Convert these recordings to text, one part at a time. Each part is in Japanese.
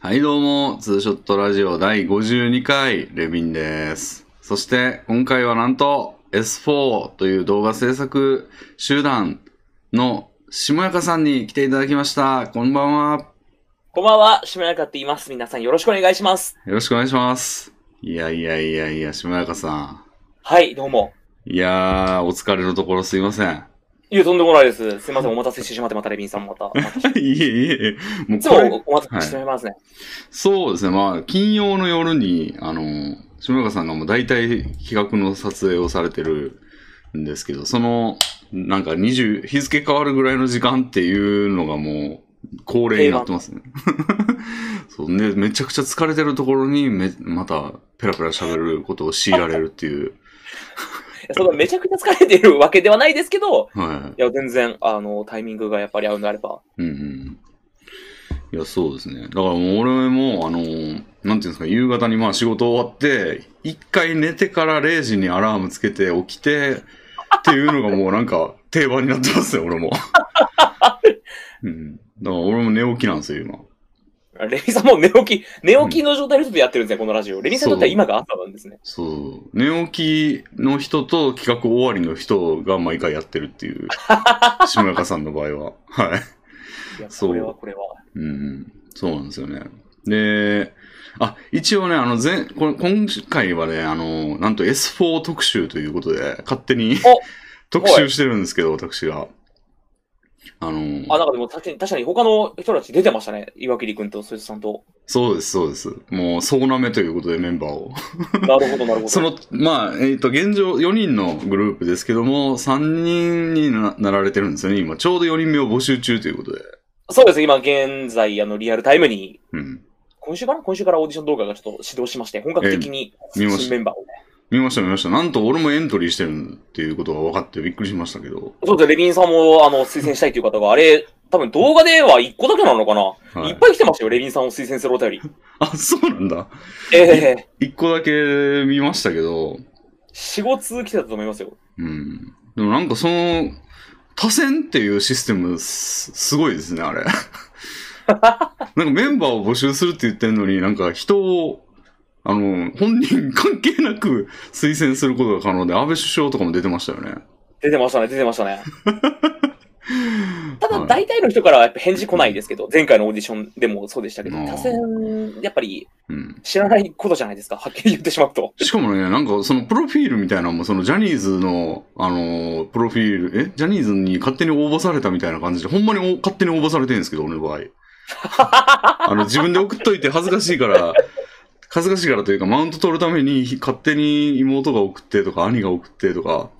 はい、どうも、ツーショットラジオ第52回、レビンです。そして、今回はなんと、S4 という動画制作集団の下中さんに来ていただきました。こんばんは。こんばんは、しめなかって言います。皆さんよろしくお願いします。よろしくお願いします。いやいやいやいや、下中さはい、どうも。ん。いやー、お疲れのところすいません。 いや、とんでもないです。すいません、お待たせしてしまって、またレビンさんも また。いいえいえいえ、もうつこれもお待たせしてしまいますね。そうですね、まあ、金曜の夜に、あの、下中さんがもう大体企画の撮影をされてるんですけど、その、なんか20、日付変わるぐらいの時間っていうのがもう恒例になってますね。 そうね、めちゃくちゃ疲れてるところにめ、またペラペラ喋ることを強いられるっていう。いやそんなめちゃくちゃ疲れてるわけではないですけど、はいや、全然、あの、タイミングがやっぱり合うのであれば。い。うんうん。いや、そうですね。だからもう俺も、あの、なんていうんですか、夕方にまあ仕事終わって、一回寝てから0時にアラームつけて起きて、っていうのがもうなんか定番になってますね、俺も。うん。だから俺も寝起きなんですよ、今。レビンさんもう寝起き、寝起きの状態の人でやってるんですね、このラジオ。レビンさんにとっては今が朝なんですね。そう。寝起きの人と企画終わりの人が毎回やってるっていう、下中さんの場合は。はい。いや、そうこれはこれは。うんうん、そうなんですよね。で、あ、一応ね、あの、前、これ、今回はね、あの、なんと S4 特集ということで、勝手に 特集してるんですけど、私が。あの、あ、なんかでも確かに、確かに他の人たち出てましたね。岩切君と、そいつさんと。そうです、そうです。もう、総なめということでメンバーを。なるほど、なるほ ど。その、まあ、えっ、と、現状4人のグループですけども、3人にななられてるんですよね、今。ちょうど4人目を募集中ということで。そうです、今現在、あの、リアルタイムに、うん。今週かな今週からオーディション動画がちょっと始動しまして、本格的に見新ましたメンバーをね。見ました、見ました。なんと俺もエントリーしてるっていうことが分かってびっくりしましたけど。そうですね、レビンさんも、あの、推薦したいという方が、あれ、多分動画では1個だけなのかな、はいい、っぱい来てましたよ、レビンさんを推薦するお 便り。あ、そうなんだ。ええ一個だけ見ましたけど、四4、5通来てたと思いますよ。うん。でもなんかその、多選っていうシステムす、すごいですね、あれ。なんかメンバーを募集するって言ってんのに、なんか人を、あの、本人関係なく推薦することが可能で、安倍首相とかも出てましたよね。出てましたね、出てまし たね。ただ、はい大体の人からはやっぱ返事来ないですけど、前回のオーディションでもそうでしたけどう、ん多選、やっぱりうん。知らないことじゃないですか、はっきり言ってしまうと。しかもね、なんかそのプロフィールみたいなのも、そのジャニーズの、あの、プロフィール、えジャニーズに勝手に応募されたみたいな感じで、ほんまにお勝手に応募されてるんですけど、俺の場合。あの、自分で送っといて恥ずかしいから、恥ずかしいからというか、マウント取るために勝手に妹が送ってとか、兄が送ってとか、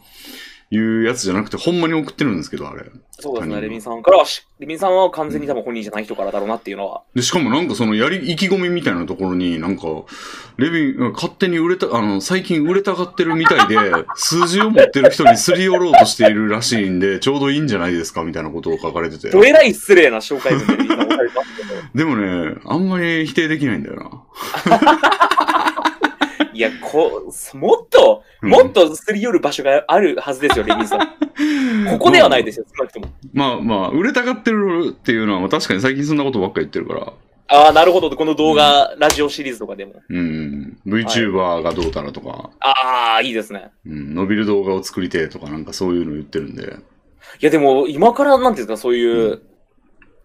いうやつじゃなくて、ほんまに送ってるんですけど、あれ。そうで他す人ね、のレビンさんからはし、レビンさんは完全に多分本人じゃない人からだろうなっていうのは、で、しかもなんかそのやり、意気込みみたいなところになんか、レビン、勝手に売れた、あの、最近売れたがってるみたい で、数字を持ってる人にすり寄ろうとしているらしいんで、ちょうどいいんじゃないですか、みたいなことを書かれてて。 どえらい失礼な紹介文でレビンさんお便り ますけど。でもね、あんまり否定できないんだよな。いや、こう、もっと、うんもっとすり寄る場所があるはず ですよ、レミンさん。ここではないですよ、少なくとも。まあまあ、売れたがってるっていうのは、確かに最近そんなことばっかり言ってるから、ああ、なるほど。この動画、ラジオシリーズとかでも。うん、VTuber がどうたらとか、ああ、いいですね。うん、伸びる動画を作りてえとか、なんかそういうの言ってるんで、いや、でも、今から、なんていうんですか、そういうう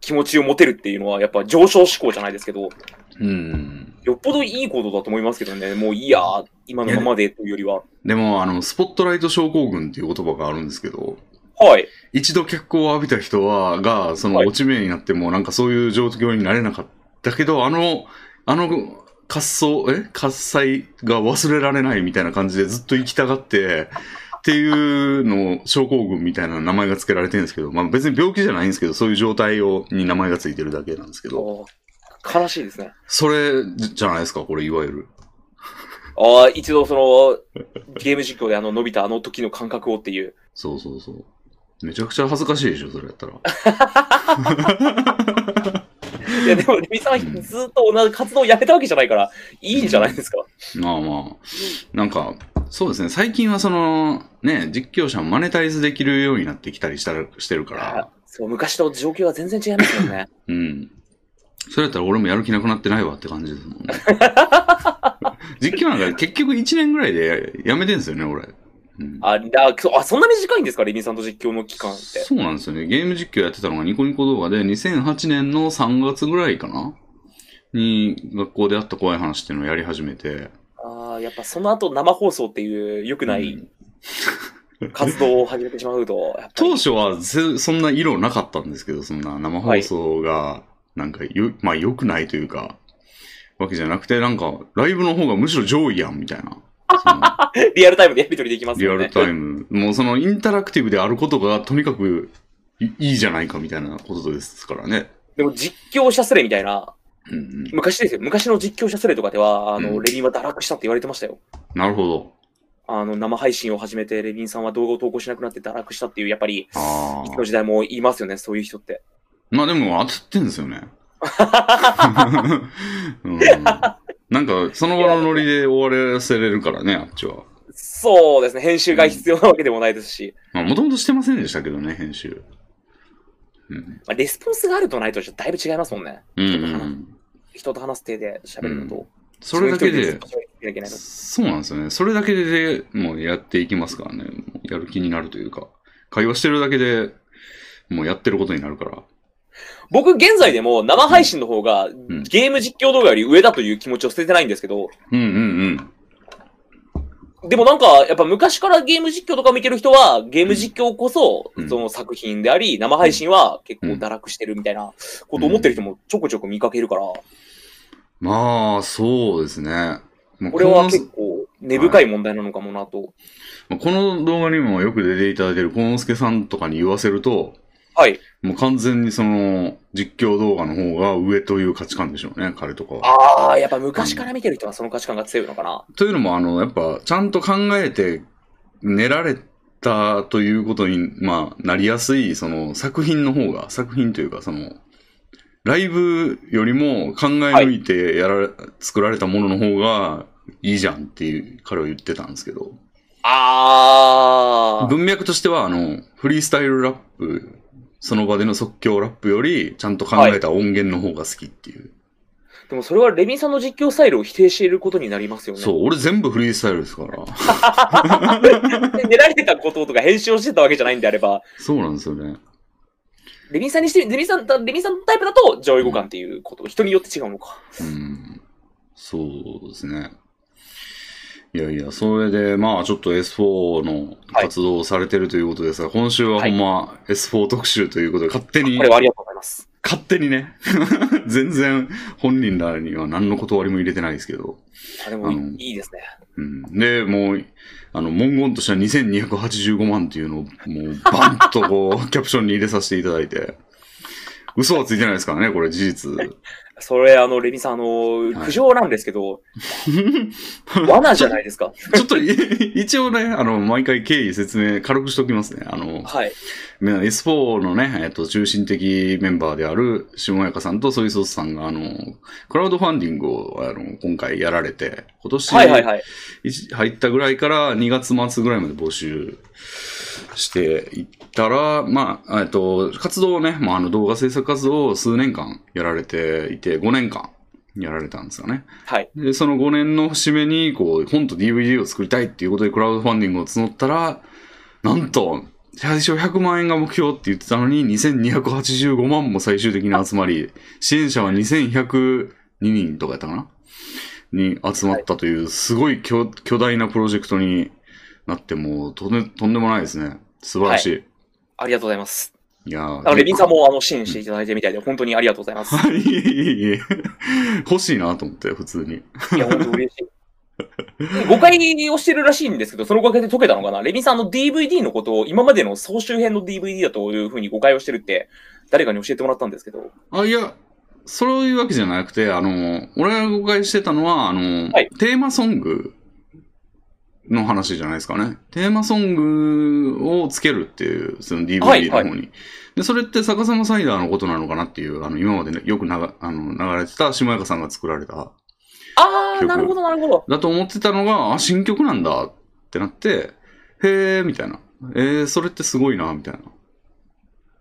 気持ちを持てるっていうのは、やっぱ上昇志向じゃないですけど、うん。よっぽどいいことだと思いますけどね。もういいや、今のままでというよりは。でも、あの、スポットライト症候群っていう言葉があるんですけど、はい。一度脚光を浴びた人は、が、そのはい落ち目になっても、なんかそういう状況になれなかったけど、あの、あの、滑走、え喝采が忘れられないみたいな感じでずっと行きたがって、っていうのを症候群みたいな名前が付けられてるんですけど、まあ別に病気じゃないんですけど、そういう状態を、に名前が付いてるだけなんですけど、あー悲しいですね。それじじゃないですか、これいわゆる。ああ、一度その、ゲーム実況であの、伸びたあの時の感覚をっていう。そうそうそう。めちゃくちゃ恥ずかしいでしょ、それやったら。いや、でも、レミさんはずっと同じ活動をやめたわけじゃないから、いいんじゃないですか。まあまあ、なんか、そうですね、最近はその、ね、実況者もマネタイズできるようになってきたりしたらしてるから、そう、昔と状況は全然違いますよね。うん。それやったら俺もやる気なくなってないわって感じですもんね。実況なんか結局1年ぐらいでやめてんですよね、俺。うんあ、だそあそんな短いんですかレミさんと実況の期間って。そうなんですよね。ゲーム実況やってたのがニコニコ動画で2008年の3月ぐらいかなに学校であった怖い話っていうのをやり始めて。ああ、やっぱその後生放送っていう良くなういん活動を始めてしまうと、やっぱり当初はせそんな色なかったんですけど、そんな生放送が、なんかよ、まあ良くないというか、わけじゃなくて、なんか、ライブの方がむしろ上位やん、みたいな。そのリアルタイムでやり取りできますリアよね。ルタイム。もうそのインタラクティブであることがとにかくいいいじゃないかみたいなことですからね。でも実況者スレみたいな、うんうん、昔ですよ。昔の実況者スレとかでは、あの、うんレミンは堕落したって言われてましたよ。なるほど。あの、生配信を始めて、レミンさんは動画を投稿しなくなって堕落したっていう、やっぱり、あ今あの。時代もいますよね、そういう人って。まあでも当たってんですよね。うん、なんかその場のノリで終わらせれるからね、あっちは。そうですね、編集が必要なわけでもないですし、まあもともとしてませんでしたけどね、編集。うん。まあ、レスポンスがあるとないとじゃだいぶ違いますもんね。うん、うん。人と話す手で喋るのと、それだけ自分で一、人で喋らなきゃいけないのそうなんですよね。それだけでもうやっていきますからね。もうやる気になるというか、会話してるだけでもうやってることになるから。僕、現在でも生配信の方が、んゲーム実況動画より上だという気持ちを捨ててないんですけど、うんうんでもなんか、やっぱ昔からゲーム実況とか見てる人は、ゲーム実況こそ、うんその作品であり、生配信は結構堕落してるみたいなことを思ってる人もちょこちょこ見かけるから、うん。まあ、そうですね。もうこれは結構根深い問題なのかもなと。まあこの動画にもよく出ていただいてる、このすけさんとかに言わせると、はい。もう完全にその、実況動画の方が上という価値観でしょうね、彼とかは。ああ、やっぱ昔から見てる人はその価値観が強いのかな。というのも、あの、やっぱ、ちゃんと考えて、練られたということに、まあ、なりやすい、その、作品の方が、作品というか、その、ライブよりも考え抜いてやら、作られたものの方がいいじゃんっていう、彼は言ってたんですけど。ああ、文脈としては、あの、フリースタイルラップ、その場での即興ラップより、ちゃんと考えた音源の方が好きっていう。でもそれはレミさんの実況スタイルを否定していることになりますよね。そう、俺全部フリースタイルですから。で練られてたこととか編集をしてたわけじゃないんであれば、そうなんですよね。レミさんにして、レミさん、レミさんのタイプだと上位互換っていうこと、人によって違うのか。うん。そうですね。いやいや、それで、まあ、ちょっと S4 の活動をされてるということですが、今週はほんま S4 特集ということで、勝手にこれ、はありがとうございます。勝手にね、 全然本人らには何の断りも入れてないですけど、あ、でもいいあのいいですね。うん、で、もう、あの、文言としては2285万っていうのを、もう、バンとこう、キャプ ションに入れさせていただいて、嘘はついてないですからね、これ、事実。それ、あの、レミさん、あの、はい苦情なんです けど、罠じゃないですか。ちょっとい、 一応ね、あの、毎回経緯説明、軽くしておきますね。あの、はい。まあ S4 のね、えっと、中心的メンバーである、下谷香さんとソイソースさんが、あの、クラウドファンディングを、あの、今回やられて、今年、はいはいはい。一入ったぐらいから2月末ぐらいまで募集していったら、まあ、えっと、活動をね、まあ、あの動画制作活動を数年間やられていて、5年間やられたんですよね。はい。で、その5年の節目に、こう、本と DVD を作りたいっていうことでクラウドファンディングを募ったら、なんと、最初100万円が目標って言ってたのに、2285万も最終的に集まり、支援者は2102人とかやったかなに集まったという、すごい巨巨大なプロジェクトになって、もうとんで、とんでもないですね。素晴らしい。い、ありがとうございます。やーあの、レミさんも、あの、支援していただいてみたいで、本当にありがとうございます。 いえいえいえ。欲しいなと思って、普通に。いや、本当嬉しい。誤解をしてるらしいんですけど、そのおかげで解けたのかなレミさんの DVD のことを、今までの総集編の DVD だというふうに誤解をしてるって、誰かに教えてもらったんですけど。あ、いや、そういうわけじゃなくて、あの、俺が誤解してたのは、あの、はいテーマソングの話じゃないですかね。テーマソングをつけるっていう、その DVD の方はに。いはいで、それって逆さまサイダーのことなのかなっていう、あの、今までね、よくながあの流れてた、島やかさんが作られた、あー、曲なるほど、なるほど。だと思ってたのが、あ、新曲なんだってなって、へーみたいな。えー、それってすごいな、みたいな。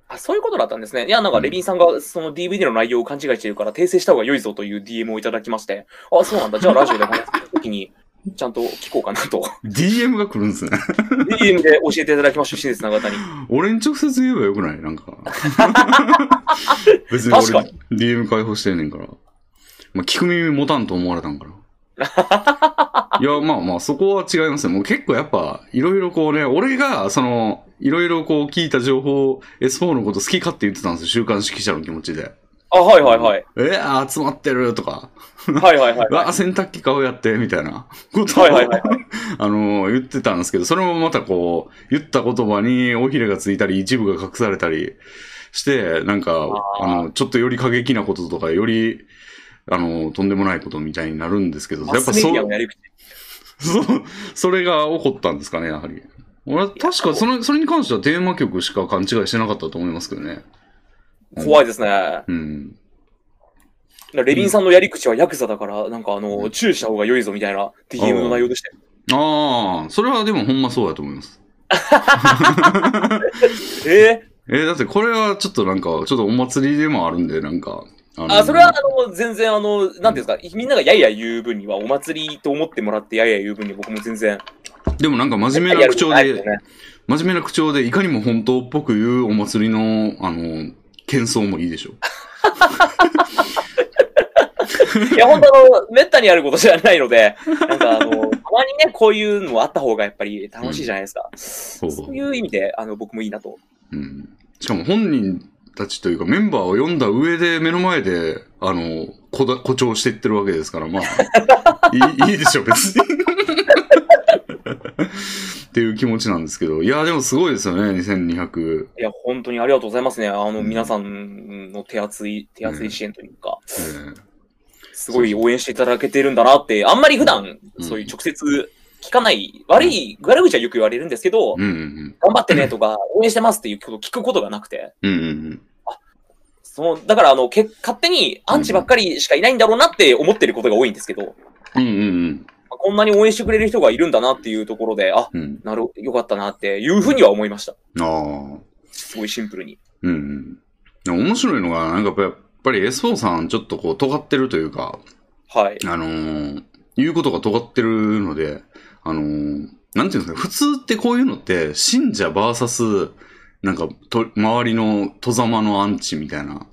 あ、そういうことだったんですね。いや、なんか、レビンさんが、その DVD の内容を勘違いしているから、訂正した方が良いぞという DM をいただきまして、あ、そうなんだ。じゃあ、ラジオで話す時に、ちゃんと聞こうかな と。 DM が来るんですね。 DM で教えていただきました、親切な方に。俺に直接言えばよくないなん か。別に確か俺、DM 解放してんねんから。まあ、聞く耳持たんと思われたんかな。 いや、まあまあ、そこは違いますね。もう結構やっぱ、いろいろこうね、俺が、その、いろいろこう聞いた情報を S4 のこと好きかって言ってたんですよ。週刊指揮者の気持ちで。あ、はいはいはい。えあ集まってるとか、はいはいはい。わあ、洗濯機買うやって、みたいなことを、はいはいはい。 あの、言ってたんですけど、それもまたこう、言った言葉に尾ひれがついたり、一部が隠されたりして、なんか、ああの、ちょっとより過激なこととか、より、あの、とんでもないことみたいになるんですけど、マやっスぱメデそィアうの、やり口。そう、それが起こったんですかね、やはり。俺は確かそれ、それに関してはテーマ曲しか勘違いしてなかったと思いますけどね。怖いですね。うん。レビンさんのやり口はヤクザだから、なんかあの、注意した方が良いぞみたいな DM の内容でしたよ。ああ、それはでもほんまそうだと思います。えええーだってこれはちょっとなんか、ちょっとお祭りでもあるんで、なんか。あのあ、それはあの、全然あの、なんていうんですか、みんながやいや言う分には、お祭りと思ってもらってやいや言う分には僕も全然。でもなんか真面目な口調で、真面目な口調で、いかにも本当っぽく言うお祭りの、あの、喧騒もいいでしょ。いや、本当あの、めったにやることじゃないので、なんかあ の、たまにね、こういうのもあった方がやっぱり楽しいじゃないですか。そうそういう意味で、あの、僕もいいなと。うん。しかも本人たちというかメンバーを読んだ上で、目の前で、あの、こだ誇張していってるわけですから、ま あ、いいいいでしょ、別に。っていう気持ちなんですけど。いや、でもすごいですよね、2200。いや、本当にありがとうございますね。あの、うん皆さんの手厚い、手厚い支援というか。えーすごい応援していただけてるんだなって、あんまり普段、うんそういう直接聞かない、悪い、悪口はよく言われるんですけど、うんうん頑張って ねとか、応援してますっていうこと聞くことがなくて、うん。うんうんうん。その、だからあの、け勝手にアンチばっかりしかいないんだろうなって思ってることが多いんですけど、うんうんこんなに応援してくれる人がいるんだなっていうところで、あ、うん。うん。なる、よかったなっていうふうには思いました。ああ。すごいシンプルに。うんうん。でも面白いのが、なんかやっぱり S4 さんちょっとこう尖ってるというか、はい。あのー言うことが尖ってるので、あのーなんていうんですかね、普通ってこういうのって、信者 VS、なんかと、周りの戸様のアンチみたいな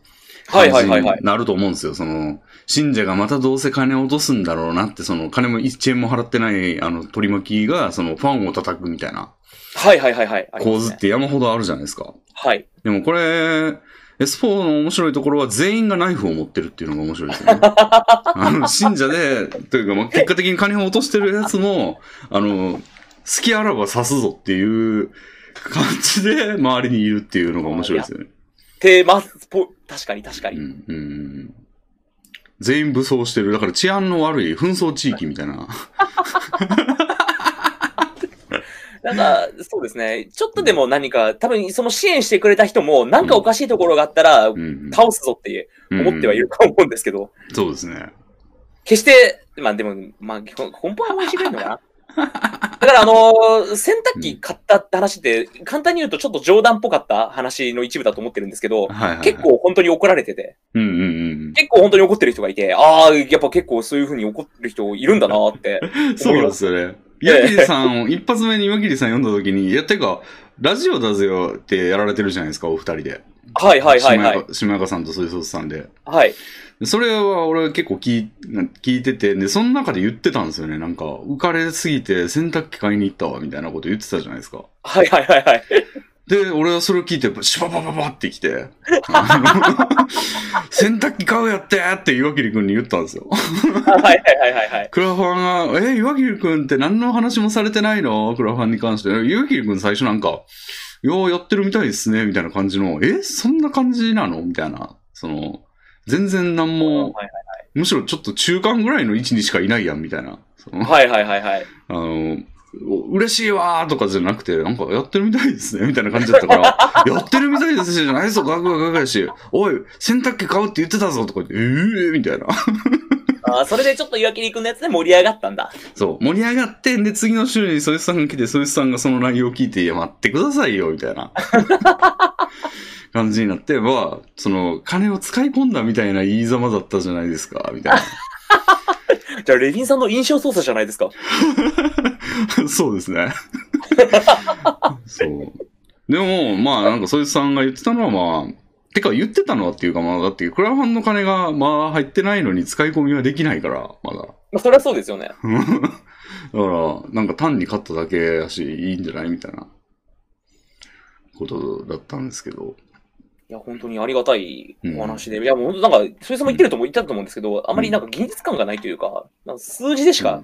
はい感はいじはいはい。になると思うんですよ。その、信者がまたどうせ金を落とすんだろうなって、その金も1円も払ってない、あの、取り巻きが、そのファンを叩くみたいなはいはいはいはい。ありま構す図っねて山ほどあるじゃないですか。はい。でもこれ、S4 の面白いところは全員がナイフを持ってるっていうのが面白いです よね。あの、信者で、というか、まあ、結果的に金を落としてるやつも、あの、好きあらば刺すぞっていう感じで周りにいるっていうのが面白いですよね。テーマスポ、 確かに確かうに。ん、うん。全員武装してる。だから治安の悪い紛争地域みたいな。なんか、そうですね。ちょっとでも何か、多分その支援してくれた人も、なんかおかしいところがあったらう、ん。倒すぞって思ってはいると思うんですけど、うん。そうですね。決して、まあでも、まあ、基本根本は応援してくれる のかな。だから、あのー洗濯機買ったって話って、簡単に言うとちょっと冗談っぽかった話の一部だと思ってるんですけはど、いはい、はい。結。構本当に怒られてて、うんうんうん結構本当に怒ってる人がいて、ああ、やっぱ結構そういうふうに怒ってる人いるんだな ーって。うん。そうなんですよね。岩切さんを、一発目に岩切さん読んだ時に、いや、てか、ラジオだぜよってやられてるじゃないですか、お二人で。はいはいはい島はい。中島中さんとソイソースさんで。はい。でそれは俺結構聞い聞いてて、で、その中で言ってたんですよね。なんか、浮かれすぎて洗濯機買いに行ったわ、みたいなこと言ってたじゃないですか。はいはいはいはい。で、俺はそれを聞いて、シュババババって来て、あの 洗濯機買うやってって岩切くんに言ったんですよ。は いはいはいはいはい。クラファンが、え、岩切くんって何の話もされてないのクラファンに関して。え岩切くん最初なんか、ようやってるみたいですね、みたいな感じの、え、そんな感じなのみたいな。その、全然何も、はいむしろちょっと中間ぐらいの位置にしかいないやん、みたいな。その、はいはいはいはい。あの、お嬉しいわーとかじゃなくて、なんかやってるみたいですね、みたいな感じだったから、 やってるみたいですし、じゃないぞ、ガクガクガクやし、おい、洗濯機買うって言ってたぞとか言って、えー、みたいな。あーそれでちょっと岩切君のやつで盛り上がったんだ。そう、盛り上がって、で、次の週にそいつさんが来て、そいつさんがその内容を聞いて、いや、待ってくださいよ、みたいな。感じになって、まあ、その、金を使い込んだみたいな言いざまだったじゃないですか、みたいじゃあ、レヴィンさんの印象操作じゃないですか。な。そうですね。そう。でも、まあ、なんか、そいつさんが言ってたのは、まあ、てか言ってたのはっていうか、まあ、だって、クラファンの金が、まあ、入ってないのに使い込みはできないから、まだ。まあ、それはそうですよ ね。だから、なんか単に勝っただけだし、いいんじゃないみたいなことだったんですけど。いや、本当にありがたいお話で。いや、もう本当なんか、それさんも言ってるとも言ってたと思うんですけど、あまりなんか現実感がないというか、なんか数字でしか、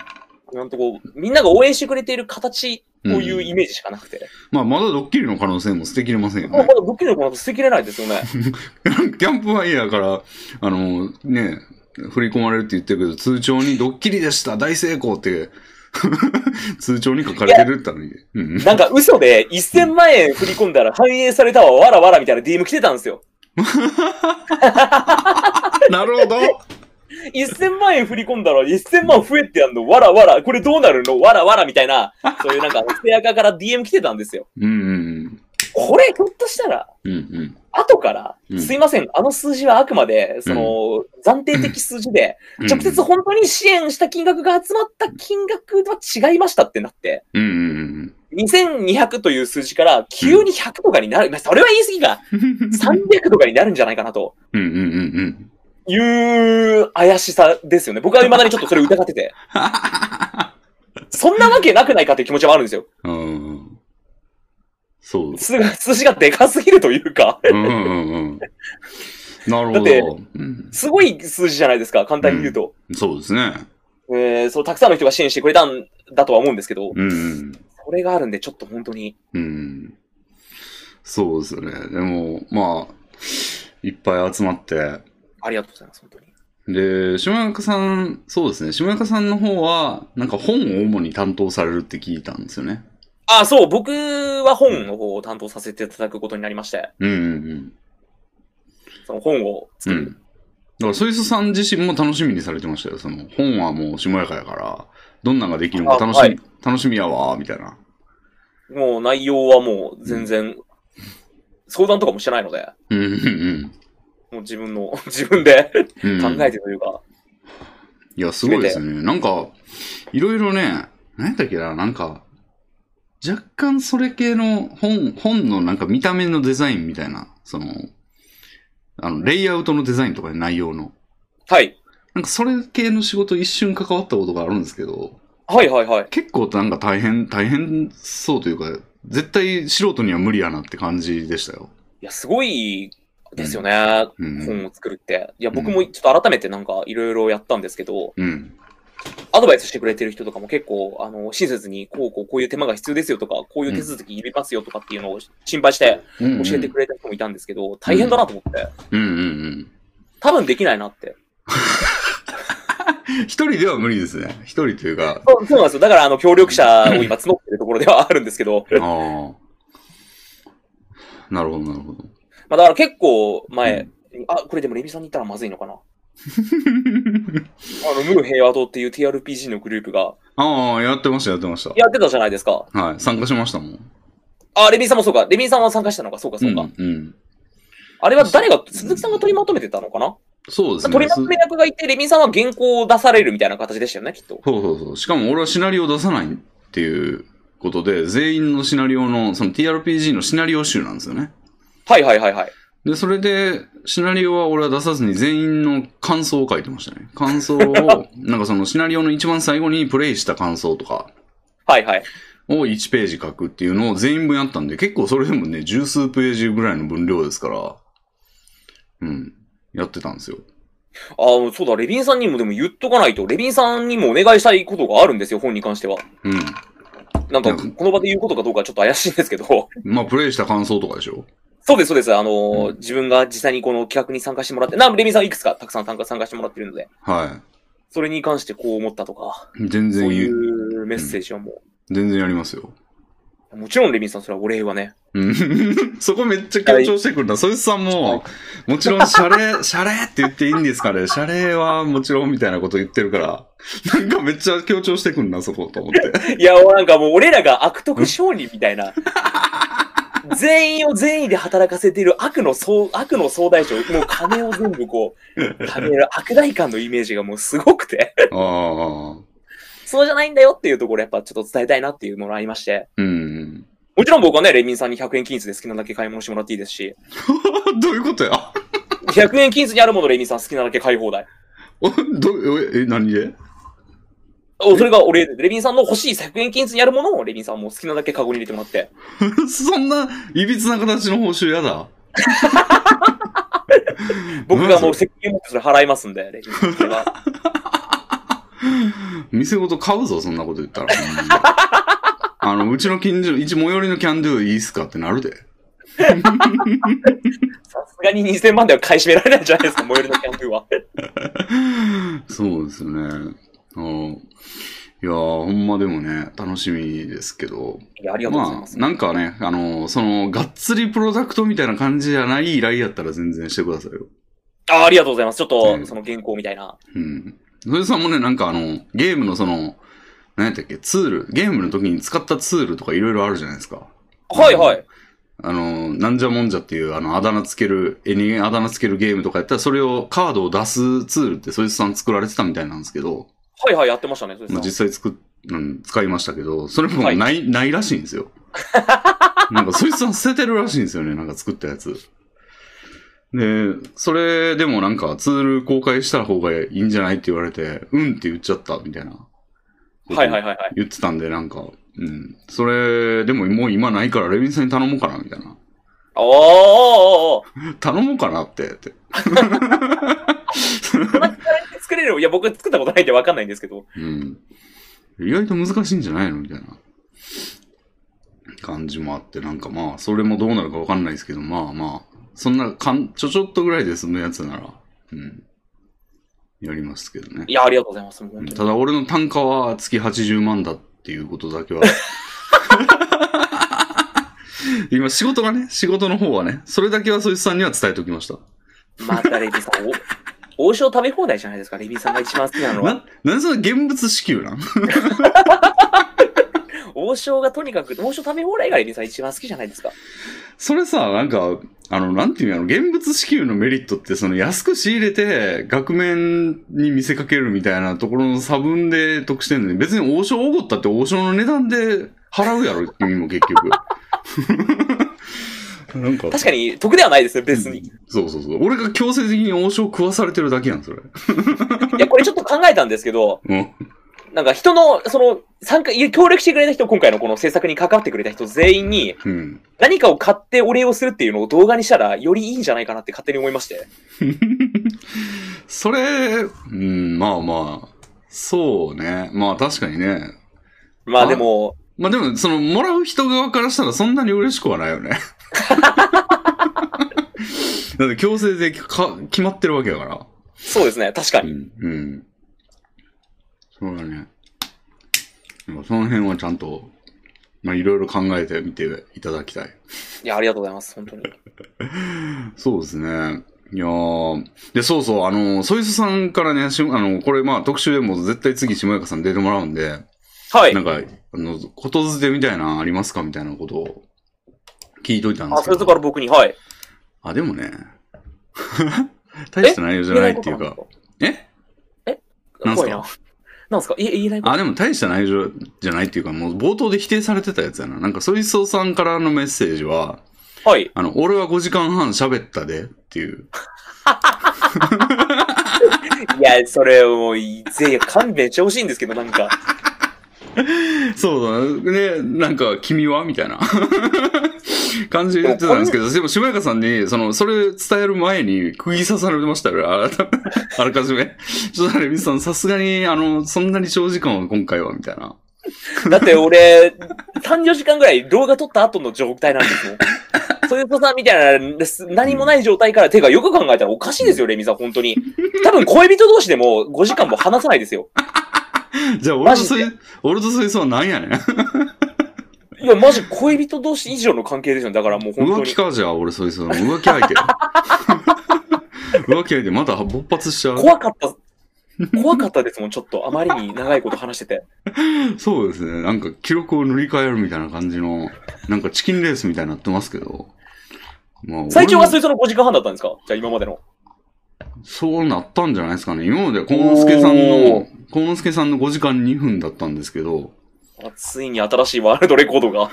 なんとこう、みんなが応援してくれている形というイメージしかなくて。まあ、まだドッキリの可能性も捨てきれませんよもうね ま。だドッキリの子なんて捨てきれないですよね。キャンプファイヤーから、あの、ね、振り込まれるって言ってるけど、通帳にドッキリでした、大成功って、 通帳に書かれてるって言ったのに。うんなんか嘘で1000万円振り込んだら反映されたわ、わらわらみたいな DM 来てたんですよ。なるほど1000万円振り込んだら1000万増えてやんの、わらわら、これどうなるのわらわらみた いな、そういうなんか、ステアカから DM 来てたんですよ。うんうんこれ、ひょっとしたら、うん。うん後から、うんすいません、あの数字はあくまで、その、暫定的数字で、うん。直接本当に支援した金額が集まった金額とは違いましたってなって、うんうん2200という数字から急に100とかになる、まあそれは言い過ぎか、うん。 300とかになるんじゃないかなとうんうんうんうん。いう怪しさですよね。僕は未だにちょっとそれ疑って て。そんなわけなくないかという気持ちはあるんですよ。うん。そう。数が数字がでかすぎるというか、うんうんうん。なるほど。だってうん、すごい数字じゃないですか、簡単に言うと。そうですね。えー、そう、たくさんの人が支援してくれたんだとは思うんですけど、うんうん。それがあるんで、ちょっと本当に。うん。そうですよね。でも、まあ、いっぱい集まって。ありがとうございます、本当に。で、下中さん、そうですね。下中さんの方は、なんか本を主に担当されるって聞いたんですよね。あ、そう、僕は本の方を担当させていただくことになりまして、うんうんその本をうん。う作ん。る。だから、そいつさん自身も楽しみにされてましたよ。その、本はもう下やかやから、どんなんができるのか楽しみ、あはい楽しみやわ、みたいな。もう内容はもう全然、相談とかもしてないので、うんうんもう自分の、自分でうん。うん考えてというか、いや、すごいですね。なんか、いろいろね、何やったっけな、なんか、若干それ系の本、本のなんか見た目のデザインみたいな、その、あの、レイアウトのデザインとかね内容の。はい。なんかそれ系の仕事一瞬関わったことがあるんですけど、はいはいはい。結構なんか大変、大変そうというか、絶対素人には無理やなって感じでしたよ。いや、すごいですよね、うん。本を作るって。いや、僕もちょっと改めてなんかいろいろやったんですけど、うん。アドバイスしてくれてる人とかも結構、あの、親切に、こうこう、こういう手間が必要ですよとか、こういう手続きいりますよとかっていうのを心配して教教えてくれた人もいたんですけど、大変だなと思って、うんうんうん。多分できないなって。一人では無理ですね。一人というか、そうそうなんですよ。だから、あの、協力者を今募ってるところではあるんですけど、 ああ。なるほど、なるほど。まあ、だから結構前、うあ、これでもレミさんに言ったらまずいのかな。あの、ムー平和党っていう TRPG のグループがああ、やってました、やってましやってたじゃないですか。た。はい、参加しましたもん。あ、レミさんもそうか。レミさんは参加したのか、そうか、そうか。ん、うん。あれは誰が、鈴木さんが取りまとめてたのかなそうですね。取りまとめ役がいて、レミさんは原稿を出されるみたいな形でしたよね、きっと。そうそうそう。しかも俺はシナリオを出さないっていうことで、全員のシナリオの、その TRPG のシナリオ集なんですよね。はいはいはいはい。で、それで、シナリオは俺は出さずに全員の感想を書いてましたね。感想を、 なんかそのシナリオの一番最後にプレイした感想とかはいはい。を1ページ書くっていうのを全員分やったんで、結構それでもね、十数ページぐらいの分量ですから、うん、やってたんですよ。ああ、そうだ、レビンさんにもでも言っとかないと、レビンさんにもお願いしたいことがあるんですよ、本に関しては。うん。なんうか、んこの場で言うことかどうかちょっと怪しいんですけど。 まあ、プレイした感想とかでしょそうです、そうです。あのーうん自分が実際にこの企画に参加してもらって、な、レビンさんいくつかたくさん参加参加してもらってるので、はそれに関してこう思ったとか、い。全そ然うい言う、うメッセージはも全然やりますよ。う、もちろんレビンさん、それはお礼はね。うん。 そこめっちゃ強調してくるな。そいつさんも、もちろん、シャレ、 シャレって言っていいんですかね。シャレはもちろんみたいなこと言ってるから、なんかめっちゃ強調 してくるな、そこと思って。いや、なんかもう俺らが悪徳商人みたいな全員を善意で働かせている悪の総、悪の総大将、もう金を全部こう、貯める悪大官のイメージがもうすごくて、ああ。そうじゃないんだよっていうところやっぱちょっと伝えたいなっていうのがありまして、うん。 もちろん僕はね、レミンさんに100円均一で好きなだけ買い物してもらっていいですし、どういうことや 100円均一にあるものレミンさん好きなだけ買い放題。どうえ、え何でおそれがお礼で、レミンさんの欲しい100円均一にあるものをレミンさんも好きなだけカゴに入れてもらって、 そんな、いびつな形の報酬やだ。僕がもう責任を持ってそれ払いますんで、レミンさんそれは。店ごと買うぞ、そんなこと言っ たら。ほんまにあの、うちの近所、一最寄りのキャンドゥいいっすかってなるで。さすがに2000万では買い占められないんじゃないです か、最寄りのキャンプは。そうですね。うんいやー、ほんまでもね、楽しみですけど。いや、ありがとうございままあ、す。なんかね、あの、その、がっつりプロダクトみたいな感じじゃない依頼やったら全然してくださいよ。あありがとうございます。ちょっと、うんその原稿みたいな。うん。それさんもね、なんかあの、ゲームのその、何やったっけ、ツール、ゲームの時に使ったツールとかいろいろあるじゃないですか。はいはい。あの、なんじゃもんじゃっていう、あの、あだ名つける、絵にあだ名つけるゲームとかやったら、それをカードを出すツールって、そいつさん作られてたみたいなんですけど、はいはい、やってましたね。そうですまあ、ね実際作っ、うん、使いましたけど、それもな、はいいないらしいんです よ。なんか、そいつさん捨ててるらしいんですよね、なんか作ったやつ。で、それでもなんかツール公開した方がいいんじゃないって言われて、うんって言っちゃった、みたいな。はいはいはいはい。言ってたんで、なんか、うん。それ、でももう今ないから、レビンさんに頼もうかな、みたいな。おーおーおー頼もうかなって、って。おー作れるいや、僕作ったことないんでわかんないんですけど。うん。意外と難しいんじゃないのみたいな感じもあって、なんかまあ、それもどうなるかわかんないですけど、まあまあ、そんなかん、ちょちょっとぐらいで済むやつなら、うん。やりますけどねい。や、ありがとうございます。もう本当にただ俺の単価は月80万だっていうことだけは。今仕事がね、仕事の方はね、それだけはそいつさんには伝えておきました。またレビンさん、 お、王将食べ放題じゃないですか。レビンさんが一番好きなのは。な、なんでその現物支給なん王将がとにかく、王将食べ放題がレビンさん一番好きじゃないですか。それさ、なんか、あの、なんていうの、現物支給のメリットって、その安く仕入れて、額面に見せかけるみたいなところの差分で得してんのに、別に王将おごったって王将の値段で払うやろ、君も結局。なんか、確かに、得ではないですよ、別に。いそうそうそう。俺が強制的に王将食わされてるだけやん、それ。や、これちょっと考えたんですけど、うん。なんか人の、その、参加、いや協力してくれた人、今回のこの制作に関わってくれた人全員に、うん。何かを買ってお礼をするっていうのを動画にしたら、よりいいんじゃないかなって勝手に思いまして。それ、うん、まあまあ、そうね。まあ確かにね。まああでも、まあでも、その、もらう人側からしたらそんなに嬉しくはないよね。だって強制でか決まってるわけだか。そうですね、確かうらに。ん。うん。そうだね。でもその辺はちゃんと、まあいろいろ考えてみていただきたい。いや、ありがとうございます、本当に。そうですね。いやーで、そうそう、あの、ソイスさんからね、しあの、これまあ特集でも絶対次、下やかさん出てもらうんで、はいな。んか、あの、ことづてみたいなのありますかみたいなことを聞いといたんであ、すそけれどか。ら僕に、はい。あ、でもね、 大した内容じゃないっていうか、えなんすか怖いな。なんすかい言えないことあ、でも大した内容じゃないっていうか、もう冒頭で否定されてたやつやな。なんか、ソイソーさんからのメッセージは、はい。あの、俺は5時間半喋ったでっていう。いや、それを、ぜひ勘弁してほしいんですけど、なんか。そうだね。なんか、君はみたいな 感じで言ってたんですけど、でも、しばやかさんに、その、それ伝える前に、釘刺されてましたよ。あらたあらかじめ。ちょっとね、ミスさん、さすがに、あの、そんなに長時間は今回は、みたいな。だって俺、3、4時間ぐらい動画撮った後の状態なんですよ。そういうことさみたいな、です何もない状態から、てかよく考えたらおかしいですよ、レミさん、本当に。多分恋人同士でも5時間も話さないですよ。じゃあ、俺とマジそでい、俺とそいつは何やねん。いや、マジ恋人同士以上の関係ですよ。だからもう本当浮気に。か、じゃあ、俺そいつ の浮気相手。浮気相手、また勃発しちゃう。怖かった。怖かったですもん、ちょっと。あまりに長いこと話してて。そうですね。なんか記録を塗り替えるみたいな感じの、なんかチキンレースみたいになってますけど。まあ最長はそ俺もれその5時間半だったんですかじゃあ今までの。そうなったんじゃないですかね。今までは幸之助さんおの、幸之助さんの5時間2分だったんですけど、あついに新しいワールドレコードが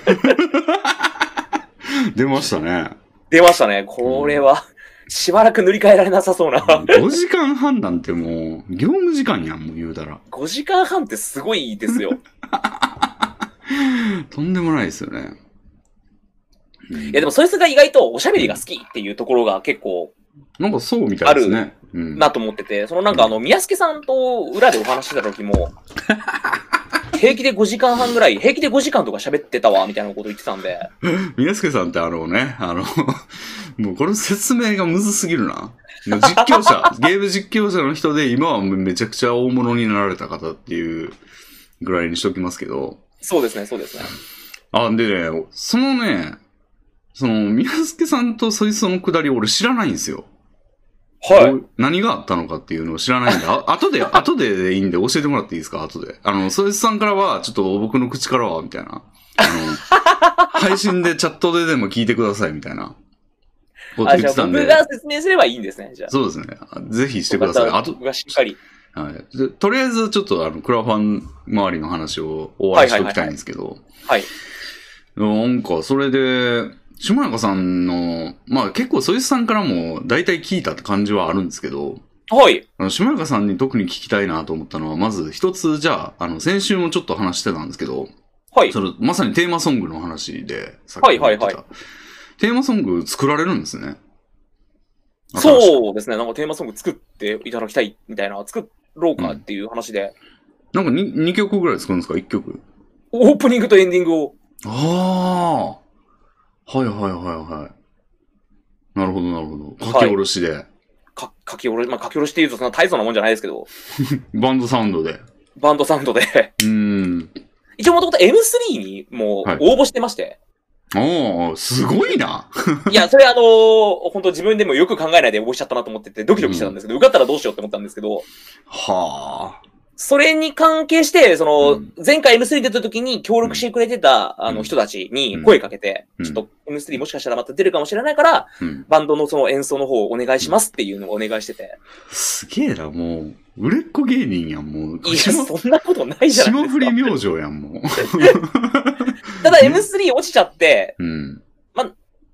出ましたね。出ましたね。これは、しばらく塗り替えられなさそうな。 5時間半なんてもう、業務時間やん、もう言うたら。 5時間半ってすごいですよ。とんでもないですよね。いやでもそいつが意外とおしゃべりが好きっていうところが結構なんかそうみたいですね。うん。なと思ってて、そのなんかあの、宮助さんと裏でお話ししてた時 も、平気で5時間半ぐらい、平気で5時間とか喋ってたわ、みたいなこと言ってたんで、宮助さんってあのね、あの、 もうこれ説明がむずすぎるな。実況者、ゲーム実況者の人で今はめちゃくちゃ大物になられた方っていうぐらいにしときますけど。そうですね、そうですね。あ、でね、そのね、その、宮助さんとそいつのくだり俺知らないんですよ。はいど。う何があったのかっていうのを知らないんで、 あ後で、後ででいいんで教えてもらっていいですか後で。あの、そいつさんからは、ちょっと僕の口からは、みたいな。あの、 配信でチャットででも聞いてください、みたいな。ことあ、言じっゃあてたん僕で。が説明すればいいんですね、じゃあ。そうですね。あぜひしてください。よかあったと、僕がしっかり。はい。でとりあえず、ちょっと、あの、クラファン周りの話を終わりしておきたいんですけど。はい。なんか、それで、島中さんの、まあ結構、そいつさんからも、大体聞いたって感じはあるんですけど、はい。あの、島中さんに特に聞きたいなと思ったのは、まず一つ、じゃあ、あの、先週もちょっと話してたんですけど、はい。その、まさにテーマソングの話で、さはいはい言はいってたテーマソング作られるんですね。う。そうですね。なんかテーマソング作っていただきたいみたいな、作ろうかっていう話で、なんか 2, 二曲ぐらい作るんですか ?1 曲。オープニングとエンディングを、ああはいはいはいはい。なるほどなるほど。書き下ろしで、か、書き下ろし、まあ、書き下ろしっていうとそんな大層なもんじゃないですけど、バンドサウンドで。バンドサウンドでうーん。一応もともと M3 にもうはい応募してまして、おー、すごいな。い、や、それあのー本当自分でもよく考えないで応募しちゃったなと思ってて、ドキドキしてたんですけど、受かったらどうしようって思ったんですけど、はあ。それに関係して、その、うん前回 M3 出た時に協力してくれてた、あうのん人たちに声かけて、うんちょっと M3 もしかしたらまた出るかもしれないから、うん。バンドのその演奏の方をお願いしますっていうのをお願いしてて。すげえな、もう。売れっ子芸人やん、もう。いや、島そんなことないじゃな霜い降ですりか。明星やん、もう。ただ M3 落ちちゃって、うん。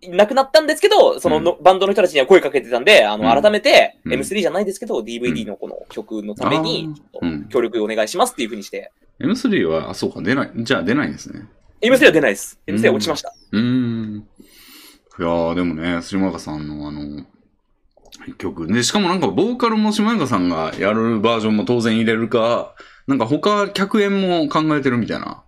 なくなったんですけど、そのの、バンドの人たちには声かけてたんで、あうの、ん改めて、うん M3 じゃないですけど、DVD のこの曲のために、ちょうっんと。協力お願いしますっていう風にして、 M3 は、あ、そうか、出ない。じゃあ出ないんですね。 M3 は出ないです。うん M3 は落ちました。うーん。いやー、でもね、島中さんのあの、曲。で、しかもなんか、ボーカルも島中さんがやるバージョンも当然入れるか、なんか他、客演も考えてるみたいな。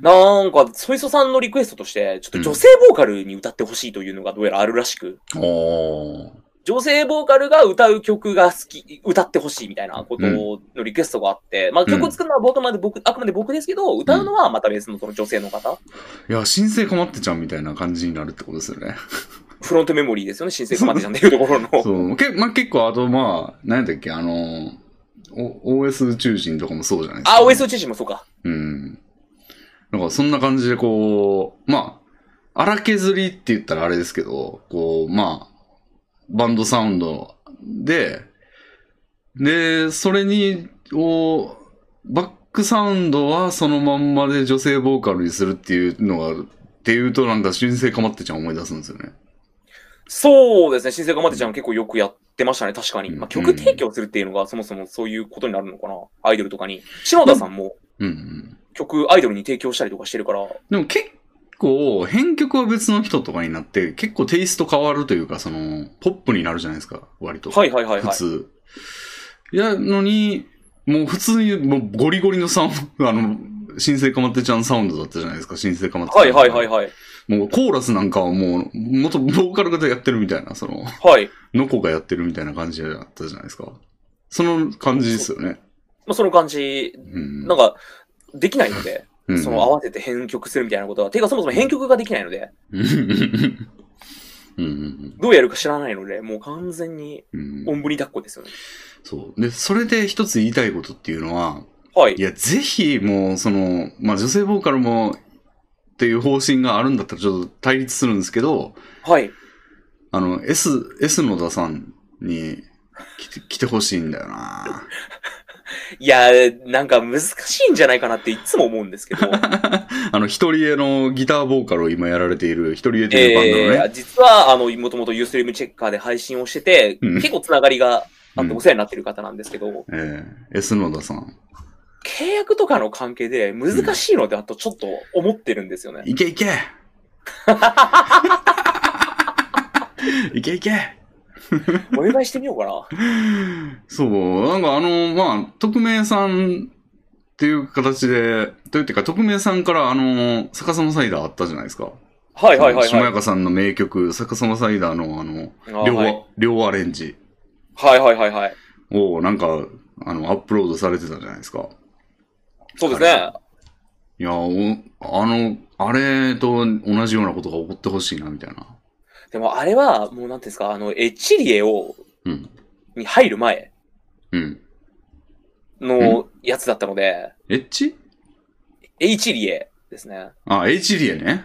なんか、ソイソさんのリクエストとして、ちょっと女性ボーカルに歌ってほしいというのがどうやらあるらしく、おー。女性ボーカルが歌う曲が好き、歌ってほしいみたいなことのリクエストがあって、まあ曲を作るのは僕まで僕、あくまで僕ですけど、歌うのはまた別のその女性の方、いや、申請困ってちゃんみたいな感じになるってことですよね。フロントメモリーですよね、新生コマテちゃんっていうところの。そう。けまあ、結構、あと、まあ、何やったっけ、あの、お OS 宇宙人とかもそうじゃないですあ、OS 宇宙人もそうか。うん。なんかそんな感じでこう、まあ、荒削りって言ったらあれですけど、こう、まあ、バンドサウンドで、で、それに、をバックサウンドはそのまんまで女性ボーカルにするっていうのが、っていうとなんか新生かまってちゃん思い出すんですよね。そうですね、新生コマテちゃん結構よくやってましたね、確かに。まあ、う曲ん提供するっていうのがそもそもそういうことになるのかな、アイドルとかに。篠田さんもうんうん。曲、アイドルに提供したりとかしてるから、でも結構、編曲は別の人とかになって、結構テイスト変わるというか、その、ポップになるじゃないですか、割と。はいはいはい普はい。通。いや、のに、もう普通に、もうゴリゴリのサウンド、あの、新生かまってちゃんサウンドだったじゃないですか、新生かまってちゃん。はいはいはいはい。もうコーラスなんかはもう、元ボーカルがやってるみたいな、その、はい。ノコがやってるみたいな感じだったじゃないですか。その感じですよね。まあ、その感じ、うん。なんか、できないので、うんその合わせて編曲するみたいなことは。てか、そもそも編曲ができないので、うんうんうんどうやるか知らないので、もう完全にうん。うおん。んぶに抱っこですよね。そう。で、それで一つ言いたいことっていうのは、はいい。や、ぜひ、もう、その、まあ、女性ボーカルも、っていう方針があるんだったら、ちょっと対立するんですけど、はい。あの、S、S 野田さんに来て、来てほしいんだよないや、なんか難しいんじゃないかなっていつも思うんですけど。あの、一人絵のギターボーカルを今やられている、一人絵というバンドのえね。ー、実は、あの、もともとユーストリームチェッカーで配信をしてて、うん結構つながりがあってうんお世話になってる方なんですけど、えー S 野田さん。契約とかの関係で難しいのであとちょっと思ってるんですよね。いけい けいけいけお願いしてみようかな。そう、なんかあの、まあ、匿名さんっていう形で、というか、匿名さんからあの、逆さまサイダーあったじゃないですか。はいはいはい下はい。中さんの名曲、逆さまサイダーのあの、あ両,、はい両アレンジはいはいはいはい。をなんか、あの、アップロードされてたじゃないですか。そうですね。いや、おあの、あれと同じようなことが起こってほしいな、みたいな。でもあれは、もうなんていうんですか、あの、エチリエを、うん。に入る前うん。のやつだったので、エッチエチリエですね。あ、H リエね。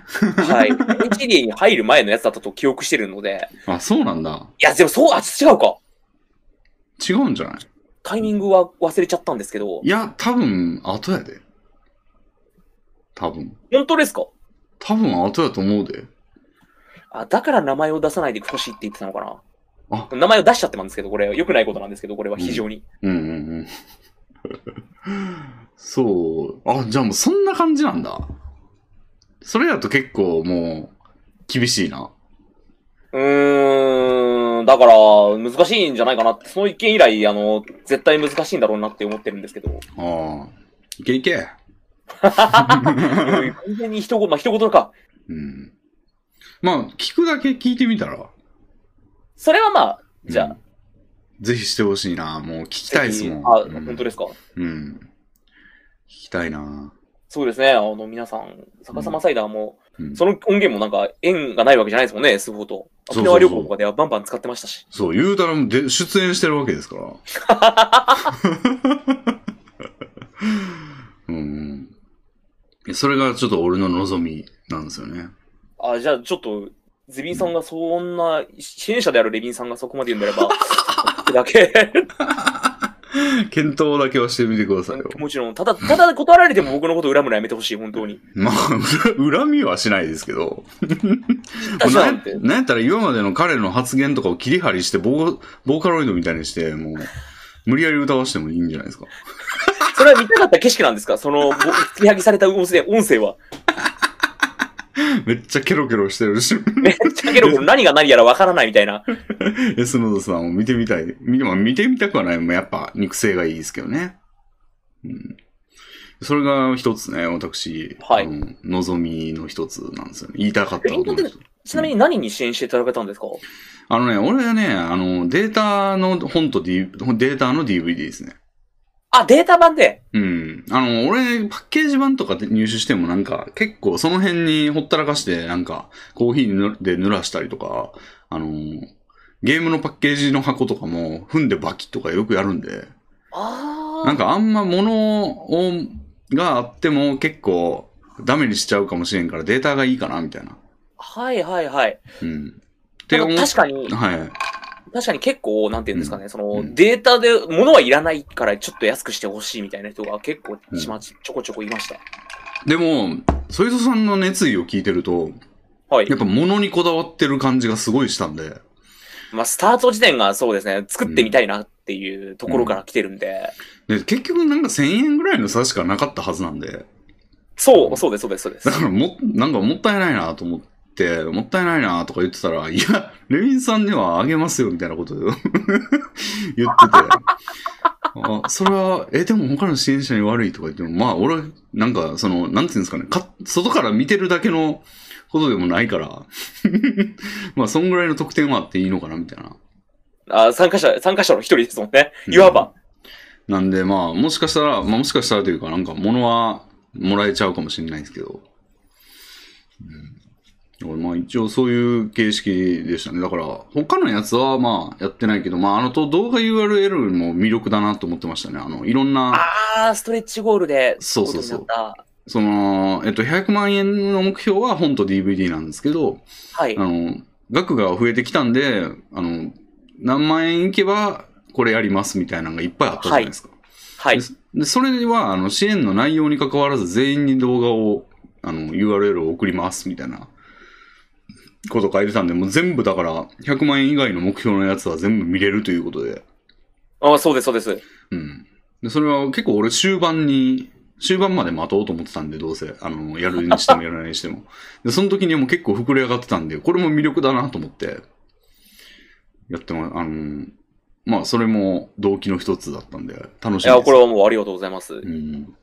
はい。エチリエに入る前のやつだったと記憶してるので、あ、そうなんだ。いや、でもそう、あ、違うか。違うんじゃないタイミングは忘れちゃったんですけどい、や、多分、後やで。多分。本当ですか多分、後やと思うで。あ、だから名前を出さないでほしいって言ってたのかあな名前を出しちゃってまんですけど、これ、良くないことなんですけど、これは非常に。うんうんうん。 そう。あ、じゃあもうそんな感じなんだ。それやと結構もう、厳しいな。うーん、だから、難しいんじゃないかなって、その一件以来、あの、絶対難しいんだろうなって思ってるん ですけど、ああ。いけいけ。完全に一言、まあ、一言か。うん。まあ、聞くだけ聞いてみたら。それはまあ、じゃあうん、ぜひしてほしいな。もう聞きぜたいでひすもん。あ、うん、本当ですか。うん。聞きたいな。そうですね、あの、皆さん、逆さまサイダーも、うんその音源もなんか、縁がないわけじゃないですもんね、スフォーと。そうそうそう沖縄旅行とかではバンバン使ってましたし。そう、言うたらで出演してるわけですから。 うんうん。それがちょっと俺の望みなんですよね。あ、じゃあ、ちょっと、ゼビンさんがそんな、支援者であるレビンさんがそこまで言うん であれば、僕だけ、検討だけはしてみてくださいよ。もちろん、ただ、ただ断られても僕のこと恨むのやめてほしい、本当に。まあ、 恨恨みはしないですけど。だじゃんなって。なんやったら今までの彼の発言とかを切り張りしてボー、ボーカロイドみたいにして、もう、無理やり歌わしてもいいんじゃないですか。それは見たかった景色なんですかその、ぼ突き上げされた音声音 声は。めっちゃケロケロしてるし、めっちゃけど、何が何やらわからないみたいな。 S ノドさんを見てみたい。見て,、まあ、見てみたくはない。まあやっぱ肉声がいいですけどね。うん。それが一つね、私、はいあの望みの一つなんですよね。言いたかったことのえ本一当つ。ちなみに何に支援していただけたんですかあのね、俺はね、あの、データの本と、D、データの DVD ですね。あ、データ版で。うん。あの、俺、パッケージ版とかで入手してもなんか、結構その辺にほったらかして、なんか、コーヒーぬで濡らしたりとか、あの、ゲームのパッケージの箱とかも、踏んでバキッとかよくやるんで、あー。なんかあんま物を、があっても結構ダメにしちゃうかもしれんからデータがいいかな、みたいな。はいはいはい。うん。ってなん思かっ確かに、はい。確かに結構、なんていうんですかね、その、うんデータで、物はいらないからちょっと安くしてほしいみたいな人が結構ちま、ちょこちょこいました。でも、ソイゾさんの熱意を聞いてると、はいや。っぱ物にこだわってる感じがすごいしたんで、まあ、スタート時点がそうですね、作ってみたいなっていうところから来てるんで、で結局なんか1000円ぐらいの差しかなかったはずなんで、そう、そうです、そうです、そうですだ。からも、なんかもったいないなと思って、もったいないなとか言ってたら、いや、レミンさんにはあげますよみたいなことを 言ってて、あそれは、え、でも他の支援者に悪いとか言っても、まあ俺、なんかその、なんていうんですかね、か外から見てるだけのことでもないから、 まあそんぐらいの得点はあっていいのかなみたいな。あ参加者、参加者の一人ですもんね。いわば。なんでまあ、もしかしたら、まあもしかしたらというか、なんか物はもらえちゃうかもしれないんですけど、まあ一応そういう形式でしたね。だから、他のやつはまあやってないけど、まああのと動画 URL も魅力だなと思ってましたね。あの、いろんな、あー、ストレッチゴールで、そうそうそうことになったその、えっと、100万円の目標は本と DVD なんですけど、はい。あの、額が増えてきたんで、あの、何万円いけばこれやりますみたいなのがいっぱいあったじゃないですか。はい。で、それは、あの、支援の内容に関わらず全員に動画を、あの、URL を送ります、みたいな、こと書いてたんで、もう全部だから、100万円以外の目標のやつは全部見れるということで、あそうです、そうです。うん。で、それは結構俺終盤に、終盤まで待とうと思ってたんで、どうせ、あの、やるにしてもやらないにして も。で、その時にはもう結構膨れ上がってたんで、これも魅力だなと思って、やっても、あの、まあ、それも動機の一つだったんで、楽しいみや、です。これはもうありがとうございます。うん。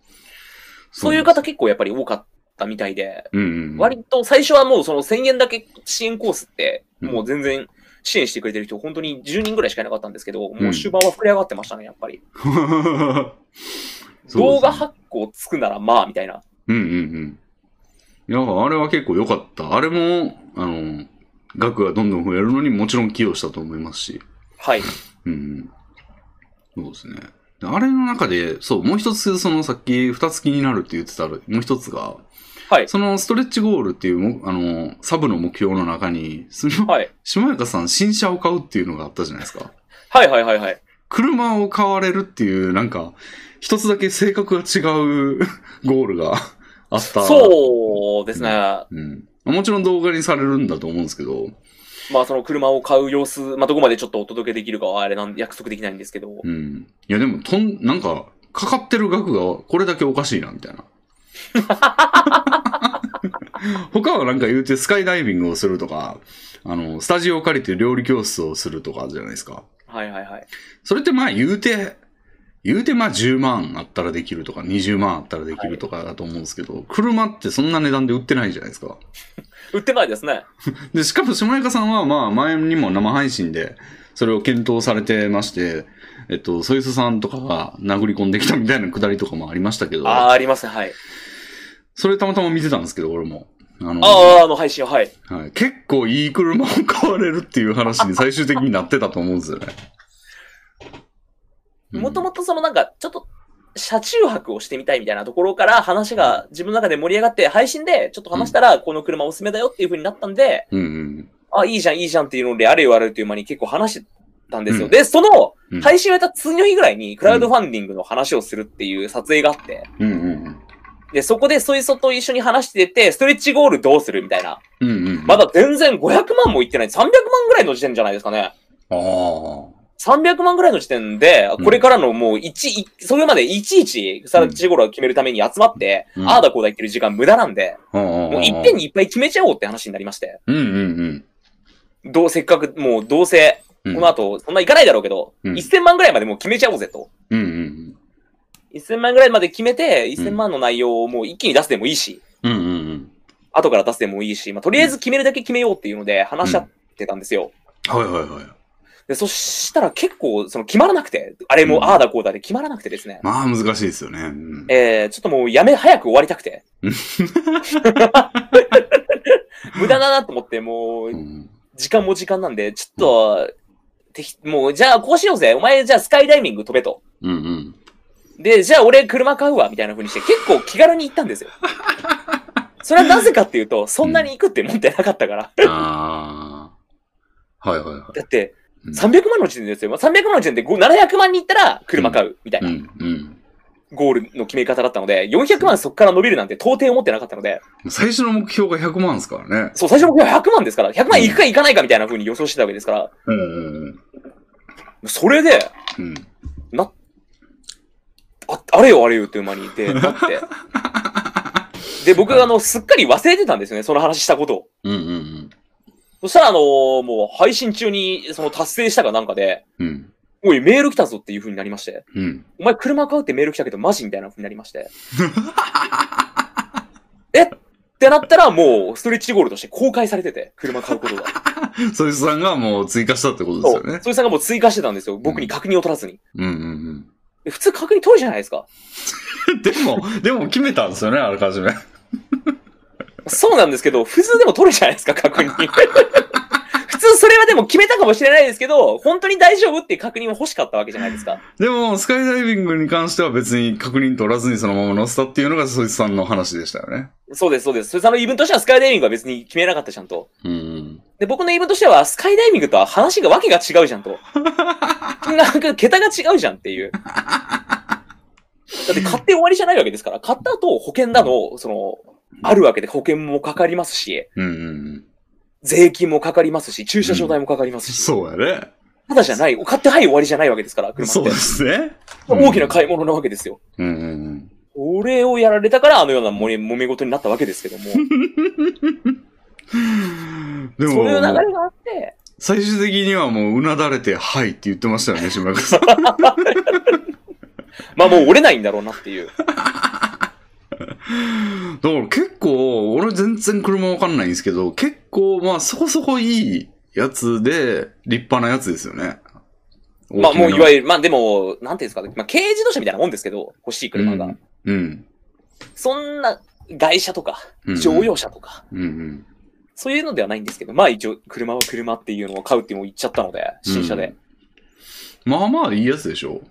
そういう方結構やっぱり多かったみたいで、うんうんうん、割と最初はもうその1000円だけ支援コースって、うんもう全然支援してくれてる人、本当に10人ぐらいしかいなかったんですけど、うもんう終盤は膨れ上がってましたね、やっぱり。 そうですね動画発行つくならまあ、みたいな。うんうんうん。いや、あれは結構良かった。あれも、あの、額がどんどん増えるのにもちろん寄与したと思いますし。はい。うんうん。そうですね。であれの中で、そう、もう一つ、そのさっき二つ気になるって言ってた、もう一つが、はいそのストレッチゴールっていうも、あの、サブの目標の中に、すみま、はい。しまやかさん新車を買うっていうのがあったじゃないですか。はいはいはいはい。車を買われるっていう、なんか、一つだけ性格が違う ゴールがあった。そうですね。うん。もちろん動画にされるんだと思うんですけど、まあその車を買う様子、まあどこまでちょっとお届けできるかはあれなん、約束できないんですけど。うん。いやでも、とん、なんか、かかってる額がこれだけおかしいな、みたいな。 他はなんか言うてスカイダイビングをするとか、あの、スタジオを借りて料理教室をするとかじゃないですか。はいはいはい。それってまあ言うて、言うてまあ10万あったらできるとか、20万あったらできるとかだと思うんですけど、車ってそんな値段で売ってないじゃないですか。売ってないですね。で、しかも、下中さんは、まあ、前にも生配信で、それを検討されてまして、えっと、ソイスさんとかが殴り込んできたみたいなくだりとかもありましたけど、ああ、ありますね。はい。それたまたま見てたんですけど、俺も。あの、ああ、あの配信は、はい。はい、結構いい車を買われるっていう話に最終的になってたと思うんですよね。うんもともとそのなんか、ちょっと、車中泊をしてみたいみたいなところから話が自分の中で盛り上がって、配信でちょっと話したら、この車おすすめだよっていう風になったんで、うんうん。あ、いいじゃん、いいじゃんっていうので、あれよあれよという間に結構話してたんですよ。うんで、そのうん、配信をやった次の日ぐらいに、クラウドファンディングの話をするっていう撮影があって、うんうんで、そこでソイソと一緒に話してて、ストレッチゴールどうするみたいな。うん。うんうん。まだ。だ全然500万もいってない。300万ぐらいの時点じゃないですかね。ああ。 300万ぐらいの時点でう、んこれからのもう一、いそれまでいちいち、さらちごろを決めるために集まって、うんああだこうだ言ってる時間無駄なんで、ももういっぺん。にいっぱい決めちゃおうって話になりまして、うんうんどう、せっかく、もうどうせ、うん。この後、そんないかないだろうけど、うん1000万ぐらいまでもう決めちゃおうぜと。うんうん1000万ぐらいまで決めて、1000万の内容をもう一気に出すでもいいし、うん。うんうんうん。後から出すでもいいし、まあ、とりあえず決めるだけ決めようっていうので話し合ってたんですよ。はいはいはい。で、そしたら結構、その決まらなくて、あれうんもああだこうだで決まらなくてですね。まあ難しいですよね。うんえー、ちょっともうやめ、早く終わりた くてうん。無駄だなと思って、もうう、ん時間も時間なんで、ちょっと、てきもう、じゃあこうしようぜ。お前、じゃあスカイダイビング飛べと。うんうん。で、じゃあ俺車買うわ、みたいな風にして、結構気軽に行った んですよ。それはなぜかっていうと、そんなに行くって思ってなかったから。ああ。はいはいはだって、うん300万の時点ですよ。300万の時点で5 700万に行ったら車買う、みたいい。うな。んうん。ゴールの決め方だったので、400万そこから伸びるなんて到底思ってなかったので、最初の目標が100万ですからね。そう、最初僕は100万ですから、100万いくかいかないかみたいな風に予想してたわけですから、うんうんそれで、うん。ああれよあれよっていう間にいて、なって。で、僕があの、すっかり忘れてたんですよね、その話したことを。うんうんそしたらあのーもう配信中に、その達成したかなんかで、うん。うん。おい、メール来たぞっていう風になりまして、うん。お前車買うってメール来たけどマジみたいな風になりまして。えってなったらもう、ストレッチゴールとして公開されてて、車買うことが。そいつさんがもう追加したってことですそよねう。。そいさんがもう追加してたんですよ。僕に確認を取らずに。うんうんで普通確認取るじゃないですか。うん。でも、でも決めたんですよね、あらかじめ。そうなんですけど、普通でも取るじゃないですか、 確認。普通それはでも決めたかもしれないですけど、本当に大丈夫っていう確認は欲しかったわけじゃないですか。でも、スカイダイビングに関しては別に確認取らずにそのまま乗せたっていうのが、そいつさんの話でしたよね。そうです、そうです。それさんの言い分としてはスカイダイビングは別に決めなかったじゃんと。うん。で、僕の言い分としては、スカイダイビングとは話がわけが違うじゃ んと。なんか、桁が違うじゃんっていう。だって買って終わりじゃないわけですから、買った後保険だの、その、あるわけで保険もかかりますし、うんうん。税金もかかりますし、駐車場代もかかりますし、そうやただじゃない、買ってはい終わりじゃないわけですから、ね。車そっうてで。すね。大きな買い物なわけですよ。うんうんうん。これをやられたから、あのようなもめ揉め事になったわけです けども、でそういう流れがも、あって、最終的にはもううなだれて、はいって言ってましたよね、島村さん。まあもう折れないんだろうなっていう。だから結構、俺全然車わかんないんですけど、結構、まあそこそこいいやつで、立派なやつですよね。まあもういわるゆる、まあでも、なんていうんですかね、まあ軽自動車みたいなもんですけど、欲しい車が。。うん。そんな、外車とかうん、乗用車とか、うんうん。そういうのではないんですけど、まあ一応、車は車っていうのを買うっていうのを言っちゃったので、新車で。まあまあいいやつでしょ。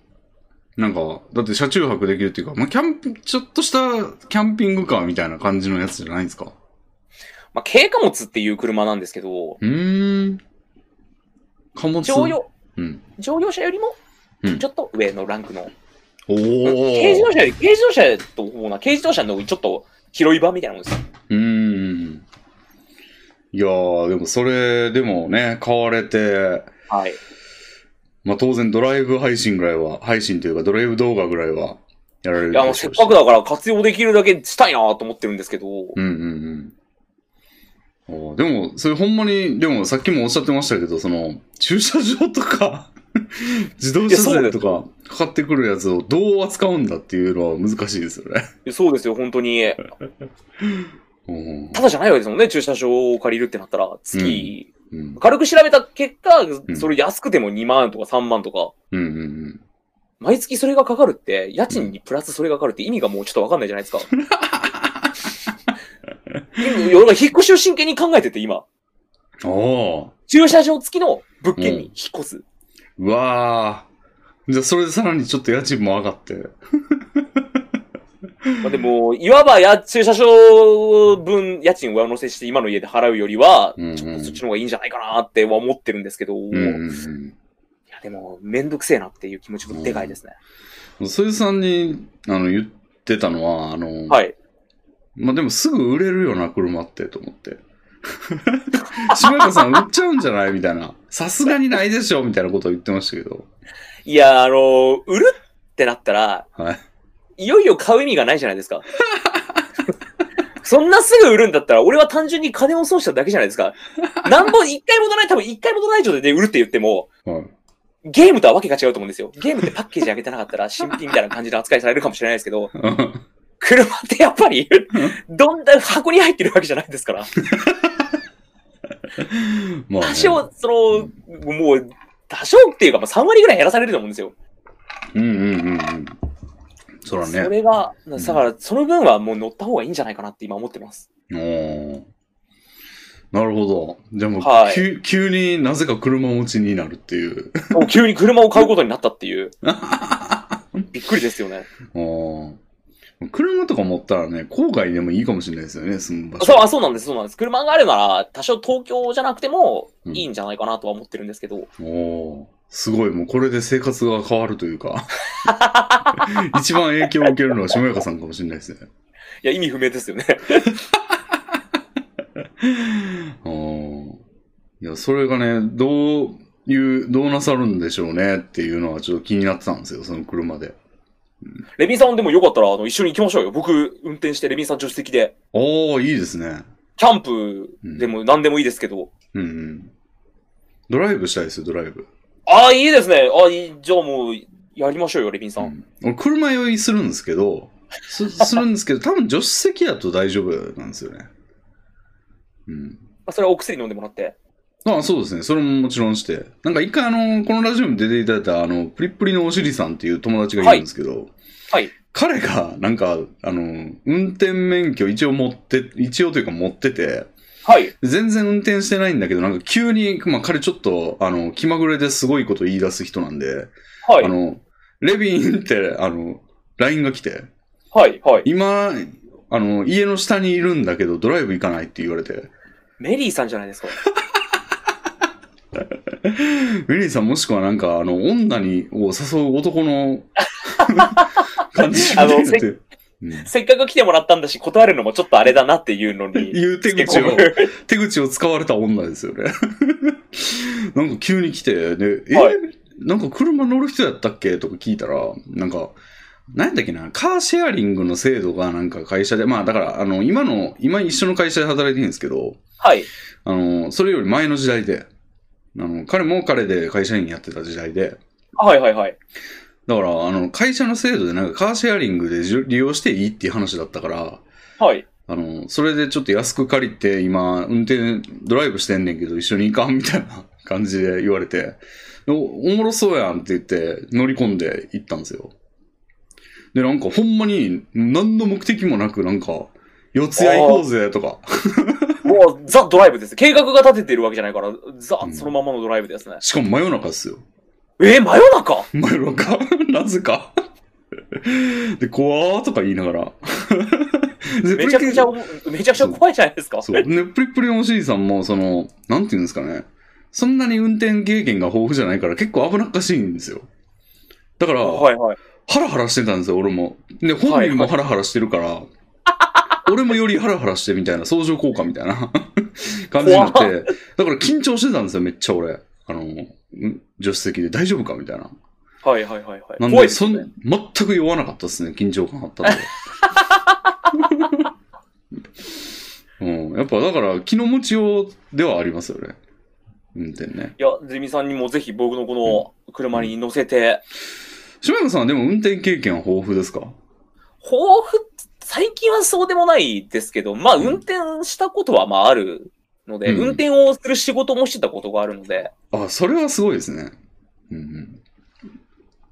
なんか、だって車中泊できるっていうか、まあキャンプ、ちょっとしたキャンピングカーみたいな感じのやつじゃないですか。まあ軽貨物っていう車なんですけど、うーん。貨物。乗用、うん。乗用車よりもうん、ちょっと上のランクの、お軽自ー。動車より、軽自動車と思うな、軽自動車のちょっと広い版みたいなもんですようーん。いやー、でもそれ、でもね、買われて、はい。まあ当然ドライブ配信ぐらいは、配信というかドライブ動画ぐらいはやられるいでや、もうしせょっうしかくだから活用できるだけしたいなと思ってるんですけど、うんうんうん。ああでも、それほんまに、でもさっきもおっしゃってましたけど、その、駐車場とか、 自動車税とかかかってくるやつをどう扱うんだっていうのは難しいですよね。そうですよ、本当に。うんただじゃないわけですもんね、駐車場を借りるってなったら、月、うん軽く調べた結果ん、それ安くても2万とか3万とか、うんうんうん毎月それがかかるって、家賃にプラスそれがかかるって意味がもうちょっとわかんないじゃないです か。今俺が引っ越しを真剣に考えてて、今。ああ。駐車場付きの物件に引っ越す。うわあ。じゃあ、それでさらにちょっと家賃も上がって。まあ、でも、いわばや駐車場分家賃上乗せして今の家で払うよりは、うんうんちょっとそっちの方がいいんじゃないかなっては思ってるんですけど、うんいうんやでも、めんどくせえなっていう気持ちもでかいですね。うん。そいさんに、あの、言ってたのは、あの、はい。まあでもすぐ売れるよな、車って、と思って。 島川さん売っちゃうんじゃないみたいな。さすがにないでしょみたいなことを言ってましたけど。いや、あの売るってなったら、はい。いよいよ買う意味がないじゃないですか。 そんなすぐ売るんだったら、俺は単純に金を損しただけじゃないですか。なんぼ一回もない、多分一回もない状態で売るって言っても、はい。 ゲームとはわけが違うと思うんですよ。ゲームってパッケージ上げてなかったら、新品みたいな感じの扱いされるかもしれないですけど、車ってやっぱり、どんな箱に入ってるわけじゃないですから。まあ、ね多、少、その、もう、多少っていうか、まあ3割ぐらい減らされると思うんですよ。うんうんうんうん。そらそね。れが、だんから、その分はもう乗った方がいいんじゃないかなって今思ってます。おーなるほど。じゃあもう、はい急急になぜか車持ちになるっていう。 もう急に車を買うことになったっていう。びっくりですよね。おー車とか持ったらね、郊外でもいいかもしれないですよね、住む場そう所。あ、そうなんです、そうなんです。車があるなら、多少東京じゃなくてもいいんじゃないかなとは思ってるんですけど、おーすごい、もうこれで生活が変わるという か。一番影響を受けるのは下中さんかもしれないですね。いや、意味不明ですよね。 うんいや、それがね、どういう、どうなさるんでしょうねっていうのはちょっと気になってたんですよ、その車で。レミさんでもよかったら、あの、一緒に行きましょうよ。僕、運転してレミさん助手席で、おー、いいですね。キャンプでも何でもいいですけど、うんうん。ドライブしたいですよ、ドライブ。ああ、いいですね。あいいじゃあもう、やりましょうよ、レビンさん。うん俺、車酔いするんですけど、すするんですけど、多分助手席だと大丈夫なんですよね。うん。それはお薬飲んでもらって。ああ、そうですね。それももちろんして。なんか一回あの、このラジオに出ていただいたあの、プリップリのおしりさんっていう友達がいるんですけど、はい。彼が、なんか、あの、運転免許一応持って、一応というか持ってて、はい。全然運転してないんだけど、なんか急に、まあ彼ちょっと、あの、気まぐれですごいこと言い出す人なんで、はいあ。の、レビンって、あの、LINE が来て、はい。はい。今、あの、家の下にいるんだけど、ドライブ行かないって言われて、メリーさんじゃないですか。 メリーさんもしくはなんか、あの、女に、を誘う男 の感じみたいになって、うんせっかく来てもらったんだし、断るのもちょっとあれだなっていうのに。いう手口を、手口を使われた女ですよね。 なんか急に来て、で、え、はいなんか車乗る人やったっけとか聞いたら、なんか、なんだっけな、カーシェアリングの制度がなんか会社で、まあだから、あの、今の、今一緒の会社で働いてるんですけど、はい。あの、それより前の時代で、あの、彼も彼で会社員やってた時代で、はいはいはい。だから、あの、会社の制度でなんかカーシェアリングでじゅ利用していいっていう話だったから、はい。あの、それでちょっと安く借りて、今、運転、ドライブしてんねんけど、一緒に行かんみたいな感じで言われて、おおもろそうやんって言って、乗り込んで行ったんですよ。で、なんか、ほんまに、何の目的もなく、なんか、四ツ谷行こうぜとか、もう、ザ・ドライブです。計画が立ててるわけじゃないから、ザう・んそのままのドライブですね。しかも真夜中っすよ。えー、真夜中真夜中 なぜか。で、怖ーとか言いながら。でめちゃくちゃ、めちゃくちゃ怖いじゃないですか。そう。ね、プリプリおしりさんも、その、なんていうんですかね。そんなに運転経験が豊富じゃないから結構危なっかしいんですよ。だから、はいはい。ハラハラしてたんですよ、俺も。で、本はい人はもいハラハラしてるから、俺もよりハラハラしてみたいな、相乗効果みたいな 感じになって、だから緊張してたんですよ、めっちゃ俺。あの、ん助手席で大丈夫かみたいな。はいはいはいはい。なん怖いで、ですそね。ん、全く酔わなかったですね、緊張感あったんで。 うん、やっぱだから気の持ちようではありますよね。運転ね。いや、ゼミさんにもぜひ僕のこの車に乗せて、島山さんはでも運転経験は豊富ですか豊富、最近はそうでもないですけど、まあうん運転したことはまああるので、うん運転をする仕事もしてたことがあるので、あ、それはすごいですね。うん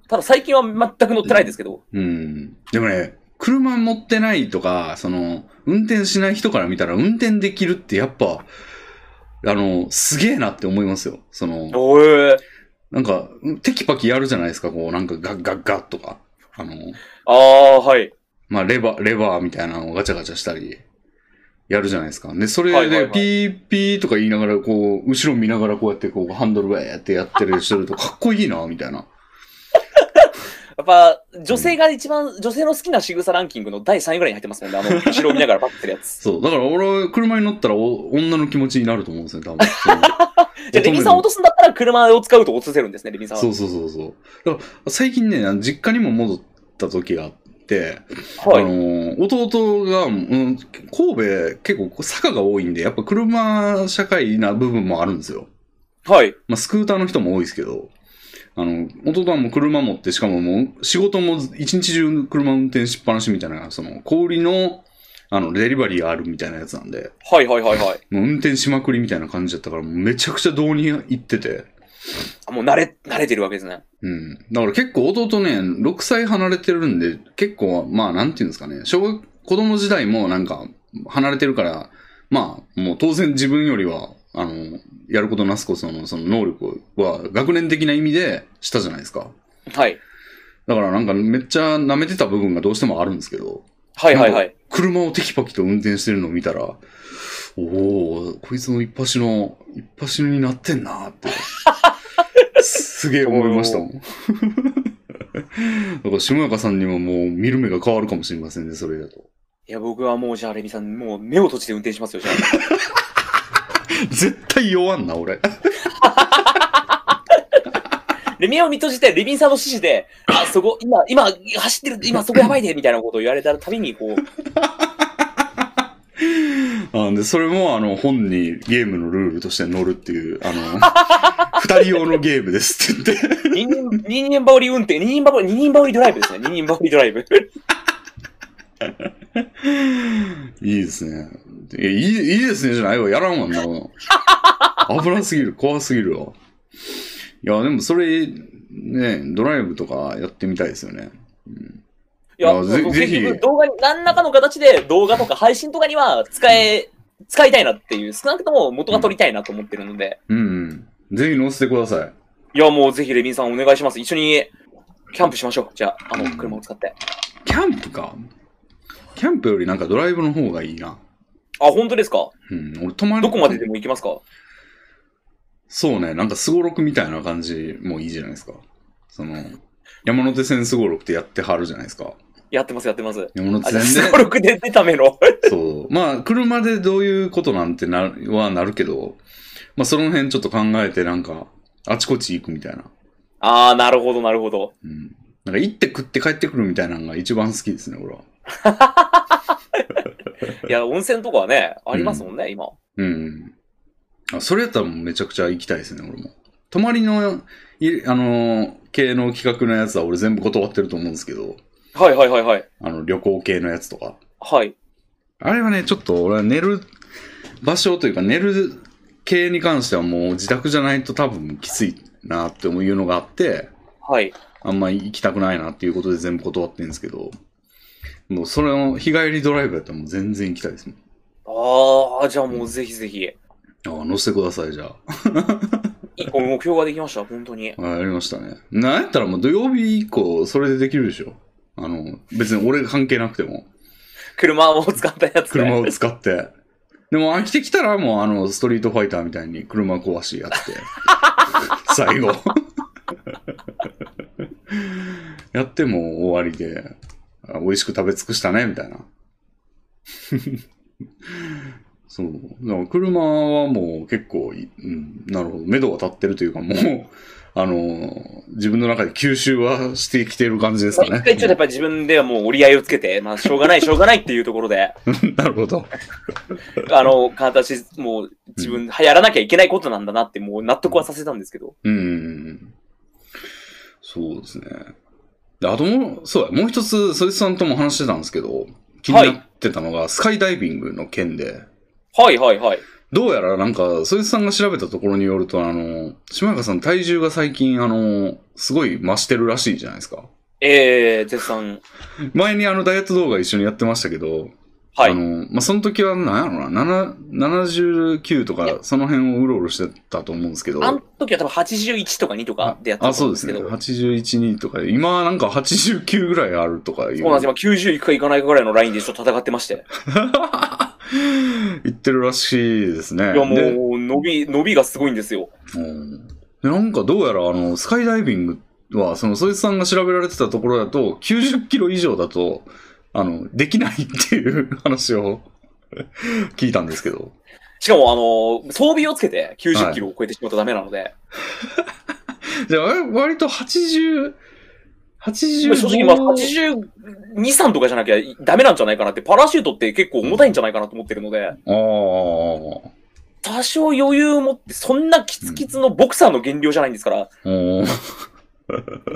ただ最近は全く乗ってないですけど、うん。うん。でもね、車持ってないとか、その、運転しない人から見たら運転できるってやっぱ、あの、すげえなって思いますよ。その、おえなんか、テキパキやるじゃないですか、こう、なんかガッガッガッとか。あの、ああ、はい。まあ、レバー、レバーみたいなのをガチャガチャしたり、やるじゃないですか。で、そはれいはいで、はいピーピーとか言いながら、こう、後ろ見ながらこうやって、こう、ハンドルウェーってやってる人いると、かっこいいな、みたいな。やっぱ、女性が一番、女性の好きな仕草ランキングの第3位ぐらいに入ってますもん ね。あの、後ろを見ながらバッてるやつ。そう。だから、俺、車に乗ったらお、女の気持ちになると思うんですよ、多 分。そのじゃあ、レミさんを落とすんだったら車を使うと落とせるんですね、レミさんは。そうそうそうそう。だから、最近ね、あの実家にも戻った時があって、はあのい。ー弟が、うん、神戸結構坂が多いんで、やっぱ車社会な部分もあるんですよ。はい。まあ、スクーターの人も多いですけど、あの、弟はもう車持って、しかももう仕事も一日中車運転しっぱなしみたいな、その、小売りの、あの、デリバリーがあるみたいなやつなんで、はいはいはいはい。もう運転しまくりみたいな感じだったから、もうめちゃくちゃ道に行ってて、あもう慣れ、慣れてるわけですね。うん。だから結構弟ね、6歳離れてるんで、結構、まあなんていうんですかね、小学、子供時代もなんか離れてるから、まあもう当然自分よりは、あの、やることなすことのその能力は学年的な意味でしたじゃないですか。はい。だからなんかめっちゃ舐めてた部分がどうしてもあるんですけど、はいはいはい。車をテキパキと運転してるのを見たら、おおこいつも一発の、一発になってんなーって、すげえ思いましたもん。だから、下中さんにももう見る目が変わるかもしれませんね、それだと。いや、僕はもう、じゃあ、レミさん、もう目を閉じて運転しますよ、じゃあ。絶対弱んな、俺。レミを見閉じて、レミさんの指示で、あ、そこ、今、今、走ってる、今そこやばいで、みたいなことを言われたたびに、こう、あで、それも、あの、本にゲームのルールとして乗るっていう、あ の、二人用のゲームですって言って。二人、二人羽織運転、二人羽織、二人羽織ドライブですね。二人羽織ドライブ。いいですね。いやいい、いいですねじゃないわ。やらんわ、んな もの。危なすぎる。怖すぎるわ。いや、でもそれ、ね、ドライブとかやってみたいですよね。や、あぜそうぜひ結局動画に、何らかの形で動画とか配信とかには使え、使いたいなっていう、少なくとも元が取りたいなと思ってるので、うん、うん。ぜひ載せてください。いや、もうぜひレビンさんお願いします。一緒にキャンプしましょう。じゃあ、あの、車を使って。キャンプか。キャンプよりなんかドライブの方がいいな。あ、本当ですかうん、俺泊まりどこまででも行きますかそうね、なんかすごろくみたいな感じもいいじゃないですか。その、山手線すごろくってやってはるじゃないですか。やってます、やってます。山あ、じ手ゃ線あ、スゴロクで出た目の。で、そう。まあ、車でどういうことなんてな、はなるけど、まあ、その辺ちょっと考えて、なんか、あちこち行くみたいな。あー、なるほど、なるほど。うん。なんか行って食って帰ってくるみたいなのが一番好きですね、俺は。 いや、温泉とかはね、ありますもんね、今。うん。あ、それやったらもうめちゃくちゃ行きたいですね、俺も。泊まりの、いあのー系の企画のやつは俺全部断ってると思うんですけど、はいはいはいはい。あの、旅行系のやつとか。はい。あれはね、ちょっと俺は寝る場所というか寝る系に関してはもう自宅じゃないと多分きついなっていうのがあって、はい。あんま行きたくないなっていうことで全部断ってるんですけど、もうそれの日帰りドライブやったらもう全然行きたいですもん。ああ、じゃあもうぜひぜひ。ああ、乗せてください、じゃあ。一個目標ができました、本当に。あやりましたね。なんやったらもう土曜日以降、それでできるでしょ。あの、別に俺が関係なくても、車を使ったやつで。車を使って。でも飽きてきたらもうあの、ストリートファイターみたいに車壊しやって。 最後。やっても終わりで、あ美味しく食べ尽くしたね、みたいな。 そう。だから車はもう結構い、うん、なるほど。目処が立ってるというか、もう、あのー自分の中で吸収はしてきてる感じですまあか一ね。回ちょっとやっぱり自分ではもう折り合いをつけて、まあしょうがない、しょうがないっていうところで、 なるほど。あの、形、もう自分、やらなきゃいけないことなんだなって、もう納得はさせたんですけど。うん。そうですね。であともう、そうや、もう一つ、そいつさんとも話してたんですけど、気になってたのが、スカイダイビングの件で、はいはいはい。どうやらなんか、そいつさんが調べたところによると、あの、島中さん体重が最近、あの、すごい増してるらしいじゃないですか。えー、絶賛。前にあの、ダイエット動画一緒にやってましたけど、はあい。の、まあ、その時は、なんやろな、なな79とか、その辺をうろうろしてたと思うんですけど。あの時は多分81とか2とかでやってあ、たとそ思うんでですね。すけど。そう81、2とかで、今はなんか89ぐらいあるとかいう。なんです。今90いくかいかないかぐらいのラインでちょっと戦ってまして。言ってるらしいですね。いやもでう、伸び、伸びがすごいんですよ。うんでなんかどうやらあの、スカイダイビングは、その、そいつさんが調べられてたところだと、90キロ以上だと、あの、できないっていう話を 聞いたんですけど。しかも、あの、装備をつけて90キロを超えてしまうとダメなので、じゃあ、割割と80、まあ正直まあ85 82、3とかじゃなきゃダメなんじゃないかなって、パラシュートって結構重たいんじゃないかなと思ってるので、あ多少余裕を持って、そんなキツキツのボクサーの減量じゃないんで すから、あ、うん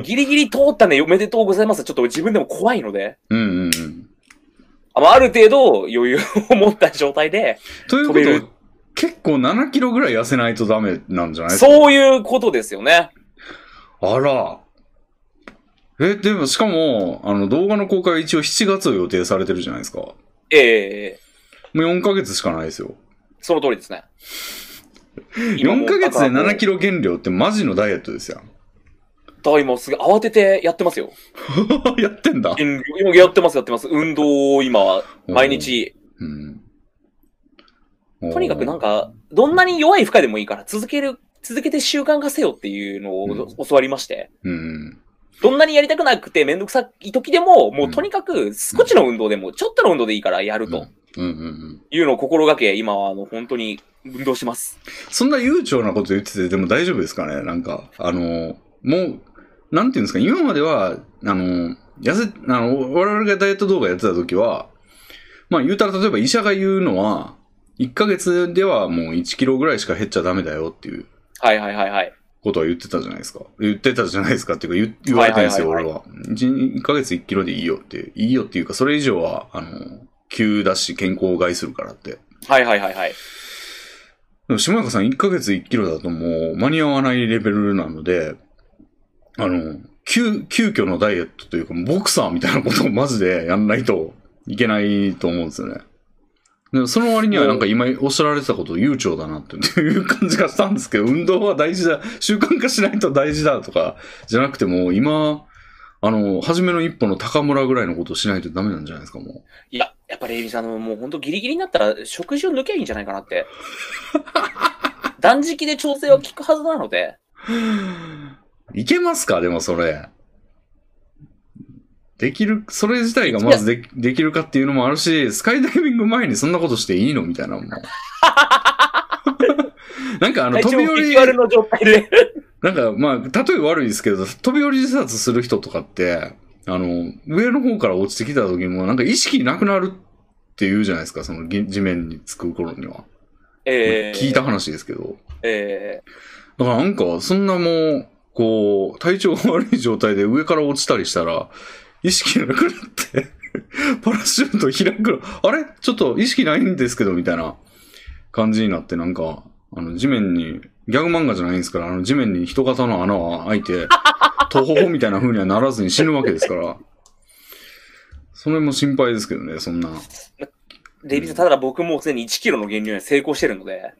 ギリギリ通ったね、おめでとうございます。ちょっと自分でも怖いので、うんうん。あまあある程度余裕を持った状態で、というこ飛べとるは、結構7キロぐらい痩せないとダメなんじゃないそういうことですよね。あら。え、でも、しかも、あの、動画の公開は一応7月を予定されてるじゃないですか。もええう4ヶ月しかないですよ。その通りです ね。今も4うヶ月で7だかキロ減量ってマジのダイエットですやん。 ら今すぐ慌ててやってますよ。やってんだ。減量今やってます、やってます。運動を今、毎日。うん。とにかくなんか。か、どんなに弱い負荷でもいいから、続ける、続けて習慣化せよっていうのを教わりまして、うん。どんなにやりたくなくてめんどくさい時でも、もうとにかく少しの運動でも、ちょっとの運動でいいからやるとうんうんうん。いうのを心がけ、今はあの本当に運動します。そんな悠長なこと言ってて、でも大丈夫ですかねなんか、あの、もう、なんていうんですか、今までは、あの、痩せ、あの、我々がダイエット動画やってた時は、まあ言うたら例えば医者が言うのは、1ヶ月ではもう1キロぐらいしか減っちゃダメだよっていうはいはいはいはい。ことは言ってたじゃないですか。言ってたじゃないですかっていうか言言われてるんですよ、は俺いはは。1, ヶ月1キロでいいよって、いいよっていうか、それ以上は、あの、急だし健康を害するからって。はいはいはいはい。でも、下中さん1ヶ月1キロだともう間に合わないレベルなので、あの、急、急遽のダイエットというか、ボクサーみたいなことをマジでやんないといけないと思うんですよね。でその割にはなんか今おっしゃられてたこと悠長だなっていう 感じがしたんですけど、運動は大事だ、習慣化しないと大事だとか、じゃなくてもう今、あの、初めの一歩の高村ぐらいのことをしないとダメなんじゃないですか、もいや、やっぱりエビさん、もう本当ギリギリになったら食事を抜けばいいんじゃないかなって。断食で調整は効くはずなので、う。いけますかでもそれ。できる、それ自体がまずでできるかっていうのもあるし、スカイダイビング前にそんなことしていいのみたいな もん。なんかあの、体飛調びも降ビりジュアルの状態で。なんか、まあ、例え悪いですけど、飛び降り自殺する人とかって、あの、上の方から落ちてきた時も、なんか意識なくなるって言うじゃないですか、そのぎ地面につく頃には。 えー、聞いた。話ですけど。えだからなんか、そんなもう、こう、体調が悪い状態で上から落ちたりしたら、意識なくなって、 パラシュート開くの、あれちょっと意識ないんですけど、みたいな感じになって、なんか、あの、地面に、ギャグ漫画じゃないんですから、あの、地面に人型の穴は開いて、徒歩みたいな風にはならずに死ぬわけですから、それも心配ですけどね、そんな、ー、レイビさん、ただ僕もうすでに1キロの減量に成功してるので、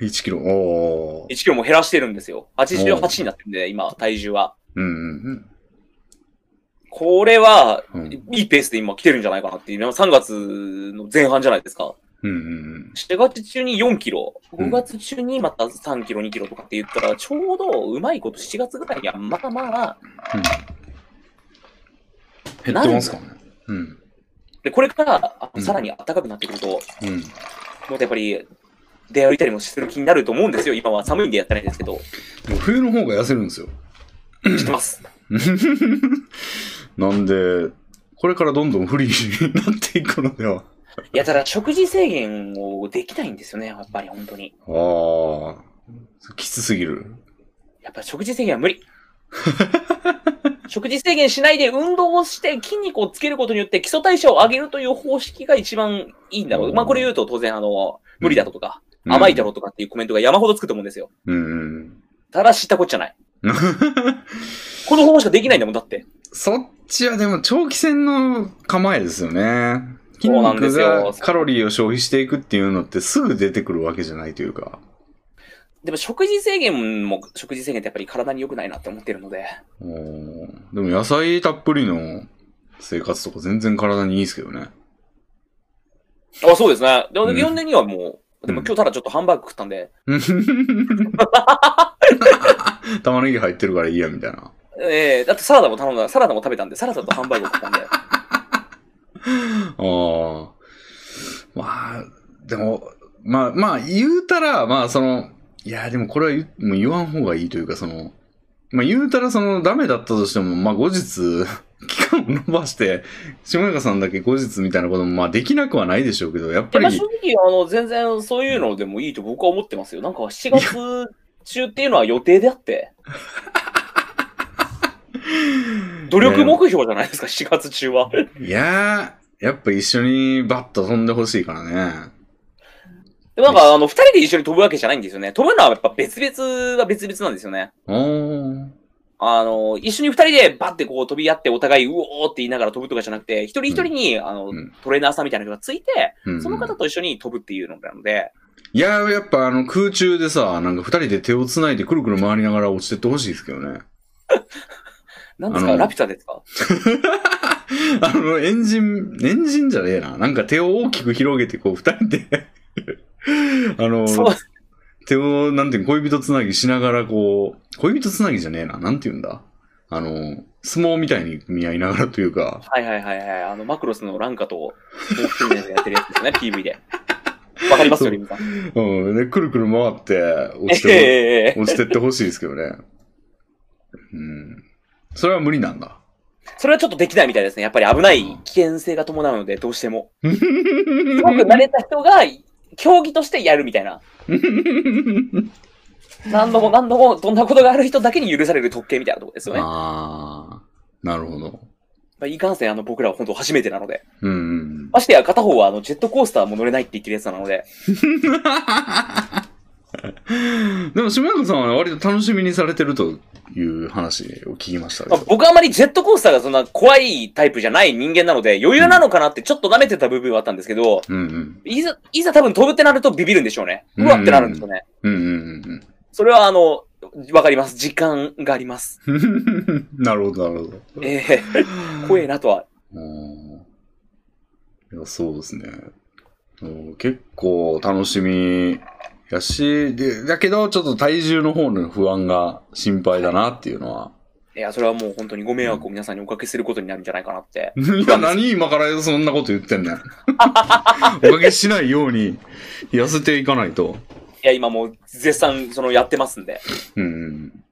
1キロ、おー1キロも減らしてるんですよ。88になってるんで、今、体重は。うんうんこれは、うん。うんいいペースで今来てるんじゃないかなっていう。3月の前半じゃないですか。うんうん4月中に4キロ、うん5月中にまた3キロ、2キロとかって言ったら、ちょうどうまいこと7月ぐらいには、まあまあ、うん減ってますかね。うん。で、これからあうんさらに暖かくなってくると、もうん。っとやっぱり出歩いたりもする気になると思うんですよ。今は寒いんでやってないですけど、でも冬の方が痩せるんですよ。 知ってます。なんで、これからどんどん不利になっていくのでは。いや、ただ食事制限をできないんですよね、やっぱり本当に。ああ、きつすぎる。やっぱり食事制限は無 理。食事制限しないで運動をして筋肉をつけることによって基礎代謝を上げるという方式が一番いいんだろう。まあこれ言うと当然あの、無理だとか、甘いだろ。ろうとかっていうコメントが山ほどつくと思うんですよ。うん。ただ知ったこっちゃ ない。この方法しかできないんだもん、だって。そっちはでも長期戦の構えですよね。筋そうなんで肉すよがカロリーを消費していくっていうのってすぐ出てくるわけじゃないというか。でも食事制限も、食事制限ってやっぱり体に良くないなって思ってるので。おーでも野菜たっぷりの生活とか全然体にいいですけどね。あ、そうですね。でも、うん4年にはもう、でもうん今日ただちょっとハンバーグ食ったんで、玉ねぎ入ってるからいいや、みたいな。ええだってサラダも頼んだ、サラダも食べたんで、サラダとハンバーグを食っ たんで。ああ。まあ、でも、まあ、まあ、言うたら、まあ、その、いや、でもこれは言うもう言わん方がいいというか、その、まあ、言うたら、その、ダメだったとしても、まあ、後日、 期間を延ばして、下中さんだけ後日みたいなことも、まあ、できなくはないでしょうけど、やっぱでまあり正、直、あの、全然そういうのでもいいと僕は思ってますよ。なんか7月中っていうのは予定であって。努力目標じゃないですか、7月中は。いやー、やっぱ一緒にバッと飛んでほしいからね。でもなんか、あの、二人で一緒に飛ぶわけじゃないんですよね。飛ぶのはやっぱ別々は別々なんですよね。おー。あの、一緒に二人でバッてこう飛び合ってお互いうおーって言いながら飛ぶとかじゃなくて、一人一人に、あのうん、トレーナーさんみたいな人がついて、うんうんその方と一緒に飛ぶっていうのなので、いやー、やっぱあの空中でさ、なんか二人で手を繋いでくるくる回りながら落ちてってほしいですけどね。なんですあかのラピュタですか あの、エンジン、エンジンじゃねえな。なんか手を大きく広げて、こう二人で、 あの、そう、手を、なんていうの恋人つなぎしながら、こう、恋人つなぎじゃねえな。なんて言うんだ。あの、相撲みたいに見合いながらというか、はいはいはいはい。あの、マクロスのランカと、もう一人のやつやってるやつで すね、PV で。わかりますそうよ、リムさん。うん、で、くるくる回って、え落えちて、ええ落ちてってほしいですけどね。うん。それは無理なんだ。それはちょっとできないみたいですね。やっぱり危ない危険性が伴うので、どうしても。すすごく慣れた人が、競技としてやるみた いな。何度も何度も、どんなことがある人だけに許される特権みたいなところですよね。ああ、なるほど。まあ、いかんせん、あの、僕らは本当初めてなので。うんうんましてや、片方は、あの、ジェットコースターも乗れないって言ってるやつなので、でも、島中さんは割と楽しみにされてるという話を聞きましたけまあど。僕はあまりジェットコースターがそんな怖いタイプじゃない人間なので、余裕なのかなってちょっと舐めてた部分はあったんですけど、うんうん。いざ、いざ多分飛ぶってなるとビビるんでしょうね。うわってなるんですよね。うんうんそれはあの、わかります。時間があります。うん。 なるほど、なるほど。ええ怖えなとは。うんいやそうですね。うん結構楽しみやし、で、だけどちょっと体重の方の不安が心配だなっていうのは。いや、それはもう本当にご迷惑を皆さんにおかけすることになるんじゃないかなって。いや、何今からそんなこと言ってん ねん。おかけしないように痩せていかないと。いや、今もう絶賛、その、やってますんで。うん。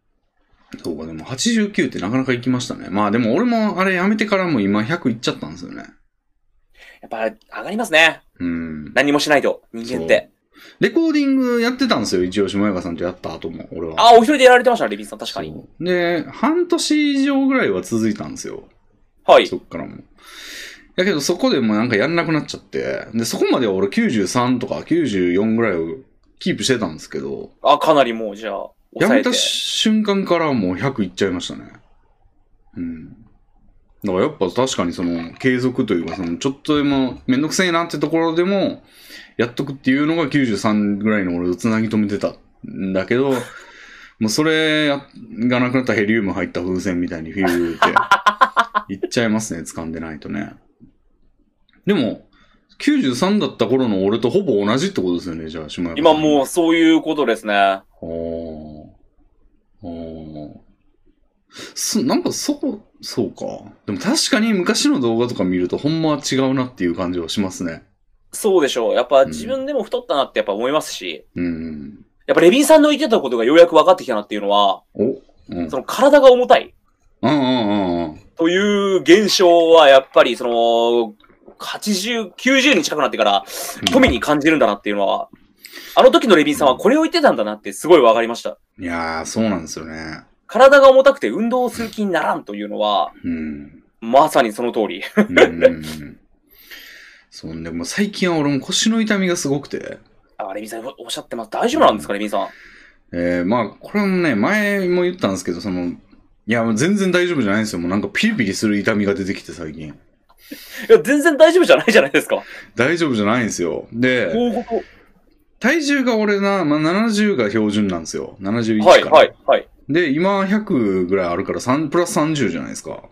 そうか、でも89ってなかなかいきましたね。まあでも俺もあれやめてからも今100いっちゃったんですよね。やっぱ、上がりますね。うん。何もしないと、人間って。レコーディングやってたんですよ、一応下山さんとやった後も、俺は。あ、お一人でやられてましたね、レビンさん、確かに。そうで、半年以上ぐらいは続いたんですよ。はい。そっからも。だけどそこでもうなんかやんなくなっちゃって、で、そこまでは俺93とか94ぐらいをキープしてたんですけど、あ、かなりもう、じゃあ、や抑めえてた。瞬間からもう100いっちゃいましたね。うん。だからやっぱ確かにその継続というか、そのちょっとでもめんどくせえなってところでも、やっとくっていうのが93ぐらいの俺をつなぎ止めてたんだけど、もうそれがなくなったらヘリウム入った風船みたいにフィューって、いっちゃいますね、掴んでないとね。でも、93だった頃の俺とほぼ同じってことですよね、じゃあ、島山さん今もう、そういうことですね。おー。おー。そ、なんかそう、そうか。でも確かに昔の動画とか見るとほんまは違うなっていう感じはしますね。そうでしょう。やっうぱん自分でも太ったなってやっぱ思いますし、うん。やっぱレビンさんの言ってたことがようやく分かってきたなっていうのは、おうん。その体が重たいうんうんうんうん。という現象はやっぱりその、80、90に近くなってから、富に感じるんだなっていうのは、あの時のレビンさんはこれを言ってたんだなってすごい分かりました。いやー、そうなんですよね。体が重たくて運動をする気にならんというのは、うん。まさにその通り。うんうんうん。 そうね、もう最近は俺も腰の痛みがすごくて。あ、レビンさんおっしゃってます。大丈夫なんですか、レビンさん。えー、まあ、これもね、前も言ったんですけど、その、いや、もう全然大丈夫じゃないんですよ。もうなんかピリピリする痛みが出てきて最近。いや、全然大丈夫じゃないじゃないですか。大丈夫じゃないんですよ。で、大事体重が俺な、まあ、70が標準なんですよ。71から。はい、はい、はい。で、今100ぐらいあるから3、プラス30じゃないですか。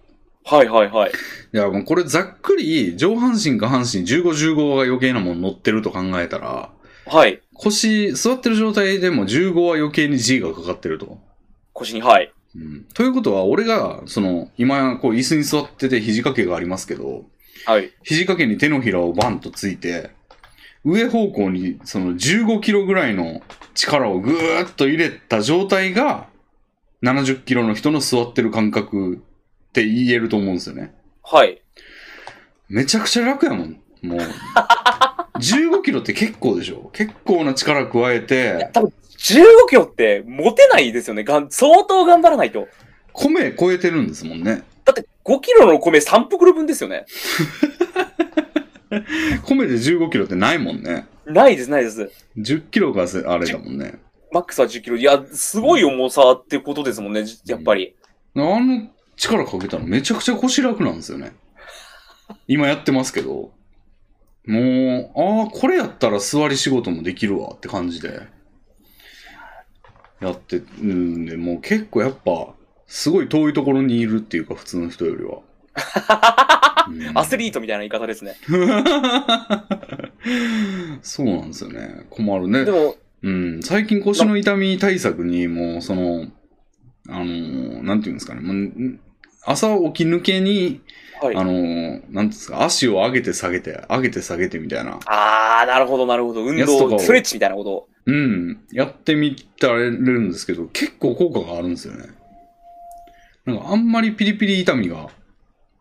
はい、はい、はい。いや、もうこれざっくり、上半身下半身15、15が余計なもん乗ってると考えたら、はい。腰、座ってる状態でも15は余計に G がかかってると。腰に、はい。うん。ということは、俺が、その、今、こう、椅子に座ってて肘掛けがありますけど、はい。肘掛けに手のひらをバンとついて、上方向にその15キロぐらいの力をぐーっと入れた状態が、70キロの人の座ってる感覚って言えると思うんですよね。はい。めちゃくちゃ楽やもん。もう。15キロって結構でしょ結構な力加えて、多分、15キロって持てないですよね。がん相当頑張らないと。米超えてるんですもんね。だって、5キロの米3袋分ですよね。米で15キロってないもんね。ないです、ないです。 10キロがせあれだもんね。マックスは10キロ。いや、すごい重さってことですもんね、じやっぱり。あの力かけたらめちゃくちゃ腰楽なんですよね。今やってますけど。もう、ああ、これやったら座り仕事もできるわって感じで。やって、うんで、もう結構やっぱ、すごい遠いところにいるっていうか、普通の人よりは。うんアスリートみたいな言い方ですね。そうなん ですよね。困るね。でも、うん、最近腰の痛み対策に、もう、その、あのー、なんていうんですかね、もうん朝起き抜けに、はいあ。のー、なんていうんですか、足を上げて下げて、上げて下げてみたいな、あー、なるほど、なるほど。運やつとか動、をストレッチみたいなこと。うん、やってみたられるんですけど、結構効果があるんですよね。なんか、あんまりピリピリ痛みが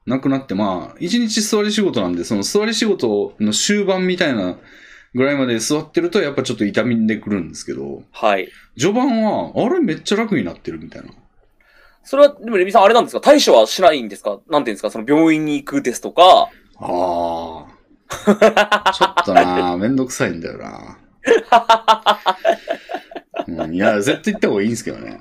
なくなって、まあ、一日座り仕事なんで、その座り仕事の終盤みたいなぐらいまで座ってると、やっぱちょっと痛みんでくるんですけど、はい。序盤は、あれめっちゃ楽になってるみたいな。それは、でも、レビさん、あれなんですか対処はしないんですかなんていうんですかその病院に行くですとか。あ あ。ちょっとな、めんどくさいんだよな。うんいや、絶対行った方がいいんですけどね。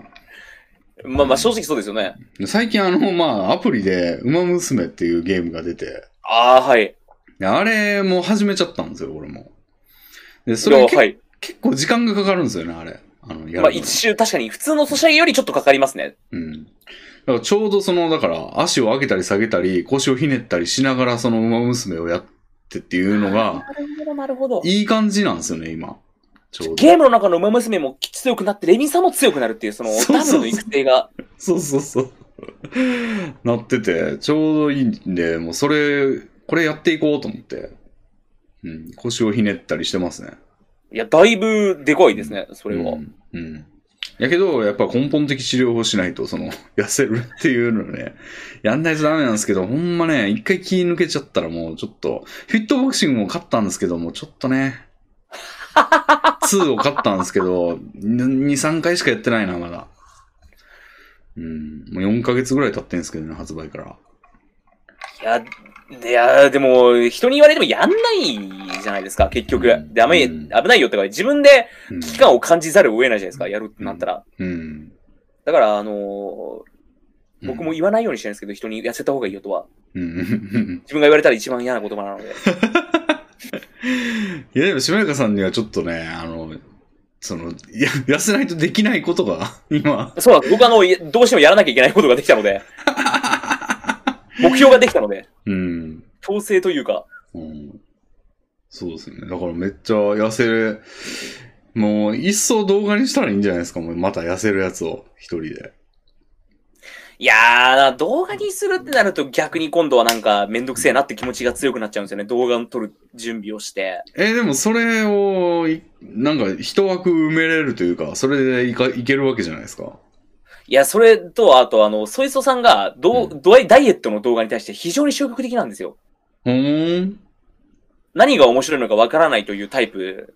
まあまあ正直そうですよね。最近あの、まあ、アプリで、ウマ娘っていうゲームが出て、ああ、はい。であれも始めちゃったんですよ、俺も。で、そいれやけ、はい。結構時間がかかるんですよね、あれ。あの、やるのまあ一周、確かに普通のソシャゲよりちょっとかかりますね。うん。だからちょうどその、だから、足を上げたり下げたり、腰をひねったりしながら、その、ウマ娘をやってっていうのが、なるほど、なるほど。いい感じなんですよね、今。ちょうど。ゲームの中の馬娘も強くなって、レミンさんも強くなるっていう、そのそうそうダそうブルの育成が。そうそうそう。なってて、ちょうどいいんで、もうそれ、これやっていこうと思って。うん、腰をひねったりしてますね。いや、だいぶでかいですね、それうは。ん。うんやけど、やっぱ根本的治療をしないと、その、 痩せるっていうのね、やんないとダメなんですけど、ほんまね、一回気抜けちゃったらもうちょっと、フィットボクシングも勝ったんですけど、もうちょっとね、2を勝ったんですけど、2、3回しかやってないな、まだ。うん、もう4ヶ月ぐらい経ってんですけどね、発売から。いや、いや、でも、人に言われてもやんないじゃないですか、結局。うんダメ、うん危ないよってか、自分でうん危機感を感じざるを得ないじゃないですか、やるってなったら。うん。だから、あのー僕も言わないようにしてるんですけど、人に痩せた方がいいよとは。うん。自分が言われたら一番嫌な言葉なので。 いや、でも、しもやかさんにはちょっとね、あの、その、や 痩せないとできないことが、 今、そうなんです。僕あの、いどうしてもやらなきゃいけないことができたの で。目標ができたので、うん。調整というか、うん、そうですよね。だからめっちゃ痩せる、もう、一層動画にしたらいいんじゃないですか、もう、また痩せるやつを、一人で。いやー、動画にするってなると逆に今度はなんかめんどくせえなって気持ちが強くなっちゃうんですよね。動画を撮る準備をして。えーでもそれを、いなんか、一枠埋めれるというか、それでいかいけるわけじゃないですか。いや、それと、あとあの、ソイソさんがどう、うドアイダイエットの動画に対して非常に消極的なんですよ。ほーん。何が面白いのかわからないというタイプ。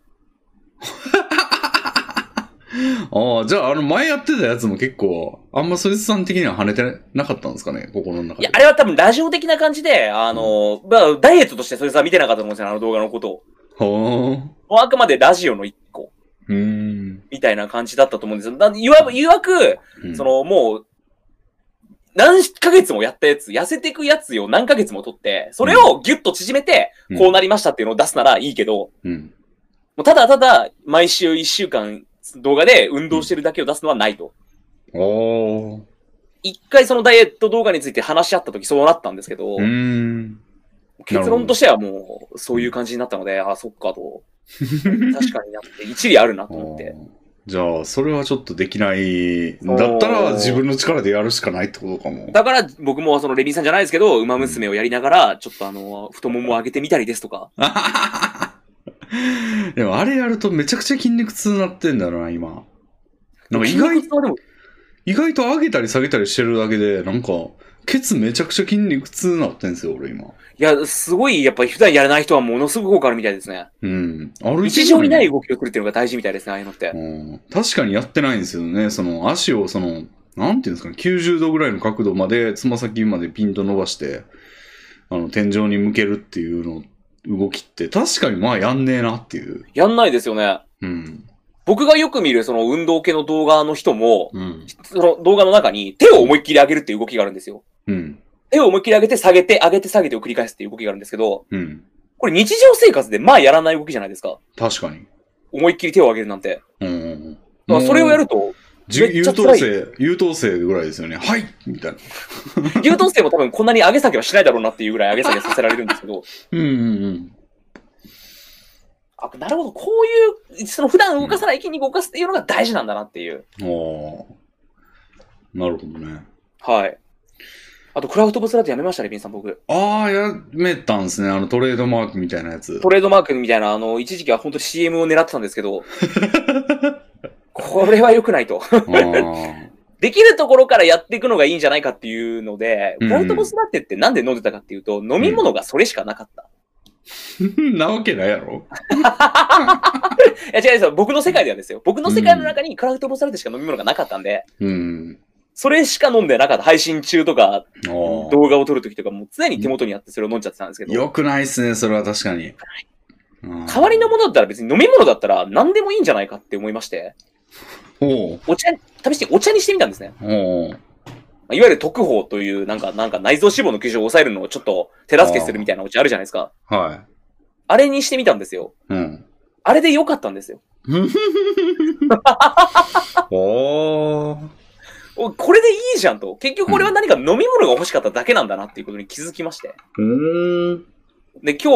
ああ、じゃあ、あの、前やってたやつも結構、あんまそいつさん的には跳ねてなかったんですかね、心の中いで。や、あれは多分ラジオ的な感じで、あの、まあ、ダイエットとしてソイソさんは見てなかったと思うんですよね、あの動画のことを。ほー。もうあくまでラジオの一個。うーん。みたいな感じだったと思うんですよ。だいわいわく、うんそ、のもう、何ヶ月もやったやつ、痩せていくやつを何ヶ月も取って、それをギュッと縮めてう、んこうなりましたっていうのを出すならいいけど、もうん。うただただ、毎週1週間動画で運動してるだけを出すのはないと。おー。一回そのダイエット動画について話し合った時そうなったんですけど、うーん。結論としてはもう、そういう感じになったので、あ、そっ かと。確かになって、一理あるなと思って。あーじゃあ、それはちょっとできない。だったらそう自分の力でやるしかないってことかも。だから僕もそのレミさんじゃないですけど、馬娘をやりながら、ちょっとあの、太ももを上げてみたりですとか。でもあれやるとめちゃくちゃ筋肉痛になってんだろうな、今。なんか意外、でも意外と上げたり下げたりしてるだけで、なんか、ケツめちゃくちゃ筋肉痛になってんすよ、俺今。いや、すごい、やっぱり普段やらない人はものすごく効果あるみたいですね。うん。ある日常にない動きを作るっていうのが大事みたいですね、ああいうのって。うん確かにやってないんですよね。その足をその、なんていうんですかね、90度ぐらいの角度まで、つま先までピンと伸ばして、あの、天井に向けるっていうの、動きって、確かにまあやんねえなっていう。やんないですよね。うん。僕がよく見るその運動系の動画の人も、うん。その動画の中に手を思いっきり上げるっていう動きがあるんですよ。うん。手を思いっきり上げて下げて上げて下げてを繰り返すっていう動きがあるんですけど、うん。これ日常生活でまあやらない動きじゃないですか。確かに。思いっきり手を上げるなんて。うんうんうん。だからそれをやると、じゅめっ優ちゃ等辛い生、優等生ぐらいですよね。はいみたいな。優等生も多分こんなに上げ下げはしないだろうなっていうぐらい上げ下げさせられるんですけど、うんうんうん。あ、なるほど、こういう、その普段動かさない筋肉を動かすっていうのが大事なんだなっていう。ああ。なるほどね。はい。あと、クラフトボスラートやめましたね、ビンさん、僕。ああ、やめたんですね。あのトレードマークみたいなやつト。レードマークみたいな、あの、一時期は本当に CM を狙ってたんですけ ど、これは良くないと。 ああ。できるところからやっていくのがいいんじゃないかっていうので、うんクラフトボスラーテってなんで飲んでたかっていうと、飲み物がそれしかなかった。なわけないやろいや、違うんですよ。僕の世界ではですよ。僕の世界の中にクラフトボスラーテしか飲み物がなかったんで、うん。それしか飲んでなかった。配信中とか、ああ。動画を撮るときとかもう常に手元にあってそれを飲んじゃってたんですけど、よくないっすね、それは確かに。代代わりのものだったら別に飲み物だったら何でもいいんじゃないかって思いまして、おうお茶、試してお茶にしてみたんですね。おうまあいわゆる特報という、なんか、なんか内臓脂肪の基準を抑えるのをちょっと手助けするみたいなお茶あるじゃないですか。はあれにしてみたんですよ。い。うん。 あれで良かったんですよ。おー。おこれでいいじゃんと。結局これは何か飲み物が欲しかっただけなんだなっていうことに気づきまして。うーん。で、今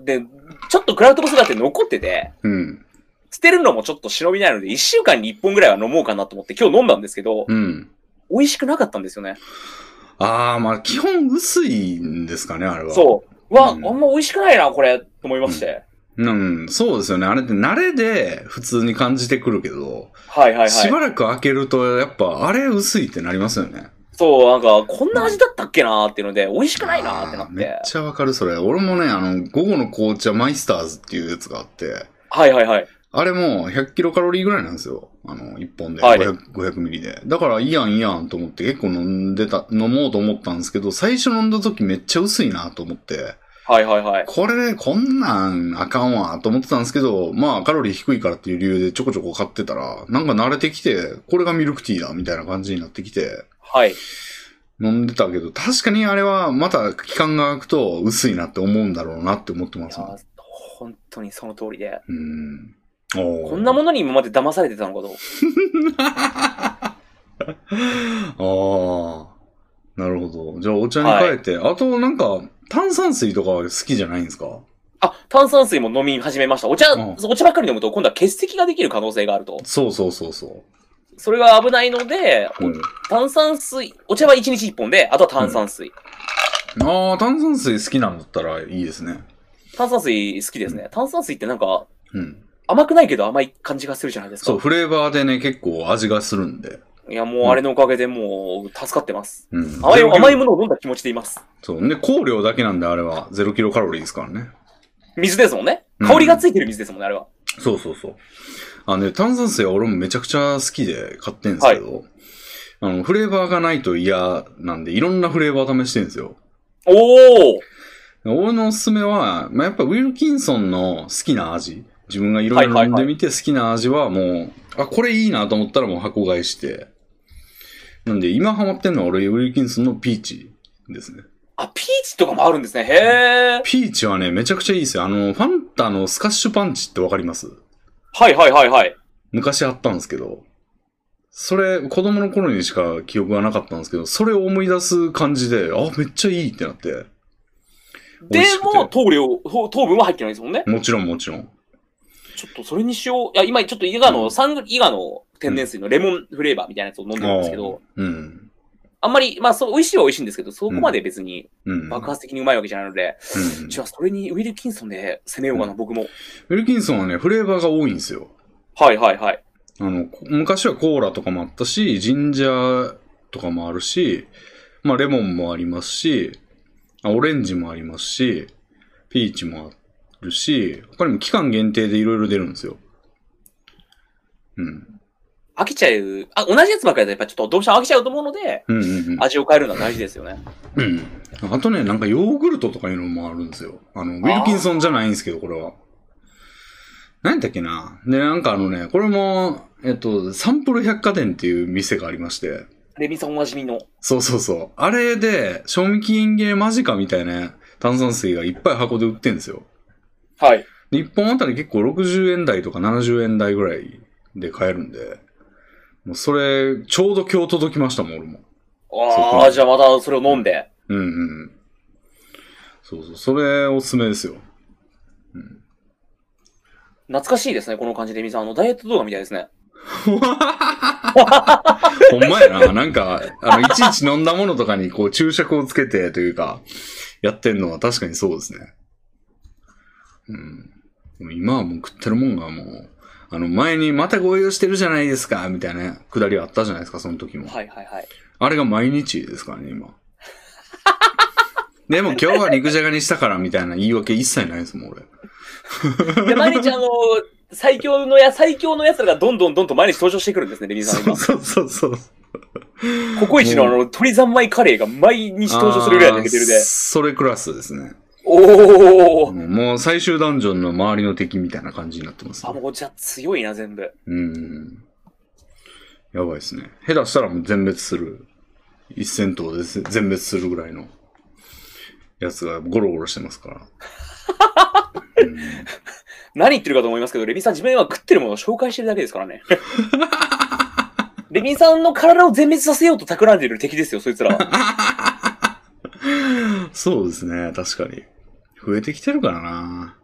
日、で、ちょっとクラウドボスだって残ってて、うん。捨てるのもちょっと忍びないので、1週間に1本ぐらいは飲もうかなと思って今日飲んだんですけど、うん。美味しくなかったんですよね。あー、まあ、基本薄いんですかね、あれは。そう。うわ、うんあんま美味しくないな、これ、と思いまして。う。うん、そうですよね。あれって慣れで普通に感じてくるけど、はいはいはい。しばらく開けると、やっぱ、あれ薄いってなりますよね。そう、なんか、こんな味だったっけなーっていうので、美味しくないなーってなあっ。ーめってちゃわかる、それ。俺もね、あの、午後の紅茶マイスターズっていうやつがあって、はいはいはい。あれも100キロカロリーぐらいなんですよ。あの、1本ではい500、500ミリで。だから、いいやんいいやんと思って結構飲んでた、飲もうと思ったんですけど、最初飲んだ時めっちゃ薄いなと思って、はいはいはい。これね、こんなんあかんわと思ってたんですけど、まあ、カロリー低いからっていう理由でちょこちょこ買ってたら、なんか慣れてきて、これがミルクティーだみたいな感じになってきて、はい。飲んでたけど、確かにあれはまた期間が空くと薄いなって思うんだろうなって思ってまいすやもんー本当にその通りで。うん。おーこんなものに今まで騙されてたのかと。ああ。なるほど。じゃあお茶に変えて、あとなんか炭酸水とかは好きじゃないんですかあ、炭酸水も飲み始めました。お茶、うんお茶ばっかり飲むと今度は欠席ができる可能性があると。そうそうそうそそれが危ないので、う。うん炭酸水、お茶は1日1本で、あとは炭酸水。ああ、炭酸水好きなんだったらいいですね。炭酸水好きですね。炭酸水ってなんか、うん。甘くないけど甘い感じがするじゃないですか。そう、フレーバーでね、結構味がするんで。いや、もうあれのおかげでもう助かってます。うん。甘い、ゼロキロ甘いものを飲んだ気持ちでいます。そう。ね、香料だけなんであれは0キロカロリーですからね。水ですもんね。うん香りがついてる水ですもんね、あれは。そうそうそう。あのね、炭酸水は俺もめちゃくちゃ好きで買ってんですけど、あの、フレーバーがないと嫌なんで、いろんなフレーバー試してるんですよ。おー俺のおすすめは、まあ、やっぱウィルキンソンの好きな味。自分がいろいはろい飲はいんはでいみて好きな味はもう、あ、これいいなと思ったらもう箱買いして。なんで今ハマってんのは俺ウィルキンソンのピーチですね。あ、ピーチとかもあるんですね。へー。ピーチはね、めちゃくちゃいいですよ。あの、ファンタのスカッシュパンチってわかりますはいはいはいはい。昔あったんですけど、それ、子供の頃にしか記憶がなかったんですけど、それを思い出す感じで、あ、めっちゃいいってなって。美で味しくても、糖量、糖糖分は入ってないですもんね。もちろんもちろん。ちょっとそれにしよう。いや、今ちょっと伊賀うの、んサング、伊賀の天然水のレモンフレーバーみたいなやつを飲んでるんですけど、うん。あんまり、まあそう、美味しいは美味しいんですけど、そこまで別にうん。爆発的にうまいわけじゃないので、うんじゃあそれにウィルキンソンで攻めようかな、僕も。ウィルキンソンはね、フレーバーが多いんですよ。はいはいはい。あの、こ昔はコーラとかもあったし、ジンジャーとかもあるし、まあ、レモンもありますし、あオレンジもありますし、ピーチもあるし、他にも期間限定でいろいろ出るんですよ。うん。飽きちゃう、あ、同じやつばっかりだとやっぱちょっとどうしても飽きちゃうと思うので、うんうんうん。味を変えるのは大事ですよね。うん。あとね、なんかヨーグルトとかいうのもあるんですよ。あの、ウィルキンソンじゃないんですけど、これは。何だっけなで、なんかあのね、これも、えっと、サンプル百貨店っていう店がありまして、レミさんおなじみの。そうそうそう。あれで、賞味期限切れ間近みたいな炭酸水がいっぱい箱で売ってんですよ。はい。で、1本あたり結構60円台とか70円台ぐらいで買えるんで、もうそれ、ちょうど今日届きましたもん、俺も。ああ、じゃあまたそれを飲んで。うんうん。そうそう、それおすすめですよ。懐かしいですね、この感じで、レミさん。あの、ダイエット動画みたいですね。 ほんまやな。なんか、あの、いちいち飲んだものとかに、こう、注釈をつけてというか、やってんのは確かにそうですね。うん。でも今はもう食ってるもんがもう、あの、前にまたご用意してるじゃないですか、みたいなくだりあったじゃないですか、その時も。はいはいはい。あれが毎日ですからね、今。でも今日は肉じゃがにしたからみたいな言い訳一切ないですもん、俺。で、毎日あの、最強のや、最強のやつらがどんどんどんと毎日登場してくるんですね、レミさそん今う。 そうそうそう。ココイチのあの、鶏三昧カレーが毎日登場するぐらいのレベルあーで。それクラスですね。おー。もうもう最終ダンジョンの周りの敵みたいな感じになってますあ、ね。もうじゃあ強いな、全部。うん。やばいですね。下手したらもう全滅する。一戦闘でぜ全滅するぐらいのやつがゴロゴロしてますから。うん何言ってるかと思いますけど、レビンさん自分は食ってるものを紹介してるだけですか らね。レビンさんの体を全滅させようと企んでいる敵ですよ、そいつら は。そうですね、確かに。増えてきてるからな。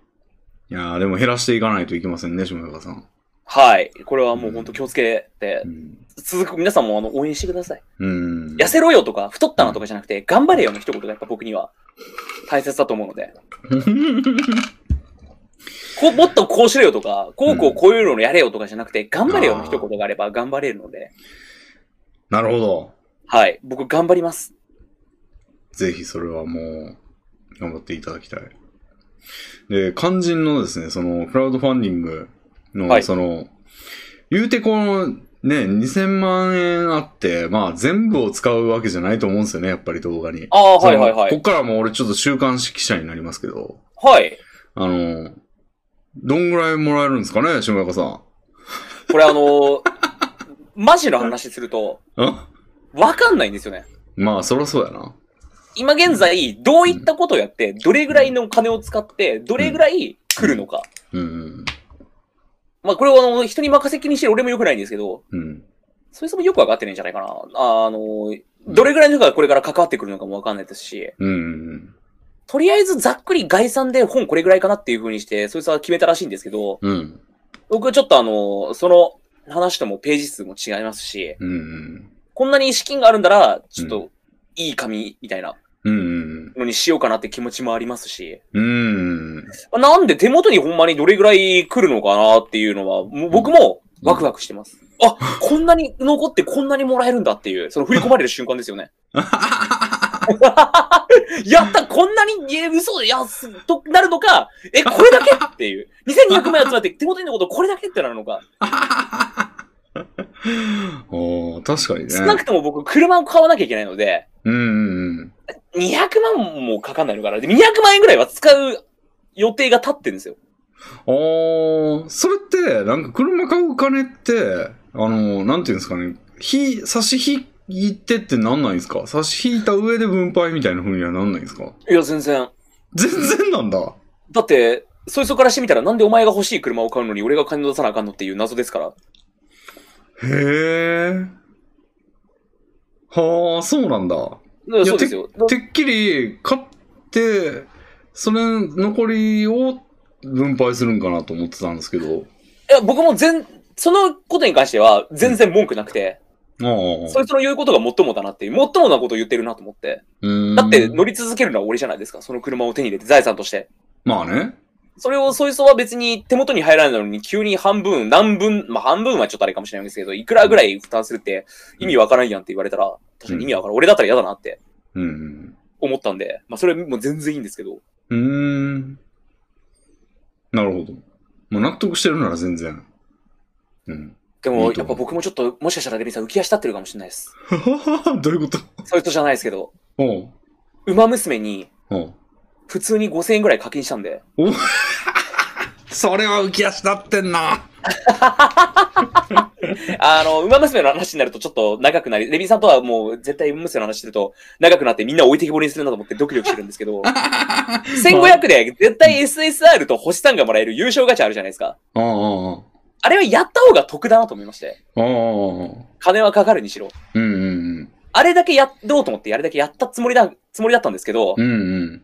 いやーでも減らしていかないといけませんね、下中さん。はい。これはもう本当気をつけてう、ん。続く皆さんもあの応援してください。うん、痩せろよとか、太ったなとかじゃなくて、頑張れよの一言がやっぱ僕には大切だと思うの で。こうもっとこうしろよとか、こうこうこういうのやれよとかじゃなくて、頑張れよの一言があれば頑張れるので、なるほど。はい。僕頑張ります。ぜひそれはもう、頑張っていただきたい。で、肝心のですね、その、クラウドファンディングの、はいその、言うてこの、ね、2000万円あって、まあ全部を使うわけじゃないと思うんですよね、やっぱり動画に。ああ、はいはいはそのこっい。からはもう俺ちょっと週刊誌記者になりますけど、はい。あの、どんぐらいもらえるんですかね、下中さん。これあのー マジの話すると、あわかんないんですよね。まあ、そらそうやな。今現在、どういったことをやって、どれぐらいの金を使って、どれぐらい来るのか。うんまあ、これはあの人に任せっきりにしてる俺も良くないんですけど、うん。うん。それそもよくわかってないんじゃないかな。ああのー、どれぐらいの人がこれから関わってくるのかもわかんないですし、うんうんとりあえずざっくり概算で本これぐらいかなっていう風にして、そいつは決めたらしいんですけど、うん。うん。僕はちょっとあのー、その話ともページ数も違いますし、うんうん。こんなに資金があるんだら、ちょっうといい紙みたいなうんうんのにしようかなって気持ちもありますし、うん。うん。まあなんで手元にほんまにどれぐらい来るのかなっていうのは、もう僕もワクワクしてます。あ、こんなに残ってこんなにもらえるんだっていう、その振り込まれる瞬間ですよ ね。やったこんなに、え、嘘やす、となるのか、え、これだけっていう。2200枚集まって手元にのことこれだけってなるのか。おー確かにね。少なくとも僕、車を買わなきゃいけないので、うんうんうん。 200万もかかんないのかな。で、200万円ぐらいは使う予定が立ってるんですよ。おーそれって、なんか車買うお金って、あの、なんていうんですかね、ひ、差し引いてってなんないんですか差し引いた上で分配みたいな風にはなんないんですかいや、全然。全然なんだ。だって、そいつからしてみたらなんでお前が欲しい車を買うのに俺が金出さなあかんのっていう謎ですから。へえ。はあ、そうなんだ。だからそうですよ。だてっきり買って、それ残りを分配するんかなと思ってたんですけど。いや、僕も全、そのことに関しては全然文句なくて、そあいつの言うことが最もだなっていう、最もなことを言ってるなと思って。あ。だって乗り。り続けるのは俺じゃないですか。その車を手に入れて財産として。まあね。それをそいつは別に手元に入らないのに急に半分、何分、まあ半分はちょっとあれかもしれないんですけど、いくらぐらい負担するって意味わからんやんって言われたら、確かに意味わからん。俺だったら嫌だなってうん思ったんで、まあそれも全然いいんですけど。うん。うーん。なるほど。まあ納得してるなら全然。うん。 でいも、いとやっ思ぱう僕もちょっと、もしかしたらレミさん浮き足立ってるかもしれないです。どういうことそういう人じゃないですけど、おう馬娘におう普通に5000円ぐらい課金したんで、 それは浮き足立ってんな。あの、馬娘の話になるとちょっと長くなり、レミさんとはもう絶対馬娘の話してると長くなってみんな置いてきぼりにするなと思ってドキドキしてるんですけ ど、1500で絶対 SSR と星さんがもらえる優勝ガチャあるじゃないですか。ああ。あああれはやった方が得だなと思いまして。ああ。うん金はかかるにしろ。うんあれだけやろうと思って、あれだけやったつもりだ、つもりだったんですけどうん。う、んうん。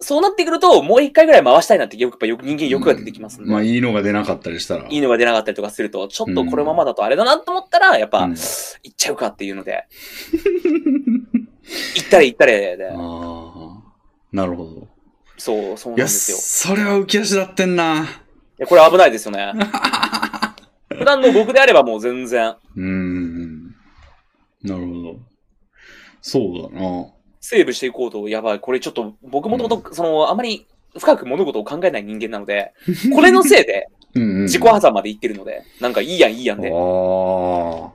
そうなってくると、もう一回ぐらい回したいなって、よく、やっぱよく人間欲が出てきますんでまあ、いいのが出なかったりしたら。いいのが出なかったりとかすると、ちょっとこのままだとあれだなと思ったら、やっぱ、うん行っちゃうかっていうので、行ったれ行ったれで、ああ。なるほど。そう、そうなんいや、ですよ。そいれは浮き足立ってんな。や、これ危ないですよね。普段の僕であればもう全然、うーん。なるほど。そうだな。セーブしていこうと、やばい、これちょっと、僕もともと、その、あまり深く物事を考えない人間なので、これのせいで、うん、うん。自己破産まで行ってるので、なんかいいやん、いいやんあであ。、お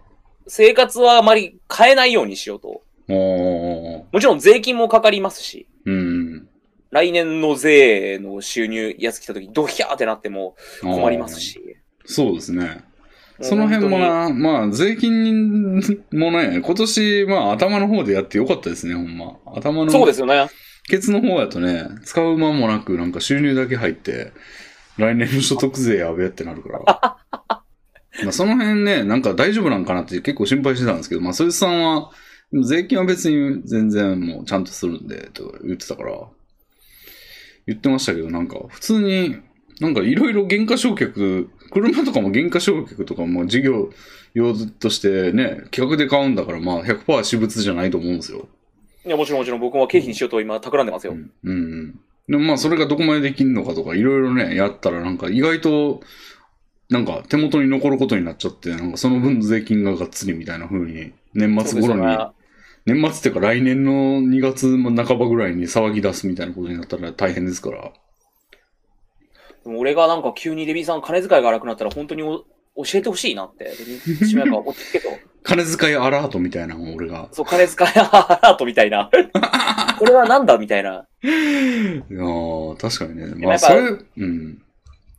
生活はあまり変えないようにしようと。ーもちろん税金もかかりますし、うん。来年の税の収入やつ来た時ドヒャーってなっても困りますし。そうですね。その辺もな、まあ、税金もね、今年、まあ、頭の方でやってよかったですね、ほんま。頭本当にそうの、ですよね。ケツの方やとね、使う間もなく、なんか収入だけ入って、来年の所得税やべえってなるから。まあ、その辺ね、なんか大丈夫なんかなって結構心配してたんですけど、まあ、そいつさんは、税金は別に全然もうちゃんとするんで、と言ってたから、言ってましたけど、なんか普通に、なんかいろいろ減価償却、車とかも減価償却とかも事業用としてね、企画で買うんだから、まあ100%私物じゃないと思うんですよ。いや、もちろんもちろん僕も経費にしようと今、企んでますよ。うんうん。でもまあそれがどこまでできるのかとかいろいろね、やったらなんか意外と、なんか手元に残ることになっちゃって、なんかその分税金ががっつりみたいな風に、年末頃そうですよねに、年末っていうか来年の2月の半ばぐらいに騒ぎ出すみたいなことになったら大変ですから。でも俺がなんか急にレビンさん金遣いが荒くなったら本当にお教えてほしいなって、レビンしもやか追ってけど、金遣いアラートみたいなのを俺が。そう、金遣いアラートみたいな。これはなんだみたいな。いやー確かにね。もまやあっぱそれ、うん。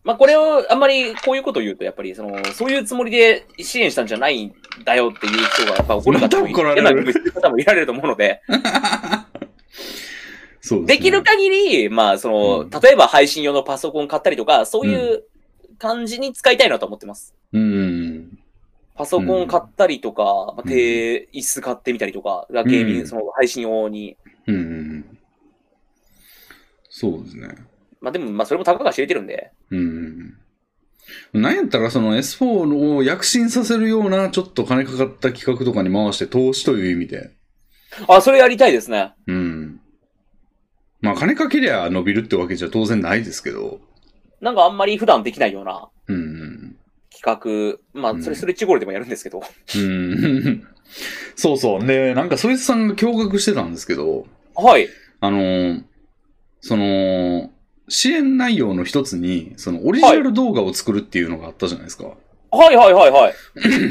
まあこれをあんまりこういうことを言うと、やっぱりその、そういうつもりで支援したんじゃないんだよっていう人がやっぱ怒る方もいまた怒られる嫌な部分する方もいられると思うので、そうです、ね。できる限り、まあその、うん例えば配信用のパソコン買ったりとか、そういう感じに使いたいなと思ってます。うん。パソコン買ったりとか、まあ、うん手、椅子買ってみたりとか、ゲーミンうんグ、その配信用に。うんうんうん。そうですね。まあでも、まあそれもたかが知れてるんで。うん。なんやったらその S4 を躍進させるようなちょっと金かかった企画とかに回して投資という意味で。あ、それやりたいですね。うん。まあ金かけりゃ伸びるってわけじゃ当然ないですけど。なんかあんまり普段できないようなうんうん。企画。まうんあ、それストレッチゴールでもやるんですけど。うん。そうそう。で、なんかそいつさんが驚愕してたんですけど、はい。あのーその、支援内容の一つに、そのオリジナル動画を作るっていうのがあったじゃないですか。はいはいはいはい。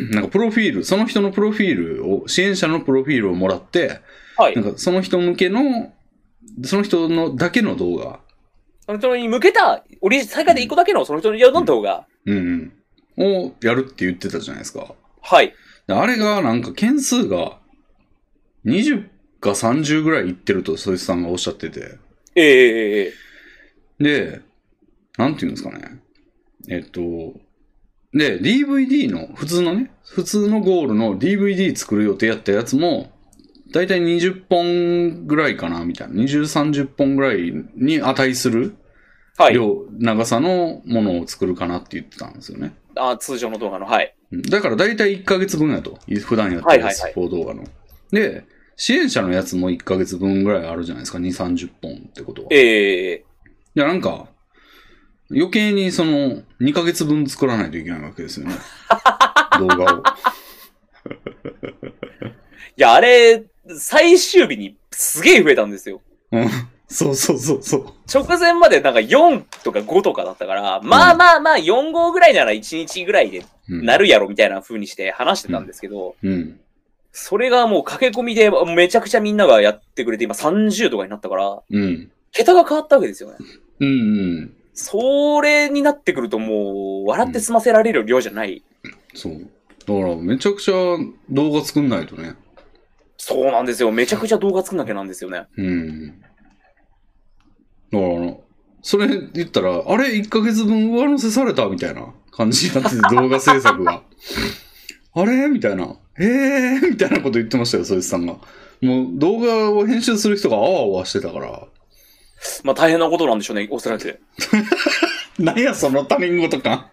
なんかプロフィール、その人のプロフィールを、支援者のプロフィールをもらって、はいなん。かその人向けの、その人のだけの動画、その人に向けた、オリジ最下で一個だけのその人にやるの動画。うんうん、をやるって言ってたじゃないですか。はい。であれがなんか件数が20か30ぐらいいってると、そいつさんがおっしゃってて。ええええええで、なんていうんですかね。えっと、で、DVD の、普通のね、普通のゴールの DVD 作る予定やったやつも、だいたい20本ぐらいかな、みたいな。20、30本ぐらいに値するはい。量、長さのものを作るかなって言ってたんですよね。あ通常の動画の、はい。うんだから大体1ヶ月分やと。普段やってるはいはいはい S4 動画の。で、支援者のやつも1ヶ月分ぐらいあるじゃないですか。2、30本ってことは。ええええいや、なんか、余計にその、2ヶ月分作らないといけないわけです よね。動画を。いや、あれ、最終日にすげえ増えたんですよ。うん。そうそうそうそう。直前までなんか4とか5とかだったから、まあまあまあ4号ぐらいなら1日ぐらいでうん。なるやろみたいな風にして話してたんですけど、うん。それがもう駆け込みでめちゃくちゃみんながやってくれて、今30とかになったから、うん。桁が変わったわけですよね。うんうん。それになってくるともう、笑って済ませられる量じゃない。そう。だから、めちゃくちゃ動画作んないとね。そうなんですよ。めちゃくちゃ動画作んなきゃなんですよね。うん。だから、それ言ったら、あれ、1ヶ月分上乗せされたみたいな感じになってて、動画制作が。あれみたいな。えーみたいなこと言ってましたよ、そいつさんが。もう動画を編集する人があわあわしてたから。まあ大変なことなんでしょうね、おそらく。なんや、その他人事か。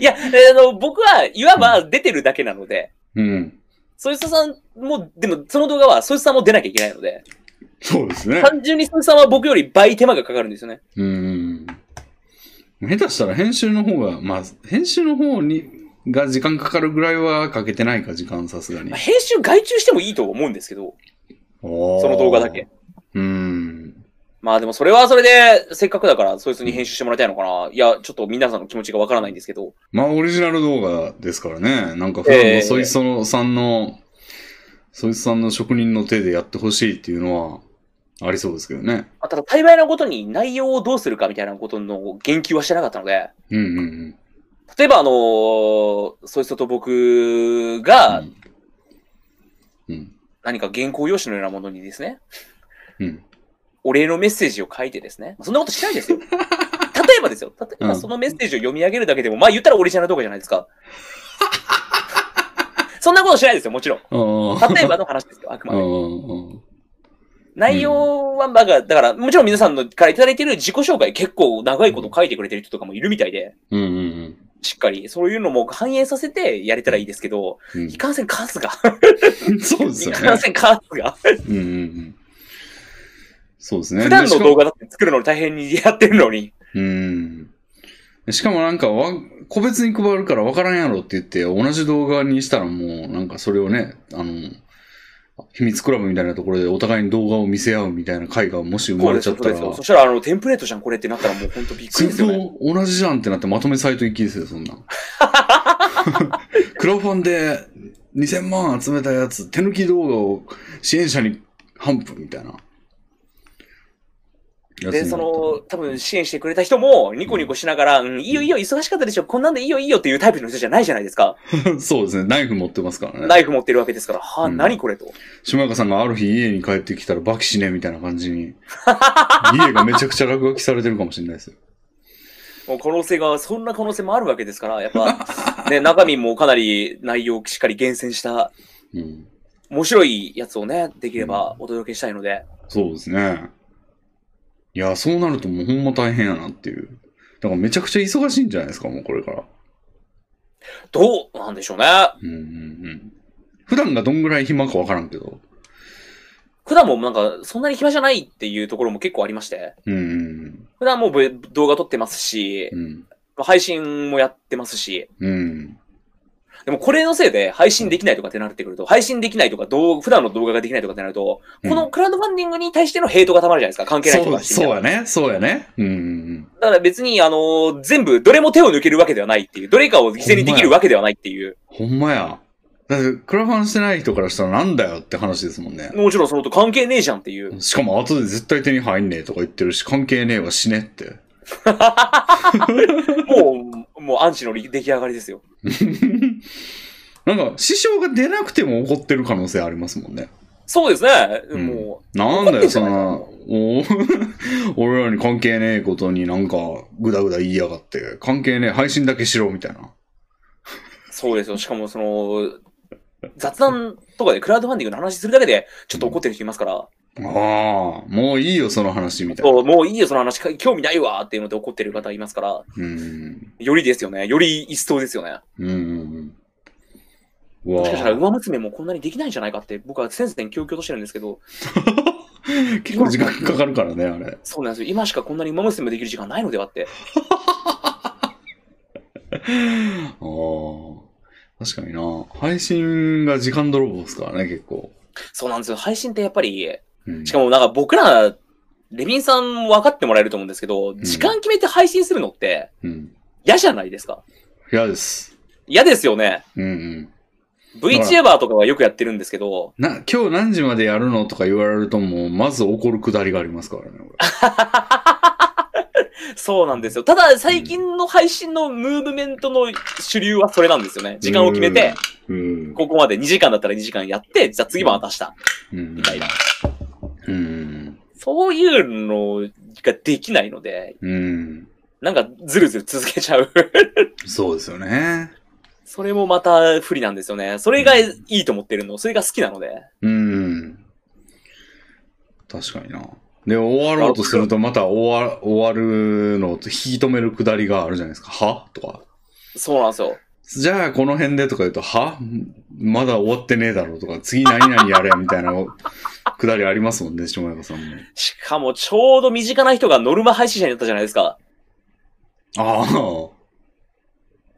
いや、えーあの、僕はいわば出てるだけなので、うん。そいつさんも、でもその動画はそいつさんも出なきゃいけないの で、そうですね。単純にそいつさんは僕より倍手間がかかるんですよね。うん。下手したら編集の方が、まあ、編集の方に、が時間かかるぐらいはかけてないか、時間さすがにまあ。編集外注してもいいと思うんですけど、そその動画だけ。。うん。まあでもそれはそれで、せっかくだからそいつに編集してもらいたいのかな。いや、ちょっと皆さんの気持ちがわからないんですけど、まあ、オリジナル動画ですからね。なんか、普段えのえソイソさんの、ソイソさんの職人の手でやってほしいっていうのは、ありそうですけどね。まあただ大概なことに内容をどうするかみたいなことの言及はしてなかったので、うんうん例えば、あのーそういう人と僕がうんうん。何か原稿用紙のようなものにですね、うん。お礼のメッセージを書いてですね、そんなことしな いですよ。例えばですよ、例えうばんそのメッセージを読み上げるだけでも、まあ言ったらオリジナル動画じゃないですか。そんなことしないですよ、もちろん。ああ。例えばの話ですよ、あくまうで。んうん内容は、まあ、だから、もちろん皆さんのからいただいてる自己紹介結構長いこと書いてくれてる人とかもいるみたいで、うんうんしっかり、そういうのも反映させてやれたらいいですけど、うんいかんせん数が、うん。そうですよいかんね。せん数が、うんうんうん。そうですね。普段でしのかも動画だって作るのに大変にやってるのに、うん。しかもなんかわ、個別に配るから分からんやろって言って、同じ動画にしたらもう、なんかそれをね、あの、秘密クラブみたいなところでお互いに動画を見せ合うみたいな会がもし生こまうれでちすゃっよ、そたうらです、よ。そしたら、あの、テンプレートじゃん、これってなったらもう本当びっくりですよね。全部同じじゃんってなってまとめサイト行きですよ、そ んなん。クラファンで2000万集めたやつ、手抜き動画を支援者に頒布みたいな。やつになったで、その、多分支援してくれた人も、ニコニコしながら、うん、いいよいいよ、忙しかったでしょ、こんなんでいいよいいよっていうタイプの人じゃないじゃないですか。 そうですね、ナイフ持ってますからね。ナイフ持ってるわけですから、はあ、うん何これと。島岡さんがある日家に帰ってきたらバキ死ねみたいな感じ に、家がめちゃくちゃ落書きされてるかもしれないですよ。もう可能性が、そんな可能性もあるわけですから、や っぱ、ね、中身もかなり内容をしっかり厳選した、うん。面白いやつをね、できればお届けしたいので、そうですね。いや、そうなるともうほんま大変やなっていう。だからめちゃくちゃ忙しいんじゃないですか、もうこれから。どうなんでしょうね。うんうんうん。普段がどんぐらい暇かわからんけど。普段もなんか、そんなに暇じゃないっていうところも結構ありまして、うんうん普段もぶ動画撮ってますしう、ん。配信もやってますし、うん。うん。でもこれのせいで配信できないとかってなってくると、配信できないとか、どう普段の動画ができないとかってなると、うんこのクラウドファンディングに対してのヘイトがたまるじゃないですか、関係ない人そがう、してみそうたらやね。そうやね。うんうんだから別に、あのー全部、どれも手を抜けるわけではないっていう、どれかを犠牲にできるわけではないっていう、うん。ほんまや。だって、クラファンしてない人からしたらなんだよって話ですもんね。もちろんそのと関係ねえじゃんっていう、しかも後で絶対手に入んねえとか言ってるし、関係ねえわ死ねって。もう、もうアンチの出来上がりですよ。なんか、支障が出なくても怒ってる可能性ありますもんね。そうですね、うんもなんだ怒ってよ、んじそゃんないな、お 俺らに関係ねえことになんか、ぐだぐだ言いやがって、関係ねえ、配信だけしろ、みたいな。う、そうですよ。しかも、その、雑談とかでクラウドファンディングの話するだけで、ちょっと怒ってる人いますから、ああ、もういいよ、その話、みたいそな。うもういいよ、その話、興味ないわっていうので怒ってる方いますから、うん。よりですよね。より一層ですよね。うんうんうん。うもわしかしたら、あ馬娘もこんなにできないんじゃないかって、僕は先生に強々としてるんですけど、結構時間かかるからね、あれ。そうなんですよ。今しかこんなに馬娘できる時間ないのではって。ああ。確かにな。配信が時間泥棒ですからね、結構。そうなんですよ。配信ってやっぱり、うんしかもなんか僕ら、レビンさんも分かってもらえると思うんですけど、時間決めて配信するのってうん。嫌じゃないですか。嫌です。嫌ですよね。うんうん。 VTuber とかはよくやってるんですけど、な、今日何時までやるのとか言われるともう、まず怒るくだりがありますからね、そうなんですよ。ただ最近の配信のムーブメントの主流はそれなんですよね。時間を決めて、俺。うん。ここまで2時間だったら2時間やって、じゃあ次は出した、うんみたいな。。うん。そういうのができないので、うん。なんかずるずる続けちゃう。 そうですよね。それもまた不利なんですよね。それがいいと思ってるの。それが好きなので。うん。確かにな。で、終わろうとすると、また終わ、終わるのを引き止めるくだりがあるじゃないですか。はとか。そうなんですよ。じゃあ、この辺でとか言うと、はまだ終わってねえだろうとか、次何々やれみたいなくだりありますもんね、下山さんも。しかもちょうど身近な人がノルマ配信者になったじゃないですか。あ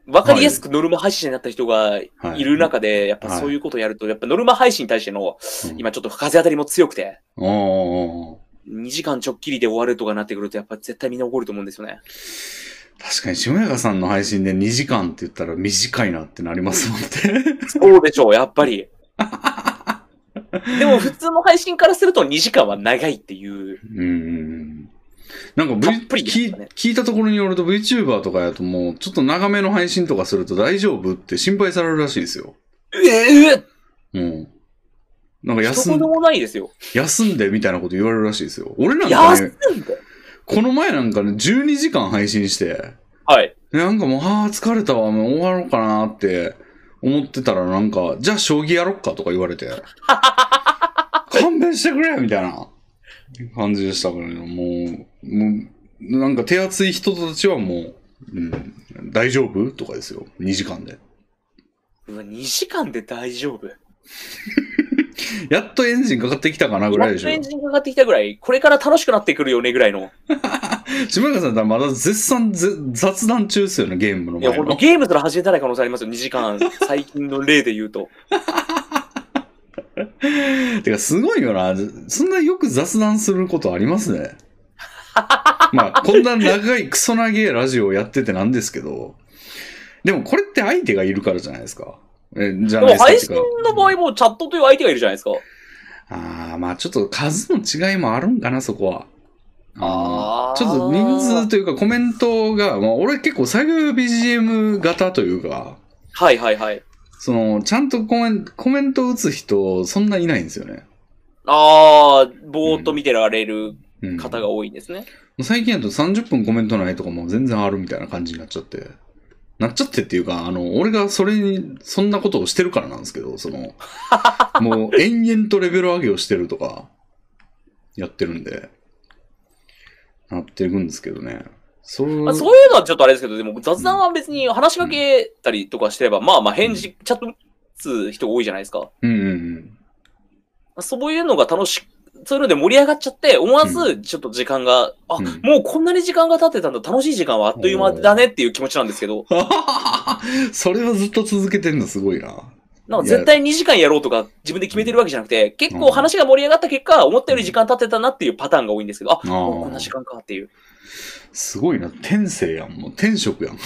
わかりやすくノルマ配信者になった人がいあ。はる。中で、やっはぱいそういうことをやると、やっぱノルマ配信に対しての、うん、今ちょっと風当たりも強くて、おーおーお2時間ちょっきりで終わるとかなってくると、やっぱ絶対みんな怒ると思うんですよね。ー確かに、下山さんの配信で2時間って言ったら短いなってなりますもん ね。そうでしょう、やっ ぱり。でも普通の配信からすると2時間は長いっていううんうんうん。なんか、v たっぷりです聞からね聞いたところによると VTuber とかやともう、ちょっと長めの配信とかすると大丈夫って心配されるらしいですよ。ええうん。なんか一休言んもないですよ。休んでみたいなこと言われるらしいですよ。俺なんか休ね、んでこの前なんかね、12時間配信して、はい。なんかもう、ああ、疲れたわ、もう終わろうかなって思ってたらなんか、じゃあ将棋やろっかとか言われ て、勘弁してくれみたいな感じでしたけど、もう、もう、なんか手厚い人たちはもう、うん、大丈夫とかですよ。2時間で。うわ、2時間で大丈夫。やっとエンジンかかってきたかなぐらいでしょやっとエ。ンジンかかってきたぐらい、これから楽しくなってくるよねぐらいの。島中さんだまだ絶賛ぜ雑談中ですよね、ゲームのいや、前ほんとの。ゲームから始めたら可能性ありますよ、2時間。 最近の例で言うと。てか、すごいよな。そんなよく雑談することありますね。まあ、こんな長いクソ長いラジオをやっててなんですけど。でも、これって相手がいるからじゃないですか。え、じゃでないもですか。配信の場合もチャットという相手がいるじゃないですか。ああ、まあ、ちょっと数の違いもあるんかな、そこは。あーちょっと人数というかコメントが、まあ、俺結構作業 BGM 型というか、はいはいはい。その、ちゃんとコメント、コメント打つ人、そんないないんですよね。あー、ぼーっと見てられるうん、方が多いんですね。最近だと30分コメントないとかも全然あるみたいな感じになっちゃって。なっちゃってっていうか、あの、俺がそれに、そんなことをしてるからなんですけど、その、もう延々とレベル上げをしてるとか、やってるんで、なっていくんですけどね。それまあ、そういうのはちょっとあれですけど、でも雑談は別に話しかけたりとかしてれば、まあまあ返事、チャット打つ人多いじゃないですか。まうんうんうん。 あそういうのが楽しそういうので盛り上がっちゃって、思わずちょっと時間が、あ、うんもうこんなに時間が経ってたんだ、楽しい時間はあっという間だねっていう気持ちなんですけど、それはずっと続けてんのすごいな。なんか絶対2時間やろうとか自分で決めてるわけじゃなくて、結構話が盛り上がった結果、思ったより時間経ってたなっていうパターンが多いんですけど、あ、あもうこんな時ー間かっていう。すごいな。天性やん。もう天職やん。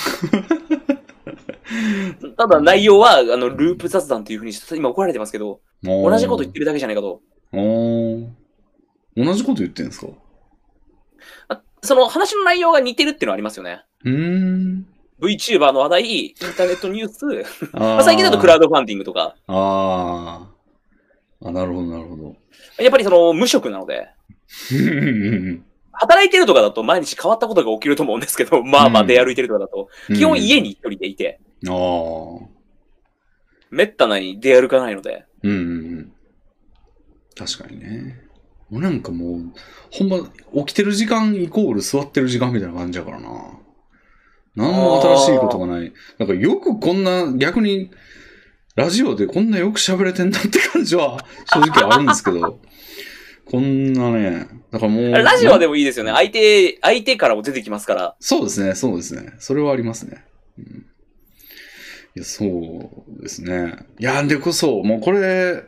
ただ内容は、あの、ループ雑談っていうふうにして、今怒られてますけど、同じこと言ってるだけじゃないかと。おー同じこと言ってんですかその話の内容が似てるっていうのはありますよね。うーん。 VTuber の話題、インターネットニュース、あまあ最近だとクい。ラウドファンディングとか、あーあ。なるほど、なるほ ど。やっぱりその無職なので、働いてるとかだと毎日変わったことが起きると思うんですけど、まあまあ出歩いてるとかだと、基本家に。に一人でいて、ああ。めったなに出歩かないので、うんうんうん。確かにね。もうなんかもう、ほんま、起きてる時間イコール座ってる時間みたいな感じやからな。何も新しいことがない。なんかよくこんな、逆に、ラジオでこんなよく喋れてんだって感じは、正直あるんですけど。こんなね、だからもう。ラジオはでもいいですよね。相手、相手からも出てきますから、そうですね、そうですね。それはありますね。うん、いや、そうですね。いや、でこそ、もうこれ、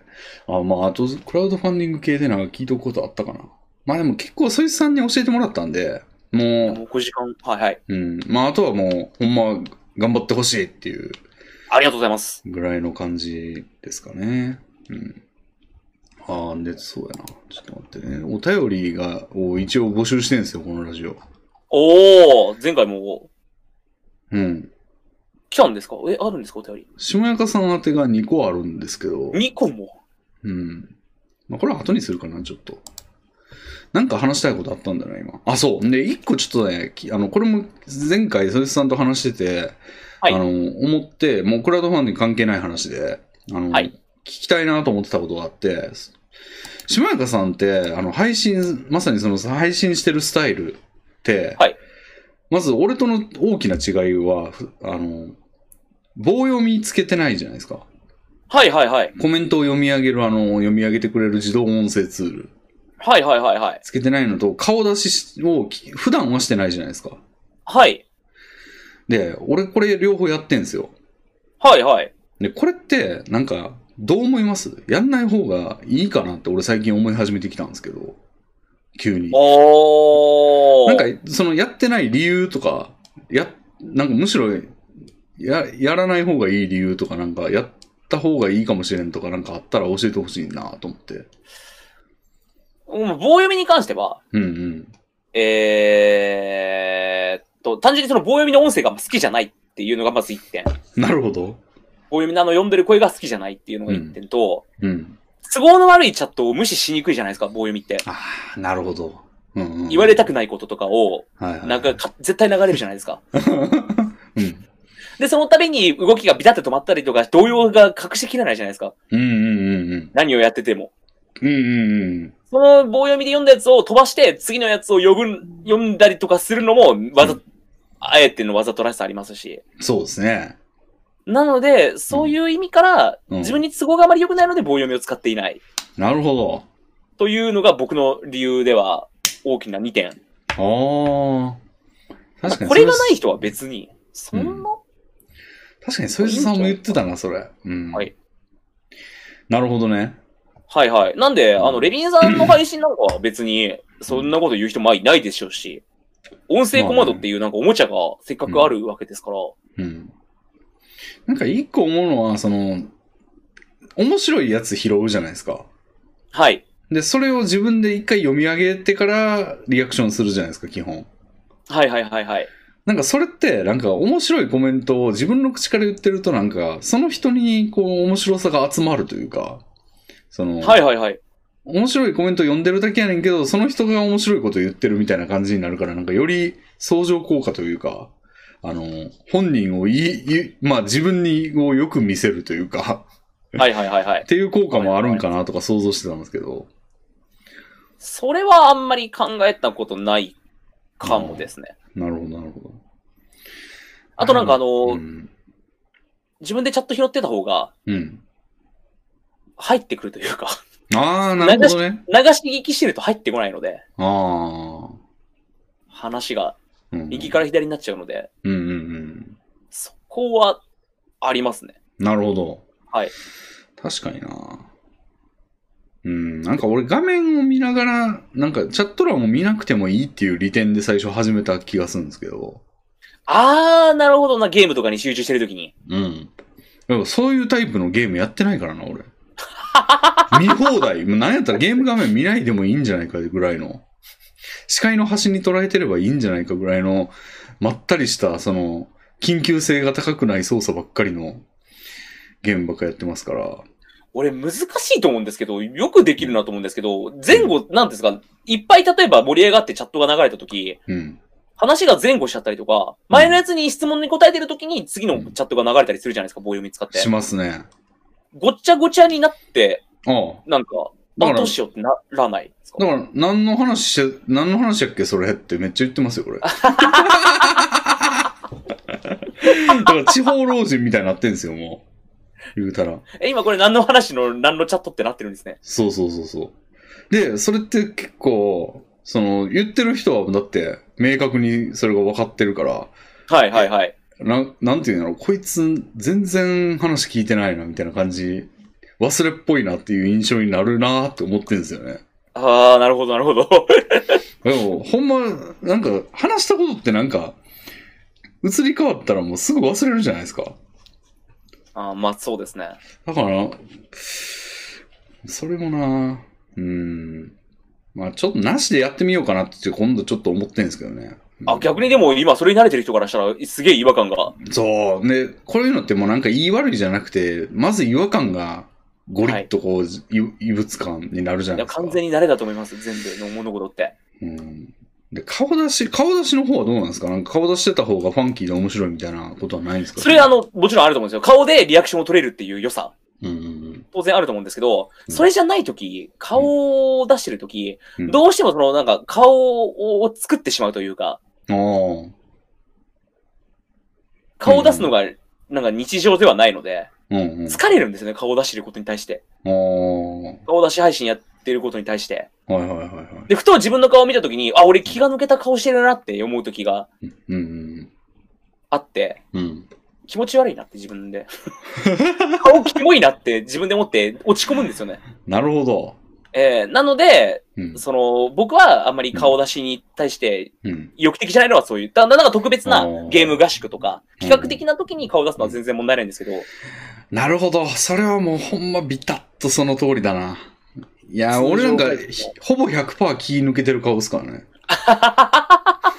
あ、まあ、あと、クラウドファンディング系でなんか聞いておくことあったかな。まあでも結構、そいつさんに教えてもらったんで、ももう5時間、はいはい。う、うん。まあ、あとはもう、ほんま、頑張ってほしいっていうありがとうございます。ぐらいの感じですかね。うん。ああ、で、そうやな。ちょっと待ってね。お便りが、を一応募集してるんですよ、このラジオ。おー、前回もうん。来たんですかえ、あるんですかお便り。下中さん宛てが2個あるんですけど、 2個も。うん。まあ、これは後にするかな、ちょっと。なんか話したいことあったんだよな、今。あ、そう。で、1個ちょっとね、きあの、これも前回、そいつさんと話してて、はいあの、思って、もうクラウドファンディング関係ない話で、あの、はい聞きたいなと思ってたことがあって、下中さんって、あの、配信、まさにその配信してるスタイルって、はいまず俺との大きな違いは、ふあの、棒読みつけてないじゃないですか。はいはいはい。コメントを読み上げる、あの、読み上げてくれる自動音声ツール。はいはいはいはい。つけてないのと、顔出しをき普段はしてないじゃないですか。はい。で、俺これ両方やってんすよ。はいはい。で、これって、なんか、どう思いますやんない方がいいかなって俺最近思い始めてきたんですけど、急に。おー。なんか、そのやってない理由とか、や、なんかむしろ、や、やらない方がいい理由とか、なんか、やった方がいいかもしれんとか、なんかあったら教えてほしいなと思って。うん棒読みに関しては、うんうん。えーっと、単純にその棒読みの音声が好きじゃないっていうのがまず1点。棒なるほど。読みのあの読んでる声が好きじゃないっていうのが1点と、うん。都合の悪いチャットを無視しにくいじゃないですか、棒読みって。ああ、なるほど。うん、うん。言われたくないこととかを、はいはい、なんかか絶対流れるじゃないですか。うん。で、その度に動きがビタって止まったりとか、動揺が隠しきれないじゃないですか。うんうんうん何をやってても。うん。うんうんうん。その棒読みで読んだやつを飛ばして、次のやつを呼ぶ、読んだりとかするのも、わざ、うんあえてのわざとらしさありますし。そうですね。なので、そういう意味から、うん自分に都合があまり良くないので棒読みを使っていない。なるほというのが僕の理由では、大きな2点。ど。ああ。確かに。これがない人は別に、そんな、確かに、そいつさんも言ってたな、それ。うん。はい。なるほどね。はいはい。なんで、うんあの、レビンさんの配信なんかは別に、そんなこと言う人もいないでしょうし、音声コマンドっていうなんかおもちゃがせっかくあるわけですから、うん。なんか、一個思うのは、その、面白いやつ拾うじゃないですか。はい。で、それを自分で一回読み上げてからリアクションするじゃないですか、基本。はいはいはいはい。なんかそれって、なんか面白いコメントを自分の口から言ってるとなんか、その人にこう面白さが集まるというか、その、はいはいはい。面白いコメント読んでるだけやねんけど、その人が面白いこと言ってるみたいな感じになるから、なんかより相乗効果というか、あの、本人をいい、いいまあ自分にをよく見せるというか、はいはいはいはいっ。ていう効果もあるんかなとか想像してたんですけど、それはあんまり考えたことないかもですね。なるほど、なるほど。あとなんかあの、うん。自分でチャット拾ってた方がうん。入ってくるというか、 ああ、なるほどね。流し聞きしてると入ってこないので、ああ。話がうん右から左になっちゃうので、うんうんうん。そこはありますね。なるほど。はい。確かにな。うん、なんか俺画面を見ながら、なんかチャット欄を見なくてもいいっていう利点で最初始めた気がするんですけど。あー、なるほどな、ゲームとかに集中してるときに。うん。でもそういうタイプのゲームやってないからな、 俺。見放題。もうなんやったらゲーム画面見ないでもいいんじゃないかぐらいの。視界の端に捉えてればいいんじゃないかぐらいの、まったりした、その、緊急性が高くない操作ばっかりのゲームばっかやってますから。俺難しいと思うんですけど、よくできるなと思うんですけど、前後、なんですか、いっぱい例えば盛り上がってチャットが流れたとき、うん。話が前後しちゃったりとか、前のやつに質問に答えてるときに次のチャットが流れたりするじゃないですか、棒読み使ってし。ますね。ごっちゃごちゃになって、ああ。なんか、だあからどうしようってならないですだかから、何の話して、何の話やっけ、それってめっちゃ言ってますよ、 これ。だから、地方老人みたいになってんですよ、もう。言うたら。え、今これ何の話の何のチャットってなってるんですね。そうそうそうそう。で、それって結構、その、言ってる人は、だって、明確にそれが分かってるから、はいはいはい。なん、なんていうんだろう、こいつ、全然話聞いてないな、みたいな感じ、忘れっぽいなっていう印象になるなーって思ってるんですよね。あー、なるほどなるほど。 でも、ほんま、なんか、話したことってなんか、移り変わったらもうすぐ忘れるじゃないですか。あーまあそうですね。だから、それもなうん。まあ、ちょっとなしでやってみようかなって、今度ちょっと思ってんですけどね。あ、逆にでも今それに慣れてる人からしたらすげえ違和感が。そう。で、こういうのってもうなんか言い悪いじゃなくて、まず違和感が、ゴリッとこう、い異物感になるじゃいなやいですか。完全に慣れだと思います、全部の物事って。うん。で、顔出し、顔出しの方はどうなんですかなんか顔出してた方がファンキーで面白いみたいなことはないんですかそれあの、もちろんあると思うんですよ。顔でリアクションを取れるっていう良さ。うんうんうん。当然あると思うんですけど、うんそれじゃないとき、顔を出してるとき、うんどうしてもそのなんか顔を作ってしまうというか、ああ。顔を出すのがなんか日常ではないので、うんうん。疲れるんですよね、顔を出してることに対して。あ顔出し配信やってることに対して。あ。はいはいはいはい。で、ふと自分の顔を見たときに、あ、俺気が抜けた顔してるなって思うときがうんあって、うん。うん。気持ち悪いなって自分 で。顔キモいなって自分で思って落ち込むんですよね。なるほど。えー、なので、うん。その、僕はあんまり顔出しに対してうん。意欲的じゃないのはそういう、だだなんか特別なあーゲーム合宿とか、企画的な時に顔出すのは全然問題ないんですけど、なるほど。それはもうほんまビタッとその通りだな。いや、通常俺なんか回復ひほぼ100%気抜けてる顔ですからね。まあわか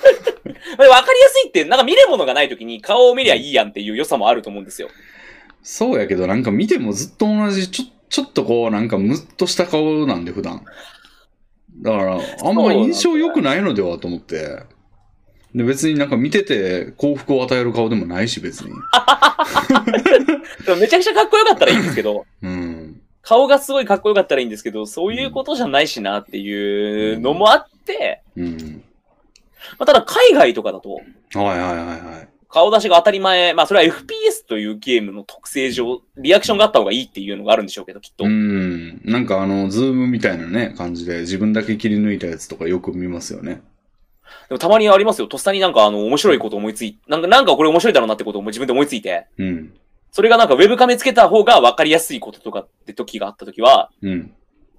りやすいって、なんか見るものがないときに顔を見りゃいいやんっていう良さもあると思うんですよ。そうやけど、なんか見てもずっと同じ、ちょ、ちょっとこう、なんかムッとした顔なんで、普段。だから、あんま印象良くないのではと思って。で、別になんか見てて幸福を与える顔でもないし、別に。でもめちゃくちゃかっこよかったらいいんですけど、うん。顔がすごいかっこよかったらいいんですけど、そういうことじゃないしなっていうのもあって、うん。まあ、ただ海外とかだと、はいはいはいはい。顔出しが当たり前、まあそれは FPS というゲームの特性上、リアクションがあった方がいいっていうのがあるんでしょうけど、きっと。うん。なんかあの、ズームみたいなね、感じで自分だけ切り抜いたやつとかよく見ますよね。でもたまにありますよ。とっさになんかあの、面白いこと思いつい、なんか、なんかこれ面白いだろうなってことを自分で思いついて、うん。それがなんかウェブカメつけた方が分かりやすいこととかって時があった時は、うん。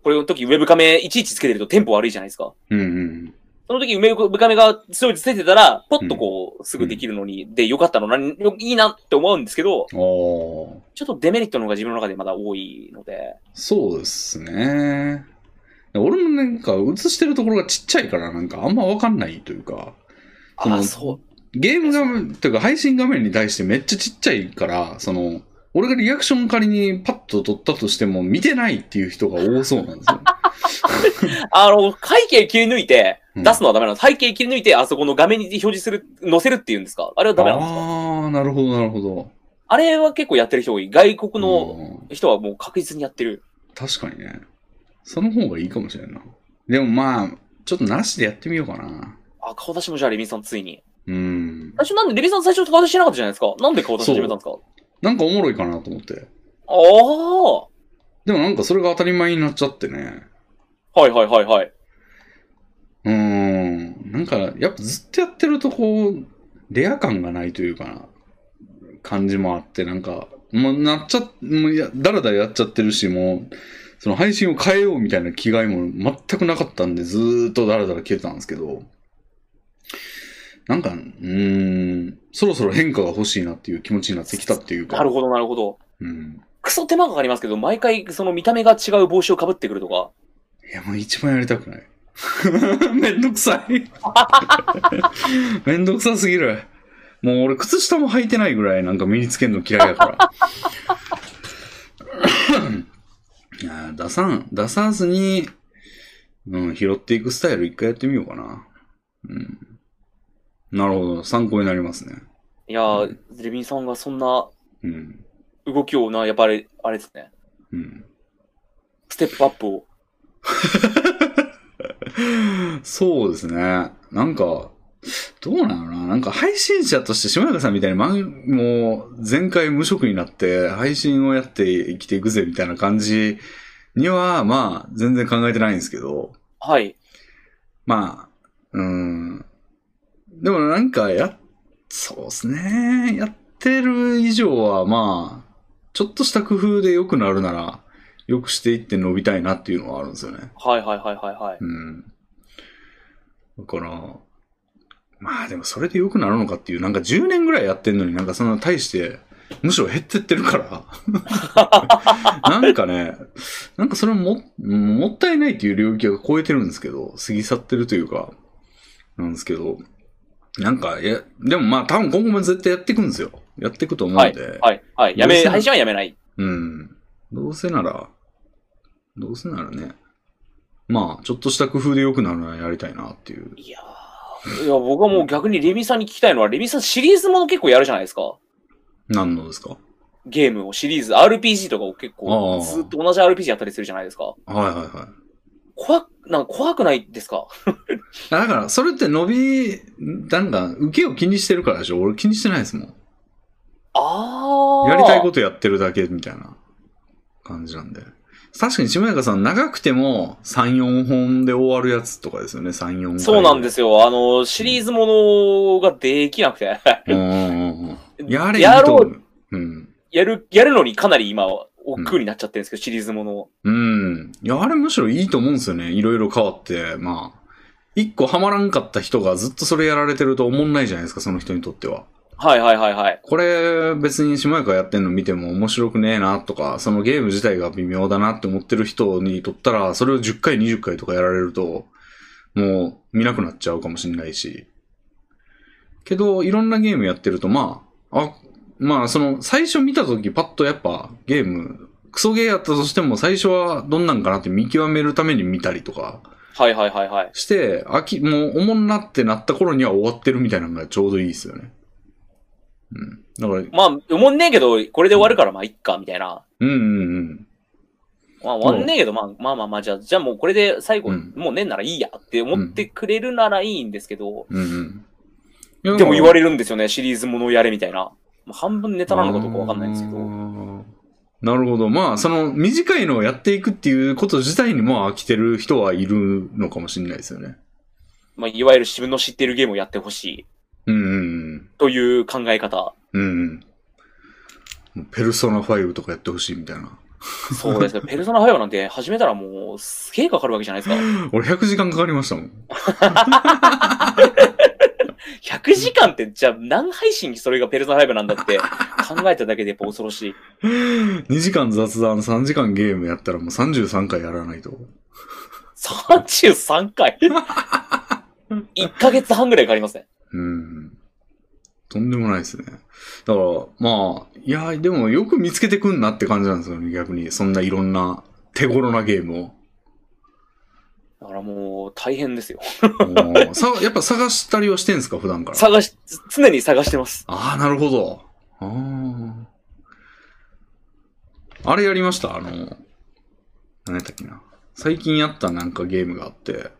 これの時ウェブカメいちいちつけてるとテンポ悪いじゃないですか。うんうん。その時ウェブカメが強いつけてたら、ポッとこう、すぐできるのに、で、良かったのな、よいいなって思うんですけど、ああ。ちょっとデメリットの方が自分の中でまだ多いので、そうですね。俺もなんか映してるところがちっちゃいからなんかあんまわかんないというか、そのあ、そう。ゲーム画面というか配信画面に対してめっちゃちっちゃいから、その、俺がリアクション仮にパッと撮ったとしても見てないっていう人が多そうなんです よ。あの、背景切り抜いて、うん出すのはダメなの。背景切り抜いて、あそこの画面に表示する、載せるっていうんですかあれはダメなんですかああ、なるほどなるほど。あれは結構やってる人多い。外国のうん人はもう確実にやってる。確かにね。その方がいいかもしれんな。でもまあ、ちょっとなしでやってみようかな。あ、顔出しもじゃあレミさんついに。うん。最初なんで、レミさん最初顔出ししてなかったじゃないですか。なんで顔出し始めたんですかなんかおもろいかなと思って。ああでもなんかそれが当たり前になっちゃってね。ー。はいはいはいはい。うーん。なんか、やっぱずっとやってるとこう、レア感がないというかな、感じもあって、なんか、もうなっちゃ、もうや、だらだらやっちゃってるし、もう、その配信を変えようみたいな気概も全くなかったんで、ずーっとだらだら消えてたんですけど、なんか、うーん、そろそろ変化が欲しいなっていう気持ちになってきたっていうか、なるほどなるほど。うん。クソ手間かかりますけど、毎回その見た目が違う帽子をかぶってくるとか。いや、もう一番やりたくない。 めんどくさい。めんどくさすぎる。もう俺、靴下も履いてないぐらいなんか身につけるの嫌いや から。いやー、出さん、出さずに、うん、拾っていくスタイル一回やってみようかな。うん。なるほど。参考になりますね。いやー、レミさんがそんなうん。動きをな、やっぱり、あれですね。うん。ステップアップを。そうですね。なんか、どうなのななんか配信者として、島中さんみたいに、まんもう、前回無職になって、配信をやって生きていくぜ、みたいな感じには、まあ、全然考えてないんですけど、はい。まあ、うん。でもなんか、や、そうですね。やってる以上は、まあ、ちょっとした工夫で良くなるなら、良くしていって伸びたいなっていうのはあるんですよね。はいはいはいはいはい。うん。だから、まあでもそれで良くなるのかっていう、なんか10年ぐらいやってんのになんかそんな大して、むしろ減ってってるから。 なんかね、なんかそれも、もったいないっていう領域が超えてるんですけど、過ぎ去ってるというか、なんですけど、なんか、いや、でもまあ多分今後も絶対やっていくんですよ。やっていくと思うはんいで。。はい。はい。やどうめ、せなら配信はやめない。うん。どうせなら、どうせならね、まあ、ちょっとした工夫で良くなるならやりたいなっていう。いやーいや、僕はもう逆にレミさんに聞きたいのは、レミさんシリーズもの結構やるじゃないですか。何のですかゲームを、シリーズ、RPG とかを結あ構、ーずっと同じ RPG やったりするじゃないですか。はいはいはい。怖く、なんか怖くないですかあだから、それって伸び、なんか、受けを気にしてるからでしょ俺気にしてないですもん。ああ。やりたいことやってるだけみたいな感じなんで。確かに、島中さん、長くても3、4本で終わるやつとかですよね、3、4本。。そうなんですすよ。あの、シリーズものができなくて。うんうんうん。やれ、やいいとろ思う、う。うん。やる、やるのにかなり今、億劫になっちゃってるんですけど、シリーズものを。うん。いや、あれむしろいいと思うんですよね。いろいろ変わって。まあ、一個ハマらんかった人がずっとそれやられてると思んないじゃないですか、その人にとっては。はいはいはいはい。これ、別にしもやかやってんの見ても面白くねえなとか、そのゲーム自体が微妙だなって思ってる人にとったら、それを10回、20回とかやられると、もう見なくなっちゃうかもしれないし。けど、いろんなゲームやってると、まあ、あ、まあ、その、最初見たときパッとやっぱゲーム、クソゲーやったとしても最初はどんなんかなって見極めるために見たりとかはいはいはいはい。して、飽き、もうおもんなってなった頃には終わってるみたいなのがちょうどいいですよね。うん。だから、まあ、思んねえけど、これで終わるからまあ、いっか、みたいな。うんうんうん。まあ、終わんねえけど、まあまあまあまあ、じゃあ、じゃあもうこれで最後、うんもうねえんならいいやって思ってくれるならいいんですけど、うんうん。でも言われれるんですよね、シリーズものをやれみたいな。まあ、半分ネタなのかどうかわかんないんですけど。ど。なるほど。まあ、その短いのをやっていくっていうこと自体にも飽きてる人はいるのかもしれないですよね。まあ、いわゆる自分の知ってるゲームをやってほしいうんうんという考え方。うん。うんうん。ペルソナ5とかやってほしいみたいな。そうですね。 ペルソナ5なんて始めたらもうすげえかかるわけじゃないですか。俺100時間かかりましたもん。 100時間って、じゃあ何配信それがペルソナ5なんだって考えただけでやっぱ恐ろしい。 2時間雑談、3時間ゲームやったらもう33回やらないと。 33回 ?1 ヶ月半ぐらいかかりますね。うん。とんでもないですね。だから、まあ、いや、でもよく見つけてくんなって感じなんですよね、逆に。そんないろんな手頃なゲームを。だからもう大変ですよ。おーさ やっぱ探したりはしてんすか、普段から。探し、常に探してます。ああ、なるほど。あーあれやりましたあの、何やったっけな。最近やったなんかゲームがあって、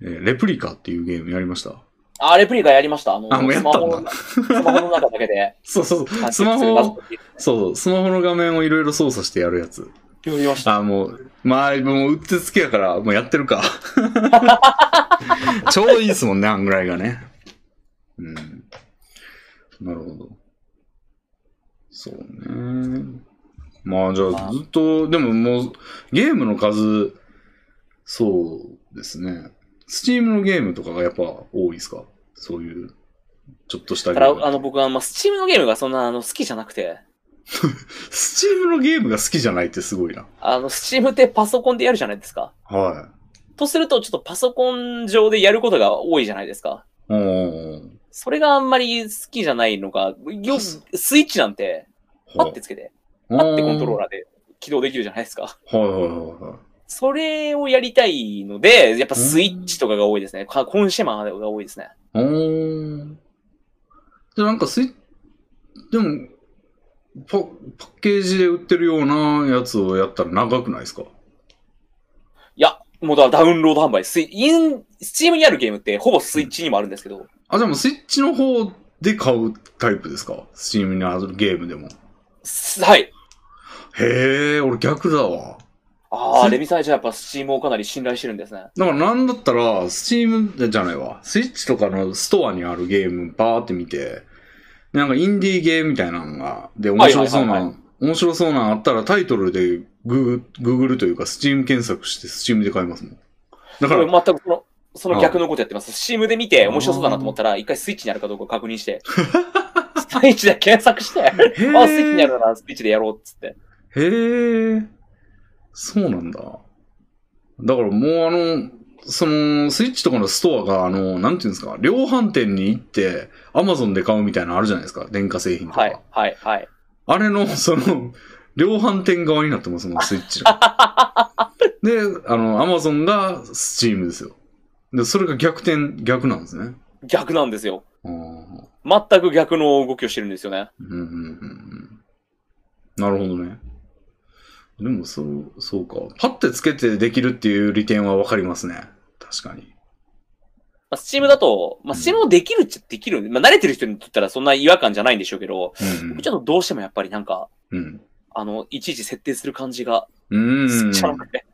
えーレプリカっていうゲームやりました。あ、レプリカやりました。あの、あもうやスったマんだホの、スマホの中だけで。そうそうそう、スマホ完結を、するそうそう、スマホの画面をいろいろ操作してやるやつ。やりました。あーもう、まあ、もう、うってつけやから、もうやってる か。ちょうどいいですもんね、あんぐらいがね。うん。なるほど。そうね。まあ、じゃまあ、あずっと、でももう、ゲームの数、そうですね。スチームのゲームとかがやっぱ多いですかそういう、ちょっとしたたゲーム。だ、あの、僕は、まあ、スチームのゲームがそんな、あの、好きじゃなくて、スチームのゲームが好きじゃないってすごいな。あの、スチームってパソコンでやるじゃないですか。はとすると、ちょっとパソコン上でやることが多いじゃないですか。い。うん。それがあんまり好きじゃないのか、よ、スイッチなんて、パッてつけて、パッてコントローラーで起動できるじゃないですか。はいはいはいはい。それをやりたいので、やっぱスイッチとかが多いですね。かコンシェマーが多いですね。おー。で、なんかスイでもパ、パッケージで売ってるようなやつをやったら長くないですかいや、もうだからダウンロード販売。スイイン、スチームにあるゲームってほぼスイッチにもあるんですけど、あ、じゃあもうスイッチの方で買うタイプですかスチームにあるゲームでも。すはい。へえ、俺逆だわ。あスあ、イレミさんはじゃあやっぱスチームをかなり信頼してるんですね。だからなんだったら、スチームじゃないわ。スイッチとかのストアにあるゲームバーって見て、でなんかインディーゲームみたいなのが、で、面白そうはいはいなはん、面白そうなんあったらタイトルでグーグーグルというかスチーム検索してスチームで買いますもん。だから俺、全くその、その逆のことやってます。スチームで見て面白そうだなと思ったら、一回スイッチにあるかどうか確 認して、スイッチで検索して、へーあ、スイッチにあるならスイッチでやろうっつって。へえ、そうなんだ。だからもうあの、その、スイッチとかのストアが、あの、なんていうんですか、量販店に行って、アマゾンで買うみたいなのあるじゃないですか、電化製品とか。はい、はい、はい。あれの、その、量販店側になってますもん、スイッチの。で、あの、アマゾンがスチームですよ。で、それが逆転、逆なんですね。逆なんですよ。あーうん全く逆の動きをしてるんですよね。うんうんうん。なるほどね。でも、そう、そうか。パッてつけてできるっていう利点はわかりますね。確かに。まあ、スチームだと、まうんあ、スチームもできるっちゃできる。まあ、慣れてる人にとったらそんな違和感じゃないんでしょうけど、うんちょっとどうしてもやっぱりなんか、うん。あの、いちいち設定する感じが、うん。うすっんちゃなくて。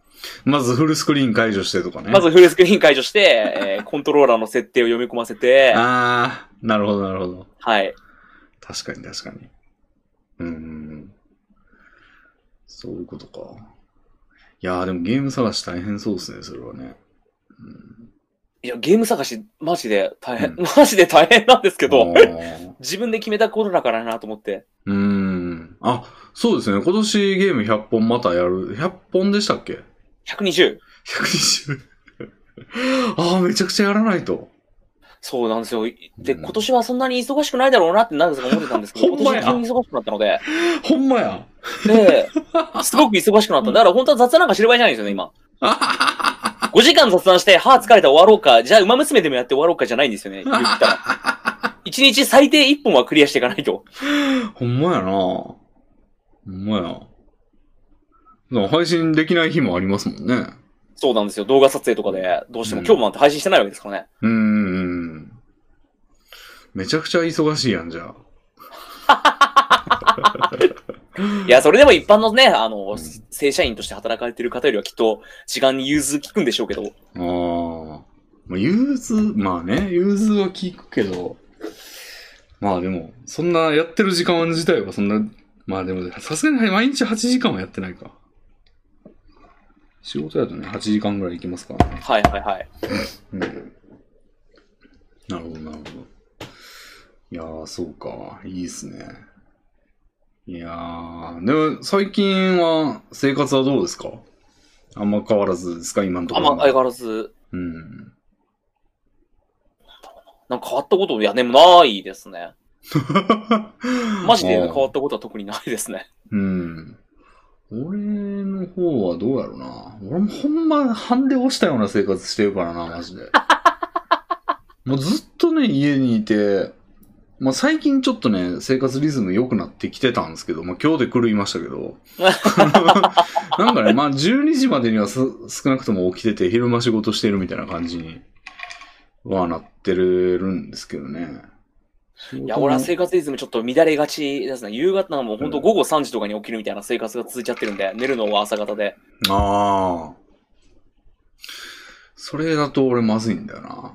まずフルスクリーン解除してとかね。まずフルスクリーン解 除して、えーコントローラーの設定を読み込ませて、ああ、なるほど、なるほど。はい。確かに確かに。うーん。そういうことか。いやーでもゲーム探し大変そうですね、それはね。うん、いや、ゲーム探し、マジで大変、うマジで大変なんですけどあ、ー 自分で決めたことだからなと思って。うーん。あ、そうですね。今年ゲーム100本またやる。100本でしたっけ120。 ?120。ああ、めちゃくちゃやらないと。そうなんですよ。で、うん今年はそんなに忙しくないだろうなってなんか思ってたんですけど、 ほんまや今年は急に忙しくなったので、ほんまや。 で、すごく忙しくなった。だから本当は雑談なんか知る場合じゃないんですよ ね、今。5時間雑談して、はあ疲れた終わろうか、じゃあ馬娘でもやって終わろうかじゃないんですよね、言ったら。1日 最低1本はクリアしていかないと。ほんまやな。ほんまや。だから配信できない日もありますもんね。そうなんですよ。動画撮影とかで、どうしてもうん今日もなんて配信してないわけですからね。うーん。めちゃくちゃ忙しいやん、じゃあ。いや、それでも一般のね、あのん、正社員として働かれてる方よりはきっと、時間に融通効くんでしょうけど、ああ。まあ、融通、まあね、融通は聞くけど、まあでも、そんなやってる時間自体はそんな、まあでも、さすがに毎日8時間はやってないか。仕事だとね、8時間ぐらい行きますからね。はいはいはい。うん。なるほど、なるほど。いやー、そうか。いいっすね。いやー、でも最近は生活はどうですかあんま変わらずですか今のとあこんろ。ま相変わらず、うん。なんか変わったこと、いや、でもないですね。 マジで変わったことは特にないですね。うん。俺の方はどうやろうな。俺もほんま、ハンデ落ちたような生活してるからな、マジ で。もうずっとね、家にいて、まあ最近ちょっとね、生活リズム良くなってきてたんですけど、まあ今日で狂いましたけ ど。なんかね、まあ12時までにはす少なくとも起きてて、昼間仕事してるみたいな感じにはなってるんですけどね。いいや、俺は生活リズムちょっと乱れがちですね。夕方なんかもう本当午後3時とかに起きるみたいな生活が続いちゃってるんで、寝るのは朝方で。ああ。それだと俺まずいんだよな。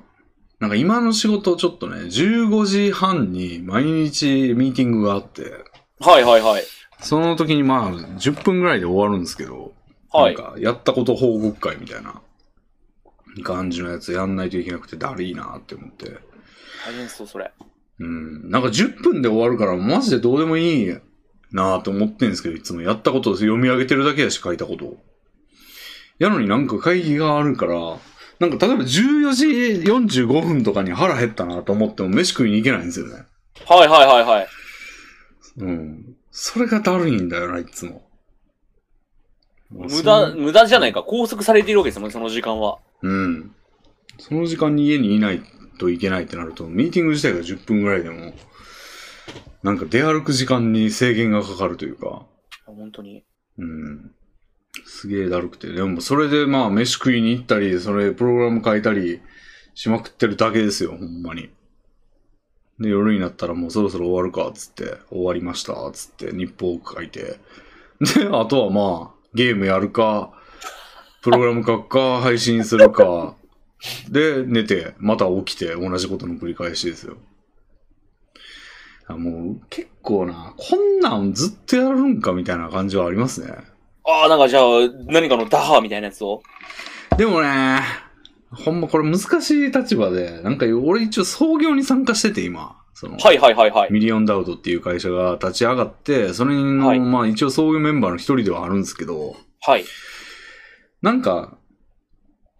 なんか今の仕事ちょっとね、15時半に毎日ミーティングがあって、はいはいはい。その時にまあ10分ぐらいで終わるんですけど、はいな。んかやったこと報告会みたいな感じのやつやんないといけなくてだるいなって思って。大変そう、それ。うん。なんか10分で終わるからマジでどうでもいいなぁと思ってんですけど、いつもやったことを読み上げてるだけやし、書いたことを。やのになんか会議があるから、なんか例えば14時45分とかに腹減ったなと思っても飯食いに行けないんですよね。はいはいはいはい。うん。それがだるいんだよな、いつも。無そ駄、の無駄じゃないか。拘束されているわけですもんね、その時間は。うん。その時間に家にいないといけないってなると、ミーティング自体が10分ぐらいでも、なんか出歩く時間に制限がかかるというか、本当に。うん。すげえだるくて。でも、それでまあ、飯食いに行ったり、それ、プログラム変えたりしまくってるだけですよ、ほんまに。で、夜になったらもうそろそろ終わるか、つって、終わりました、つって、日報を書いて。で、あとはまあ、ゲームやるか、プログラム書くか、配信するか。で、寝て、また起きて、同じことの繰り返しですよ。あもう、結構な、こんなんずっとやるんかみたいな感じはありますね。ああ、なんかじゃあ、何かのダハーみたいなやつを。でもね、ほんまこれ難しい立場で、なんか俺一応創業に参加してて今、その、はいはいはいはい。ミリオンダウトっていう会社が立ち上がって、それの、はいまあ一応創業メンバーの一人ではあるんですけど、はい。なんか、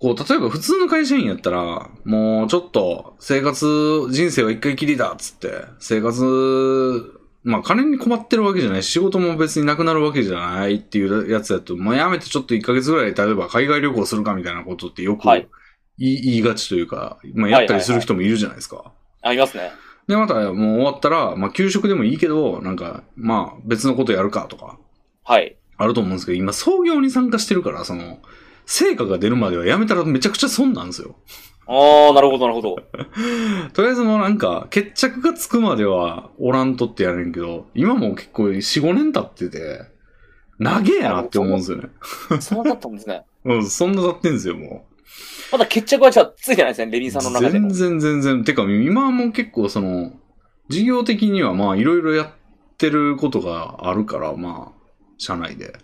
こう、例えば普通の会社員やったら、もうちょっと生活、人生は一回きりだっつって、生活、まあ金に困ってるわけじゃないし、仕事も別になくなるわけじゃないっていうやつだと、もうやめてちょっと1ヶ月ぐらい、例えば海外旅行するかみたいなことってよく言い,、はい言いがちというか、まあやったりする人もいるじゃないですか。ありますね。で、またもう終わったら、まあ給食でもいいけど、なんか、まあ別のことやるかとか、はい。あると思うんですけど、今、創業に参加してるから、その、成果が出るまではやめたらめちゃくちゃ損なんですよ。ああ、なるほどなるほど。とりあえずもうなんか、決着がつくまではおらんとってやれんけど、今もう結構4、5年経ってて、長えやなって思うんですよね。そうだったんですね。うん、そんな経ってんですよ、もう。まだ決着はじゃあついてないですね、レビンさんの中で全も。然全然。てか、今はもう結構その、事業的にはまあいろいろやってることがあるから、まあ、社内で。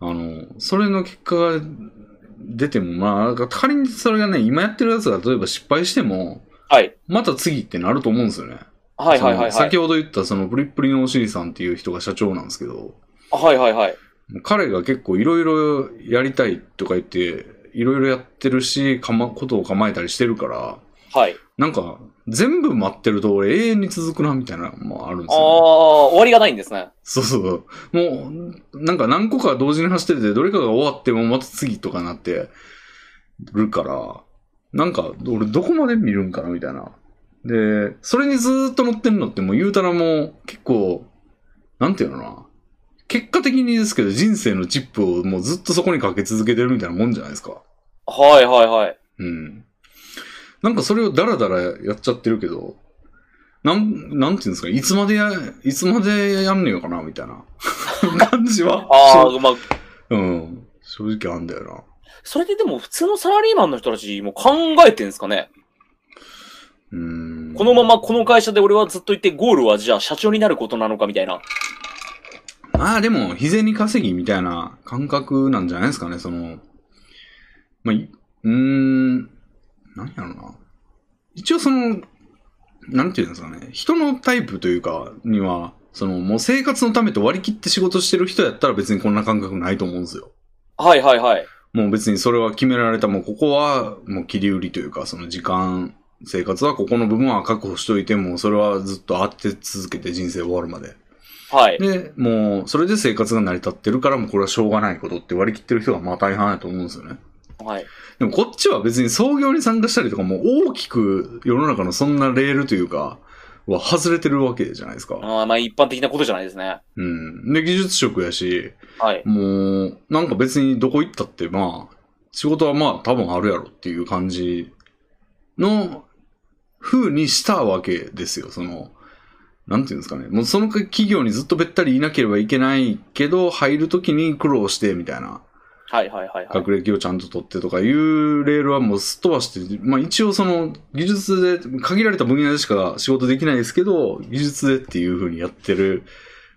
あの、それの結果が出ても、まあ、なんか仮にそれがね、今やってるやつが例えば失敗しても、はい。また次ってなると思うんですよね。はいはいはいそのはい先。ほど言ったそのプリップリのおしりさんっていう人が社長なんですけど、はいはいはい。彼が結構いろいろやりたいとか言って、いろいろやってるし、かま、ことを構えたりしてるから、はい。なんか、全部待ってると俺永遠に続くな、みたいなのもあるんであすあ、よ、ね。終わりがないんですね。そうそう。もう、なんか何個か同時に走ってて、どれかが終わってもまた次とかなってるから、なんか、俺どこまで見るんかな、みたいな。で、それにずーっと乗ってんのってもう言うたらもう結構、なんていうのかな。結果的にですけど、人生のチップをもうずっとそこにかけ続けてるみたいなもんじゃないですか。はいはいはい。うん。なんかそれをダラダラやっちゃってるけど、なん、なんていうんですか、いつまでや、いつまでやんねよかな、みたいな 感じは。あそあ、まあ、ううん。正直あんだよな。それででも普通のサラリーマンの人たちも考えてんですかね。うーん。このままこの会社で俺はずっといて、ゴールはじゃあ社長になることなのかみたいな。ああ、でも、日銭稼ぎみたいな感覚なんじゃないですかね、その。まあ、いうーん、なんやろな。一応その、なんていうんですかね、人のタイプというか、には、その、もう生活のためと割り切って仕事してる人やったら別にこんな感覚ないと思うんですよ。はいはいはい。もう別にそれは決められた、もうここはもう切り売りというか、その時間、生活はここの部分は確保しといて、もうそれはずっとあって続けて人生終わるまで。はい。で、もう、それで生活が成り立ってるから、もうこれはしょうがないことって割り切ってる人がまあ大半やと思うんですよね。はい。でもこっちは別に創業に参加したりとか、もう大きく世の中のそんなレールというか、は外れてるわけじゃないですか。あーまあ一般的なことじゃないですね。うん。で、技術職やし、はい。もう、なんか別にどこ行ったって、まあ、仕事はまあ多分あるやろっていう感じの風にしたわけですよ。その、なんていうんですかね。もうその企業にずっとべったりいなければいけないけど、入るときに苦労してみたいな、はいはいはいはい。学歴をちゃんと取ってとかいうレールはもうすっ飛ばして、まあ一応その技術で、限られた分野でしか仕事できないですけど、技術でっていう風にやってる、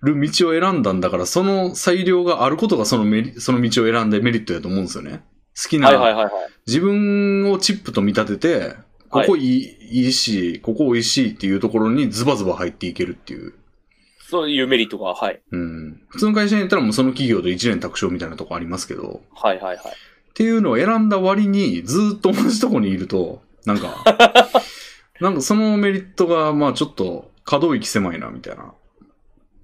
る道を選んだんだから、その裁量があることがそのメリ、その道を選んでメリットやと思うんですよね。好きな、はいはいはいはい。自分をチップと見立てて、ここいい,、い、いし、ここ美味しいっていうところにズバズバ入っていけるっていう。そういうメリットが、はい。うん。普通の会社に行ったらもうその企業と一年卓勝みたいなとこありますけど、はいはいはい。っていうのを選んだ割に、ずーっと同じとこにいると、なんか、なんかそのメリットが、まあちょっと、可動域狭いな、みたいな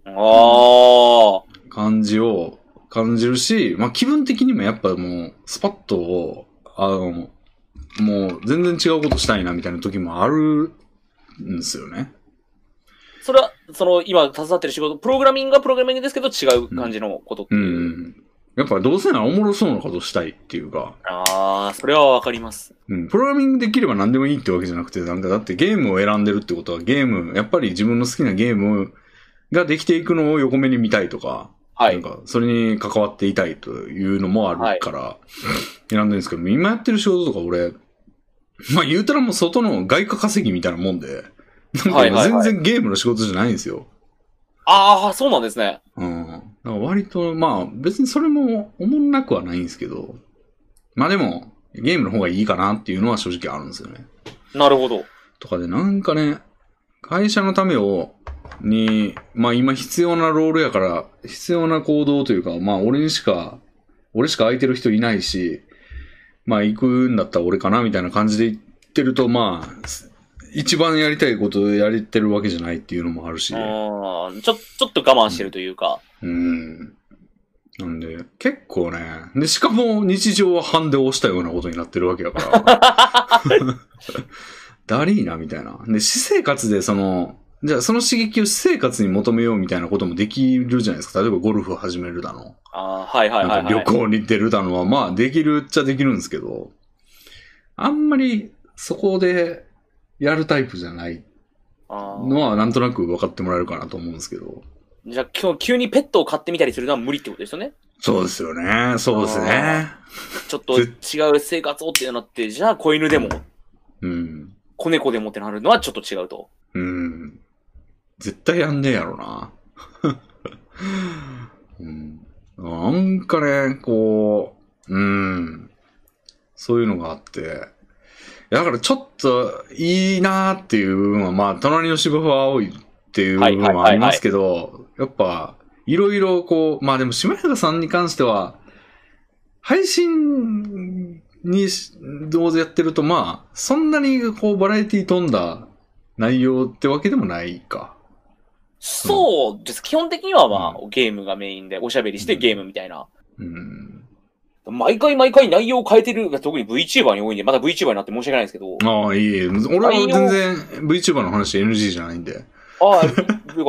ああ。は感じを感じるし、まあ気分的にもやっぱもう、スパッとを、あの、もう全然違うことしたいな、みたいな時もあるんですよね。それは、その、今、携わってる仕事、プログラミングはプログラミングですけど、違う感じのことってういんう。うん。やっぱどうせならおもろそうなことしたいっていうか、ああ、それはわかります。うん、プログラミングできれば何でもいいってわけじゃなくて、なんかだってゲームを選んでるってことはゲーム、やっぱり自分の好きなゲームができていくのを横目に見たいとか、なはんい。かそれに関わっていたいというのもあるから、選んでるんですけど、今やってる仕事とか俺、まあ言うたらもう外の外貨稼ぎみたいなもんで、なんはいかはいは全い然ゲームの仕事じゃないんですよ。ああ、そうなんですね。うん。だから割と、まあ別にそれもおもんなくはないんですけど、まあでも、ゲームの方がいいかなっていうのは正直あるんですよね。なるほど。とかでなんかね、会社のためを、に、まあ今必要なロールやから、必要な行動というか、まあ俺にしか、俺しか空いてる人いないし、まあ行くんだったら俺かなみたいな感じで行ってると、まあ、一番やりたいことをやれてるわけじゃないっていうのもあるし。あーちょ、ちょっと我慢してるというか。うん。なんで、結構ね。で、しかも日常は半で押したようなことになってるわけだから。 だりーな、みたいな。で、私生活でその、じゃあその刺激を私生活に求めようみたいなこともできるじゃないですか。例えばゴルフを始めるだの。ああ、はいはいは、ないんはかい。旅行に出るだのは、まあできるっちゃできるんですけど、あんまりそこでやるタイプじゃないあーのはなんとなく分かってもらえるかなと思うんですけど。じゃあ、今日急にペットを飼ってみたりするのは無理ってことですよね。そうですよね。そうですね。ちょっと違う生活をってなって、じゃあ、子犬でも、うん。子猫でもってなるのはちょっと違うと。うん。絶対やんねえやろな。 うん、なんかね、こう、うん。そういうのがあって。いやだからちょっといいなーっていう部分は、まあ、隣の芝生は青いっていう部分はありますけど、やっぱ、いろいろこう、まあでも、島平さんに関しては、配信にしどうぞやってると、まあ、そんなにこうバラエティ飛んだ内容ってわけでもないか。そうです。基本的にはまあ、ゲームがメインで、おしゃべりしてうんゲームみたいな。うん。毎回毎回内容を変えてる、特に VTuber に多いんで、まだ VTuber になって申し訳ないんですけど。ああ、いえいえ、俺は全然 VTuber の話 NG じゃないんで。ああ、よか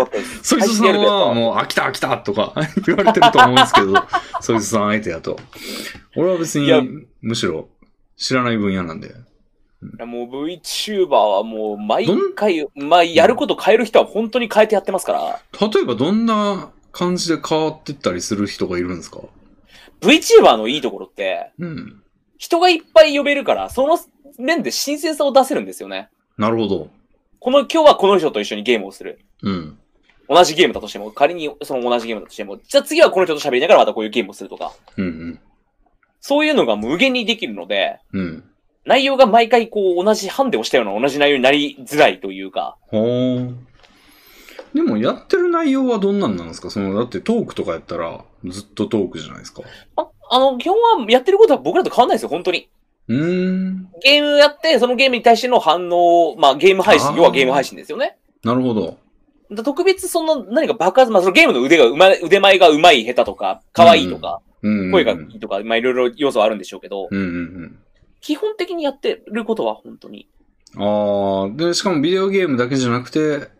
ったです。 そいつさんはもう飽きた飽きたとか 言われてると思うんですけど、そいつさん相手やと。俺は別いやに、むしろ知らない分野なんで。いやもう VTuber はもう毎どん回、まあやること変える人は本当に変えてやってますから、例えばどんな感じで変わってったりする人がいるんですか VTuber のいいところって、うん。人がいっぱい呼べるから、その面で新鮮さを出せるんですよね。なるほど。この、今日はこの人と一緒にゲームをする。うん。同じゲームだとしても、仮にその同じゲームだとしても、じゃあ次はこの人と喋りながらまたこういうゲームをするとか、うんそういうのが無限にできるので、うん。うん。内容が毎回こう同じハンデをしたような同じ内容になりづらいというか、ほー。でもやってる内容はどんなんなんですかその、だってトークとかやったらずっとトークじゃないですか。ああの、基本はやってることは僕らと変わんないですよ、本当に。うーん。ゲームやって、そのゲームに対しての反応を、まあゲーム配あ信、ー要はゲーム配信ですよね。なるほど。だ特別その何か爆発、まあそのゲームの腕がうま、腕前がうまい下手とか、可愛いとか、うんうんうん。声がいいとか、まあいろいろ要素はあるんでしょうけど、うんうん基本的にやってることは本当に。うん。ああ、で、しかもビデオゲームだけじゃなくて、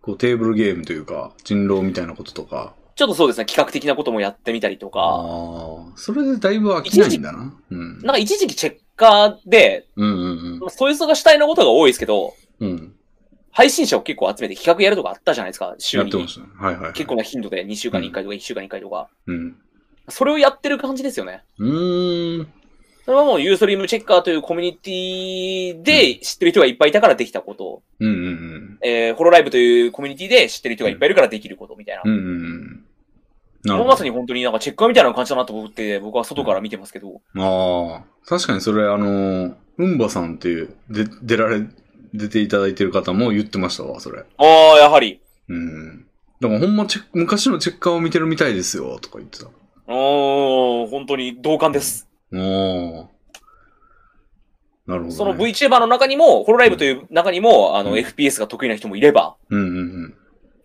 こうテーブルゲームというか、人狼みたいなこととか。ちょっとそうですね、企画的なこともやってみたりとああか、ー、それでだいぶ飽きないんだな。うん。なんか一時期チェッカーで、うんうんまあそういう人が主体のことが多いですけど、うん。うん。配信者を結構集めて企画やるとかあったじゃないですか、週やっにて。ましたね。はいはい、はい。結構な頻度で2週間に1回とか1週間に1回とか。うん。それをやってる感じですよね。うーん。それはもうユーストリームチェッカーというコミュニティで知ってる人がいっぱいいたからできたこと、うんうんえー、ホロライブというコミュニティで知ってる人がいっぱいいるからできることみたいな。うん。うんうんうん。なもるうほまどさ。に本当になんかチェッカーみたいな感じだなと思って、僕は外から見てますけど。ああ、確かにそれ、あのー、うんばさんっていう、で、出られ、出ていただいてる方も言ってましたわ、それ。ああ、やはり。うん。だからほんまチェック昔のチェッカーを見てるみたいですよ、とか言ってた。うーん、本当に同感です。おお。なるほど、ね。その VTuber の中にも、ホロライブという中にも、あうの、ん FPS が得意な人もいれば、うんうん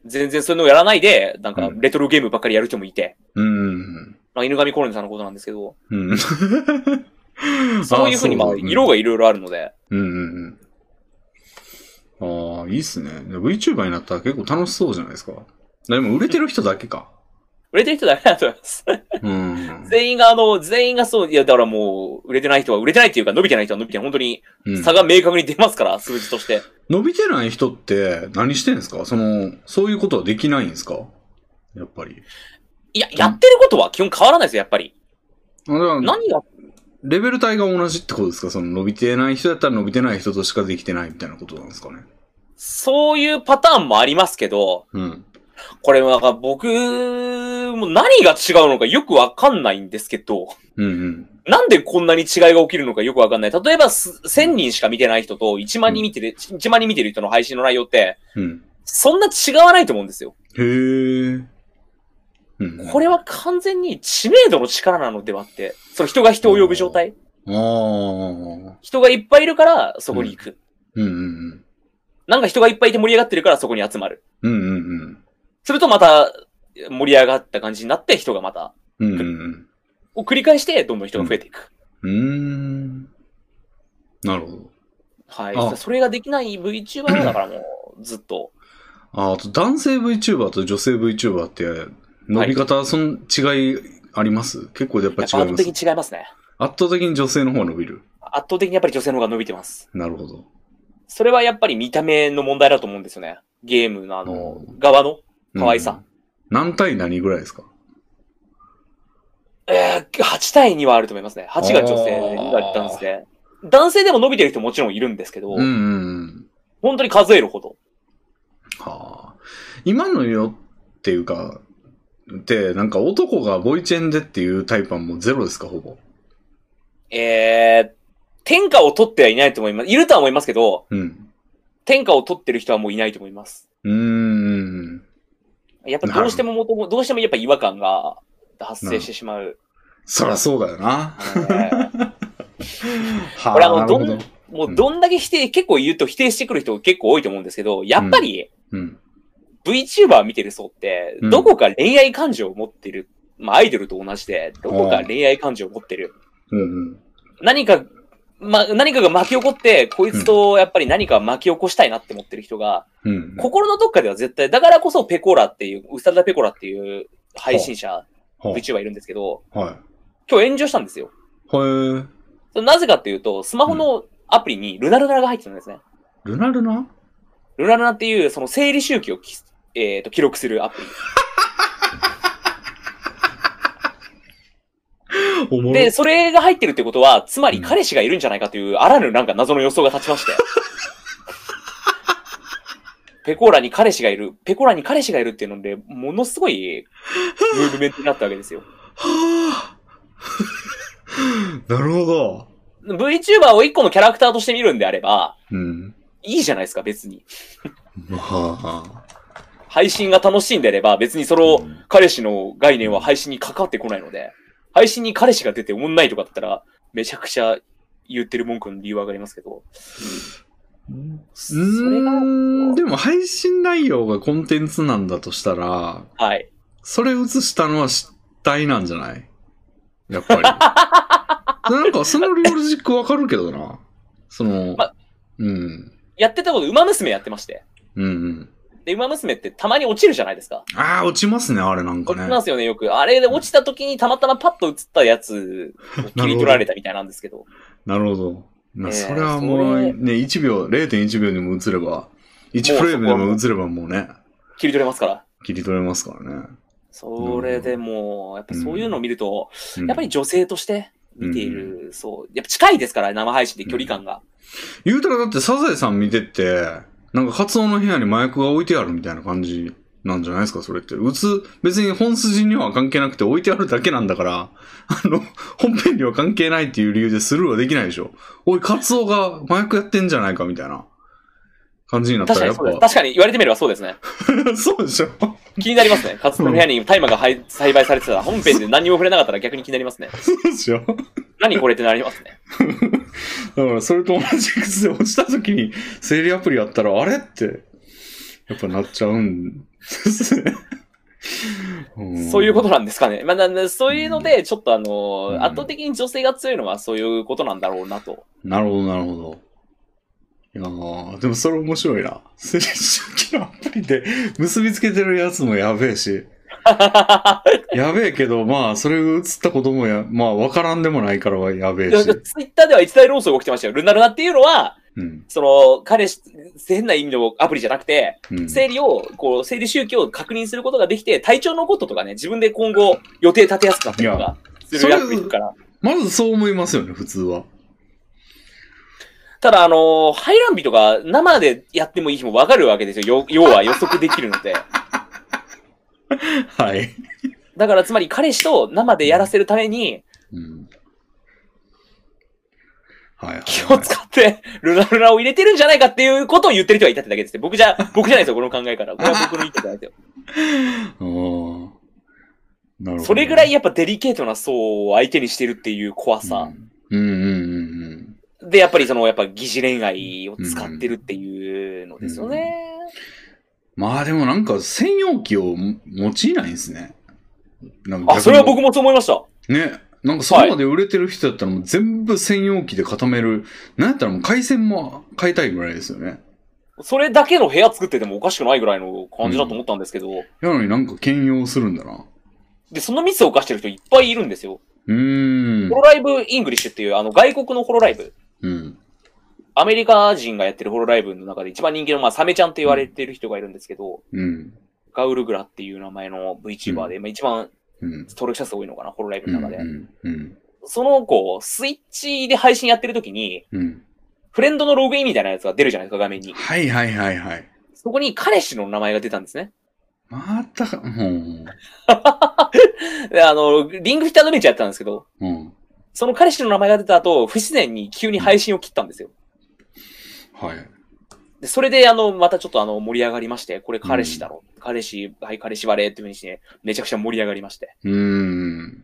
全然そういうのをやらないで、なんかう、んレトロゲームばっかりやる人もいて、うん。うんうんまあ、犬神コロネさんのことなんですけど、うん。うん。そういうふうに、まあ、色が。がいろいろあるので、うんうんうん。ああ、いいっすね。で VTuber になったら結構楽しそうじゃないですか。でも売れてる人だけか。売れてる人だけだと思います。うん。全員が、あの、全員がそう、いや、だからもう、売れてない人は売れてないっていうか、伸びてない人は伸びてない。本当に、うん差が明確に出ますから、数字として。伸びてない人って何してんですかその、そういうことはできないんですかやっぱり。いや、やってることは基本変わらないですよ、やっぱり。あだから何が、レベル帯が同じってことですかその伸びてない人だったら伸びてない人としかできてないみたいなことなんですかねそういうパターンもありますけど、うん。これはなんか僕、もう何が違うのかよくわかんないんですけど、うんうん。なんでこんなに違いが起きるのかよくわかんない。例えば、す1000人しか見てない人と1万人見てる、1万人見てる人の配信の内容って、うん。そんな違わないと思うんですよ。へえ。うん。これは完全に知名度の力なのではって、その人が人を呼ぶ状態。ああ。うん人がいっぱいいるから、そこに行く。うんうん。なんか人がいっぱいいて盛り上がってるから、そこに集まる。うんうんするとまた、盛り上がった感じになって、人がまた、うん。うんうんを繰り返して、どんどん人が増えていく。うん。うーん。なるほど。はあい。それができない VTuber はだからもう、ずっと。ああと男性 VTuber と女性 VTuber って伸び方、その違いあります結構やっぱ違やっぱい圧倒ま的すに違いますね。圧倒的に女性の方が伸びる。圧倒的にやっぱり女性の方が伸びてます。なるほど。それはやっぱり見た目の問題だと思うんですよね。ゲームのあのう、側の。可愛さうん。何対何ぐらいですかえー、8対2はあると思いますね。8が女性、あー2が男性。男性でも伸びてる人もちろんいるんですけど、うんうんうん。本当に数えるほど。はあ。今の世っていうか、で、なんか男がボイチェンでっていうタイプはもうゼロですか、ほぼ。えー、天下を取ってはいないと思います。いるとは思いますけど、うん。天下を取ってる人はもういないと思います。うーん。やっぱどうしても元々どうしてもやっぱ違和感が発生してしまう。そらそうだよな。あのねはこれあのなるほどどんもうどんだけ否定、結構言うと否定してくる人結構多いと思うんですけど、やっぱりうん。 VTuber 見てる層ってう、んどこか恋愛感情を持ってる。まあアイドルと同じで、どこか恋愛感情を持ってる。うん何か、ま、何かが巻き起こって、こいつとやっぱり何か巻き起こしたいなって思ってる人が、うん。うん。心のどっかでは絶対、だからこそペコラっていう、ウサダペコラっていう配信者、は VTuber いるんですけど、い。はい。今日炎上したんですよ。へえ。それなぜかっていうと、スマホのアプリにルナルナが入ってるんですね。ルナルナルナルナっていう、その生理周期をき、えー、と記録するアプおもろリ。で、それが入ってるってことは、つまりうん彼氏がいるんじゃないかという、あらぬなんか謎の予想が立ち まして。ペコーラに彼氏がいる、ペコーラに彼氏がいるっていうので、ものすごいムーブメントになったわけですよ。はあなるほど。 VTuber を一個のキャラクターとして見るんであれば、うん。いいじゃないですか、別に。まあ。配信が楽しいんであれば、別にそのうん彼氏の概念は配信に関わってこないので、配信に彼氏が出ておもんないとかだったら、めちゃくちゃ言ってる文句の理由はわかりますけど、それがう、ーん、でも配信内容がコンテンツなんだとしたら、はい。それ映したのは失態なんじゃないやっぱ り。なんかそのロジックわかるけどな。その、まうん。やってたこと、馬娘やってまして。うんうん。で、馬娘ってたまに落ちるじゃないですか。ああ、落ちますね、あれなんか落ね。ちますよね、よく。あれで落ちた時にたまたまパッと映ったやつを切り取られたみたいなんですけど。なるほど。なえーそれはもそうれね、1秒、0.1秒でも映れば、1フレームでも映ればもうね、切り取れますから。切り取れますからね。それでもう、やっぱそういうのを見ると、うんやっぱり女性として見ている、そう。やっぱ近いですから、生配信で距離感が。言うたらだってサザエさん見てって、なんかカツオの部屋に麻薬が置いてあるみたいな感じなんじゃないですか、それって。うつ、別に本筋には関係なくて置いてあるだけなんだから、あの、本編には関係ないっていう理由でスルーはできないでしょ。おい、カツオが麻薬やってんじゃないかみたいな感じになった確らかやっにそうです。ぱ、確かに言われてみればそうですね。 そうでしょ。気になりますね。かつての部屋に大麻がはい栽培されてたら本編で何も触れなかったら逆に気になりますね。そうでしょ。何これってなりますね。だからそれと同じ靴で落ちた時に生理アプリやったらあれってやっぱなっちゃうんですね。そういうこととなんですかね。まあ、なそういうので、ちょっとあの、うん圧倒的に女性が強いのはそういうことなんだろうなと。なるほどなるほど。いやーでもそれ面白いな。生理周期のアプリで結びつけてるやつもやべえ し、やべえけどまあそれが映ったこともや、まあわからんでもないからはやべえし。ツイッターでは一大論争が起きてましたよ。ルナルナっていうのは、うん。その、彼氏、変な意味のアプリじゃなくて、うん、生理を、こう、生理周期を確認することができて、体調のこととかね、自分で今後予定立てやすくなったりといか、すそるれやついるから。まずそう思いますよね、普通は。ただ、あのー、排卵日とか生でやってもいい日もわかるわけですよ。よ要は予測できるので。はい。だから、つまり彼氏と生でやらせるために、うん。はいはい、はい。気を使って、ルナルナを入れてるんじゃないかっていうことを言ってる人がいたってだけですね。僕じゃ、僕じゃないですよ、この考えから。これは僕の言ってただけですよ。ああ。なるほど、それぐらいややっぱデリケートな層を相手にしてるっていう怖さ。うんうんうんで、やっぱりその、やっぱ疑似恋愛を使ってるっていうのですよね。まあでもなんか専用機をも用いないんですね。なんか逆にあ、それは僕もそう思いました。ね。なんかそこまで売れてる人だったらもう全部専用機で固める。なんやったらもう回線も買いたいぐらいですよね。それだけの部屋作っててもおかしくないぐらいの感じだと思ったんですけど、やのになんか兼用するんだな。で、そのミスを犯してる人いっぱいいるんですよ。うーんホ。ロライブイングリッシュっていう、あの、外国のホロライブ。うん。アメリカ人がやってるホロライブの中で一番人気の、まあ、サメちゃんって言われてる人がいるんですけど、うん。ガウルグラっていう名前の VTuber で、まあ、一番うん。登録者数多いのかな、ホロライブうん。うの中で。ん。うん。その子、スイッチで配信やってる時に、うん。フレンドのログインみたいなやつが出るじゃないですか、画面に。はいはいはいはい。そこに彼氏の名前が出たんですね。またか、うん。であの、リングフィットアドベンチャーやってたんですけど、うん。その彼氏の名前が出た後、不自然に急に配信を切ったんですよ。はい。で、それで、あの、またちょっとあの、盛り上がりまして、これ彼氏だろ。彼氏、はい、彼氏バレーっていうふうにして、めちゃくちゃ盛り上がりまして。うーん。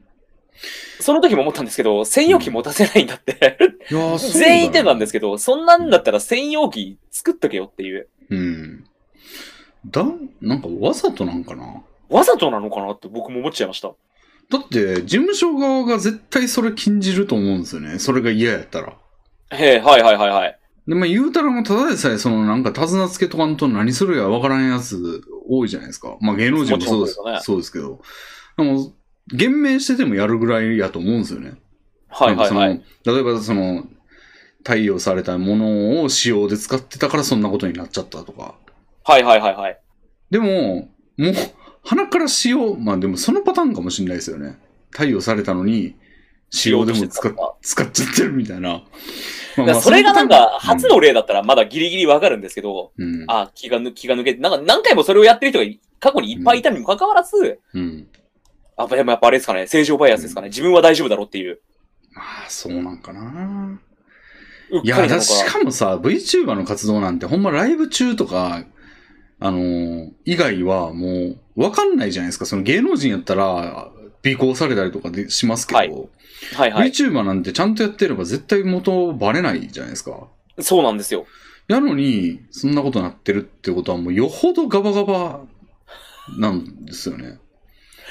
その時も思ったんですけど、専用機持たせないんだって。いやーそうだよ全員言ってたんですけど、そんなんだったら専用機作っとけよっていう。うん。だ、なんかわざとなんかな。わざとなのかなって僕も思っちゃいました。だって、事務所側が絶対それ禁じると思うんですよね。それが嫌やったら。へえ、はいはいはいはい。で、まあ言うたらもうただでさえ、そのなんか手綱つけとかんと何するやわからんやつ多いじゃないですか。まあ芸能人もそうですもちろんそうですよねそうですけど。でも、言明しててもやるぐらいやと思うんですよね。はいはいはなんいか。その例えばその、貸与されたものを使用で使ってたからそんなことになっちゃったとか。はいはいはいはい。でも、もう、鼻から使用、まあでもそのパターンかもしれないですよね。貸与されたのに、使用でも使っ使っちゃってるみたいな。まあだからそれがなんか、初、まあの例だったらまだギリギリわかるんですけど、ううん、あ、気が抜気が抜けて、なんか何回もそれをやってる人が過去にいっぱいいたにもかかわらず、うん。あやっぱやっぱあれですかね、正常バイアスですかね、自分は大丈夫だろうっていう。まあ、そうなんかな。うっいや、かりなだのしか。かもさ、VTuber の活動なんて、ほんまライブ中とか、あのー以外はもう、わかんないじゃないですか。その芸能人やったら、尾行されたりとかでしますけど、はいはいはい。 VTuber なんてちゃんとやってれば絶対元バレないじゃないですか。そうなんですよ。やのに、そんなことなってるってことはもうよほどガバガバなんですよね。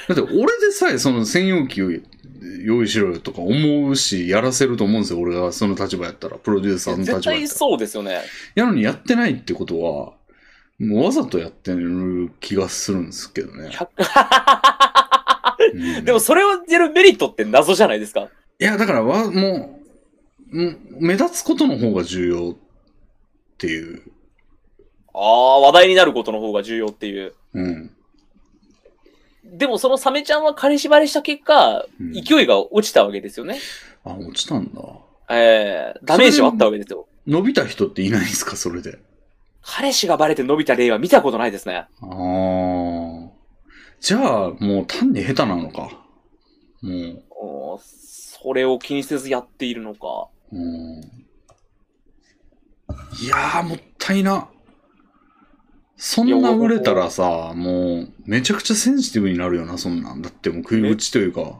だって俺でさえその専用機を用意しろよとか思うし、やらせると思うんですよ。俺がその立場やったら、プロデューサーの立場や絶ったら対。そうですよね。やのにやってないってことは、もうわざとやってる気がするんですけどね。うんでもそれをやるメリットって謎じゃないですか。いや、だからわ、もう、うん目立つことの方が重要っていう。ああ、話題になることの方が重要っていう。うん。でもそのサメちゃんは彼縛りした結果、うん勢いが落ちたわけですよね。あ、落ちたんだ。えー、ダメージはあったわけですよ。伸びた人っていないんですか、それで。彼氏がバレて伸びた例は見たことないですね。ああ。じゃあ、もう単に下手なのか。もう、おーそれを気にせずやっているのか。うん。いやー、もったいな。そんな売れたらさ、もう、めちゃくちゃセンシティブになるよな、そんなん。だってもう食い口というか。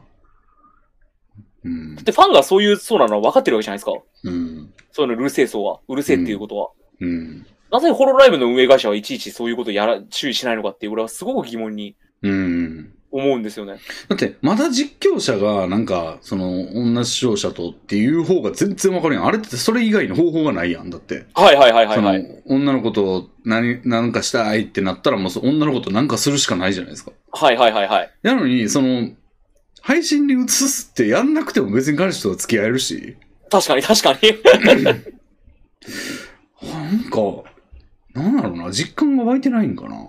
うんだっ。てファンがそういう、そうなのは分かってるわけじゃないですか。うん。そういうのうるせえ層は。うるせえっていうことは。うん。なぜホロライブの運営会社はいちいちそういうことやら、注意しないのかっていう、俺はすごく疑問にうん。思うんですよね。だって、まだ実況者が、なんか、その、女視聴者とっていう方が全然わかるやん。あれってそれ以外の方法がないやん。だって。はいはいはいはいはい。その、女の子と何、なんかしたいってなったら、もうそ女の子となんかするしかないじゃないですか。はいはいはいはい。なのに、その、配信に移すってやんなくても別に彼氏とは付き合えるし、確かに確かに。なんか、なんだろうな、実感が湧いてないんかな。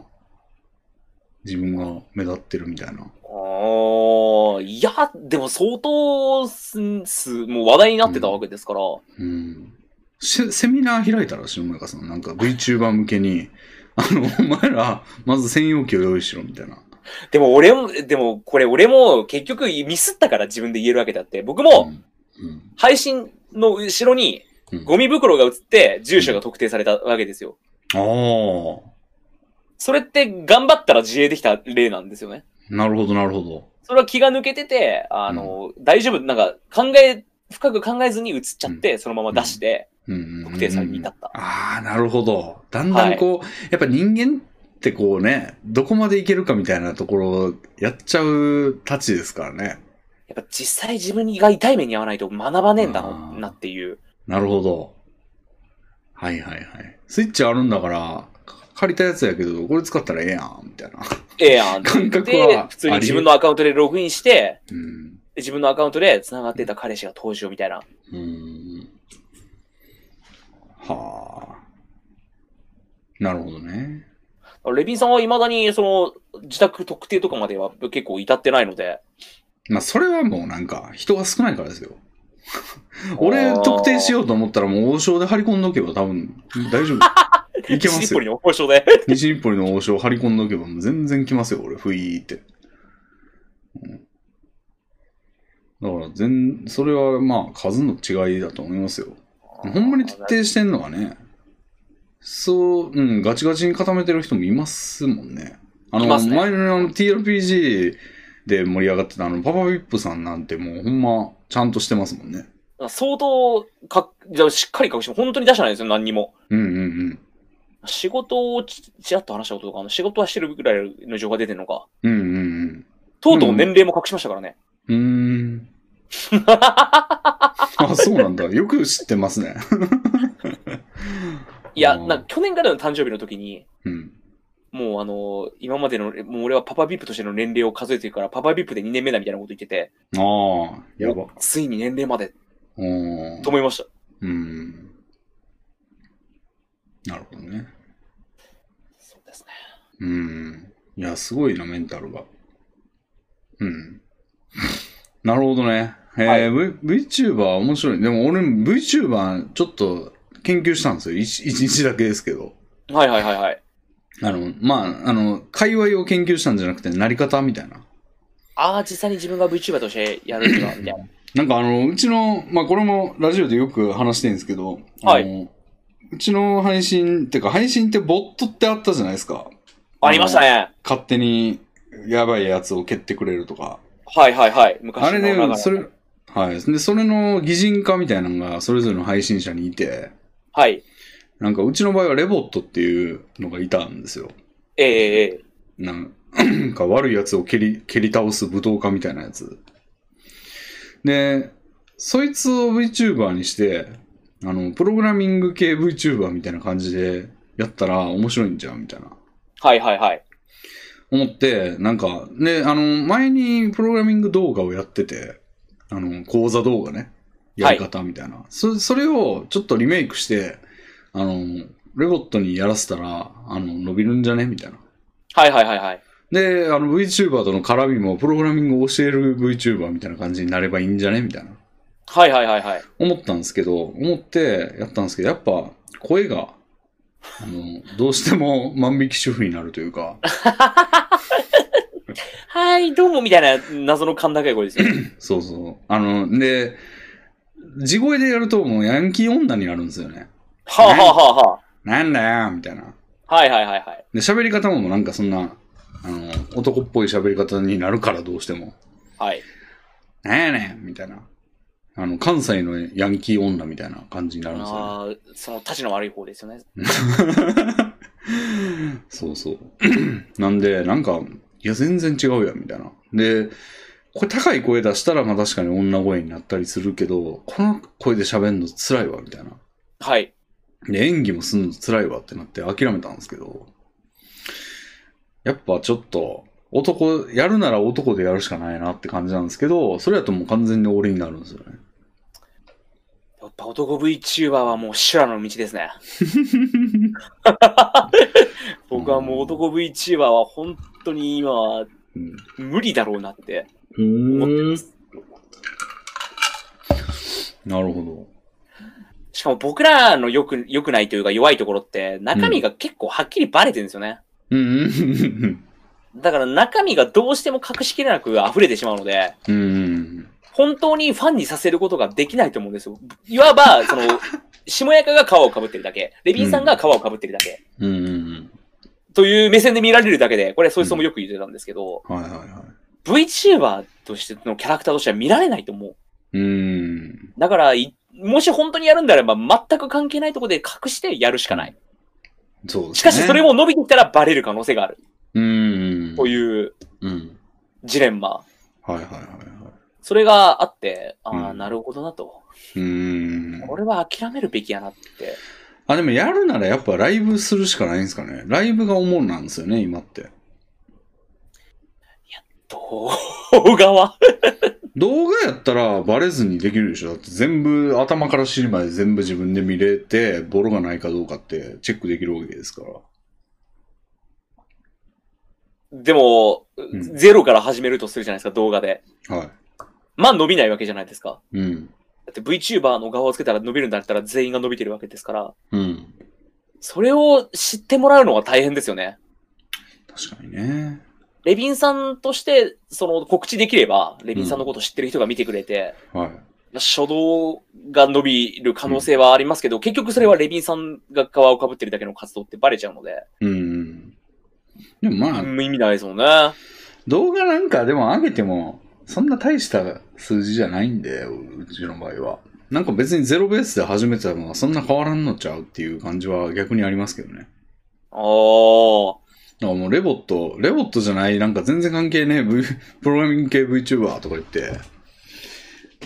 自分が目立ってるみたいな。ああ、いや、でも相当す、す、もう話題になってたわけですから。うん。しセミナー開いたら、篠村さん、なんか VTuber 向けに、あの、お前ら、まず専用機を用意しろみたいな。でも俺も、でもこれ俺も結局ミスったから自分で言えるわけだって。僕もん。うん配信の後ろにうんゴミ袋が映って住所が特定されたわけですよ。あそれって頑張ったら自衛できた例なんですよね。あ、なるほど、なるほど。それは気が抜けてて、あの、大丈夫、なんか考え、深く考えずに映っちゃって、そのまま出して、特特定されに至った。ああ、なるほど。だんだんこう、やっぱ人間ってこうね、どこまでいけるかみたいなところをやっちゃうたちですからね。やっぱ実際自分が痛い目に遭わないと学ばねえんだあなーなっていう。なるほど。はいはいはい。スイッチあるんだから、か借りたやつやけど、これ使ったらええやん、みたいな。ええやん。感覚はあでり、普通に自分のアカウントでログインして、うん。で自分のアカウントで繋がってた彼氏が登場みたいな。うん。はあ。なるほどね。レビンさんは未だに、その、自宅特定とかまでは結構至ってないので。まあ、それはもうなんか、人が少ないからですよ。 俺、特定しようと思ったら、もう王将で張り込んどけば多分、大丈夫。 いけまシすンプよル。に保証で。西日暮里の王将張り込んどけば、全然来ますよ、俺、ふいーって。うんだから、全、それは、まあ、数の違いだと思いますよ。ほんまに徹底してんのはね、そう、うん、ガチガチに固めてる人もいますもんね。あの、いますね前のあの TRPG で盛り上がってたあの、パパビップさんなんてもうほんま、ちゃんとしてますもんね。相当、か、じゃあしっかり隠して、本当に出してないですよ、何にも。うんうんうん。仕事をち、ちらっと話したこととか、あの仕事はしてるぐらいの情報が出てるのか。うんうんとうとう年齢も隠しましたからね。うん。うー ん。あ、そうなんだ。よく知ってますね。いや、うんなんか去年からの誕生日の時に、うん。もうあの、今までの、もう俺はパパビップとしての年齢を数えてるから、パパビップで2年目だみたいなこと言ってて、ああ、やば。ついに年齢まで、うんと。思いました。うん。なるほどね。そうですね。うん。いや、すごいな、メンタルが。 うん。なるほどね。えーはい v、VTuber 面白い。でも俺、VTuber ちょっと研究したんですよ。一一日だけですけど。はいはいはいはい。あの、まあ、あの、界隈を研究したんじゃなくて、なり方みたいな。ああ、実際に自分が VTuber としてやるには、みたいな。なんかあの、うちの、まあ、これもラジオでよく話してるんですけど、はいあの、うちの配信、てか配信ってボットってあったじゃないですか。ありましたね。勝手にやばいやつを蹴ってくれるとか。はいはいはい。昔のあれねながら、それ、はい。で、それの擬人化みたいなのがそれぞれの配信者にいて、はい。なんかうちの場合はレボットっていうのがいたんですよ。ええええなんなんか 悪いやつを蹴り、蹴り倒す武闘家みたいなやつ。で、そいつを VTuber にして、あの、プログラミング系 VTuber みたいな感じでやったら面白いんじゃんみたいな。はいはいはい。思って、なんか、ね、あの、前にプログラミング動画をやってて、あの、講座動画ね、やり方みたいな。そそれをちょっとリメイクして、あの、レボットにやらせたら、あの、伸びるんじゃねみたいな。はいはいはいはい。で、あの、VTuber との絡みも、プログラミングを教える VTuber みたいな感じになればいいんじゃねみたいな。はいはいはいはい。思ったんですけど、思ってやったんですけど、やっぱ、声が、あの、どうしても万引き主婦になるというか、はい、どうもみたいな謎の甲高い声 ですよ。そうそう。あの、で、地声でやるともうヤンキー女になるんですよね。はあはあはあはなんだよみたいな。あ。はいはいはいはい。で、喋り方もなんかそんな、あの、男っぽい喋り方になるからどうしても。はい。なんやねんみたいな。あの、関西のヤンキー女みたいな感じになるんですよね。ああ、その、たちの悪い方ですよね。そうそう。 なんで、なんか、いや、全然違うやん、みたいな。で、これ高い声出したら、まあ確かに女声になったりするけど、この声で喋るの辛いわ、みたいな。はい。で、演技もするの辛いわってなって諦めたんですけど、やっぱちょっと、男、やるなら男でやるしかないなって感じなんですけど、それだともう完全に俺になるんですよね。やっぱ男 VTuber はもう修羅の道ですね。僕はもう男 VTuber は本当に今はうん。無理だろうなって。うんなるほど。しかも僕らの良く、良くないというか弱いところって中身が結構はっきりバレてるんですよね。うんうん。だから中身がどうしても隠しきれなく溢れてしまうので、うんうん。本当にファンにさせることができないと思うんですよ。いわば、その、下やかが皮をかぶってるだけ、レビンさんが皮をかぶってるだけ、うんうんうん。という目線で見られるだけで、これ、そいつもよく言ってたんですけど、はいはいはい。 VTuber としてのキャラクターとしては見られないと思う。うーん。だから、いもし本当にやるんであれば、全く関係ないところで隠してやるしかない。そうですね。しかし、それ。も伸びてきたらバレる可能性がある。うーん。といううん。ジレンマ。はいはいはいはそれがあって、あうあ、んなるほどなと。い。うーん。これは諦めるべきやなって。あ、でもやるならやっぱライブするしかないんですかね。ライブが主なんですよね、今って。動画は動画やったらバレずにできるでしょ。だって全部、頭から尻まで全部自分で見れて、ボロがないかどうかってチェックできるわけですから。でも、んゼロから始めるとするじゃないですか、動画で。はまあ伸びないわけじゃないですか。い。うん。だって VTuber の側をつけたら伸びるんだったら全員が伸びてるわけですから、うん。それを知ってもらうのは大変ですよね。確かにね。レビンさんとして、その告知できれば、レビンさんのこと知ってる人が見てくれて、はい。まあ初動が伸びる可能性はありますけど、結局それはレビンさんが皮をかぶってるだけの活動ってバレちゃうので、うん。でもまあ、うん意味ないですもんね。動画なんかでも上げても、そんな大した数字じゃないんで、うちの場合は。なんか別にゼロベースで始めてたのはそんな変わらんのちゃうっていう感じは逆にありますけどね。あー。だからもうレボット、レボットじゃない、なんか全然関係ねえ、v、プロ グラミング系 VTuber とか言って、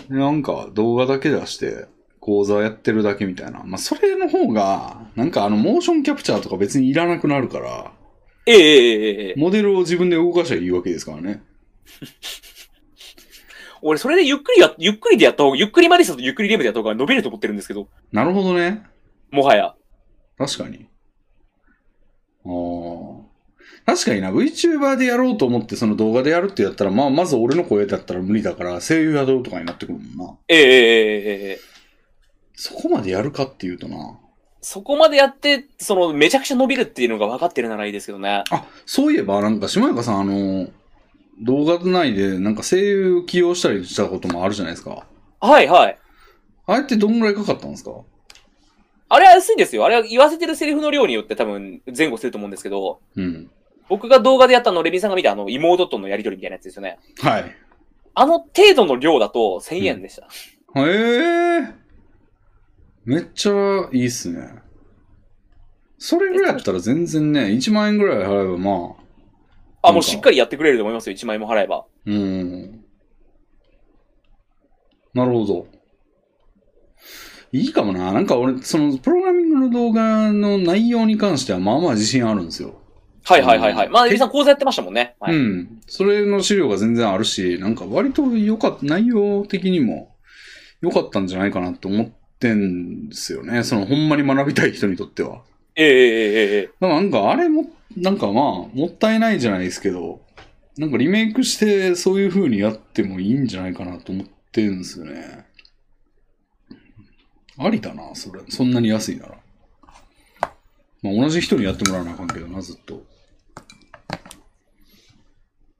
なんか動画だけ出して、講座やってるだけみたいな。まあ、それの方が、なんかあの、モーションキャプチャーとか別にいらなくなるから、ええええええ。モデルを自分で動かしゃいいわけですからね。俺、それでゆっくりや、ゆっくりでやった方が、ゆっくりマリサとゆっくりレムでやった方が伸びると思ってるんですけど、なるほどね。もはや。確かに。あー確かにな、VTuber でやろうと思ってその動画でやるってやったら、まあ、まず俺の声だったら無理だから、声優やろうとかになってくるもんな。ええええええええ。そこまでやるかっていうとな。そこまでやって、その、めちゃくちゃ伸びるっていうのが分かってるならいいですけどね。あ、そういえば、なんか、島岡さん、あの、動画内で、なんか声優起用したりしたこともあるじゃないですか。はいはい。あれってどんぐらいかかったんですかあれは安いんですよ。あれは言わせてるセリフの量によって多分前後すると思うんですけど、うん。僕が動画でやったの、レビンさんが見たあの、妹とのやりとりみたいなやつですよね。はい。へあの程度の量だと1000円でした。えー。めっちゃいいっすね。それぐらいだったら全然ね、1万円ぐらい払えばまあ、あ、もうしっかりやってくれると思いますよ。1万円も払えば。うん。なるほど。いいかもな。なんか俺、その、プログラミングの動画の内容に関しては、まあまあ自信あるんですよ。はいはいはいはい。うんまあ、レビンさん講座やってましたもんね。はい。うん。それの資料が全然あるし、なんか割と良かった、内容的にも良かったんじゃないかなと思ってんですよね。その、ほんまに学びたい人にとっては。ええええええええ。だからなんかあれも、なんかまあ、もったいないじゃないですけど、なんかリメイクしてそういう風にやってもいいんじゃないかなと思ってるんですよね。ありだな、それ。そんなに安いなら。まあ同じ人にやってもらわなあかんけどな、ずっと。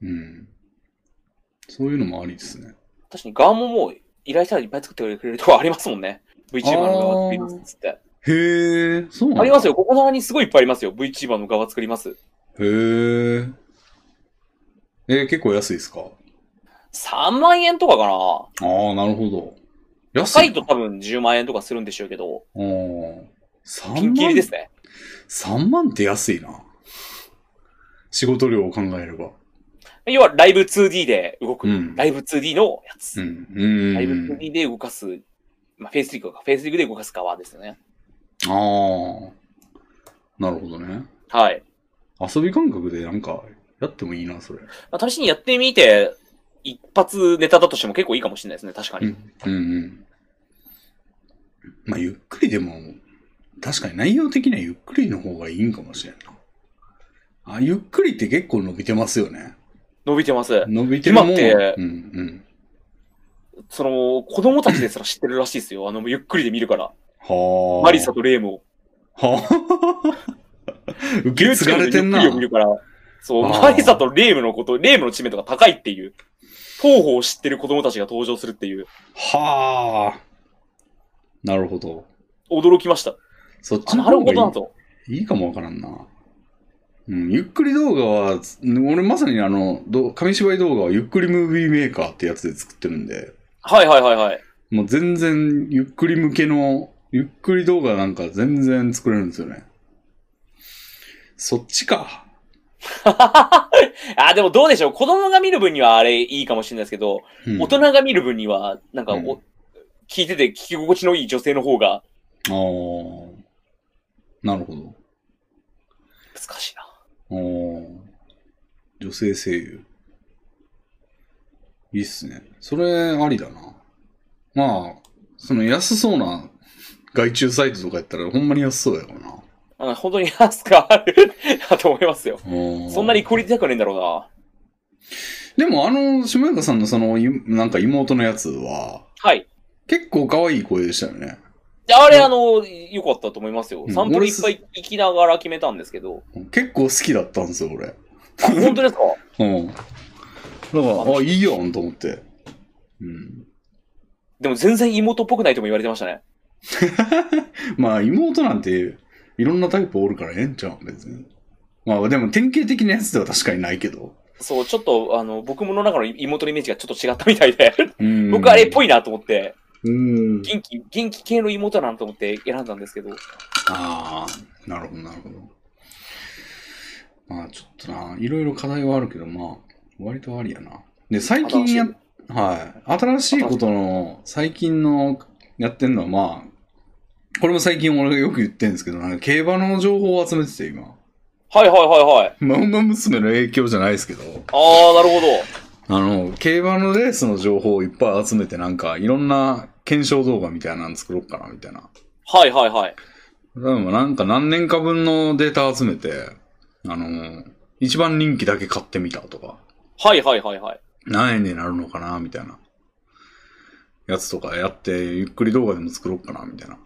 うん。そういうのもありですね。確かにガーモも依頼したらいっぱい作ってくれるとこありますもんね。VTuber の側作りますっつって。へえ、そうなんだありますよ。ここならにすごいいっぱいありますよ。VTuber の側作ります。へえ。えー結構安いですか3万円とかかなああ、なるほど。安高いいと多分10万円とかするんでしょうけど、うん。3ピンキリですね。 3万って安いな。仕事量を考えれば。要はライブ 2D で動く。うんライブ 2D のやつ。うん。うん。ライブ 2D で動かす。まあ、フェイスリックか。フェイスリックで動かす側ですよね。ああ。なるほどね。はい。遊び感覚でなんか、やってもいいな、それ。まあ、試しにやってみて、一発ネタだとしても結構いいかもしれないですね。確かうに。ん。うんうん。まあ、ゆっくりでも、確かに内容的にはゆっくりの方がいいんかもしれんな。あ、ゆっくりって結構伸びてますよね。伸びてます。伸びてるもん。今ってうんうん。その、子供たちですら知ってるらしいですよ。あの、ゆっくりで見るから。はあ。マリサとレイムを。はあ受け継がれてんな。 YouTube でゆっくりを見るから。そう、あーマリサとレイムのこと、レイムの知名度が高いっていう。東方を知ってる子供たちが登場するっていう。はあ。なるほど。驚きました。そっあ、ちのなる方ほどがなと。いいいいかもわからんな。うん、ゆっくり動画は、俺まさにあの、ど紙芝居動画はゆっくりムービーメーカーってやつで作ってるんで、はいはいはいはい。もう全然ゆっくり向けの、ゆっくり動画なんか全然作れるんですよね。そっちか。あ、でもどうでしょう。子供が見る分にはあれいいかもしれないですけど、うん大人が見る分には、なんかお、うん聞いてて聞き心地のいい女性の方があーなるほど。難しいな。おー女性声優。いいっすね。それ、ありだな。まあ、その安そうな外注サイトとかやったらほんまに安そうやからな。あの本当に安くある だと思いますよ。そんなにあー。クオリティ高くねえんだろうな。でもあの、下岡さんのその、いなんか妹のやつは、はい。結構可愛い声でしたよね。であれ、あの、良かったと思いますよう。んサンプルいっぱい行きながら決めたんですけど。結構好きだったんですよ、俺。あ本当ですかうん。だから、あ、いいやんと思って。うん。でも全然妹っぽくないとも言われてましたね。まあ妹なんていろんなタイプおるからええんちゃう別に。まあでも典型的なやつでは確かにないけど。そう、ちょっと、あの、僕の中の妹のイメージがちょっと違ったみたいで、うん僕あれっぽいなと思って、うん。元気、元気系の妹だなと思って選んだんですけど、ああ、なるほど、なるほど。まあ、ちょっとな、いろいろ課題はあるけど、まあ、割とありやな。で、最近や、はい、新しいことの、最近のやってんのは、まあ、これも最近俺がよく言ってるんですけど、なんか競馬の情報を集めてて、今。はいはいはいはい。まあ、馬娘の影響じゃないですけど、あー、なるほど。あの、競馬のレースの情報をいっぱい集めて、なんか、いろんな検証動画みたいなの作ろうかな、みたいな。はいはいはい。多分なんか何年か分のデータ集めて、あの、一番人気だけ買ってみたとか、はいはいはいはい。何円になるのかな、みたいな。やつとかやって、ゆっくり動画でも作ろうかな、みたいな。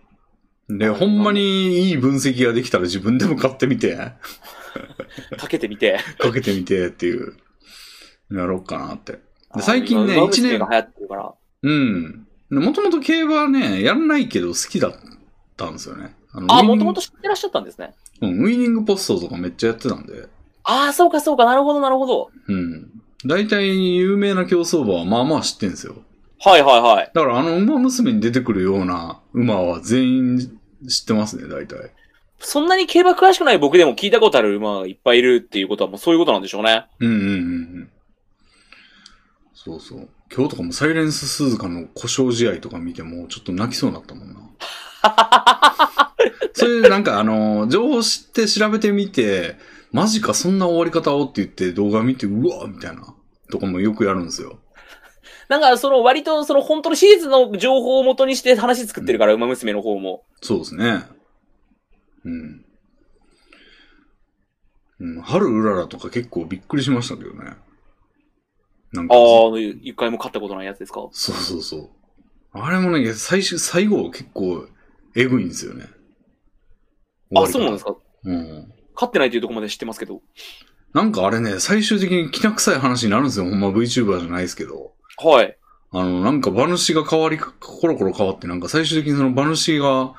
で、ほんまにいい分析ができたら自分でも買ってみて、かけてみて。かけてみてっていう、やろうかなって。で最近ねあー今一年馬娘が流行ってるから。うん。もともと競馬はね、やらないけど好きだったんですよね。あのあウー、イニもングともと知ってらっしゃったんですね。うん、ウイニングポストとかめっちゃやってたんで。あー、そうかそうか、なるほどなるほど。うん。大体有名な競走馬はまあまあ知ってんですよ。はいはいはい。だからあの馬娘に出てくるような馬は全員知ってますね、大体。そんなに競馬詳しくない僕でも聞いたことある馬がいっぱいいるっていうことはもうそういうことなんでしょうね。うんうんうんうん。そうそう。今日とかもサイレンス鈴鹿の故障試合とか見てもちょっと泣きそうになったもんな。それでなんかあの、情報知って調べてみて、マジかそんな終わり方をって言って動画見て、うわみたいな。とかもよくやるんですよ。なんか、その割と、その本当のシリーズの情報を元にして話作ってるから、馬娘の方も。そうですね。うん。うん、春うららとか結構びっくりしましたけどね。なんあか、あ、一回も買ったことないやつですかそうそうそう。あれもね、最終、最後結構エグいんですよね。あ、そうなんですかかうん。買ってないというところまで知ってますけど。なんかあれね、最終的にきな臭い話になるんですよ。ほんま VTuber じゃないですけど。はい。あの、なんか馬主が変わり、コロコロ変わって、なんか最終的にその馬主が、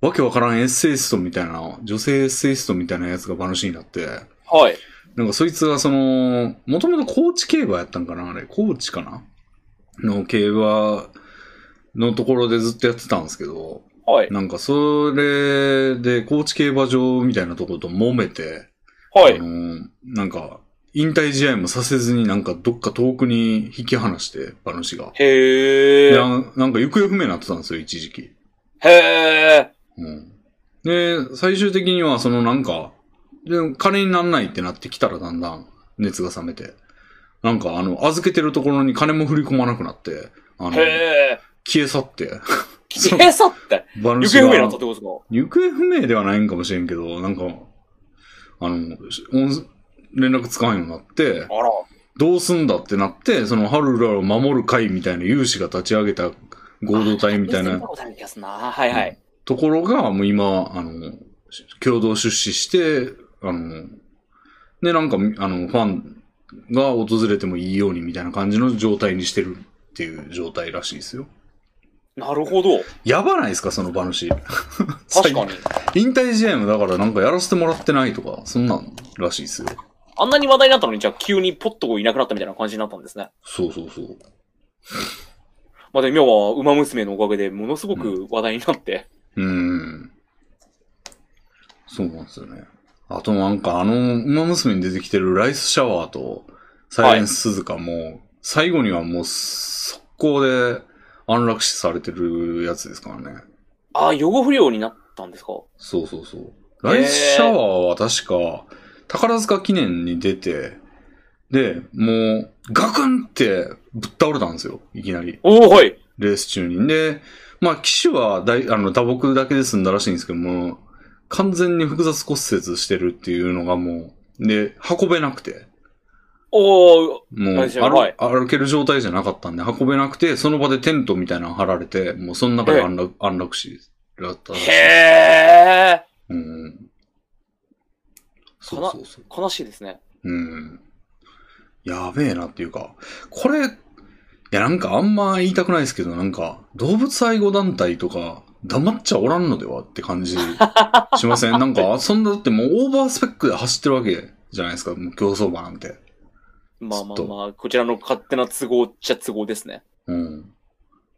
わけわからんエッセイストみたいな、女性エッセイストみたいなやつが馬主になって、はい。なんかそいつがその、もともと高知競馬やったんかなあれ、高知かなの競馬のところでずっとやってたんですけど、はい。なんかそれで高知競馬場みたいなところと揉めて、はあい。のーなんか、引退試合もさせずになんかどっか遠くに引き離して、馬主が。でへえ。ななんか行方不明になってたんですよ、一時期。へえ。うん。で、最終的にはそのなんか、で、金になんないってなってきたらだんだん熱が冷めて。なんかあの、預けてるところに金も振り込まなくなって、あの、へえ。消え去って、そう消え去って。馬行主方不明になったがっ。てことですか行方不明ではないんかもしれんけど、なんか、あの、し音連絡つかんようになって、あら。どうすんだってなって、その、ハルラを守る会みたいな有志が立ち上げた合同体みたい全然な見ことある気がするな。はいはい。ところが、もう今、あの、し共同出資して、あの、で、なんか、あの、ファンが訪れてもいいようにみたいな感じの状態にしてるっていう状態らしいですよ。なるほど。やばないですか、その馬主。 確かに。引退試合もだからなんかやらせてもらってないとか、そんなんらしいですよ。あんなに話題になったのに、じゃあ急にポッとこういなくなったみたいな感じになったんですね。そうそうそう。まあでも今は、馬娘のおかげでものすごく話題になって。うん。そうなんですよね。あとなんかあの、馬娘に出てきてるライスシャワーと、サイレンス鈴鹿も、最後にはもう速攻で安楽死されてるやつですからね。ああ、予後不良になったんですかそうそうそう。ライスシャワーは確か、宝塚記念に出て、で、もう、ガクンってぶっ倒れたんですよ。いきなり。おおはい。レース中に。で、まあ、騎手は大あの打撲だけで済んだらしいんですけども、完全に複雑骨折してるっていうのがもう、で、運べなくて、おおもうマ歩ジでやばい歩ける状態じゃなかったんで、運べなくて、その場でテントみたいなの張られて、もうその中で安楽,、安楽死だったらしい。へえ。うん。そうそうそう。悲しいですね。うん。やべえなっていうか、これ、いやなんかあんま言いたくないですけど、なんか動物愛護団体とか黙っちゃおらんのではって感じしませんなんか、そんなだってもうオーバースペックで走ってるわけじゃないですか、もう競走馬なんて。まあまちあょっとまあ、こちらの勝手な都合っちゃ都合ですね。うん。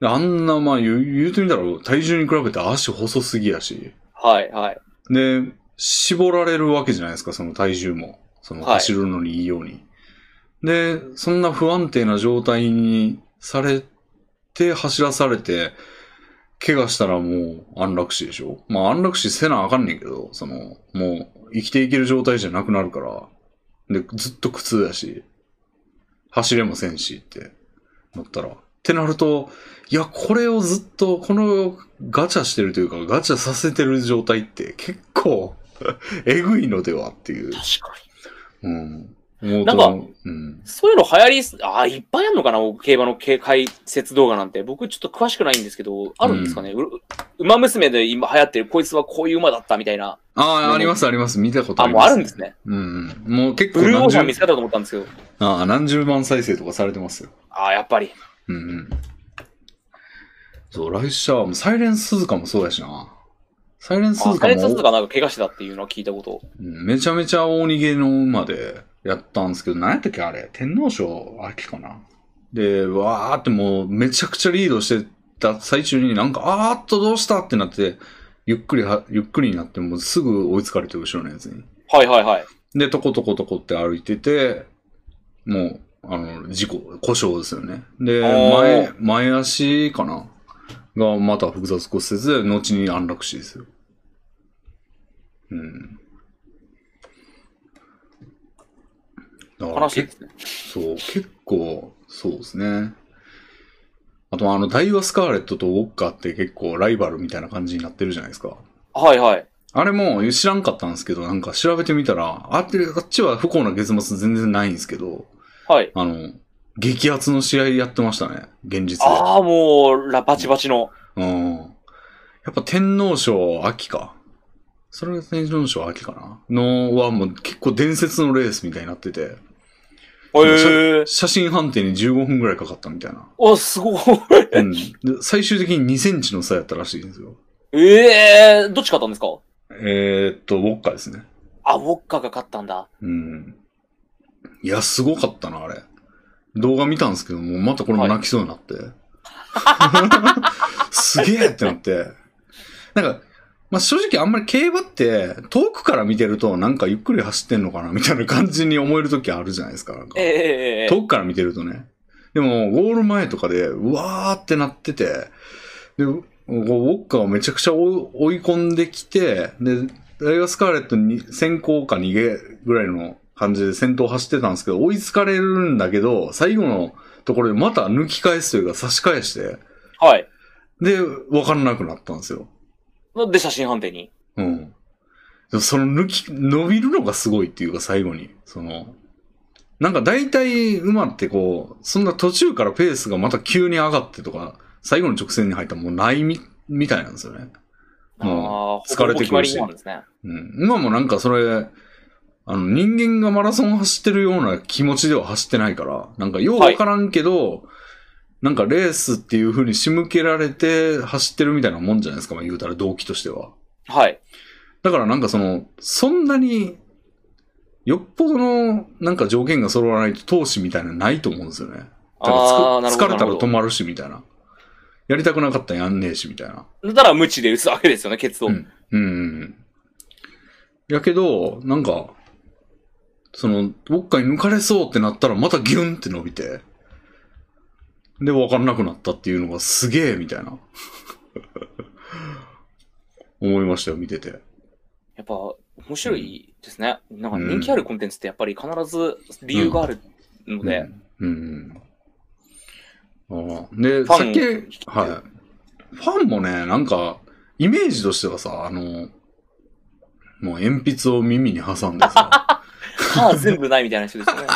であんな、まあ言う言うてみたら、体重に比べて足細すぎやし。はいはい。で、絞られるわけじゃないですか、その体重も。そのはい走るのにいいように。で、そんな不安定な状態にされて、走らされて、怪我したらもう安楽死でしょまあ安楽死せなあかんねんけど、その、もう生きていける状態じゃなくなるから。で、ずっと苦痛やし、走れもせんしってなったら。ってなると、いや、これをずっと、このガチャしてるというか、ガチャさせてる状態って結構、 えぐいのではっていう。確かに。うん。もうなんかうん。そういうの流行りす、ああ、いっぱいあるのかな競馬のけ解説動画なんて。僕ちょっと詳しくないんですけど、あるんですかね、う馬娘で今流行ってる、こいつはこういう馬だったみたいあな。であ、もあります、あります。見たことあ、ありもうます。あるんですね。うんうん。もう結構ブルーオ何ーシャン見十つ、けたと思ったんですけど。ああ、何十万再生とかされてますよ。ああ、やっぱり。うんうん。そう、ライシャーも、サイレンスズカもそうやしな。サイレンスあズカカレンスズも、カなんか怪我してたっていうのは聞いたこと。うんめちゃめちゃ大逃げの馬でやったんですけど、何やったっけあれ天皇賞秋かなで、わーってもうめちゃくちゃリードしてた最中になんか、あーっとどうしたってなって、ゆっくりは、ゆっくりになって、もうすぐ追いつかれて後ろのやつに。はいはいはい。で、とことことこって歩いてて、もう、あの、事故、故障ですよね。で、お前ー、前足かなが、また複雑骨折で、後に安楽死ですよ。うん。だから悲しいで結すね。そう、結構、そうですね。あと、あの、ダイワスカーレットとウォッカって結構ライバルみたいな感じになってるじゃないですか。はいはい。あれも知らんかったんですけど、なんか調べてみたら、あってあっちは不幸な月末全然ないんですけど、はい。あの、激アツの試合やってましたね、現実で。ああ、もう、ラバチバチの。うん。やっぱ天皇賞秋か。それが天皇賞秋かなのはもう結構伝説のレースみたいになってて、へえ。写真判定に15分くらいかかったみたいな。お、すごい。 うん。で最終的に2センチの差やったらしいんですよ。ええどっち勝ったんですかえー、っと、ウォッカですね。あ、ウォッカが勝ったんだ。うん。いや、すごかったな、あれ。動画見たんですけど、もうまたこれも泣きそうになって。すげえってなって。なんか、まあ、正直あんまり競馬って、遠くから見てると、なんかゆっくり走ってんのかな、みたいな感じに思える時あるじゃないですか。なんかええええええ遠くから見てるとね。でも、ゴール前とかで、うわーってなってて、で、こうウォッカーをめちゃくちゃ追い追い込んできて、で、ダイワスカーレットに先行か逃げぐらいの感じで先頭走ってたんですけど、追いつかれるんだけど、最後のところでまた抜き返すというか差し返して、はい。で、わかんなくなったんですよ。なんで写真判定に。うん。でもその抜き、伸びるのがすごいっていうか最後に。その、なんか大体馬ってこう、そんな途中からペースがまた急に上がってとか、最後の直線に入ったらもうないみ、みたいなんですよね。うんああ、疲れてくるしほぼ決まりなんですね。うん。馬もなんかそれ、あの人間がマラソン走ってるような気持ちでは走ってないから、なんかようわからんけど、なんかレースっていう風に仕向けられて走ってるみたいなもんじゃないですか、まあ言うたら動機としては。はい。だからなんかその、そんなに、よっぽどの、なんか条件が揃わないと投資みたいなのないと思うんですよね。だからつくああ、なるほど。疲れたら止なるまるし、みたいな。やりたくなかったらやんねえし、みたいな。ほどだから無知で打つわけですよね、ケツを。うんうんうんうん。やけど、なんか、その、どっかに抜かれそうってなったら、またギュンって伸びて、で、わかんなくなったっていうのがすげえ、みたいな。思いましたよ、見てて。やっぱ、面白いですね。なんか人気あるコンテンツってやっぱり必ず理由があるので。うん。うんああで、ファンさっき、はい。ファンもね、なんか、イメージとしてはさ、あの、もう鉛筆を耳に挟んで さ、歯全部ないみたいな人ですよ ね。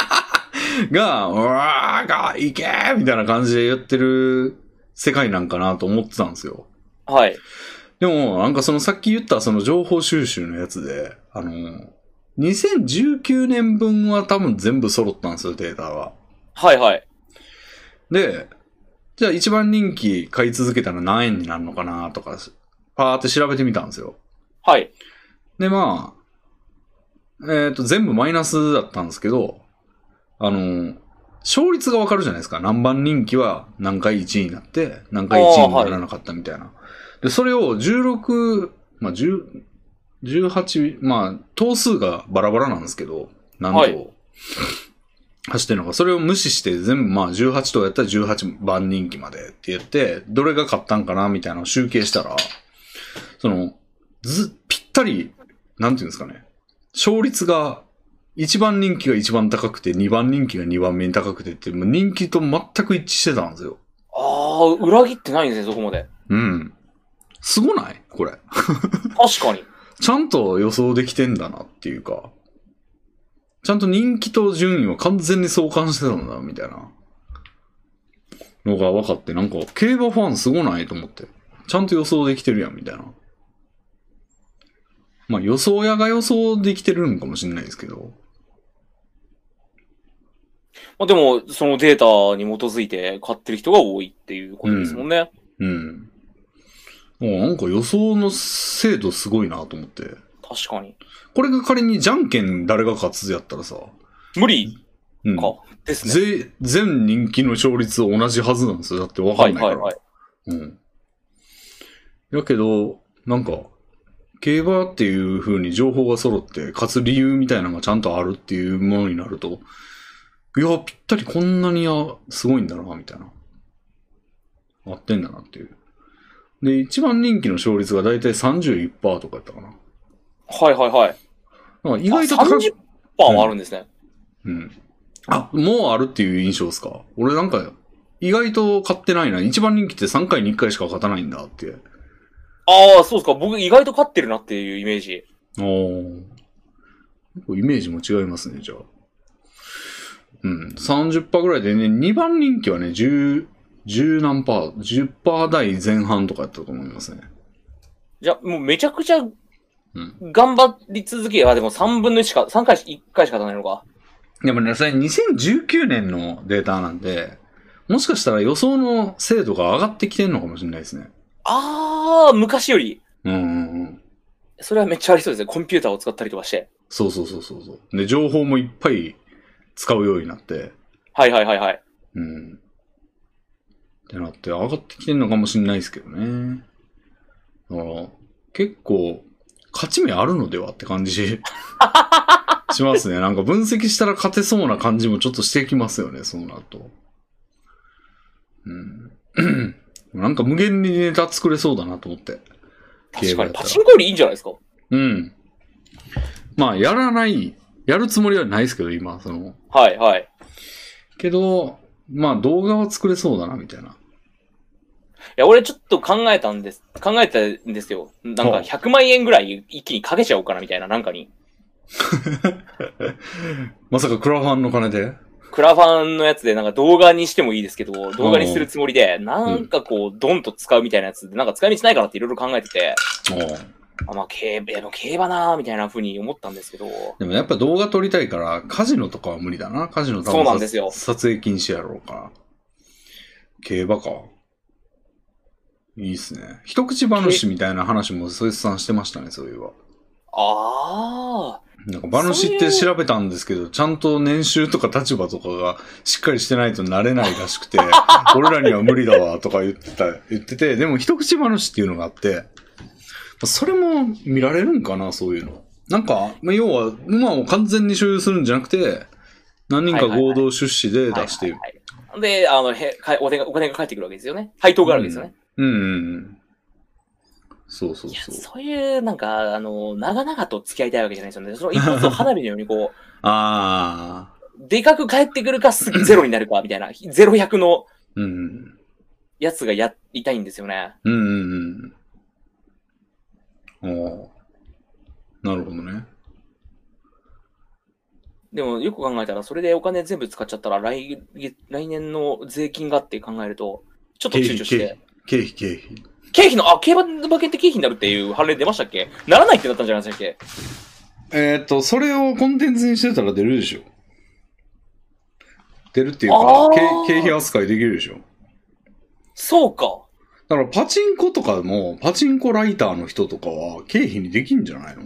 が、うわーが、いけーみたいな感じで言ってる世界なんかなと思ってたんですよ。はい。でも、なんかそのさっき言ったその情報収集のやつで、あの、2019年分は多分全部揃ったんですよ、データは。はいはい。で、じゃあ一番人気買い続けたら何円になるのかなとか、パーって調べてみたんですよ。はい。で、まあ、えっ、と、全部マイナスだったんですけど、あの、勝率がわかるじゃないですか。何番人気は何回1位になって、何回1位にならなかったみたいな。で、それを16、まあ、10 18、まあ、頭数がバラバラなんですけど、何頭、はい走ってるのか、それを無視して全部まあ18頭やったら18番人気までって言って、どれが勝ったんかなみたいなのを集計したら、その、ず、ぴったり、なんていうんですかね、勝率が1番人気が一番高くて、2番人気が2番目に高くてって、もう人気と全く一致してたんですよ。ああ、裏切ってないんですね、そこまで。うん。すごないこれ。確かに。ちゃんと予想できてんだなっていうか、ちゃんと人気と順位は完全に相関してたんだ、みたいなのが分かって、なんか、競馬ファンすごないと思って。ちゃんと予想できてるやん、みたいな。まあ予想屋が予想できてるのかもしれないですけど。まあ、でも、そのデータに基づいて買ってる人が多いっていうことですもんね。うん。もうなんか予想の精度すごいなと思って。確かに。これが仮にじゃんけん誰が勝つやったらさ、無理うん、か。ですね。ぜ全人気の勝率同じはずなんですよ。だって分かはんいないかはいら。はい。うん。だけど、なんか、競馬っていう風に情報が揃って、勝つ理由みたいなのがちゃんとあるっていうものになると、いや、ぴったりこんなにあすごいんだな、みたいな。合ってんだなっていう。で、一番人気の勝率がだいたい31%とかやったかな。はいはいはい。なんか意外とあ高く30%もあるんですね。うん。あ、もうあるっていう印象ですか俺なんか、意外と買ってないな。一番人気って3回に1回しか勝たないんだって。ああ、そうですか。僕意外と勝ってるなっていうイメージ。ああ。結構イメージも違いますね、じゃあ。うん。30%ぐらいでね、2番人気はね、10、10何パー、10%台前半とかやったと思いますね。じゃあ、もうめちゃくちゃん頑張り続け、あ、でも3分の1しか、3回し、1回しか勝たないのか。でもね、それ2019年のデータなんで、もしかしたら予想の精度が上がってきてんのかもしれないですね。ああ、昔より。うんうんうん。それはめっちゃありそうですね。コンピューターを使ったりとかして。そうそうそうそうそう。で、情報もいっぱい使うようになって、はいはいはいはい。うん。ってなって、上がってきてるのかもしれないですけどね。だから、結構、勝ち目あるのではって感じしますね。なんか分析したら勝てそうな感じもちょっとしてきますよね、そうなると。うん。なんか無限にネタ作れそうだなと思って。競馬確かやっに。たらパチンコよりいいんじゃないですか。うん。まあ、やらない、やるつもりはないですけど、今、その、はいはい。けど、まあ動画は作れそうだな、みたいな。いや、俺ちょっと考えたんです、考えたんですよ。なんかうん100万円ぐらい一気にかけちゃおうかなみたいな、なんかに。まさかクラファンの金でクラファンのやつでなんか動画にしてもいいですけど、動画にするつもりで、なんかこう、ドンと使うみたいなやつで、なんか使い道ないかなっていろいろ考えてて、あまあ、競馬、でも競馬なーみたいな風に思ったんですけど、でもやっぱ動画撮りたいから、カジノとかは無理だな。カジノ多分そうなんですよ撮影禁止やろうから。競馬か。いいっすね。一口話みたいな話もそいつさんしてましたね、そういえば。あなんか馬主って調べたんですけど、ちゃんと年収とか立場とかがしっかりしてないとなれないらし くて、俺らには無理だわとか言ってた、言ってて、でも一口馬主っていうのがあって、それも見られるんかな、そういうの。なんか、まあ、要は馬を完全に所有するんじゃなくて、何人か合同出資であ。出してはいはいはいで、あの、へかお金がお金が返ってくるわけですよね。配当があるわけですよね。うんうんうん。そうそういや、そう。そういう、なんか、あの、長々と付き合いたいわけじゃないですよね。その一発を花火のようにこう、 ああ、でかく帰ってくるか、すぐゼロになるか、みたいな、ゼロ100のうん。やつがやりたいんですよね。うんうんうん。おお。なるほどね。でも、よく考えたら、それでお金全部使っちゃったら、来月、来年の税金がって考えると、ちょっと躊躇して。経費経費。経費の、あ、競馬の馬券って経費になるっていう判例出ましたっけならないってなったんじゃないでしたっけえーっと、それをコンテンツにしてたら出るでしょ。出るっていうあか、ー経経費扱いできるでしょ。そうか。だからパチンコとかも、パチンコライターの人とかは経費にできんじゃないの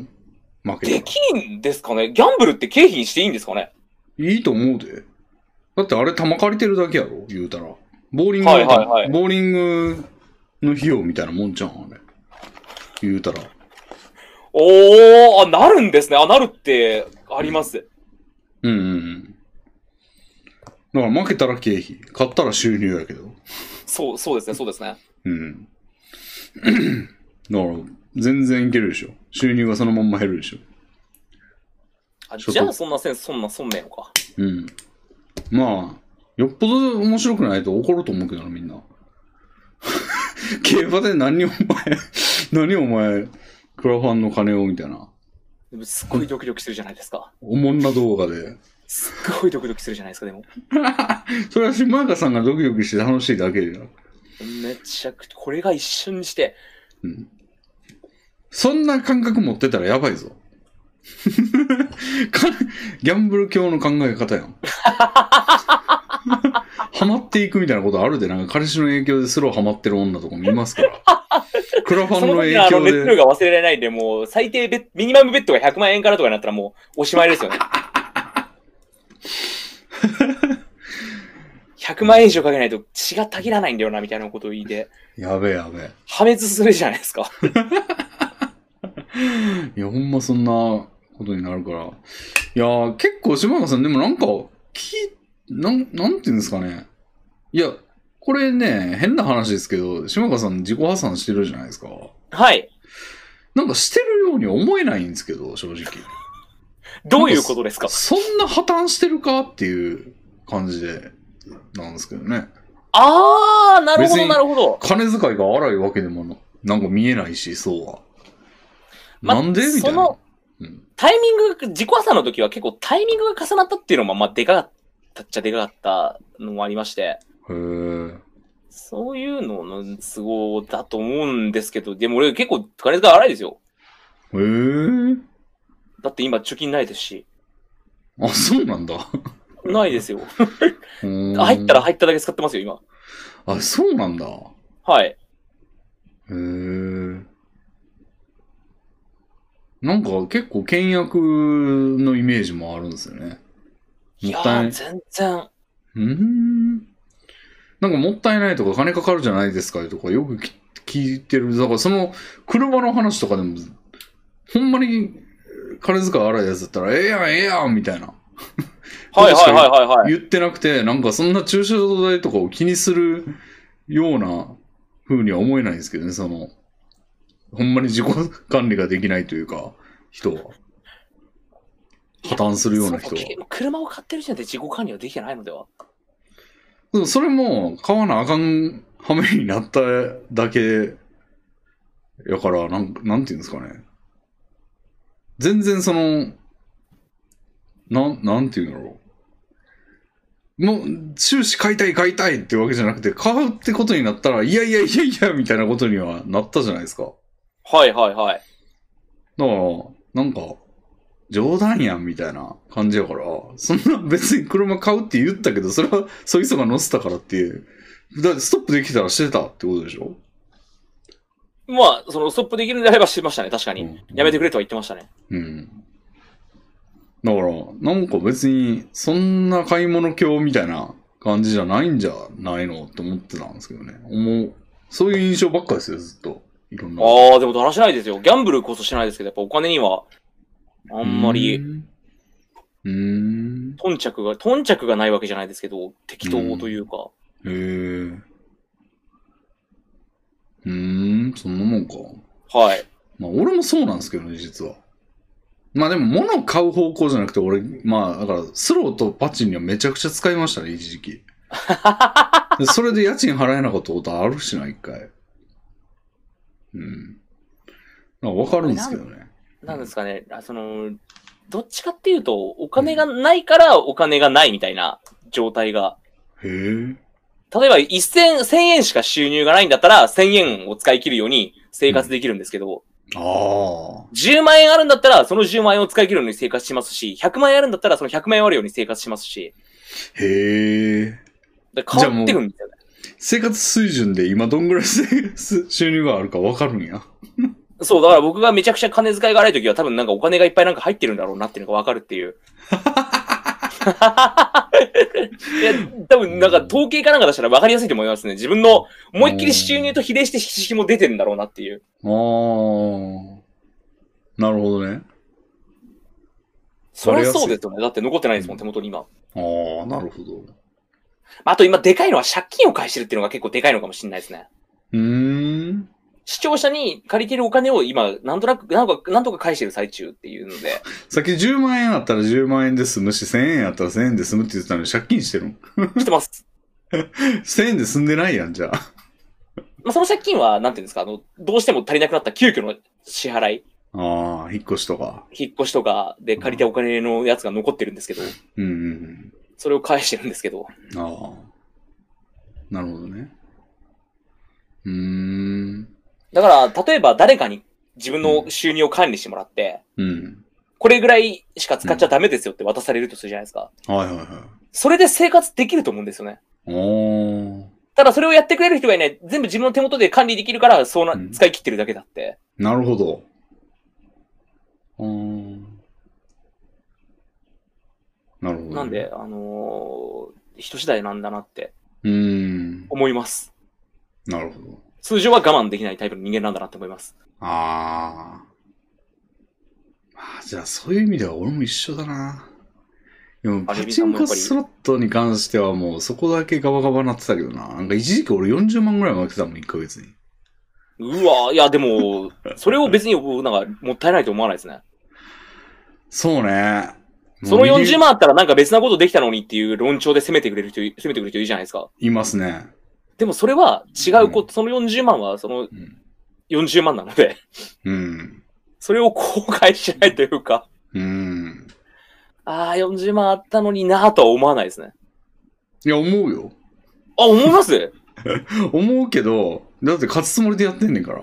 負けたでら。きんですかねギャンブルって経費にしていいんですかねいいと思うで。だってあれ玉借りてるだけやろ言うたら。ボーリングの、はいはいはいボーリングの費用みたいなもんじゃん、あれ。言うたら。おー、あ、なるんですね。あ、なるって、あります。うんうんうん。だから負けたら経費、勝ったら収入やけど。そう、そうですね、そうですね。うん。だから、全然いけるでしょ。収入がそのまんま減るでしょ。あちょっとじゃあ、そんなセンス、そんな、そんねんのか。うん。まあ、よっぽど面白くないと怒ると思うけどな、みんな。 競馬で何お前、何お前、クラファンの金をみたいな。でもすっごいドキドキするじゃないですか。おもんな動画で。すっごいドキドキするじゃないですか、でも。それは島岡さんがドキドキして楽しいだけじゃん。めちゃくちゃ、これが一瞬にして、うん。そんな感覚持ってたらやばいぞ。かギャンブル教の考え方やん。ハマっていくみたいなことあるで、なんか彼氏の影響でスローハマってる女とかもいますから。クラファそンのの影時のあの響レッドで。が忘れられないんで、もう最低ベッミニマムベッドが100万円からとかになったらもうおしまいですよね。100万円以上かけないと血がたぎらないんだよな、みたいなことを言いて、やべえやべえ。破滅するじゃないですか。いや、ほんまそんなことになるから。いやー、結構島川さん、でもなんか、き、なん、なんていうんですかね。いや、これね、変な話ですけど、島川さん自己破産してるじゃないですか。はい。なんかしてるように思えないんですけど、正直。どういうことですかそんな破綻してるかっていう感じで、なんですけどね。あー、なるほ別ど、になるほど。金遣いが荒いわけでもな、なんか見えないし、そうは。まなんでみたそいなの。うんタイミングが、自己朝の時は結構タイミングが重なったっていうのも、まあ、でかかったっちゃでかかったのもありまして。へーそういうのの都合だと思うんですけど、でも俺結構金遣い荒いですよ。へーだって今貯金ないですし。あ、そうなんだ。ないですよ。うーん入ったら入っただけ使ってますよ、今。あ、そうなんだ。へはい。え。なんか結構倹約のイメージもあるんですよね。いやもったいなー、い全然。うーん。なんかもったいないとか金かかるじゃないですかとかよくき聞いてる。だからその車の話とかでも、ほんまに金遣い荒いやつだったら、ええやん、ええやん、みたいな。はいはいはいはいはい。言ってなくて、なんかそんな駐車場代とかを気にするような風には思えないんですけどね、その、ほんまに自己管理ができないというか、人は。破綻するような人は。その車を買ってる時点で自己管理はできてないのではでもそれも、買わなあかんはめになっただけ、やから、なん、なんていうんですかね。全然その、なん、なんていうんだろう。もう、終始買いたい買いたいってわけじゃなくて、買うってことになったら、いやいやいやいや、みたいなことにはなったじゃないですか。はいはいはい。だから、なんか、冗談やんみたいな感じやから、そんな別に車買うって言ったけど、それは、そいつが乗せたからっていう。だってストップできたらしてたってことでしょまあ、そのストップできるんであればしてましたね、確かうに。んやめてくれとは言ってましたね。うん。だから、なんか別に、そんな買い物狂みたいな感じじゃないんじゃないのって思ってたんですけどね。思う。そういう印象ばっかですよ、ずっと。いろんな。ああ、でもだらしないですよ。ギャンブルこそしないですけど、やっぱお金には、あんまうり、ーん。うーん。頓着が、頓着がないわけじゃないですけど、適当というか。へえ。うーん、そんなもんか。はい。まあ、俺もそうなんですけどね、実は。まあでも、物を買う方向じゃなくて、俺、まあ、だから、スローとパチンにはめちゃくちゃ使いましたね、一時期。でそれで家賃払えなかったことあるしな、一回。うん。なんかわかるんですけどね。なんですかね、あその、どっちかっていうと、お金がないからお金がないみたいな状態が。へえ。例えば、1000、1000円しか収入がないんだったら、1000円を使い切るように生活できるんですけど、ああ。 10万円あるんだったら、その10万円を使い切るように生活しますし、100万円あるんだったら、その100万円あるように生活しますし、へえ。だから変わってくんですよね。生活水準で今どんぐらい生活 収入があるかわかるんや。そう、だから僕がめちゃくちゃ金遣いが荒い時は、多分なんかお金がいっぱいなんか入ってるんだろうなっていうのがわかるっていう。いや、多分なんか統計かなんか出したら分かりやすいと思いますね。自分の思いっきり収入と比例して引きも出てんだろうなっていう。あー。なるほどね。そりゃそうですよね。だって残ってないですもん、手元に今。あー、なるほど。あと今でかいのは借金を返してるっていうのが結構でかいのかもしれないですね。うーん。視聴者に借りてるお金を今、なんとなく、なんか、なんとか返してる最中っていうので。 さっき10万円あったら10万円で済むし、1000円あったら1000円で済むって言ってたのに借金してるもん。してます。 1000円で済んでないやん、じゃあ。まあ、その借金は、なんていうんですか、あの、どうしても足りなくなった急遽の支払い、ああ、引っ越しとか。引っ越しとかで借りたお金のやつが残ってるんですけど、うんうんそれを返してるんですけど。うん。ああ。なるほどね。うーん。だから、例えば誰かに自分の収入を管理してもらって、うん。これぐらいしか使っちゃダメですよって渡されるとするじゃないですか。はいはいはい。それで生活できると思うんですよね。おー。ただそれをやってくれる人がいない。全部自分の手元で管理できるから、そうなうん、使い切ってるだけだって。なるほど。うーん。なるほど、なん。で、あのー人次第なんだなってうーん。思います。なるほど。通常は我慢できないタイプの人間なんだなって思います。ああ。まあ、じゃあそういう意味では俺も一緒だな。でも、パあチンコスロットに関してはもうそこだけガバガバなってたけどな。なんか一時期俺40万ぐらい負けてたもん、1ヶ月に。うわいやでも、それを別に僕なんかもったいないと思わないですね。そうね。そのもう40万あったらなんか別なことできたのにっていう論調で攻めてくれる人い、攻めてくる人いるじゃないですか。いますね。でもそれは違うこと、その40万はそのうん40万なので、 うん。それを後悔しないというか、うん。 ああ、40万あったのになぁとは思わないですね。いや、思うよ。あ、思います 思うけど、だって勝つつもりでやってんねんから。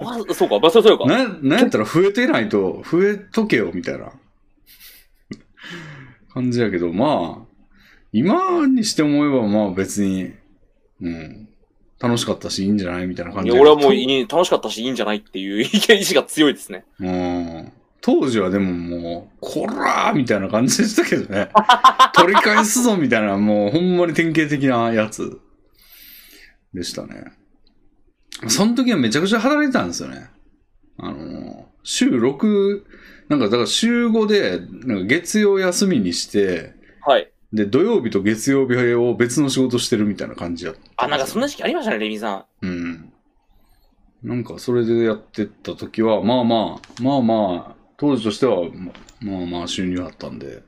あそうか、まあ、そうそうか。な、なんやったら増えてないと、増えとけよ、みたいな感じやけど、まあ、今にして思えば、まあ別に、うん、楽しかったし、いいんじゃないみたいな感いじややけど俺はもういい楽しかったしいいんじゃないっていう意見意志が強いですね。うん。当時はでももう、こらーみたいな感じでしたけどね。 取り返すぞみたいな、もうほんまに典型的なやつでしたね。その時はめちゃくちゃ働いてたんですよね。あの、週6、なんかだから週5で、なんか月曜休みにして、はい。で、土曜日と月曜日を別の仕事してるみたいな感じやったですよ。あ、なんかそんな時期ありましたね、レミさん。うん。なんかそれでやってった時は、まあまあ、まあまあ、当時としては、ままあまあ収入あったんで、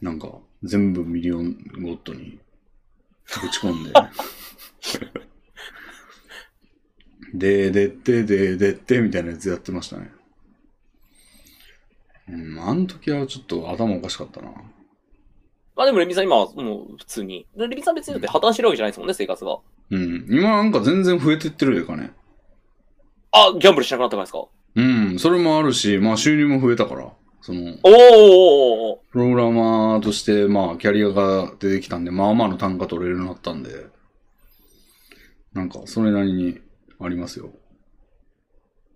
なんか全部ミリオンゴッドにぶち込んで。で、でって、で、でって、みたいなやつやってましたね。うん、あの時はちょっと頭おかしかったな。まあでもレミさん今はもう普通に。レミさん別にだって破綻してるわけじゃないですもんね、生活が。うん、今なんか全然増えてってるというかね。あ、ギャンブルしなくなったからですかおうん、それもあるし、まあ収入も増えたから、その、ーおーおーおープログラマーとして、まあ、キャリアが出てきたんで、まあまあの単価取れるようになったんで、なんか、それなりにありますよ。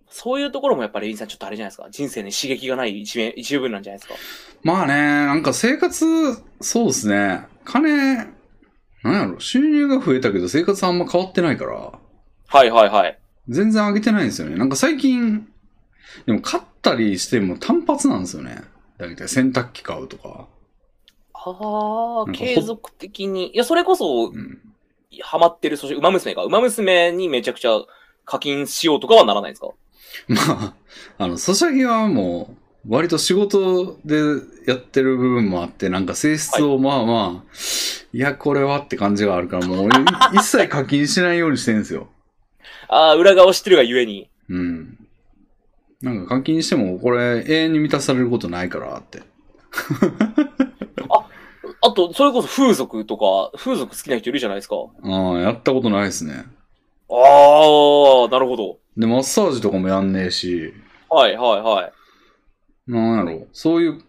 そういうところもやっぱりレミさんちょっとあれじゃないですか。人生に刺激がない一面、一部分なんじゃないですか。まあね、なんか生活、そうですね、金、なんやろ、収入が増えたけど、生活あんま変わってないから、はいはいはい。全然上げてないんですよね。なんか最近、でも買ったりしても単発なんですよね。だいたい洗濯機買うとか。なああ、んかほ継続的に。いや、それこそ、うん。ハマってる、そして、馬娘か。馬娘にめちゃくちゃ課金しようとかはならないんですか まあ、あの、ソシャゲはもう、割と仕事でやってる部分もあって、なんか性質をまあまあ、い、や、これはって感じがあるから、もう俺 一切課金しないようにしてるんですよ。ああ、裏側を知ってるがゆえに。うん。なんか課金しても、これ永遠に満たされることないからって。あと、それこそ風俗とか、風俗好きな人いるじゃないですか。ああ、やったことないですね。ああ、なるほど。で、マッサージとかもやんねえし、はいはいはい。なんやろう、そういう、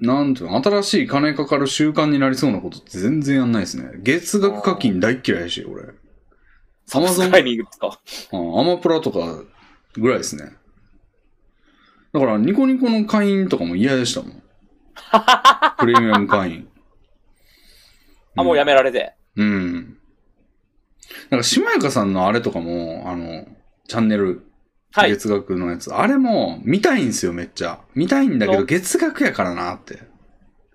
なんていうの、新しい金かかる習慣になりそうなことって全然やんないですね。月額課金大っ嫌いやし、俺。サブスクライミングですか。うんアマプラとか ぐらいですね。だから、ニコニコの会員とかも嫌でしたもん。プレミアム会員。あ、もうやめられて。うん。なんか、しまやかさんのあれとかも、あの、チャンネル、はい。月額のやつ、あれも見たいんですよ、めっちゃ。見たいんだけそど、う月額やからなって。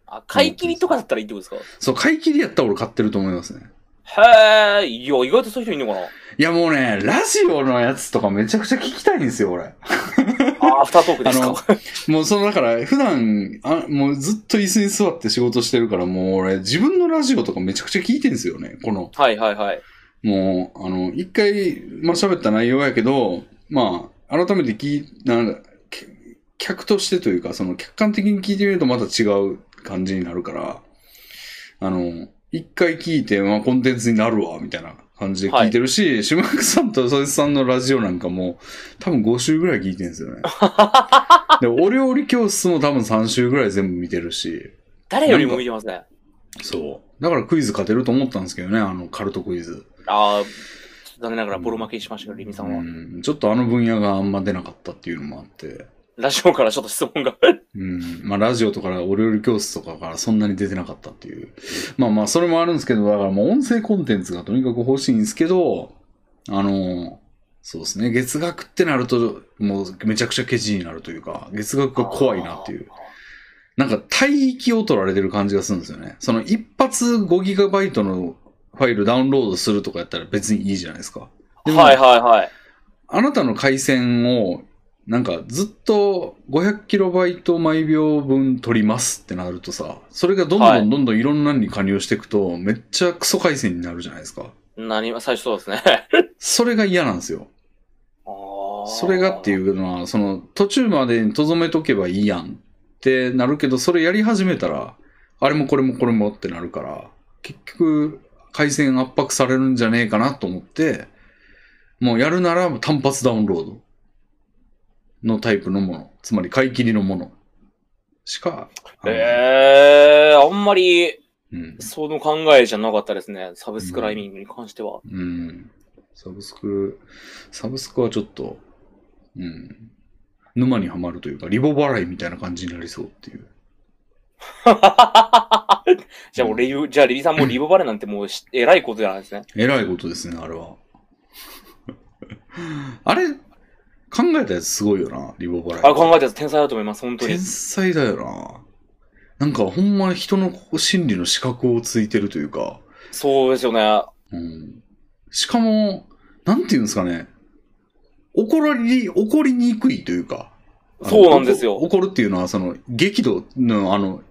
あ、買い切りとかだったらいいってことですそう、買い切りやったら俺買ってると思いますね。かへえ、いや、意外とそういう人いるのか いや、もうね、ラジオのやつとかめちゃくちゃ聞きたいんですよ、俺。な。あ、アフタートークですあかの。もうその、だから、普段、あ、もうずっと椅子に座って仕事してるから、もう俺、自分のラジオとかめちゃくちゃ聞いてんですよね。この、はいはいはい。もう、あの、一回、まあ、喋った内容やけど、まあ、改めて聞い、なんだ、け客としてというか、その、客観的に聞いてみるとまた違う感じになるから、あの、一回聞いて、まあ、コンテンツになるわ、みたいな感じで聞いてるし、島木さんと佐々木さんのラジオなんかも、多分5週ぐらい聞いてるんですよ ね。で、お料理教室も多分3週ぐらい全部見てるし、誰よりも見てますね。そう。だからクイズ勝てると思ったんですけどね、あの、カルトクイズ。ああ、残念ながらボロ負けしましたけど、リミさんは。うん、ちょっとあの分野があんま出なかったっていうのもあって、ラジオからちょっと質問が。うん、まあラジオとかお料理教室とかからそんなに出てなかったっていう。まあまあそれもあるんですけど、だからもう音声コンテンツがとにかく欲しいんですけど、あの、そうですね、月額ってなると、もうめちゃくちゃケチになるというか、月額が怖いなっていう。なんか帯域を取られてる感じがするんですよね。その一発 5GB のファイルダウンロードするとかやったら別にいいじゃないですか。でもはいはいはい。あなたの回線を、なんかずっと 500kB 毎秒分取りますってなるとさ、それがどんはどいんどんどんいろんなのに加入していくと、めっちゃクソ回線になるじゃないですか。何も、最初そうですね。それが嫌なんですよ。そそ。れがっていううのは、その途中までにとどめとけばいいやんってなるけど、それやり始めたら、あれもこれもこれもってなるから、結局、回線圧迫されるんじゃねえかなと思って、もうやるなら単発ダウンロードのタイプのもの、つまり買い切りのものしか、あのええー、あんまり、うん、その考えじゃなかったですね。サブスクライミングに関しては。うん。サブスク、サブスクはちょっと、うん。沼にはまるというか、リボ払いみたいな感じになりそうっていう。じゃあ、俺、じゃあ、リリさ んもリボバレなんてもうし、えらいことじゃないですね。えらいことですね、あれは。 あれ、考えたやつすごいよな、リボ払い。あれ考えたやつ天才だと思います、本当に天。才だよな。なんか、ほんま人の心理の資格をついてるというか、そうですよね。うん。しかも、なんていうんですかね、怒らり、怒りにくいというか、あのそうなんですよおこ怒るっていうのは、その、激怒の、あの、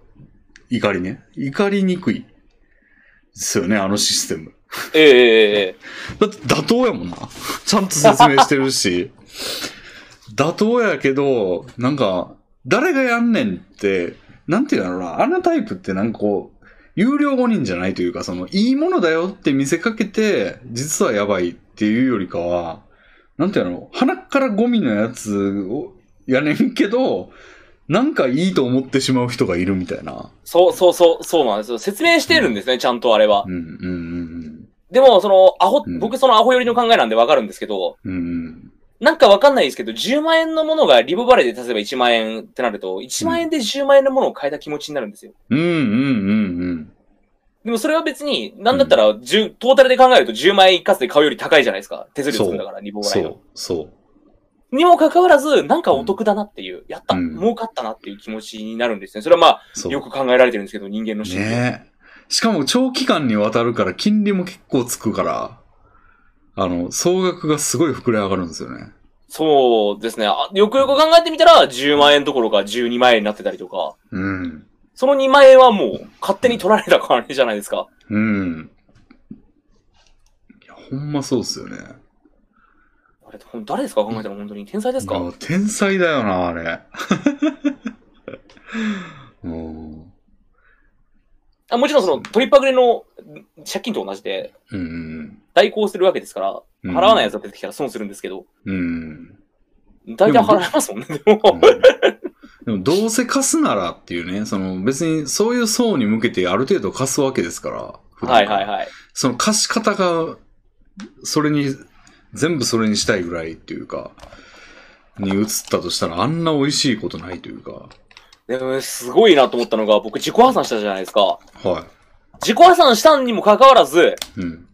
怒りね。怒りにくい。ですよね、あのシステム。えええええだって妥当やもんな。ちゃんと説明してるし。妥当やけど、なんか、誰がやんねんって、なんていうんだろうな、あのタイプってなんかこう、有料誤認じゃないというか、その、いいものだよって見せかけて、実はやばいっていうよりかは、なんていうの、鼻からゴミのやつを、やねんけど、なんかいいと思ってしまう人がいるみたいな。そうそうそう、そうなんですよ。説明してるんですね、ちゃんとあれはう。ん、うん、うんでも、その、アホうん、僕そのアホ寄りの考えなんでわかるんですけど、うん、うんなんかわかんないですけど、10万円のものがリボバレで例えば1万円ってなると、1万円で10万円のものを買えた気持ちになるんですよ。うん、うん、うん、うん。でもそれは別に、なんだったら、10トータルで考えると10万円一括で買うより高いじゃないですか。手数料つくんだから、リボ払そいのう。、そう。にもかかわらず、なんかお得だなっていう、やった、うん儲かったなっていう気持ちになるんですね。それはまそあ、うよく考えられてるんですけど、人間の心理。ねえ。しかも長期間にわたるから金利も結構つくから、あの、総額がすごい膨れ上がるんですよね。そうですねあ。よくよく考えてみたら、10万円どころか12万円になってたりとか、うん。その2万円はもう勝手に取られた感じじゃないですか。うん。いや、ほんまそうっすよね。あれ誰ですか考えたら本当に天才ですか、あ天才だよな、あれ。 うん。あもちろんその取りパグレの借金と同じで、うん。代行するわけですから、うん払わないやつが出てきたら損するんですけど、うん。大体でもど払いますもんね、でも。うんでも、どうせ貸すならっていうね、その別にそういう層に向けてある程度貸すわけですから。普段かはいらはいはい。その貸し方が、それに、全部それにしたいぐらいっていうか、に移ったとしたらあんな美味しいことないというか。でも、すごいなと思ったのが、僕自己破産したじゃないですか。は自己破産したにもかかわらず、い。うん。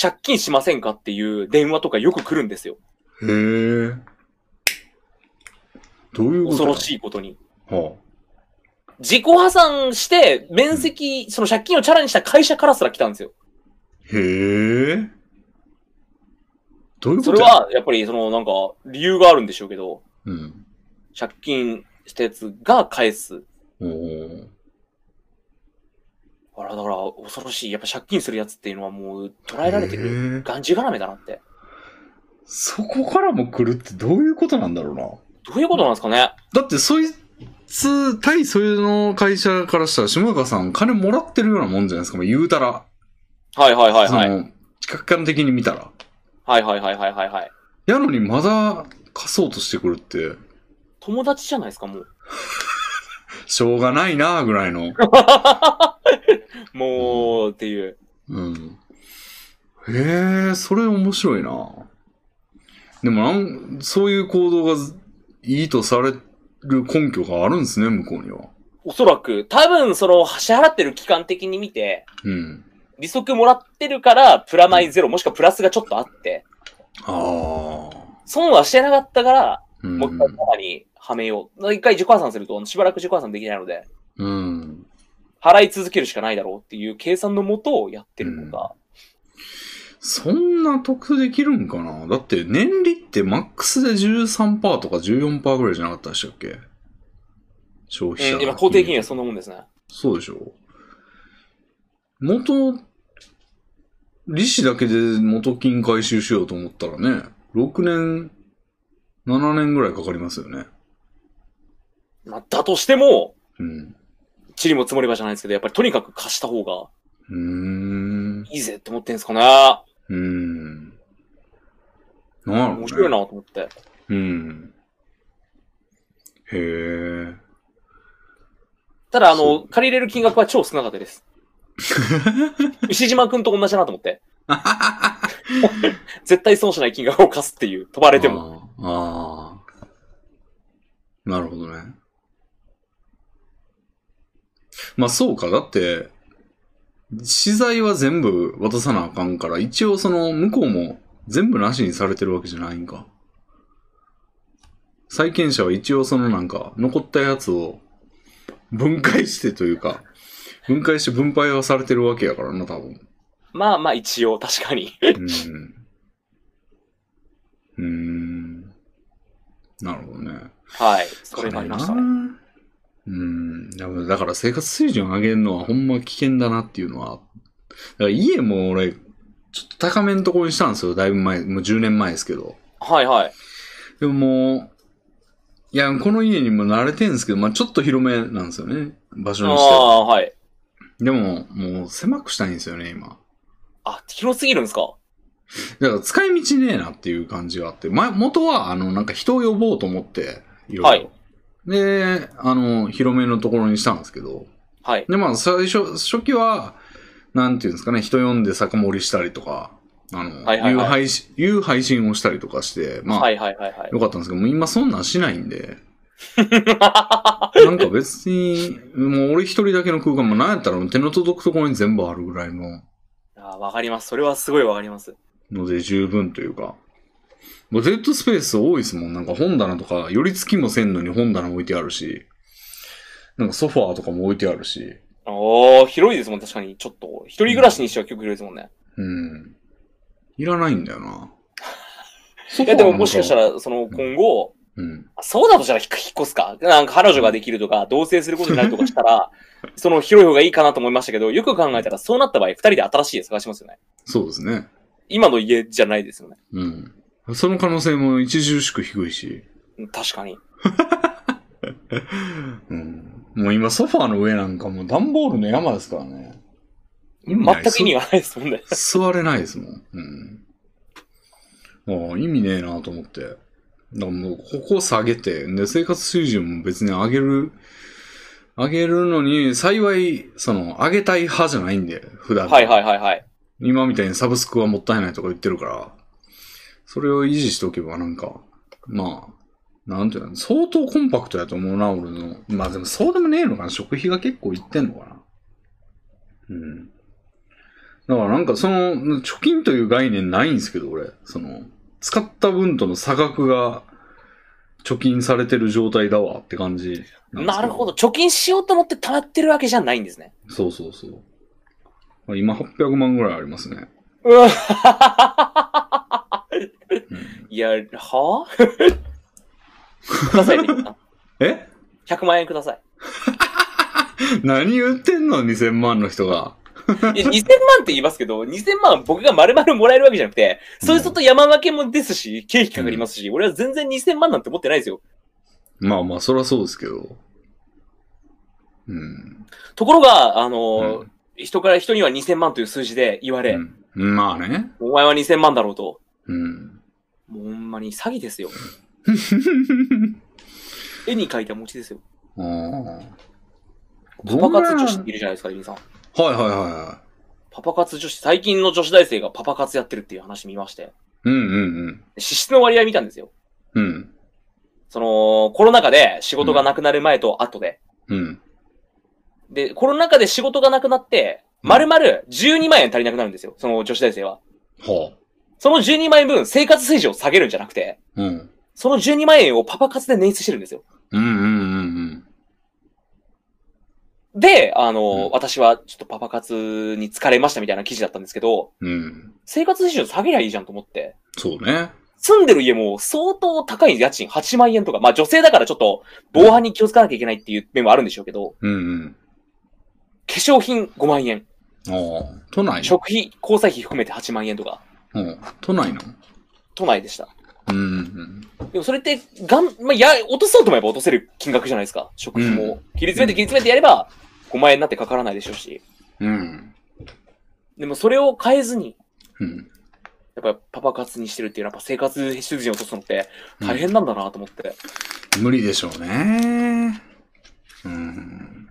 借金しませんかっていう電話とかよく来るんですよ。へえ。どういうこと恐ろい。しいことに。は自己破産して、面積、その借金をチャラにした会社からすら来たんですよ。あ、へえ。どういうことそやれ、は、やっぱり、その、なんか、理由があるんでしょうけど、うん。借金したやつが返す。おーあら、だから、恐ろしい。やっぱ借金するやつっていうのはもう、捉えられてる。へえがんじがらめだなって。そこからも来るってどういうことなんだろうな。どういうことなんですかねだってそいつ、対それの会社からしたら、下中さん金もらってるようなもんじゃないですか。まあ、言うたら。はいはいはいはい。その、客観的に見たら。はいはいはいはいはいはい。やのにまだ貸そうとしてくるって、友達じゃないですか、もう。しょうがないなぐらいの。もう、っていう。うん。へえ、それ面白いな。でもなん、そういう行動がいいとされる根拠があるんですね、向こうには。おそらく、多分、その、支払ってる期間的に見て、うん。利息もらってるから、プラマイゼロ、もしくはプラスがちょっとあって、ああ。損はしてなかったから、うんもう一回さらにはめよう。一回自己破産すると、あのしばらく自己破産できないので、うん。払い続けるしかないだろうっていう計算のもとをやってるのが、そんな得できるんかなだって年利ってマックスで13%とか14%ぐらいじゃなかったでしたっけ消費え者ーが。今、肯定金利はそんなもんですね。そうでしょ元、利子だけで元金回収しようと思ったらね、6年、7年ぐらいかかりますよね。まあ、だとしても、うん。塵も積もり場じゃないですけど、やっぱりとにかく貸した方がうーん。いいぜって思ってんすかね。うーん。なるほ面白いど、ね。なと思って。うん。へえ。ただ、あその、借りれる金額は超少なかっ たです。牛島くんと同じだなと思って。 絶対損しない金額を貸すっていう、飛ばれても。あーあー。なるほどね。まあそうか。だって、資材は全部渡さなあかんから、一応その向こうも全部なしにされてるわけじゃないんか。債権者は一応そのなんか、残ったやつを分解してというか、分解して分配はされてるわけやからな、多分。まあまあ一応、確かに。うんうーん。なるほどね。はい。それがありました金ね。なうん。でもだから生活水準上げるのはほんま危険だなっていうのは。だから家も俺、ちょっと高めのところにしたんですよ。だいぶ前、もう10年前ですけど。はいはい。でももう、いや、この家にも慣れてんですけど、まあちょっと広めなんですよね。場あ所にしては。あ、はい。でも、もう狭くしたいんですよね、今。あ、広すぎるんですかだから使い道ねえなっていう感じがあって、前、元は、あの、なんか人を呼ぼうと思って、いろいろはいで、あの、広めのところにしたんですけど、はい。で、まあ、最初、初期は、なんていうんですかね、人呼んで酒盛りしたりとか、あの、はいはいいはいう配信、いう配信をしたりとかして、まあ、はいはいはいはい。よかったんですけど、もう今そんなんしないん で、なんか別に、もう俺一人だけの空間もなんやったら手の届くところに全部あるぐらいの、あーわかります。それはすごいわかります。ので十分というか。もうデッドスペース多いですもん。なんか本棚とか、寄り付きもせんのに本棚置いてあるし、なんかソファーとかも置いてあるし、おー、広いですもん、確かに。ちょっと。一人暮らしにしては結構広いですもんね。うん。いらないんだよな。ソいや、でももしかしたら。ら、その、今後、うん。あそうだとしたら引っ引っ越すか。なんか彼女ができるとか、同棲することになるとかしたら、 その広い方がいいかなと思いましたけど、よく考えたらそうなった場合、二人で新しい家探しますよね。そうですね。今の家じゃないですよね。うん。その可能性も著しく低いし、確かに。うん。もう今ソファーの上なんかもう段ボールの山ですからね。全ないく意味がないですもんね。座れないですもん。うん。ああ、意味ねえなと思って。だからもう、ここ下げて、で、生活水準も別に上げる、上げるのに、幸い、その、上げたい派じゃないんで、普段。はいはいはいはい。今みたいにサブスクはもったいないとか言ってるから、それを維持しておけばなんか、まあ、なんていうの、相当コンパクトやと思うな、俺の。まあでもそうでもねえのかな、食費が結構いってんのかな。うん。だからなんかその、貯金という概念ないんですけど、俺。その、使った分との差額が貯金されてる状態だわって感じんですけなるほど。。貯金しようと思って貯まってるわけじゃないんですね。そうそうそう。今800万ぐらいありますね。うわうん いや、はぁ ください、みんな。え100万円ください。何言ってんの ?2000 万の人が。いや2000万って言いますけど、2000万僕が丸々もらえるわけじゃなくて、それちょっと山分けもですし、経費かかりますし、俺は全然2000万なんて持ってないですよ。まあまあ、そりゃそうですけど。うん。ところが、あの、う人から人には2000万という数字で言われ、うん、まあね。お前は2000万だろうと。うん。もうほんまに詐欺で すよ。絵に描いた餅ですよ。ああ。パパ活女子っはているじゃないですか、レミさん。いはいはいはパパ活女子、最近の女子大生がパパ活やってるっていう話見まして、い。うんうん支出の割合見たんですよ。うん。うん。その、コロナ禍で仕事がなくなる前と後で。うん。で、コロナ禍で仕事がなくなって、うん丸々12万円足りなくなるんですよ。その女子大生は。はあ。その12万円分生活水準を下げるんじゃなくて、うん。その12万円をパパ活で捻出してるんですよ。うんうんうんで、あの、うん私はちょっとパパ活に疲れましたみたいな記事だったんですけど、うん。うん。生活水準下げりゃいいじゃんと思って。そうね。住んでる家も相当高い家賃8万円とか、まあ女性だからちょっと防犯に気をつかなきゃいけないっていう面もあるんでしょうけど、うん化粧品5万円、うん。ああ。都内食費、交際費含めて8万円とか、うん。都内なの都内でした。うんうん。でもそれって、がん、まあ、や、落とそうと思えば落とせる金額じゃないですか。食費うんも。切り詰めて切り詰めてやれば、5万円なんてかからないでしょうし。うん。でもそれを変えずに、うん。やっぱパパ活にしてるっていうのは、やっぱ生活必需に落とすのって、大変なんだなと思って。無理でしょうね。うん。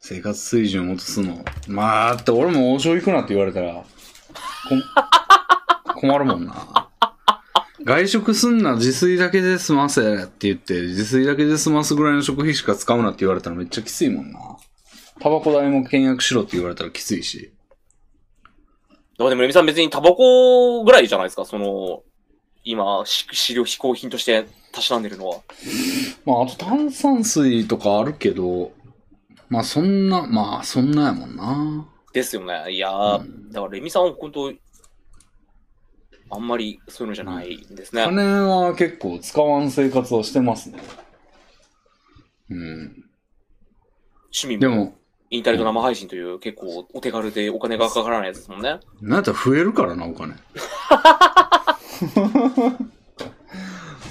生活水準落とすの。まあ、だって俺も王将行くなって言われたら、こ 困るもんな。外食すんな、自炊だけで済ませって言って、自炊だけで済ますぐらいの食費しか使うなって言われたらめっちゃきついもんな。タバコ代も倹約しろって言われたらきついし。だからでも、レミさん別にタバコぐらいじゃないですか、その、今、し飼料非行品として、たしなんでるのは。まあ、あと炭酸水とかあるけど、まあそんな、まあそんなやもんな。ですよね。いやー、うんだからレミさんは本当、あんまりそういうのじゃないですね。 金は結構使わん生活をしてますね。うん。趣味でもも、インターネット生配信という結構お手軽でお金がかからないやつですもんね。なんやったら増えるからな、お金。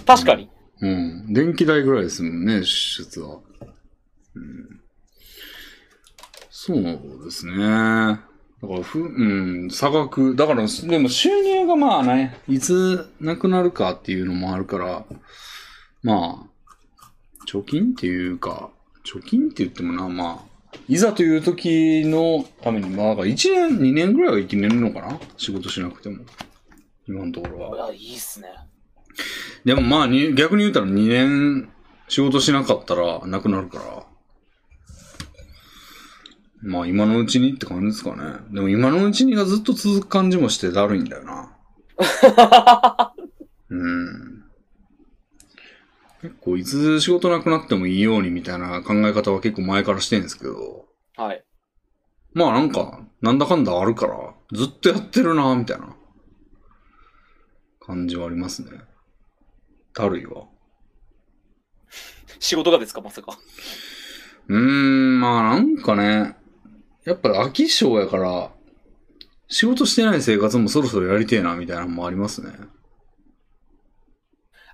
確かに。うん。電気代ぐらいですもんね、支出は。うん。そうですね。だから、ふ、うん、差額。だから、でも収入がまあね、いつなくなるかっていうのもあるから、まあ、貯金っていうか、貯金って言ってもな、まあ、いざという時のために、まあ、だから1年、2年ぐらいは生きれるのかな仕事しなくても。今のところは。いや、いいっすね。でもまあに、逆に言うたら2年仕事しなかったらなくなるから。まあ今のうちにって感じですかね。でも今のうちにがずっと続く感じもしてだるいんだよな。うん。結構いつ仕事なくなってもいいようにみたいな考え方は結構前からしてるんですけど。はい。まあなんか、なんだかんだあるから、ずっとやってるなみたいな感じはありますね。だるいわ。仕事がですか、まさか。うーん、まあなんかね、やっぱ飽き性やから、仕事してない生活もそろそろやりてえな、みたいなのもありますね。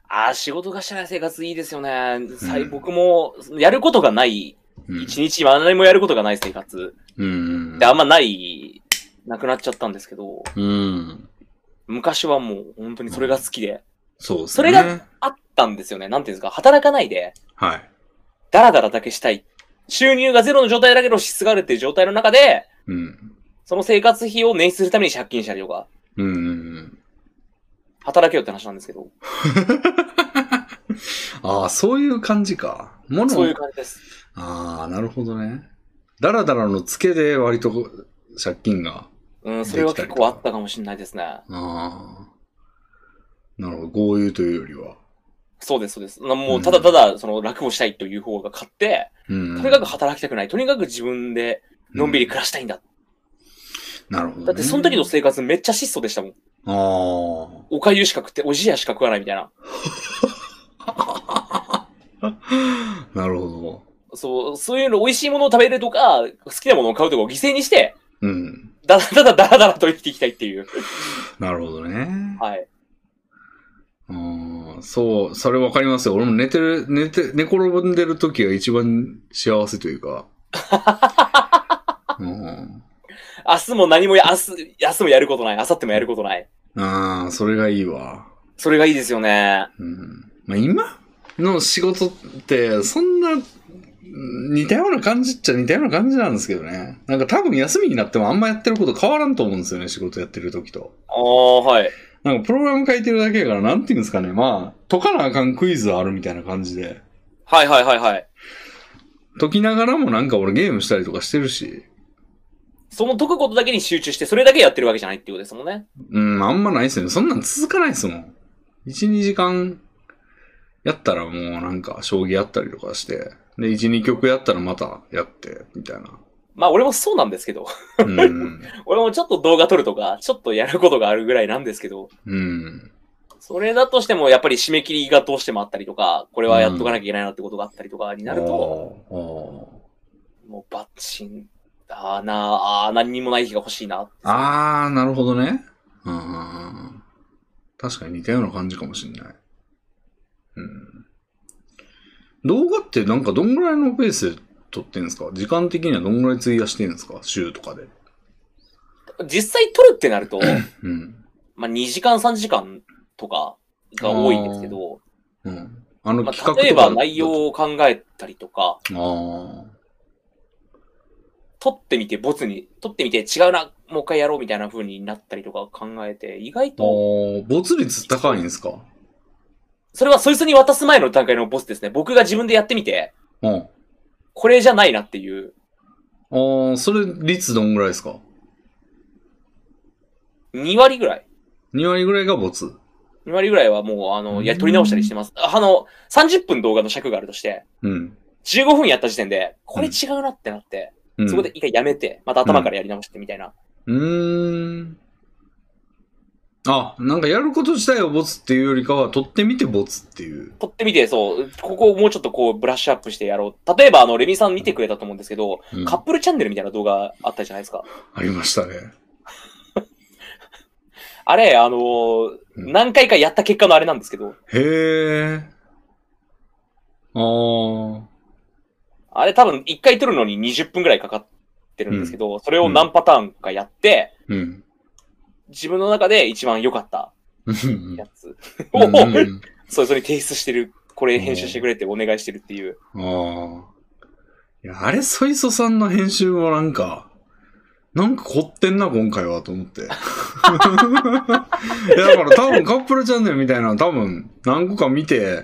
ああ、仕事がしない生活いいですよね。さういん僕も、やることがない、うん。一日何もやることがない生活うんであんまない、なくなっちゃったんですけど、うん。うん。昔はもう本当にそれが好きで、そうですね。それがあったんですよね。なんていうんですか、働かないで、はい。ダラダラだけしたい。収入がゼロの状態だけど支出があるっていう状態の中で、うん。その生活費を捻出するために借金したりとか、うんうんうん。働けよって話なんですけど。ああ、そういう感じか。ものそういう感じです。ああ、なるほどね。だらだらのツケで割と借金が。うん、それは結構あったかもしれないですね。ああ。なるほど。豪遊というよりは。そうです、そうです。なもう、ただただ、その、楽をしたいという方が勝って、うん。とにかく働きたくない。とにかく自分で、のんびり暮らしたいんだ。なるほど、ね。だって、その時の生活めっちゃ質素でしたもん。あおかゆしか食って、おじやしか食わないみたいな。あ。 なるほど。そう、そういうの美味しいものを食べるとか、好きなものを買うとかを犠牲にして、うん。だらだらだらだらと生きていきたいっていう。なるほどね。はい。ああ、そう、それわかりますよ。俺も寝てる、寝て、寝転んでる時が一番幸せというか。 うん、明日も何もや、明日、明日もやることない。明後日もやることない。ああ、それがいいわ。それがいいですよね。うん。まあ、今の仕事って、そんな、似たような感じっちゃ似たような感じなんですけどね。なんか多分休みになってもあんまやってること変わらんと思うんですよね、仕事やってる時と。ああ、はい。なんかプログラム書いてるだけやから、なんていうんですかね。まあ、解かなあかんクイズあるみたいな感じで。はいはいはいはい。解きながらもなんか俺ゲームしたりとかしてるし。その解くことだけに集中して、それだけやってるわけじゃないっていうことですもんね。うん、あんまないっすよね。そんなん続かないっすもん。1、2時間やったらもうなんか将棋やったりとかして。で、1、2曲やったらまたやって、みたいな。まあ俺もそうなんですけど、 うん。俺もちょっと動画撮るとか、ちょっとやることがあるぐらいなんですけど、 うん。それだとしてもやっぱり締め切りがどうしてもあったりとか、これはやっとかなきゃいけないなってことがあったりとかになると、あーもうバッチンだなああ、何にもない日が欲しいな。あーあー、なるほどね。うんうんうん。確かに似たような感じかもしれない。うん。動画ってなんかどんぐらいのペースで撮ってんですか時間的にはどんぐらい費やしてんですか週とかで。実際撮るって なると、うん。まあ2時間3時間とかが多いんですけど、うん。あのま企画とか。あ、例えば内容を考えたりとか、あ撮ってみてボツに、撮ってみて違うな、もう一回やろうみたいな風になったりとか考えて、意外あ。あと、ー没率高いんですかそれはそいつに渡す前の段階のボスですね。僕が自分でやってみて、うん。これじゃないなっていう、ああ、それ率どんぐらいですか2割ぐらい。 ?2 割ぐらいが没。 2割ぐらいはもう、あうの、んいや、撮り直したりしてます。あの、30分動画の尺があるとして、うん。 15分やった時点で、これ違うなってなって、うん、そこで一回やめて、また頭からやり直してみたいな。うーん。あ、なんかやること自体をボツっていうよりかは、取ってみてボツっていう。撮ってみて、そう、ここをもうちょっとこう、ブラッシュアップしてやろう。例えば、あの、レミさん見てくれたと思うんですけど、うんカップルチャンネルみたいな動画あったじゃないですか。ありましたね。あれ、あのーうん何回かやった結果のあれなんですけど、へえ。あー。あれ多分1回撮るのに20分くらいかかってるんですけど、それを何パターンかやって、うん。自分の中で一番良かった うんやつうを、ん それぞれ提出してる、これ編集してくれってお願いしてるっていう。あー。いや、あれ、ソイソさんの編集もなんか、なんか凝ってんな、今回は、と思って。いや、 だから多分カップルチャンネルみたいなの多分何個か見て、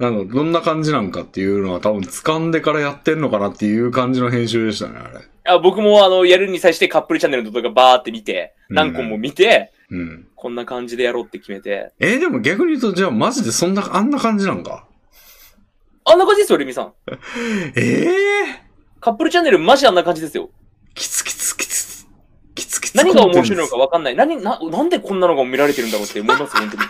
なんかどんな感じなんかっていうのは多分掴んでからやってんのかなっていう感じの編集でしたね、あれ。あ僕もあの、やるに際してカップルチャンネルの動画バーって見て、うん何個も見て、うん。こんな感じでやろうって決めて。えーでも逆に言うと、じゃあマジでそんな、あんな感じなんか。あんな感じですよ、レミさん。ええカップルチャンネルマジあんな感じですよ。キツキツキツ、キツキツ。何が面白いのかわかんない。何、な、なんでこんなのが見られてるんだろうって思いますよ、本当に。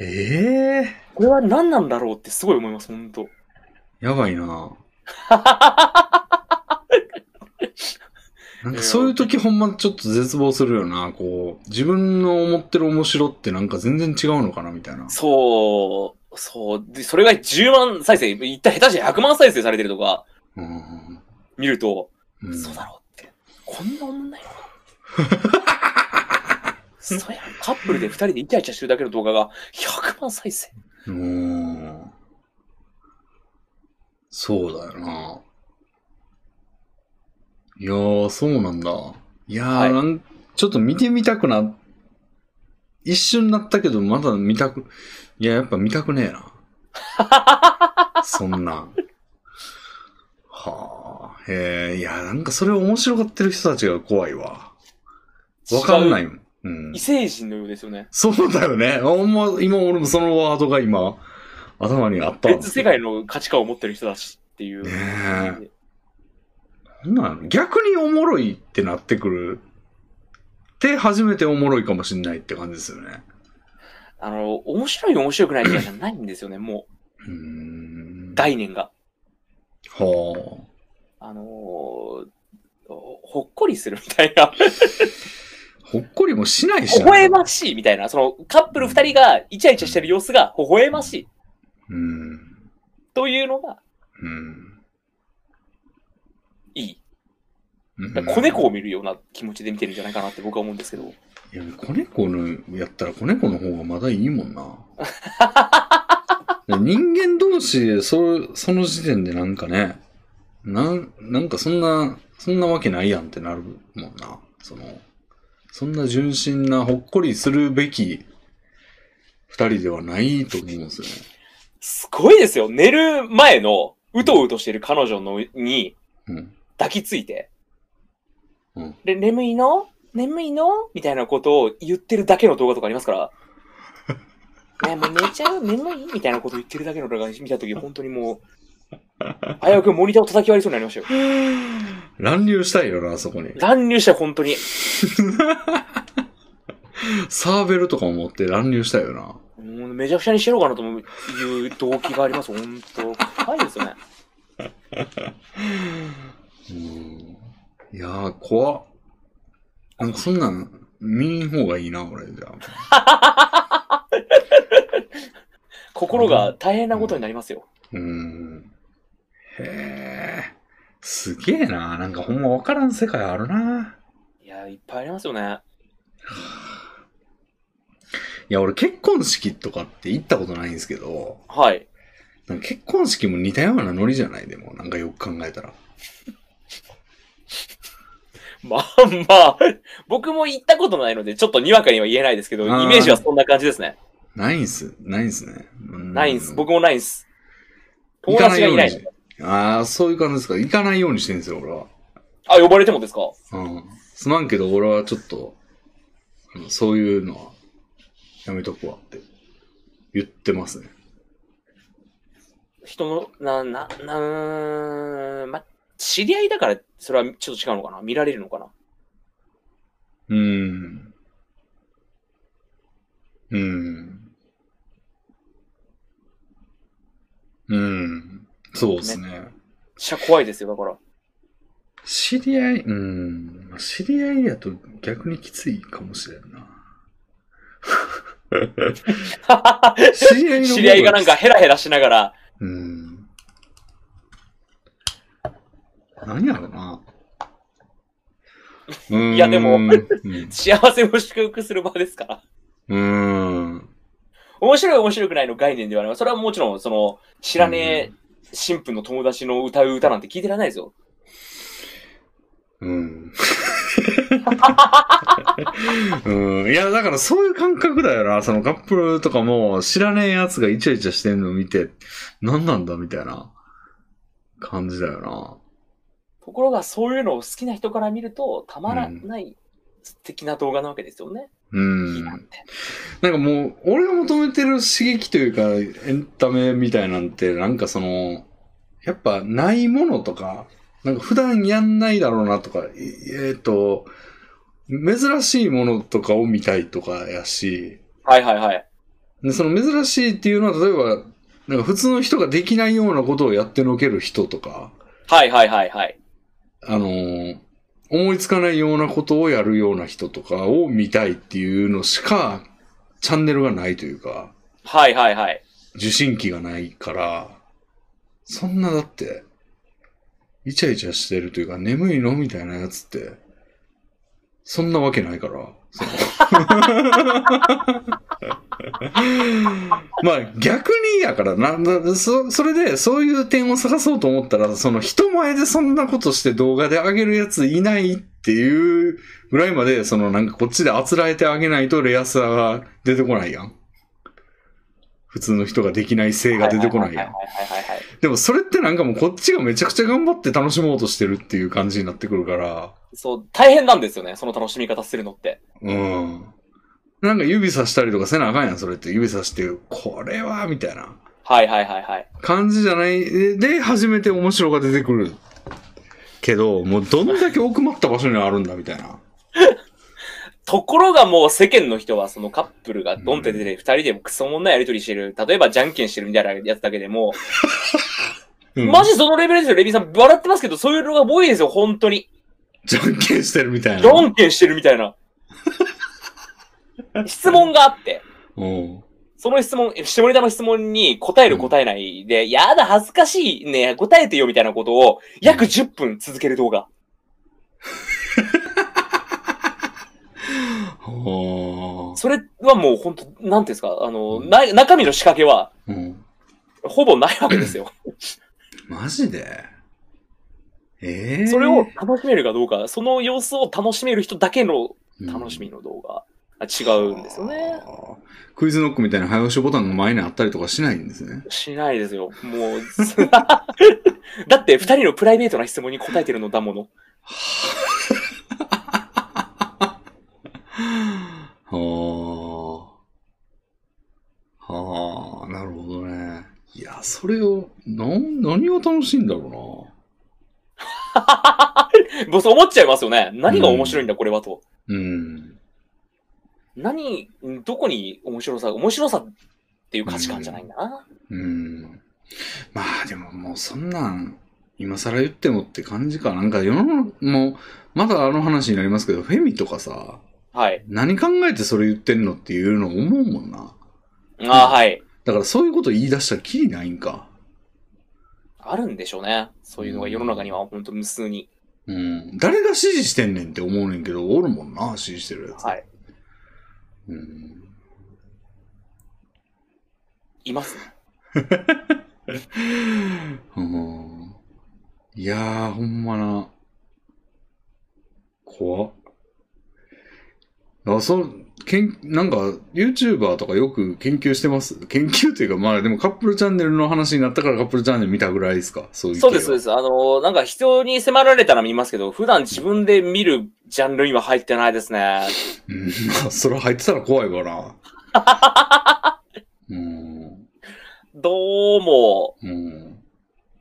ええこれは何なんだろうってすごい思います、本当。やばいな なんかそういう時ほんまちょっと絶望するよな。こう、自分の思ってる面白ってなんか全然違うのかなみたいな。そう、そう。で、それが10万再生、一体下手して100万再生されてるとかうん。見ると、うんそうだろうって。こんな女よ。 そうや、カップルで二人でイチャイチャしてるだけの動画が100万再生。うんそうだよな。いやー、そうなんだ。いやー、はいなんちょっと見てみたくなっ一瞬なったけど、まだ見たく、いや、やっぱ見たくねえな。そんな。はあ、へえ、いや、なんかそれを面白がってる人たちが怖いわ。わかんないもん。うん異。星人のようですよね。そうだよね。ほんま、今俺もそのワードが今、頭にあったんで別す世よ。界の価値観を持ってる人だしっていう。ねなんなの逆におもろいってなってくる。で、初めておもろいかもしんないって感じですよね。あの、面白い面白くないみたいじゃないんですよね、もうーん。う、概念が。はあ。あのーほっこりするみたいな。ほっこりもしないし微な。笑ましいみたいな。その、カップル二人がイチャイチャしてる様子が微笑ましいうん。というのがうん。いい。うんだから子猫を見るような気持ちで見てるんじゃないかなって僕は思うんですけど。いや、子猫の、やったら子猫の方がまだいいもんな。人間同士で、そ、その時点でなんかね、なん、なんかそんな、そんなわけないやんってなるもんな。その、そんな純真な、ほっこりするべき、二人ではないと思うんですよね。すごいですよ。寝る前の、うとうとしてる彼女のにうん。抱きついて。うんで、眠いの眠いのみたいなことを言ってるだけの動画とかありま すから。ね、もう寝ちゃう眠いみたいなこと言ってるだけの動画見たとき、本当にもう、危うくモニターを叩き割りそうになりましたよ。乱流したいよな、あそこに。乱入したよ、本当に。サーベルとかも持って乱流したいよな。もうめちゃくちゃにしてやろうかなという動機があります、本当。怖いですよね。うんいやー、怖っ。なんかそんなん、見ん方がいいな、俺、じゃあ。 心が大変なことになりますよ。うん。へえ。すげえな。なんかほんまわからん世界あるな。いや、いっぱいありますよね。いや、俺結婚式とかって行ったことないんですけど、はい。なんか結婚式も似たようなノリじゃないでも、なんかよく考えたら。まあ まあ、僕も行ったことないので、ちょっとにわかには言えないですけど、あーイメージはそんな感じですね。ないんす。ないんすね。うんないんす。僕もないんす。友達がいない。行かようにしああ、そういう感じですか。行かないようにしてるんですよ、俺は。あ、呼ばれてもですかうん。すまんけど、俺はちょっと、あのそういうのは、やめとくわって、言ってますね。人の、な、な、なーん、まあ、知り合いだから、それはちょっと違うのかな見られるのかなうーん。うーん。うーん。そうですね。しゃ怖いですよ、だから。知り合い、うーん。まあ知り合いやと逆にきついかもしれん な。 知り合いの方知り合いがなんかヘラヘラしながら、うーん。何やろな。うーん いやでもうんう幸せを祝福する場ですから。 ーん。面白い面白くないの概念ではない。それはもちろん、その、知らねえ新婦の友達の歌う歌なんて聞いてられないですよ。うん。うん。いや、だからそういう感覚だよな。そのカップルとかも知らねえやつがイチャイチャしてんの見て、何なんだみたいな感じだよな。ところが、そういうのを好きな人から見ると、たまらない素敵な動画なわけですよね。ういいんな。んて。なんかもう、俺が求めてる刺激というか、エンタメみたいなんて、なんかその、やっぱないものとか、なんか普段やんないだろうなとか、いえっ、と、珍しいものとかを見たいとかやし、はいはいはい。でその珍しいっていうのは、例えば、なんか普通の人ができないようなことをやってのける人とか、はいはいはいはい。あのー思いつかないようなことをやるような人とかを見たいっていうのしか、チャンネルがないというか、はいはいはい。受信機がないから、そんなだって、イチャイチャしてるというか、眠いのみたいなやつって、そんなわけないから。その まあ逆にやからななそ、それでそういう点を探そうと思ったら、その人前でそんなことして動画で上げるやついないっっていうぐらいまで、そのなんかこっちであつらえてあげないとレアさが出てこないやん。普通の人ができない性が出てこないやん。はいはいはいはいはいはい。でもそれってなんかもうこっちがめちゃくちゃ頑張って楽しもうとしてるっていう感じになってくるから、そう、大変なんですよね、その楽しみ方するのって。うん。なんか指さしたりとかせなあかんやん、それって。指さして、これは、みたいなはいはいはいはい。感じじゃない。で、で初めて面白が出てくる。けど、もうどんだけ奥まった場所にあるんだ、みたいな。ところがもう世間の人はそのカップルがドンって出て二人でもクソもんなやりとりしてる。例えばじゃんけんしてるみたいなやつだけでも、うんマジそのレベルですよ、レビンさん。笑ってますけど、そういうのが多いですよ、本当に。じゃんけんしてるみたいな。じゃんけんしてるみたいな。質問があって、うん。その質問、下ネタの質問に答える答えないで、やだ、恥ずかしいね、答えてよみたいなことを約10分続ける動画。はそれはもう本当なんていうんですか、あの、な中身の仕掛けは、あ。うん。ほぼないわけですよ。マジでええそれを楽しめるかどうか、その様子を楽しめる人だけの楽しみうんの動画。あ違うんですよね。はあクイズノックみたいな早押しボタンが前にあったりとかしないんですね。しないですよ。もう、 だって二人のプライベートな質問に答えてるのだもの。はあ。はあ、なるほどね。いや、それを、なん、何が楽しいんだろ僕そう思っちゃいますよね。何が面白いんだ、これはと。うな。うん。何、どこに面白さ、面白さっていう価値観じゃないんだな。うん。まあ、でももうそんなん、今更言ってもって感じか。なんか世の中、もう、まだあの話になりますけど、フェミとかさ、はい。何考えてそれ言ってんのっていうの思うもんな。ああ、はい。だからそういうこと言い出したらきりないんか。あるんでしょうね。そういうのが世の中には本当無数に。うん。誰が支持してんねんって思うねんけど、おるもんな、支持してるやつ。はい。うん。いますね。うん。いやー、ほんまな。怖っ。あ、その、けん、なんか、YouTuber とかよく研究してます研究っていうか、まあでもカップルチャンネルの話になったからカップルチャンネル見たぐらいですかそういう系そは。うです、そうです。あのーなんか人に迫られたら見ますけど、普段自分で見るジャンルには入ってないですね。うん、まあ、それ入ってたら怖いわな。 うん。どうも、うん。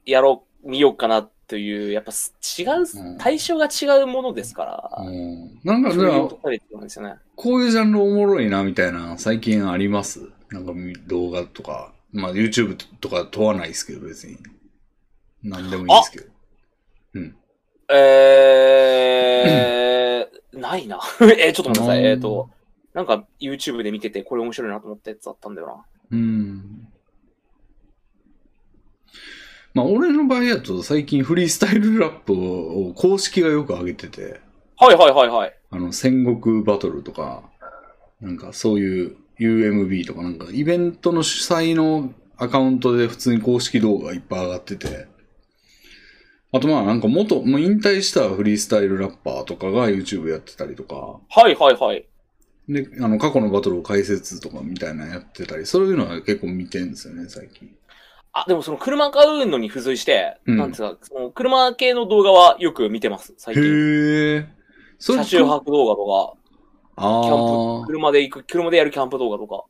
やろう、見ようかなという、やっぱす違うんう、対象が違うものですから。うん。なんか、そじうゃいあう、とこで言うんですよね。こういうジャンルおもろいな、みたいな、最近ありますなんかみ動画とか、まあ YouTube とか問わないですけど、別に。なんでもいいですけど。えー、ない な。えー、ちょっと待ってくださうい。んえっ、と、なんか YouTube で見てて、これ面白いなと思ったやつあったんだよな。うん。まあ俺の場合だと最近フリースタイルラップを公式がよく上げてて、はいはいはいはい。あの戦国バトルとか、なんかそういう UMB とかなんかイベントの主催のアカウントで普通に公式動画いっぱい上がってて、あとまあなんか元、もう引退したフリースタイルラッパーとかが YouTube やってたりとか、はいはいはい。で、あの過去のバトルを解説とかみたいなのやってたり、そういうのは結構見てんですよね、最近。あ、でもその車買うのに付随して、うんなんですか、その車系の動画はよく見てます、最近。へえ。そ車中泊動画とあか、キャンープ、車で行く、車でやるキャンプ動画とか。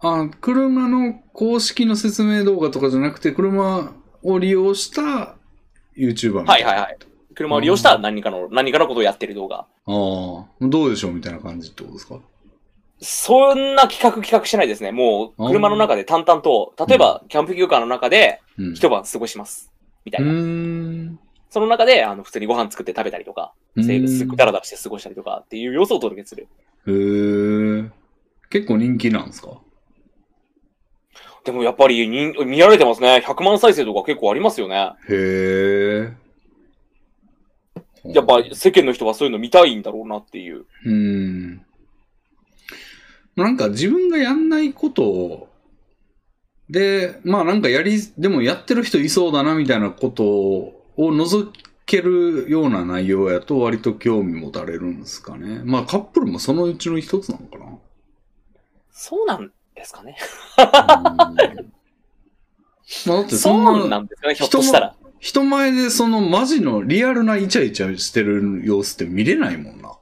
あ、車の公式の説明動画とかじゃなくて、車を利用した YouTuber みたはいいな。はいはい。車を利用した何かの、何かのことをやってる動画。ああ、どうでしょうみたいな感じってことですかそんな企画企画してないですね。もう、車の中で淡々と、例えば、キャンプ休暇の中で、うん。一晩過ごします。みたういな。ーん。その中で、あの、普通にご飯作って食べたりとか、せういすーんダラダラして過ごしたりとかっていう様子をお届けする。へえ。結構人気なんですかでもやっぱりに見られてますね。100万再生とか結構ありますよね。へえ。やっぱ世間の人はそういうの見たいんだろうなっていう。うん。なんか自分がやんないことを、で、まあなんかやり、でもやってる人いそうだなみたいなことを除けるような内容やと割と興味持たれるんですかね。まあカップルもそのうちの一つなのかそうなんですかね。 な。うんまあだってそんそうななんですかね、ひょっとしたら。人前でそのマジのリアルなイチャイチャしてる様子って見れないもんな。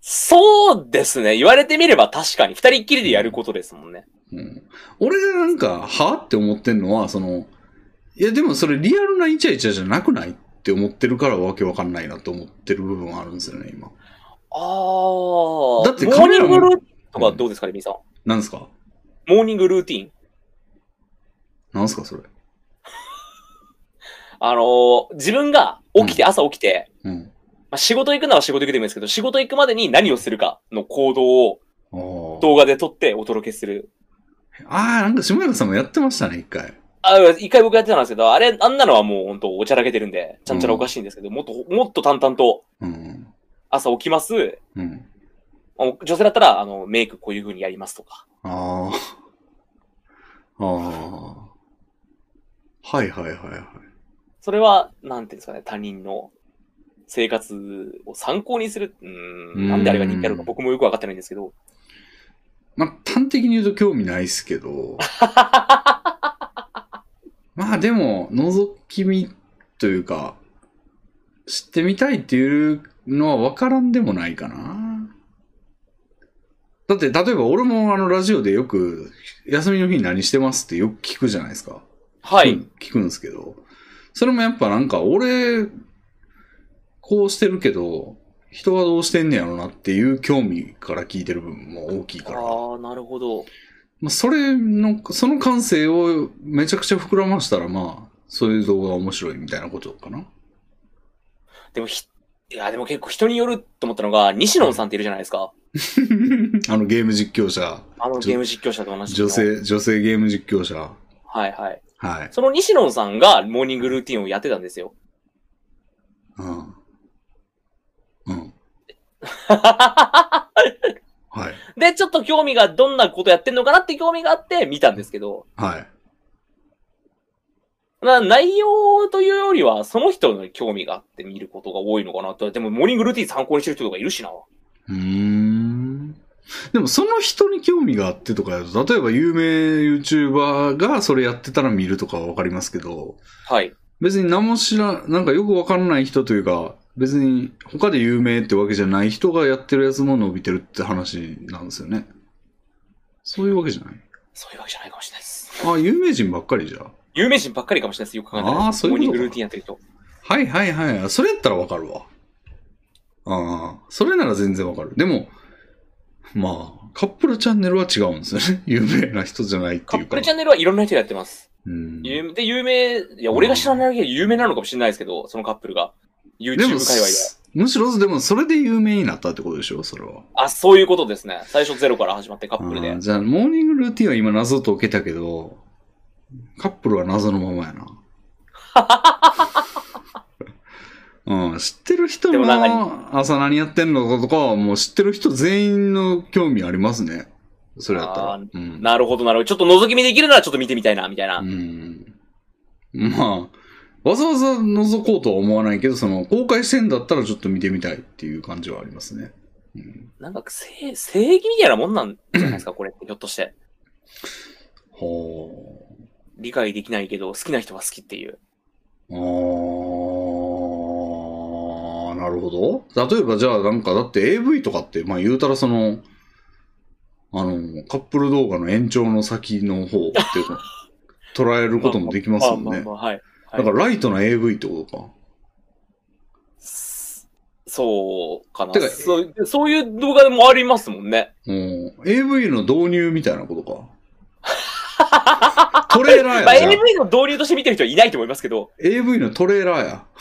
そうですね。言われてみれば確かに、二人っきりでやることですもんね。うん、俺がなんか、はって思ってんのは、その、いやでもそれリアルなイチャイチャじゃなくないって思ってるからわけわかんないなと思ってる部分あるんですよね、今。あー。だってモカーニメランもグルーティンとかどうですかね、みさん。なんですかモーニングルーティン。なんですかそれ。あのー自分が起きて、朝起きて、うん。まあ、仕事行くなら仕事行くでもいいんですけど、仕事行くまでに何をするかの行動をあー動画で撮ってお届けする。あー、なんか下山さんもやってましたね、一回。あ、一回僕やってたんですけど、あれ、あんなのはもう本当おちゃらけてるんで、ちゃんちゃらおかしいんですけど、もっと、もっと淡々とうん。朝起きます。うん。あ女性だったら、あの、メイクこういう風にやりますとか。あ あ。ああ。はいはいはいはい。それは、なんていうんですかね、他人の生活を参考にする。うーうんん、なんであれが人気あるか僕もよくわかってないんですけど。まあ、端的に言うと興味ないっすけ ど。まあでも、覗き見というか、知ってみたいっていうのは分からんでもないかな。だって、例えば俺もあのラジオでよく、休みの日に何してますってよく聞くじゃないですか。はい。うん聞くんですけど、それもやっぱなんか、俺、こうしてるけど、人はどうしてんねやろなっていう興味から聞いてる部分も大きいあから。あ、なるほど。まあ、それの、その感性をめちゃくちゃ膨らましたら、まあ、そういう動画が面白いみたいなことかな。でもひ、いや、でも結構人によると思ったのが、西野さんっているじゃないですか。あのゲーム実況者、あのゲーム実況者と同じ。女。性、女性ゲーム実況者。はいはい。はい。その西野さんがモーニングルーティンをやってたんですよ。うん。うん。はい。で、ちょっと興味がどんなことやってんのかなって興味があって見たんですけど、はい。な内容というよりは、その人の興味があって見ることが多いのかなと。でも、モーニングルーティン参考にしてる人とかいるしな。うーん。でも、その人に興味があってとかやと、例えば有名 YouTuber がそれやってたら見るとかはわかりますけど、はい。別に何も知らん、なんかよくわかんない人というか、別に他で有名ってわけじゃない人がやってるやつも伸びてるって話なんですよね。そういうわけじゃない。そういうわけじゃないかもしれないです。あ、有名人ばっかりじゃ。有名人ばっかりかもしれないです。よく考えたら。あーそういうことかモーニングルーティンやってる人。はいはいはい。それやったらわかるわ。ああ、それなら全然わかる。でも、まあ、カップルチャンネルは違うんですよね。 有名な人じゃないってカいうッかプルら。チャンネルはいろんな人やってます。うん、で有で、有名、いや、俺が知らないだけで有名なのかもしれないですけど、そのカップルが。YouTube 界も隈で。、むしろでもそれで有名になったってことでしょ、それは。あ、そういうことですね。最初ゼロから始まってカップルあでー。じゃあ、モーニングルーティンは今謎解けたけど、カップルは謎のまま やな。うん、知ってる人でもなんの朝何やってんのとかはもう知ってる人全員の興味ありますね。それやったら。あーうん、なるほど、なるほど。ちょっと覗き見できるならちょっと見てみたいな、みたいな。うん。まあ、わざわざ覗こうとは思わないけど、その公開してんだったらちょっと見てみたいっていう感じはありますね。うん、なんか、正、正義みたいなもんなんじゃないですか、これって。ひょっとして。ほう。理解できないけど、好きな人は好きっていう。あー、なるほど。例えばじゃあなんかだって AV とかって、まあ言うたらその、あの、カップル動画の延長の先の方って いうか、捉えることもできますもんまあねま。あまあ、はい。だからライトな AV ってことか。すそうかなてかそう。そういう動画もありますもんね。うん。AV の導入みたいなこと か。トレーラーまあ、やじゃん AV の導入として見てる人はいないと思いますけど、 AV のトレーラーや。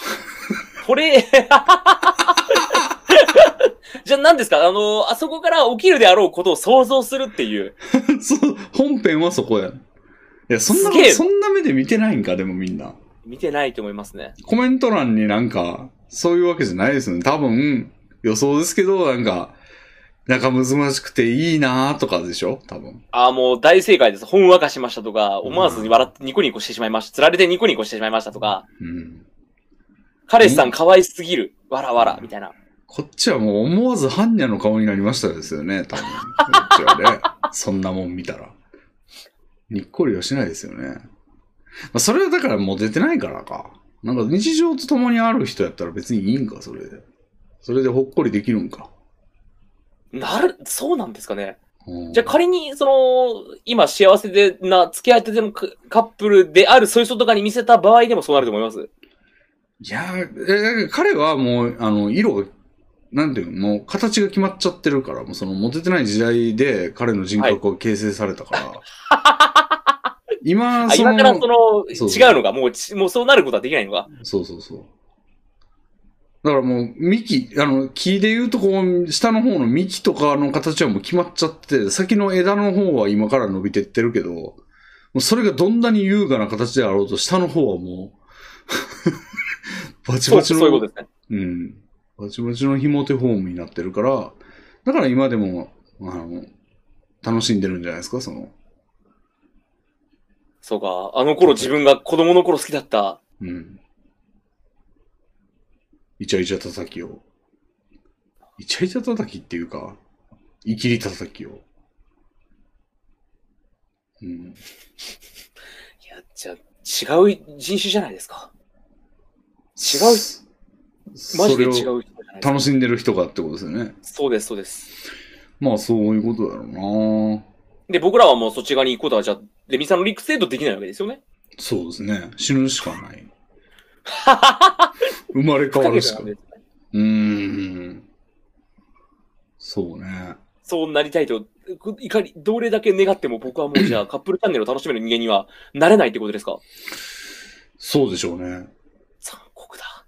これ、 じゃあ何ですかあの、あそこから起きるであろうことを想像するっていう。そう、本編はそこや。いや、そんなすげえ、そんな目で見てないんか、でもみんな。見てないと思いますね。コメント欄になんか、そういうわけじゃないですよね。多分、予想ですけど、なんか、仲むずましくていいなーとかでしょ多分。ああ、もう大正解です。ほんわかしましたとか、思わずに笑ってニコニコしてしまいました。釣られてニコニコしてしまいましたとか、うん。彼氏さん可愛すぎる。わらわら。みたいな。こっちはもう思わず般若の顔になりましたですよね、多分。こっちはね。 そんなもん見たら。にっこりはしないですよね。まあ、それはだからもう出てないからか。なんか日常と共にある人やったら別にいいんか、それで。それでほっこりできるんか。なる、そうなんですかね。うんじゃあ仮に、その、今幸せでな、付き合いたてのカカップルである、そういう人とかに見せた場合でもそうなると思います。いやー、えー彼はもう、あの、色が、なんていうの、もう形が決まっちゃってるから、もうその、モテてない時代で彼の人格が形成されたから。 今、あその今からその、そう違うのが、もうち、もうそうなることはできないのが。そうそうそう。だからもう、幹、あの、木で言うとこう、下の方の幹とかの形はもう決まっちゃってて、先の枝の方は今から伸びてってるけど、もうそれがどんなに優雅な形であろうと、下の方はも う、バチそバうチそうの、いうことですね。うん。バチバチの紐手フォームになってるから、だから今でも、あの、楽しんでるんじゃないですか、その。そうか。あの頃自分が子供の頃好きだった。うん。イチャイチャ叩きを。イチャイチャ叩きっていうか、イキリ叩きを。うん。いや、じゃあ、違う人種じゃないですか。違ううマジで違うう。人じゃないですか。楽しんでる人がってことですよね。そうです、そうです。まあ、そういうことだろうなで、僕らはもうそっち側に行くことは、じゃあ、レミさんのリクセードできないわけですよね。そうですね。死ぬしか ない。生まれ変わるしか。うーん。そうね。そうなりたいと、くいかに、どれだけ願っても僕はもうじゃあカップルチャンネルを楽しめる人間にはなれないってことですかそうでしょうね。残酷だ。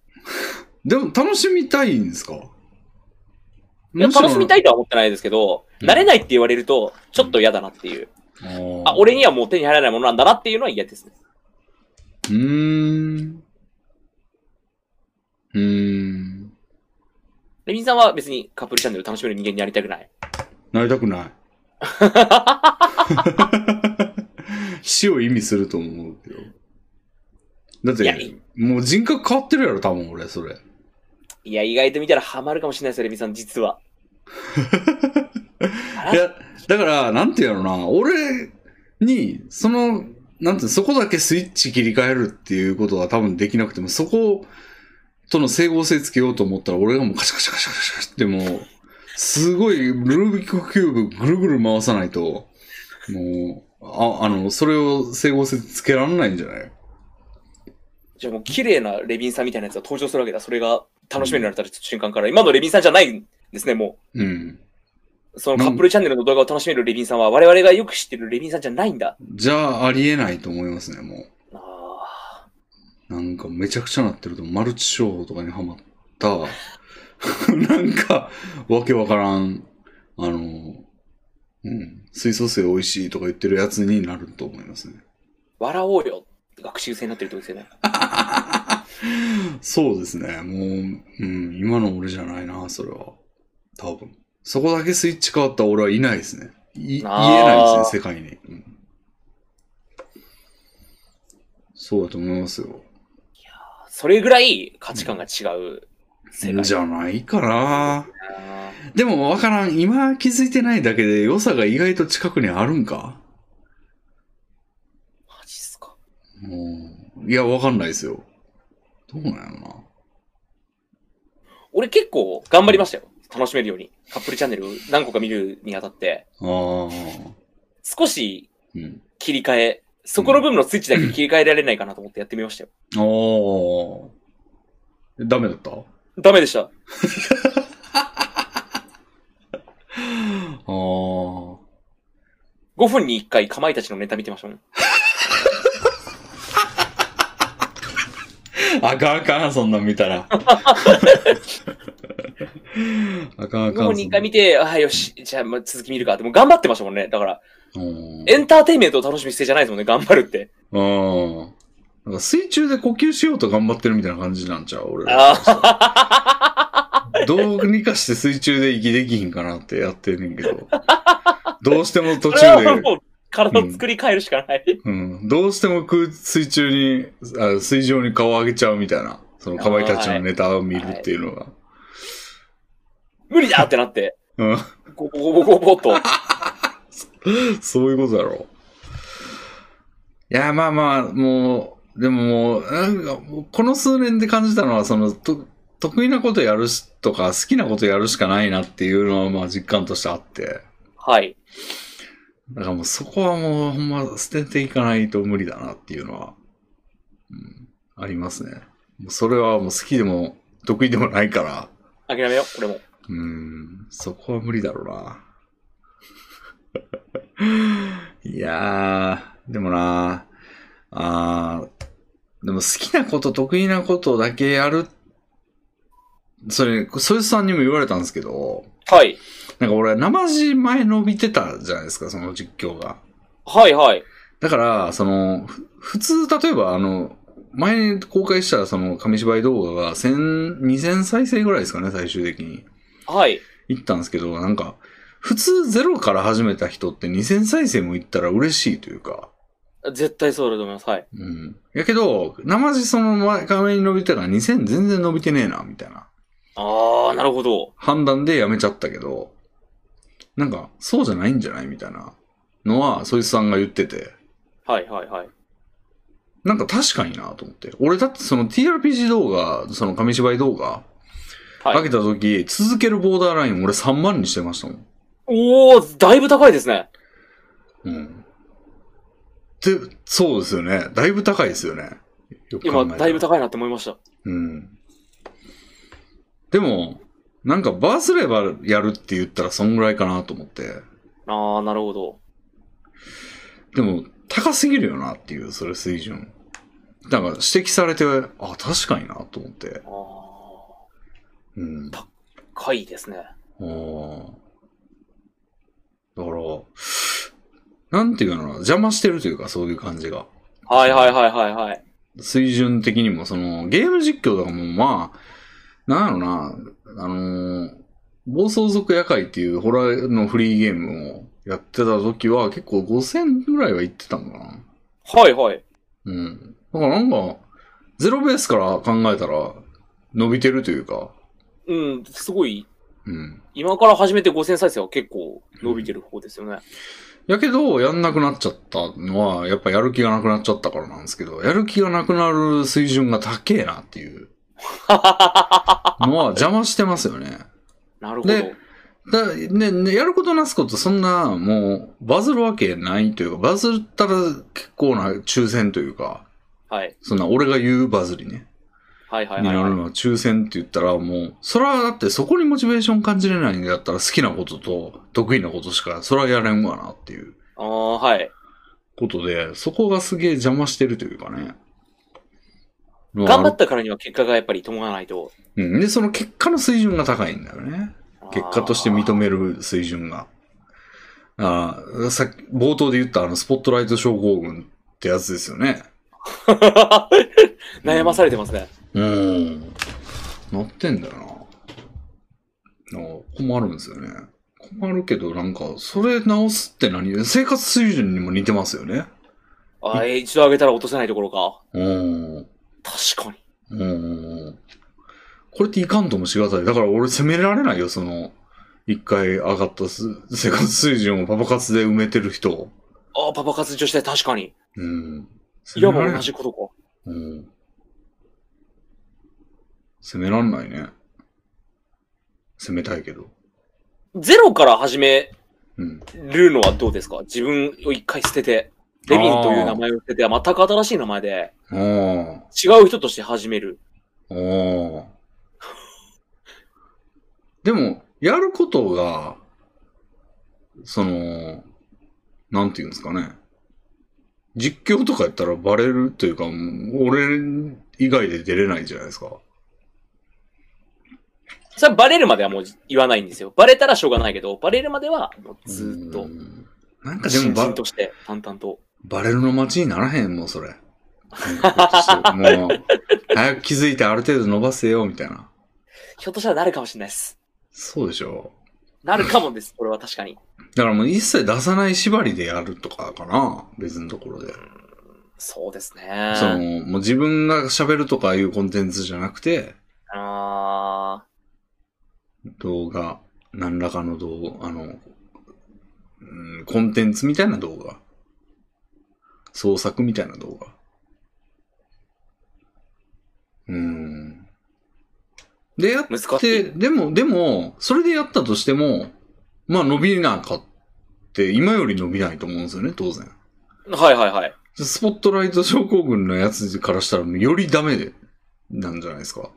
でも、楽しみたいんですかいや、楽しみたい。いとは思ってないですけど、うんなれないって言われると、ちょっと嫌だなっていう。あーあ、俺にはもう手に入らないものなんだなっていうのは嫌ですね。うーん。うーん。レミンさんは別にカップルチャンネルを楽しめる人間になりたくない。なりたくない。死を意味すると思うけど。だっいやてい、もう人格変わってるやろ、多分俺、それ。いや、意外と見たらハマるかもしれないですよ、レミンさん、実は。あいらや、だから、なんていうのな、俺に、その、なんていうのそこだけスイッチ切り替えるっていうことは多分できなくても、そことの整合性つけようと思ったら、俺がもうカシャカシャカシャカシャカシャってもう、すごいルービックキューブぐるぐる回さないと、もう、ああの、それを整合性つけられないんじゃないじゃあもう綺麗なレビンさんみたいなやつが登場するわけだ。それが楽しみになれた瞬間から、今のレビンさんじゃないんですね、もう。うん。そのカップルチャンネルの動画を楽しめるレビンさんは、我々がよく知ってるレビンさんじゃないんだ。じゃあ、ありえないと思いますね、もう。あなんかめちゃくちゃなってると、マルチ商法とかにハマった、 なんか、わけわからん、あの、うん、水素水美味しいとか言ってるやつになると思いますね。ー笑おうよ。学習生になってるってことですよね。そうですね、もう、うん、今の俺じゃないな、それは。多分。そこだけスイッチ変わった俺はいないですね。い言えないですあねー、世界に、うんそうだと思いますよ。それぐらい価値観が違う世界。じゃないかな。あーでも分からん。今気づいてないだけで良さが意外と近くにあるんかマジっすか。もう、いや、分かんないですよ。どうなんやろな。俺結構頑張りましたよ。楽しめるように。カップルチャンネルを何個か見るにあたって、ああ。少しうん。切り替え、そこの部分のスイッチだけ切り替えられないかなと思ってやってみましたよ。ああ。ダメだったあダメでした。あ。 5分に1回かまいたちのネタ見てましたもん。あかんあかん、そんなん見たら。 あかんあ5かん。分に1回見て、ああ、よし、じゃあまあ続き見るかって。もう頑張ってましたもんね。だから、うんエンターテインメントを楽しむ姿勢じゃないですもんね、頑張るって。うん。なんか水中で呼吸しようと頑張ってるみたいな感じなんちゃう俺らあどうにかして水中で息できひんかなってやってんねんけど。どうしても途中で、もう体を作り変えるしかない。うん、どうしても空水中にあ、水上に顔を上げちゃうみたいな。その、かまいたちのネタを見るっていうのが。無理だってなって、うん。ゴボゴボゴボっと。 そういうことだろう。いや、まあまあ、もう、でももう、なんかもうこの数年で感じたのは、その、と得意なことやるしとか、好きなことやるしかないなっていうのは、まあ実感としてあって。はい。だからもうそこはもう、ほんま捨てていかないと無理だなっていうのは、うん、ありますね。もうそれはもう好きでも、得意でもないから、諦めよう、これも。うん、そこは無理だろうな。 いやー、でもなあーでも好きなこと、得意なことだけやる。それ、そいつさんにも言われたんですけど、はい。なんか俺、生地前伸びてたじゃないですか、その実況が。はいはい。だから、その、ふ普通、例えば、あの、前に公開したその紙芝居動画が1000、2000再生ぐらいですかね、最終的に。はい。行ったんですけど、なんか、普通ゼロから始めた人って2000再生も行ったら嬉しいというか。絶対そうだと思います。はい。うん。やけど、生地その前画面に伸びたら2000全然伸びてねえな、みたいなあー、なるほど。判断でやめちゃったけど、なんか、そうじゃないんじゃないみたいなのは、そいつさんが言ってて、はいはいはい。なんか確かになと思って。俺だってその TRPG 動画、その紙芝居動画、はい上げた時、続けるボーダーライン俺3万にしてましたもん。おー、だいぶ高いですね。うん。で、そうですよね。だいぶ高いですよね。よく考今、えたらだいぶ高いなって思いました。うん。でも、なんかバースレバーやるって言ったらそんぐらいかなと思って。あー、なるほど。でも、高すぎるよなっていう、それ水準。なんか指摘されて、あ、確かになと思って。あうん。ー、高いですね。あーだから、なんていうのかな、邪魔してるというか、そういう感じが。はいはいはいはいはい。水準的にも、その、ゲーム実況とかも、まあ、なんやろな、あのー暴走族夜会っていうホラーのフリーゲームをやってた時は、結構5000ぐらいは行ってたのかな。はいはい。うん。だからなんか、ゼロベースから考えたら、伸びてるというか、うん、すごい。うん。今から始めて5000再生は結構伸びてる方ですよね。やけど、やんなくなっちゃったのは、やっぱやる気がなくなっちゃったからなんですけど、やる気がなくなる水準が高えなっていうのは邪魔してますよね。なるほでど。だねね、やることなすことそんな、もう、バズるわけないというか、バズったら結構な抽選というか、はい。そんな俺が言うバズりね。はいはいにはいなはいる。のは抽選って言ったらもう、それはだってそこにモチベーション感じれないんだったら好きなことと得意なことしか、それはやれんわなっていうあー、はい。ことで、そこがすげえ邪魔してるというかね。頑張ったからには結果がやっぱり伴わないと。うん。で、その結果の水準が高いんだよね。結果として認める水準が。ああ、さっき、冒頭で言ったあの、スポットライト症候群ってやつですよね。あー 悩まされてますね。うん。なってんだよな。なんか困るんですよね。困るけど、なんか、それ直すって何生活水準にも似てますよね。あー一度上げたら落とせないところか。うん。確かに。うん。これっていかんともしがたい。だから俺責められないよ、その、一回上がったす生活水準をパパ活で埋めてる人を。ああ、パパ活女子で確かに。うん。責いめや、らもれうな同い。じことか。うん。責めらんないね。責めたいけど。ゼロから始めうん。るのはどうですか自分を一回捨てて、レビンという名前を捨てて、全く新しい名前で、ああ。違う人として始める。おお。でも、やることが、その、なんていうんですかね。実況とかやったらバレるというか、俺以外で出れないじゃないですか。それはバレるまではもう言わないんですよ。バレたらしょうがないけど、バレるまではもうずーっうと、ん。なんかでも新人バと、して淡々と。バレるの街にならへん、もうそ れ。もう、早く気づいてある程度伸ばせよ、みたいな。ひょっとしたらなるかもしれないです。そうでしょなるか もです。これは確かに。だからもう一切出さない縛りでやるとかかな。別のところで。そうですね。その、もう自分が喋るとかいうコンテンツじゃなくて、あ動画、何らかの動画、あの、うん、コンテンツみたいな動画。創作みたいな動画。うん。で、やっー難しで、い。でも、でも、それでやったとしても、まあ伸びなかって、今より伸びないと思うんですよね、当然。はいはいはい。スポットライト症候群のやつからしたら、よりダメで、なんじゃないですか。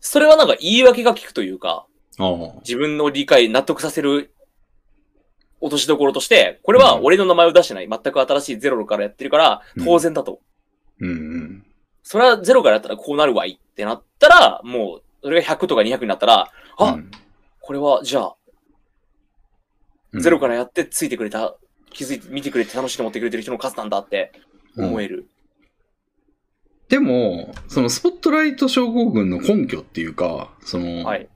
それはなんか言い訳が効くというか、ああ。自分の理解、納得させる落としどころとして、これは俺の名前を出してない。全く新しいゼロからやってるからう、ん当然だと。うんうん。それはゼロからやったらこうなるわいってなったら、もう、それが100とか200になったら、あうんこれはじゃあ、うんゼロからやってついてくれた、気づいて、見てくれて楽しいと思ってくれてる人の数なんだって思える。でも、そのスポットライト症候群の根拠っていうか、その、はい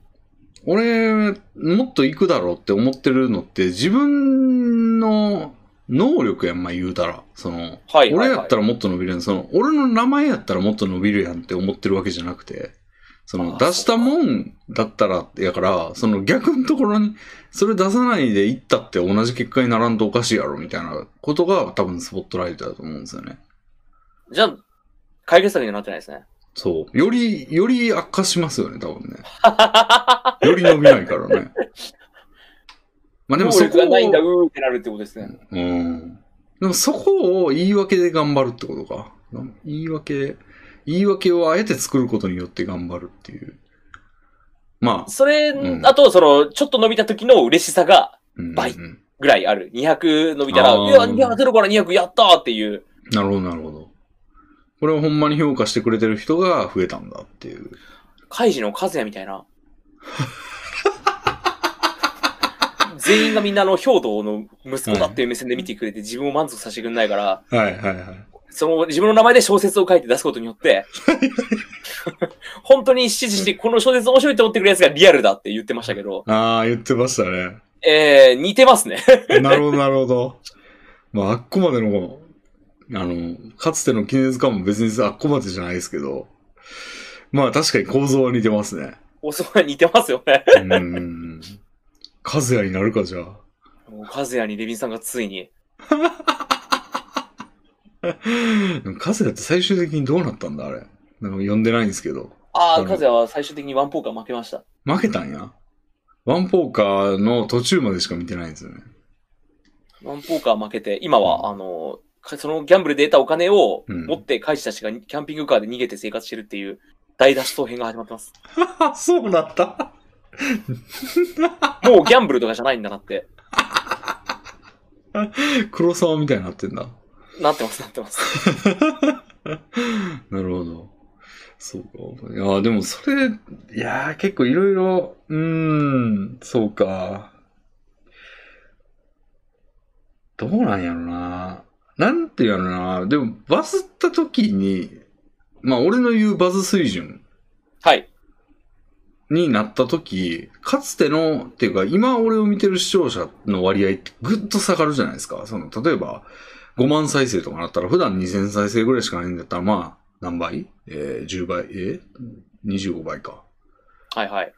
俺、もっと行くだろうって思ってるのって、自分の能力やんま言うたら、その、はいはい俺はやいった。らもっと伸びるやん。その、俺の名前やったらもっと伸びるやんって思ってるわけじゃなくて、そあの、あ出したもんだったら、やから、その逆のところに、それ出さないで行ったって同じ結果にならんとおかしいやろ、みたいなことが多分スポットライトだと思うんですよね。じゃあ、解決策にはなってないですね。そう。より、より悪化しますよね、多分 ね。より伸びないからね。まあでも能そこ力がないんだ、を、うーってなるってことですね。うん。でもそこを言い訳で頑張るってことか。言い訳、言い訳をあえて作ることによって頑張るっていう。まあ、それ、うんあと、その、ちょっと伸びた時の嬉しさが、うん倍うんぐらいある。200伸びたら、あいーや、いや、0から200やったーっていう。なるほど、なるほど。これをほんまに評価してくれてる人が増えたんだっていう。カイジのカズヤみた いな。全員がみんなあの兵道の息子だっていう目線で見てくれて自分を満足させてくれないから、はいはいはい。その自分の名前で小説を書いて出すことによって、本当に指示してこの小説面白いと思ってくれるやつがリアルだって言ってましたけど、ああ、言ってましたね。えー、似てますね。 なるほど、なるほど。 まあ、あっこまでの、あの、かつての記念図鑑も別にあっこまでじゃないですけど、まあ確かに構造は似てますね。おそらく似てますよね。うーん。和也になるか、じゃあ。もうカズヤにレビンさんがついに、でも和也って最終的にどうなったんだ、あれ。なんか読んでないんですけど。あうあ、んカズヤは最終的にワンポーカー負けました。負けたんや。ワンポーカーの途中までしか見てないんですよね。ワンポーカー負けて、今は、あの、かそのギャンブルで得たお金をうん持って、カイジたちがキャンピングカーで逃げて生活してるっていう、大脱走編が始まってます。あ、そうなった。もうギャンブルとかじゃないんだなって、黒沢みたいになってんだ。なってます、なってます。 なるほど。そうか。いや、でもそれ、いや、結構いろいろ、うーん、そうか。どうなんやろな。なんていうやろな。でも、バズった時に、まあ、俺の言うバズ水準はい。になった時、かつての、っていうか、今俺を見てる視聴者の割合ってぐっと下がるじゃないですか。その、例えば、5万再生とかなったら、普段2000再生ぐらいしかないんだったら、まあ、何倍えー、10倍えー、25倍か。はいはい。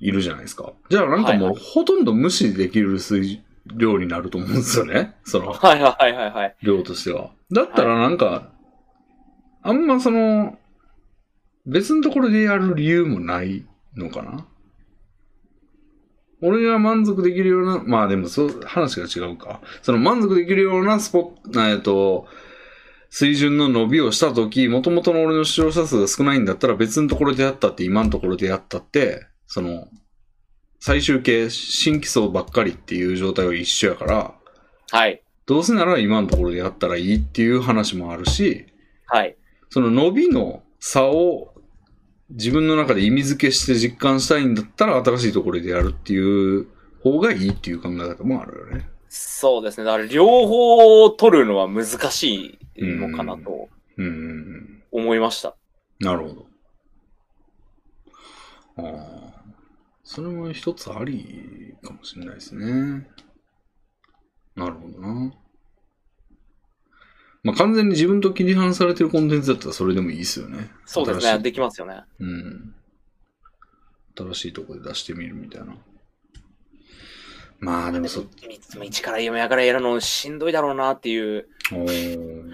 いるじゃないですか。じゃあなんかもはう、ほとんど無視できる水量になると思うんですよね。その、はいはいはいはい。量としては。だったらなんか、あんまその、別のところでやる理由もないのかな俺が満足できるような、まあでもそう、話が違うか。その満足できるようなスポッ、えっと、水準の伸びをしたとき、元々の俺の視聴者数が少ないんだったら別のところでやったって、今のところでやったって、その、最終形、新規層ばっかりっていう状態は一緒やから、はい。どうせなら今のところでやったらいいっていう話もあるし、はい。その伸びの差を自分の中で意味付けして実感したいんだったら新しいところでやるっていう方がいいっていう考え方もあるよね。そうですね。だから、両方を取るのは難しいのかなとうんうんうん。思いました。なるほど。ああ。それも一つありかもしれないですね。なるほどな。まあ完全に自分と切り離されてるコンテンツだったらそれでもいいですよね。そうです新ね。しいできますよね。うん。新しいとこで出してみるみたいな。まあでもそ、三つから読み上がらやるのしんどいだろうなっていうおー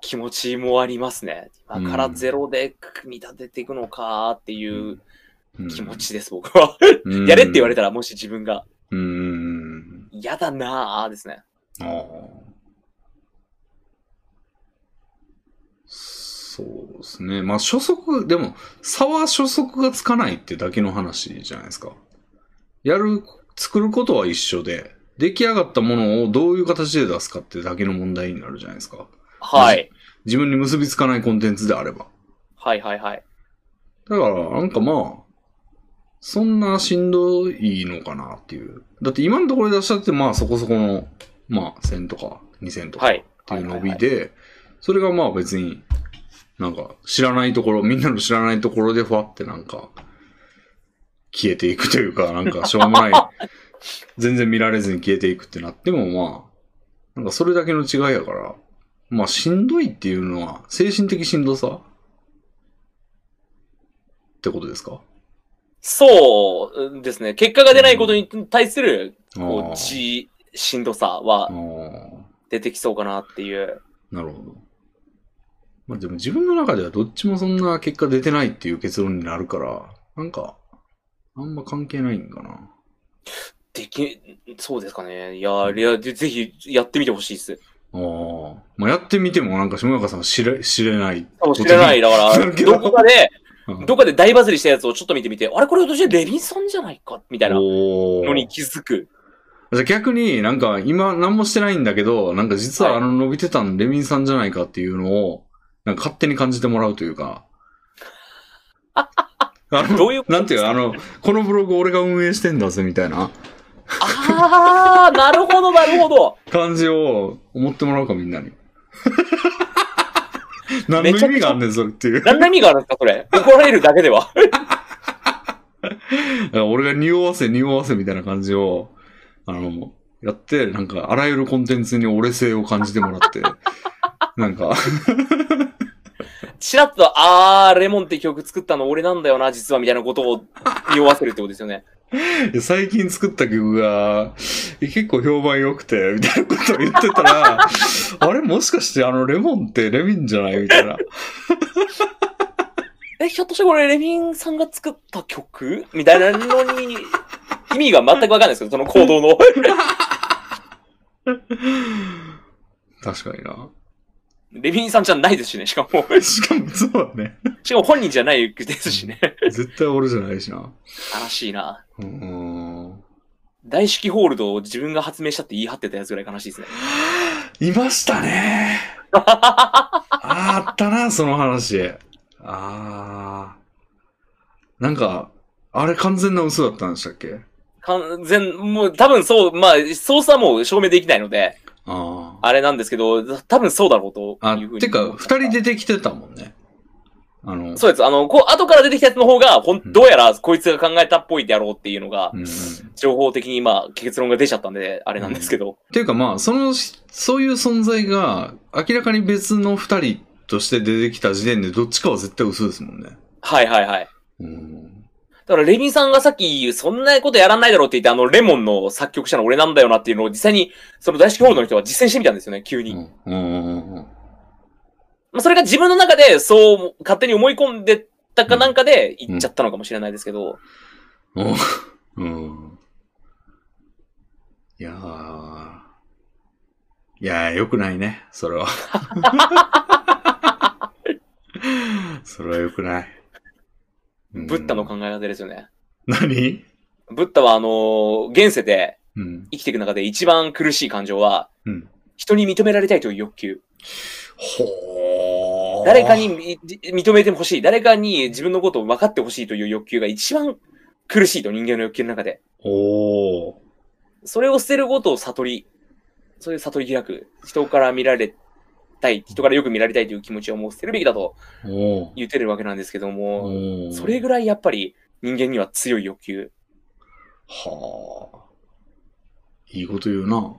気持ちもありますね。今かうらんゼロで組み立てていくのかっていううん気持ちです、僕は。うん やれって言われたら、もし自分が、うん。嫌だなぁですね。ああ。そうですね。まあ初速、でも、差は初速がつかないってだけの話じゃないですか。やる、作ることは一緒で、出来上がったものをどういう形で出すかってだけの問題になるじゃないですか。はい。自分に結びつかないコンテンツであれば。はいはいはい。だから、なんかまあ、そんなしんどいのかなっていう。だって今のところで出したって、まあそこそこの、まあ1000とか2000とかはっい。ていう伸びで、それがまあ別に、なんか知らないところ、みんなの知らないところでふわってなんか、消えていくというか、なんかしょう もない、全然見られずに消えていくってなってもまあ、なんかそれだけの違いやから、まあしんどいっていうのは精神的しんどさってことですかそうですね。結果が出ないことに対する、こあう、ーち、しんどさあはー出てきそうかなっていう。なるほど。まあでも自分の中ではどっちもそんな結果出てないっていう結論になるから、なんか、あんま関係ないんかな。でき、そうですかね。いや、いや、ぜぜひやってみてほしいです。ああ。まあやってみてもなんか下中さんは知れ、知れない。かもしれない。だかなら、るけどどこかで、うんどっかで大バズりしたやつをちょっと見てみて、あれこれ私レビンさんじゃないかみたいなおのーに気づく。じゃあ逆になんか今何もしてないんだけど、なんか実はあの伸びてたのレミンさんじゃないかっていうのを、なんか勝手に感じてもらうという か。あのどういうことなんていうかあの、このブログ俺が運営してんだぜみたいな。あー、なるほど、なるほど。感じを思ってもらうか、みん なに。何の意味があんねん、それっていう。何の意味があるんですか、それ。怒られるだけでは。だから俺が匂わせ、匂わせみたいな感じを、あの、やって、なんか、あらゆるコンテンツに俺性を感じてもらって、 なんか、ちらっと、あー、レモンって曲作ったの俺なんだよな、実は、みたいなことを匂わせるってことですよね。最近作った曲が、結構評判良くて、みたいなことを言ってた ら、あれもしかしてあの、レモンってレミンじゃないみたいな。え、ひょっとしてこれ、レビンさんが作った曲みたいなのに、意味が全くわかんないですけど、その行動の。確かにな。レビンさんじゃないですしね、しかも。しかも、そうだね。しかも本人じゃないですしね。絶対俺じゃないしな。悲しいな。うーん。大式ホールドを自分が発明したって言い張ってたやつぐらい悲しいですね。いました ね。あーあったな、その話。ああ。なんか、あれ完全な嘘だったんでしたっけ完全、もう多分そう、まあ、操作も証明できないので、ああ。あれなんですけど、多分そうだろうとあいうふう、に。てか、二人出てきてたもんね。あの、そうです。あの、こう、後から出てきたやつの方が、ほん、どうやらこいつが考えたっぽいであろうっていうのがう、んうん。っ情報的にまあ、結論が出ちゃったんで、あれなんですけど。ていうかまあ、その、そういう存在が、明らかに別の二人として出てきた時点で、どっちかは絶対嘘ですもんね。はいはいはい。うん。だから、レミさんがさっき、そんなことやらないだろうって言って、あの、レモンの作曲者の俺なんだよなっていうのを実際に、その大式ホールドの人は実践してみたんですよね、急うに。ん。うんうんうん。まあ、それが自分の中で、そう、勝手に思い込んでたかなんかで、言っちゃったのかもしれないですけど、うん。いやー。いやー、良くないね、それは。 それは良くない。うんブッダの考え方ですよね。何ブッダは、あのー現世でうん。生きていく中で一番苦しい感情は、うん。人に認められたいという欲求。ほー。誰かに。みじ認めてほしい。誰かに自分のことを分かってほしいという欲求が一番苦しいと人間の欲求の中で。おー。それを捨てることを悟り。それを悟り開く。人から見られたい。人からよく見られたいという気持ちをもう捨てるべきだとおー。言ってるわけなんですけども、おーそれぐらいやっぱり人間には強い欲求。はー。いいこと言うな。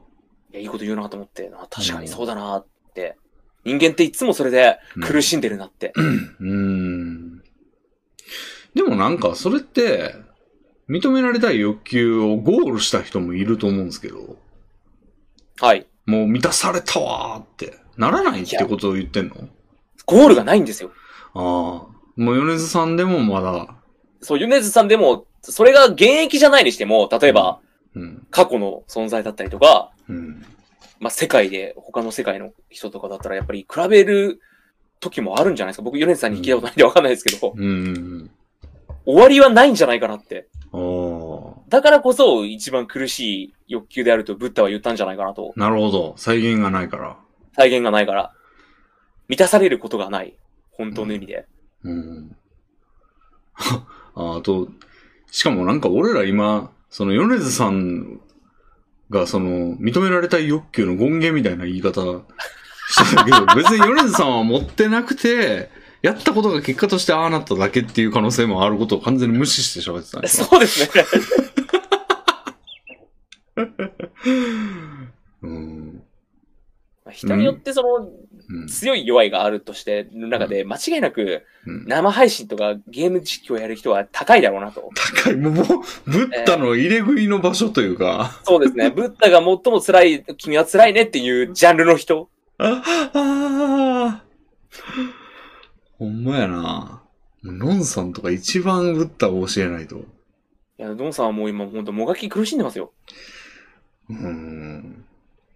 いや、いいこと言うなと思って、あ確かにそうだなって。人間っていつもそれで苦ししんでるなって。い。うん。でもなんか、それって、認められたい欲求をゴールした人もいると思うんですけど、はい。もう満たされたわーって、ならないってことを言ってんのゴールがないんですよ。ああ。もう米津さんでもまだ、そう、米津さんでも、それが現役じゃないにしても、例えば、うん。過去の存在だったりとか、うん。まあ、世界で、他の世界の人とかだったら、やっぱり比べる時もあるんじゃないですか。僕、米津さんに聞いたことないんでわかんないですけど、うん。終わりはないんじゃないかなって。ああ。だからこそ、一番苦しい欲求であると、ブッダは言ったんじゃないかなと。なるほど。再現がないから。再現がないから。満たされることがない。本当の意味で。うん。 ああと、しかもなんか俺ら今、その米津さんがその認められたい欲求の権限みたいな言い方 してたけど、別に米津さんは持ってなくて、やったことが結果としてああなっただけっていう可能性もあることを完全に無視して喋ってたん ですよそうですね。うん。まあ人によってそのうん。強い弱いがあるとしての中で、間違いなくうん生配信とかゲーム実況をやる人は高いだろうなと。高い、もう、もうブッダの入れ食いの場所というか、そうです ね。ブッダが最も辛い、君は辛いねっていうジャンルの人。あ、ああ。 ほんまやな。もうノンさんとか一番ブッダを教えないと。いや、ドンさんはもう今本当もがき苦しんでますよ。うーん。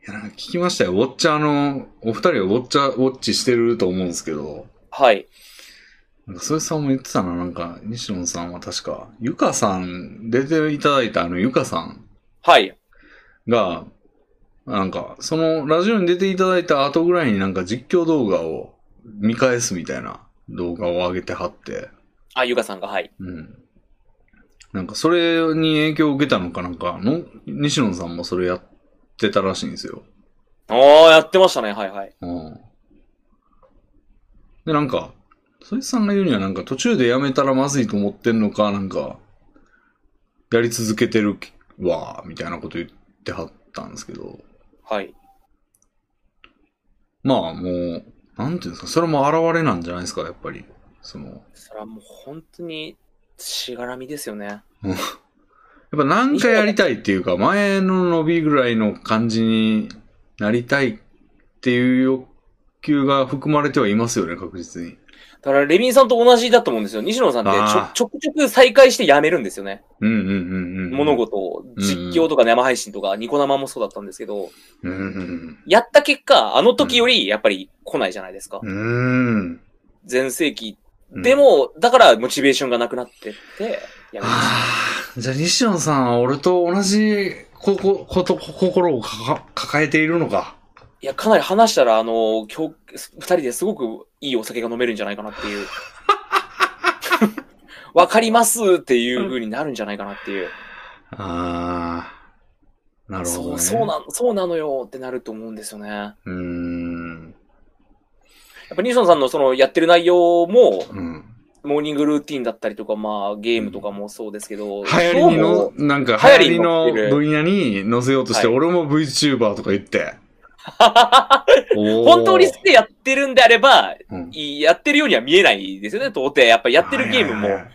いや、なんか聞きましたよ。ウォッチャーの、お二人はウォッチャー、ウォッチしてると思うんですけど、はい。なんか、それさんも言ってたな、なんか、西野さんは確か、ゆかさん、出ていただいたあのゆかさんはい。が、なんか、そのラジオに出ていただいた後ぐらいになんか実況動画を見返すみたいな動画を上げてはって、あ、ゆかさんがはい。うん。なんかそれに影響を受けたのかなんかの、西野さんもそれやってたらしいんですよ。ああ、やってましたね。はいはい。うん。で、なんか、そいつさんが言うにはなんか途中でやめたらまずいと思ってんのか、なんか、やり続けてるわ、みたいなこと言ってはったんですけど、はい。まあもう、なんていうんですか、それも現れなんじゃないですか、やっぱり。その、やっそれはもう本当にしがらみですよね。ぱ何回やりたいっていうか、前の伸びぐらいの感じになりたいっていう欲求が含まれてはいますよね、確実に。だから、レビンさんと同じだと思うんですよ。西野さんってちあょーちょくちょく再開してやめるんですよね。うんうんうんうん。物。事を。実況とか生配信とか、ニコ生もそうだったんですけど、うんうんやった結果、あの時よりやっぱり来ないじゃないですか。うん。うん。全盛期。うんでも、だからモチベーションがなくなってって、やめましああ、じゃあ西野さんは俺と同じこここと心をかか抱えているのか。た。いや、かなり話したら、あの、今日、二人ですごくいいお酒が飲めるんじゃないかなっ ていう。わかりますっていう風になるんじゃないかなっていう。ああ、なるほど、そね。う、そうな、そうなのよってなると思うんですよね。やうーん。っぱ西野さんのそのやってる内容も、うん。モーニングルーティンだったりとか、まあ、ゲームとかもそうですけど、流行りどのうも、なんか流流行行りりのの分野に載せようとして、は俺も VTuber とか言 って。本本当に好きでやってるんであれば、うんいやってるようには見えないですよね、到底。やっぱりやってるゲームはいも、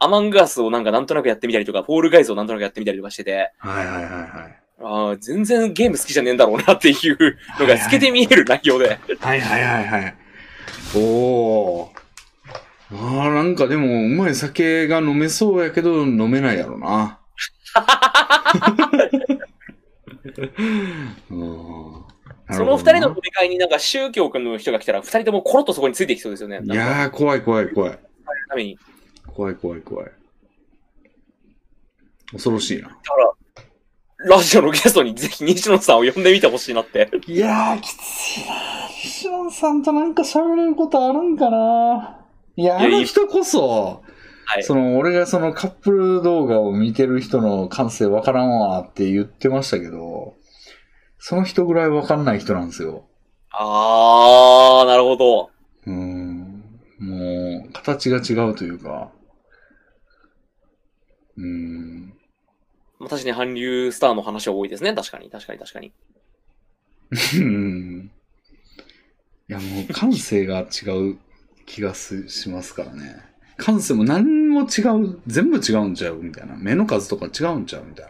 アマンガースをなんかなんとなくやってみたりとか、フォールガイズをなんとなくやってみたりとかしてて、はいはいはいはいはい。ああ、全然ゲーム好きじゃねえんだろうなっていうのが透けて見える内容で。はいはいはいはい。おー。あーなんかでも、うまい酒が飲めそうやけど、飲めないやろ な。うんなそるほどなの二人の飲み会になんか宗教の人が来たら、二人ともコロッとそこについてきそうですよね。いなんかやー、怖い怖い怖い。ために。怖い怖い怖い。恐ろしいな。ラジオのゲストにぜひ西野さんを呼んでみてほしいなって。いやー、きついな。西野さんとなんか喋れることあるんかな。いや、いやあのいい人こそ、はいその、俺がそのカップル動画を見てる人の感性わからんわって言ってましたけど、その人ぐらいわかんない人なんですよ。あー、なるほど。うーん。もう、形が違うというか。うーん。まあ確かに韓流スターの話は多いですね。確かに、確かに、確かに。うんいやもう感性が違う気がすしますからね。感性も何も違う、全部違うんちゃうみたいな。目の数とか違うんちゃうみた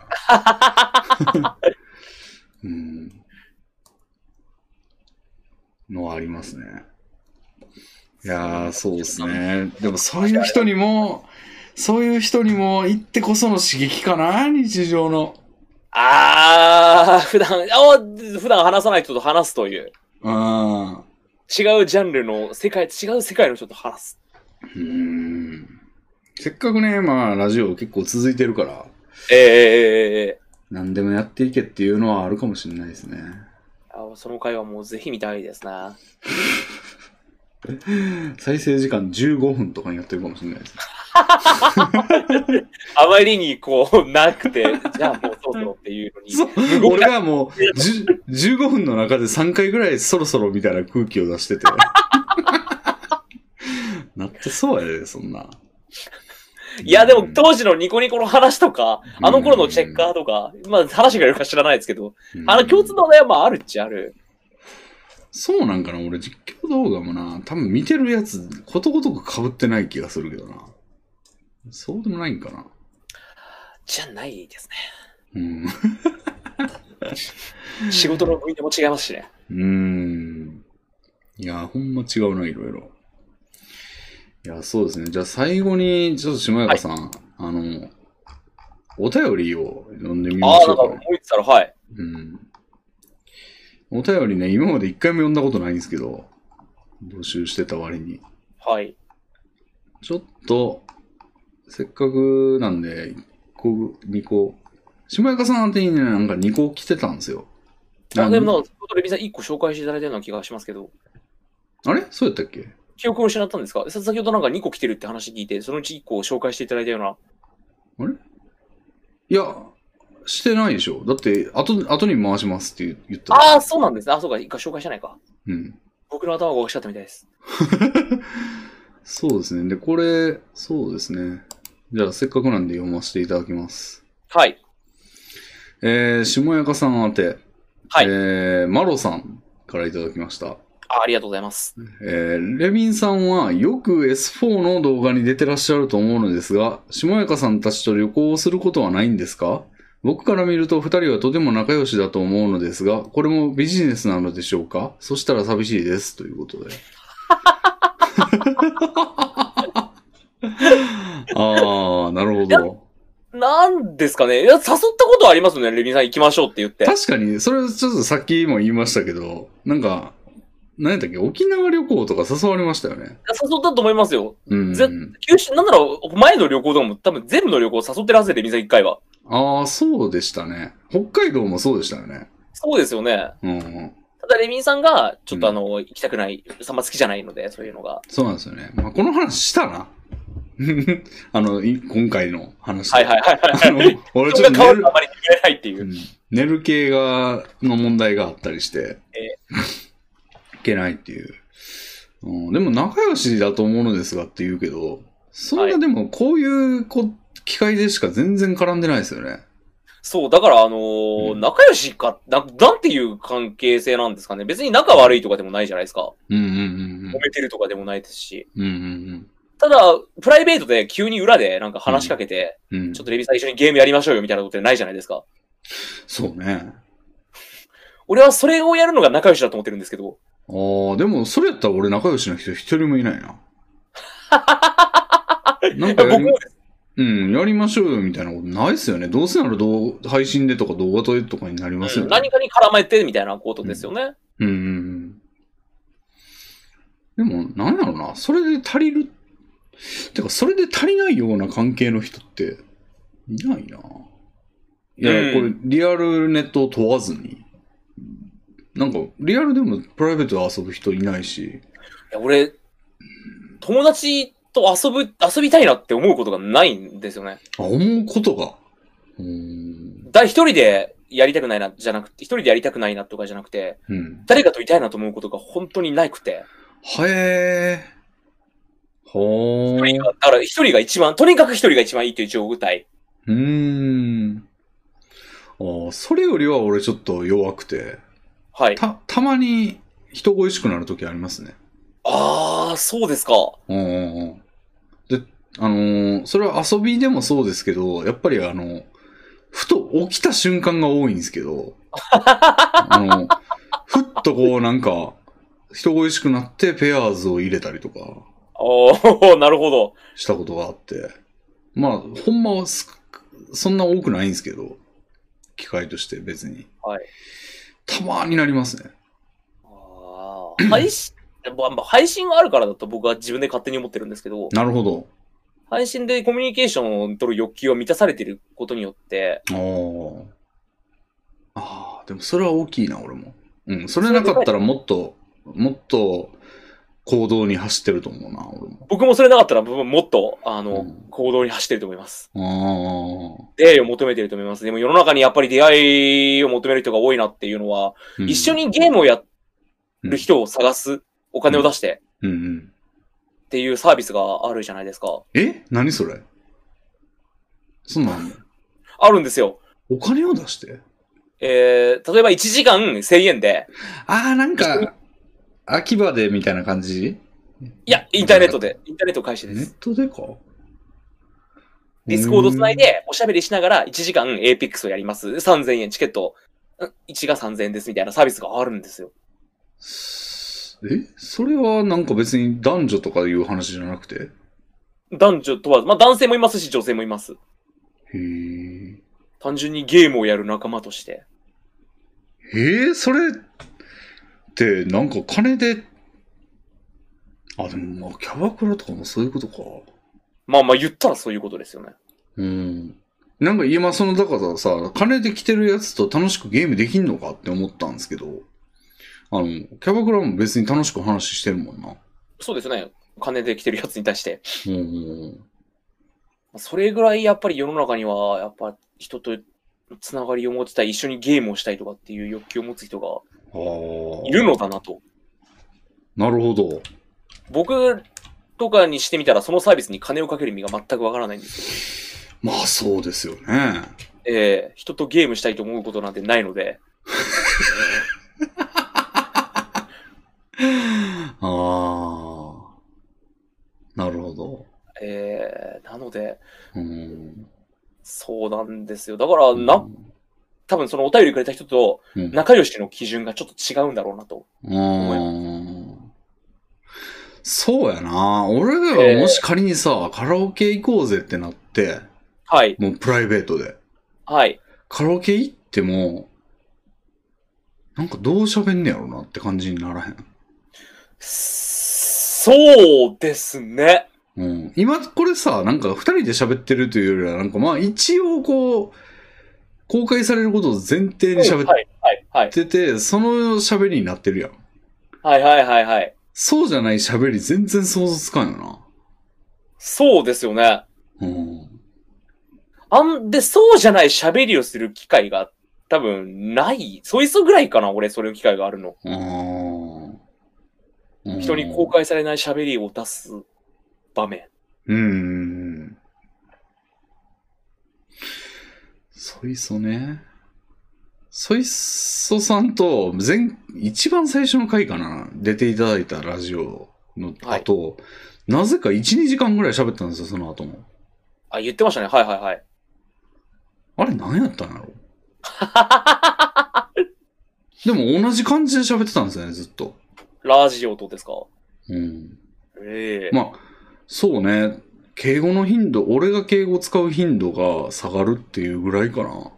いな。 うん。のはありますね。いやー、そうですね。でもそういう人にも、そういう人にも行ってこその刺激かな、日常の。あー、普段、あー普段話さない人と話すという。うん。違うジャンルの世界、違う世界の人と話す。うーんせっかくね、まあ、ラジオ結構続いてるから、ええ何でもやっていけっていうのはあるかもしれないですね。あその会話もうぜひ見たいですな。再生時間15分とかにやってるかもしれないですね。あまりにこう、なく て、じゃあもうそろそろっていうのに。そう俺がもう、じゅ15分の中で3回ぐらいそろそろみたいな空気を出して て。なってそうやで、そんな。いや、でも当時のニコニコの話とか、あの頃のチェッカーとか、まあ話がいるか知らないですけど、うんあの共通の話題はまああるっちゃある。そうなんかな、俺実況動画もな、多分見てるやつ、ことごとく被ってない気がするけどな。そうでもないんかな。じゃないですうん。ね。仕事の分野も違いますしね。うーん。いや、ほんま違うな、いろいろ。いや、そうですね。じゃあ最後に、ちょっと下山さん、あの、お便りを読んでみあまあ、しょなんうかか思いつたら、はい。うん。お便りね、今まで一回も読んだことないんですけど、募集してた割に。はい。ちょっと、せっかくなんで、1個、2個。下山さん宛てにね、なんか2個来てたんですよ。あでもなんか、レビさん1個紹介していただいたような気がしますけど、あれそうやったっけ記憶を失ったんですかさ先ほどなんか2個来てるって話聞いて、そのうち1個を紹介していただいたような。いや、してないでしょ。だって、後、後に回しますって言言った。ああ、そうなんですね。あ、そうか、1個紹介してないか。うん。 僕の頭がおかしかったみたいです。そうですね。で、これ、そうですね。じゃあ、せっかくなんで読ませていただきます。はい。えー、下やかさん宛て。はいえー、マロさんからいただきました。あありがとうございます。えー、レビンさんはよく S4 の動画に出てらっしゃると思うのですが、下やかさんたちと旅行をすることはないんですか僕から見ると二人はとても仲良しだと思うのですが、これもビジネスなのでしょうかそしたら寂しいです。ということで。ああ、なるほど。なんですかねいや、誘ったことはありますよね。レビンさん行きましょうって言って。確かに、それちょっとさっきも言いましたけど、なんか、何やったっけ沖縄旅行とか誘われましたよね。誘ったと思いますよ。うん。ぜ九州、なんなら前の旅行とかも多分全部の旅行を誘ってるはずで、レビンさん1回は。ああ、そうでしたね。北海道もそうでしたよね。そうですよね。うんうん。ただ、レミンさんが、ちょっとあの、行きたくない、さんま好きじゃないので、そういうのが。そうなんですよね。まあ、この話したな。 あの、い今回の話で。はいはいはい あのはいはい。俺人ちょがっと変わ寝るるとあ、まり決めないっていうう。ん寝る系が、の問題があったりして、いけないっていう。うん、でも仲良しだと思うのですがって言うけど、そんはないでもこういうこ機会でしか全然絡んでないですよね。そう、だからあのーうん仲良しかな、なんていう関係性なんですかね。別に仲悪いとかでもないじゃないですか。うんうん揉めてるとかでもないですし。うんうん。うんただ、プライベートで急に裏でなんか話しかけて、うんうん。うんちょっとレミンさん一緒にゲームやりましょうよみたいなことってないじゃないですか。そうね。俺はそれをやるのが仲良しだと思ってるんですけど。ああ、でも、それやったら俺仲良しな人一人もいない な。なんかや僕りも、うん、やりましょうよみたいなことないっすよね。どうせならどう配信でとか動画撮りとかになりますようんね。何かに絡まれてみたいなことですよね。うん、うんうん。でも、なんやろな。それで足りる。てか、それで足りないような関係の人って、いないな。いや、うこれ、リアルネットを問わずに。なんか、リアルでもプライベートで遊ぶ人いないし。いや俺、友達と遊ぶ、遊びたいなって思うことがないんですよね。あ、思うことが。うーん。だ、一人でやりたくないな、じゃなくて、一人でやりたくないなとかじゃなくて、うん。誰かといたいなと思うことが本当になくて、はえー。ほ一人ー。がだから一人が一番、とにかく一人が一番いいという状態。うーん。あーそれよりは俺ちょっと弱くて、はい。た、たまに人恋しくなるときありますね。ああ、そうですか。うんうんうん。で、あのーそれは遊びでもそうですけど、やっぱりあの、ふと起きた瞬間が多いんですけ ど、あの、ふっとこうなんか、人恋しくなってペアーズを入れたりとかお お、なるほど。したことがあって、まあ、ほんまはすそんな多くないんですけど、機会として別に。はいたまーになりますね。あー配信、まあまあ配信があるからだと僕は自分で勝手に思ってるんですけど、なるほど。配信でコミュニケーションを取る欲求が満たされていることによって、あーあーでもそれは大きいな俺もうんそれなかったらもっともっと行動に走ってると思うな俺も僕もそれなかったら僕ももっと、あの、うん行動に走ってると思います。あ出会いを求めてると思います。でも世の中にやっぱり出会いを求める人が多いなっていうのは、あ、うん一緒にゲームをやる人を探す、お金を出してうんうんっていうサービスがあるじゃないですか。え何それそんなんあんのあるんですよ。お金を出してえー、例えば1時間1000円で、ああなんか秋葉でみたいな感じいや、インターネットで、インターネット開始でネすッ。トでかディスコード繋いで、おしゃべりしながら1時間 APEX をやります。3000円チケット。1が3000円ですみたいなサービスがあるんですよ。うーんえそれはなんか別に男女とかいう話じゃなくて男女問わず、まあ男性もいますし女性もいます。へえ単純にゲームをやる仲間として。えー、それって、なんか金で、あ、でもまあ、キャバクラとかもそういうことか。まあまあ言ったらそういうことですよね。うん。なんか今、その、だからさ、金で来てるやつと楽しくゲームできんのかって思ったんですけど、あの、キャバクラも別に楽しく話してるもんな。そうですね。金で来てるやつに対して。うんうんそれぐらいやっぱり世の中には、やっぱ人とつながりを持ちたい、一緒にゲームをしたいとかっていう欲求を持つ人がうん。ああ。いるのだなと。なるほど。僕とかにしてみたらそのサービスに金をかける意味が全くわからないんですまあ、そうですよね。ええ人とゲームしたいと思うことなんてないので、ああ。なるほど。ええなので、うん。そうなんですよ。だから、な、多分そのお便りくれた人とうん、仲良しの基準がちょっと違うんだろうなと。うーんそうやな。俺らがもし仮にさ、カラオケ行こうぜってなって、はい、もうプライベートで。はい。カラオケ行っても、なんかどう喋んねやろなって感じにならへん。そうですね。うん、今これさ、なんか二人で喋ってるというよりは、なんかまあ一応こう、公開されることを前提に喋っはい、はい、はい。てて、その喋りになってるやん。はい、はい、はい、はい。そうじゃない喋り全然想像つかんよな。そうですよね。うん。あんで、そうじゃない喋りをする機会が多分ない。そいつぐらいかな、俺、それの機会があるの。人人に公開されない喋りを出す場面。うんうんうん。ソイソね。ソイソさんと前、一番最初の回かな、出ていただいたラジオの後、なぜか1、2時間ぐらい喋ったんですよ、その後も。あ、言ってましたね。はい、はい、はい。あれ何やったんやろ でも同じ感じで喋ってたんですよね、ずっと。ラジオとですかうん。ええまあ、そうね。敬語の頻度、俺が敬語使う頻度が下がるっていうぐらいかな。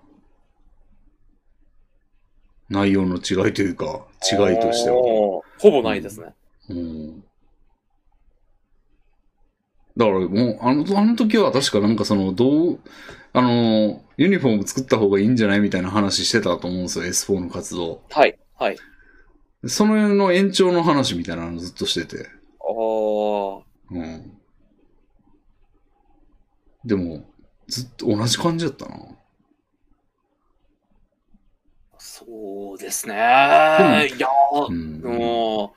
内容の違いというか、違いとしては。おーほぼないですね。うん。だからもう、あの、あの時は確かなんかその、どう、あの、ユニフォーム作った方がいいんじゃないみたいな話してたと思うんですよ、S4 の活動。はい、はい。その辺の延長の話みたいなのずっとしてて。あうん。でも、ずっと同じ感じだったな。あ、そうですね。いやーう、ん。うんもう、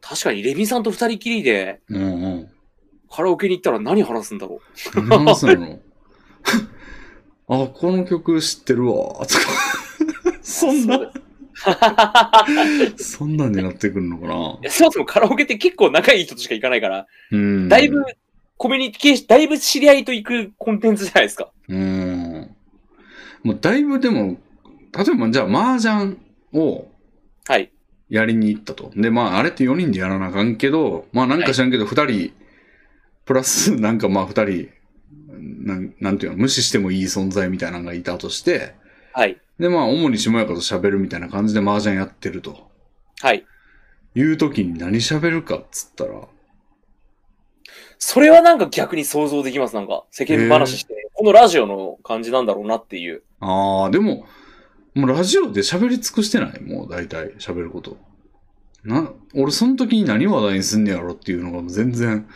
確かにレビンさんと二人きりでうん。カラオケに行ったら何話すんだろ何するの あ、この曲知ってるわ。とか。う。そんなうですそんなんになってくるのかないやそもそもカラオケって結構仲いい人としか行かないから、うん。だいぶ、コミュニケーション、だいぶ知り合いと行くコンテンツじゃないですか。うん。もうだいぶでも、例えばじゃあ麻雀をはい。やりに行ったと。で、まああれって4人でやらなあかんけど、まあなんか知らんけど2人、プラス なんかまあ2人、なんなんていうの、無視してもいい存在みたいなのがいたとして、はい。でまあ主に下やかと喋るみたいな感じで麻雀やってると。はい。いう時に何喋るかっつったら、それはなんか逆に想像できます、なんか。世間話して、このラジオの感じなんだろうなっていう。ああ、でも、もうラジオで喋り尽くしてないもう大体喋ること。な、俺その時に何話題にすんねやろっていうのが全然。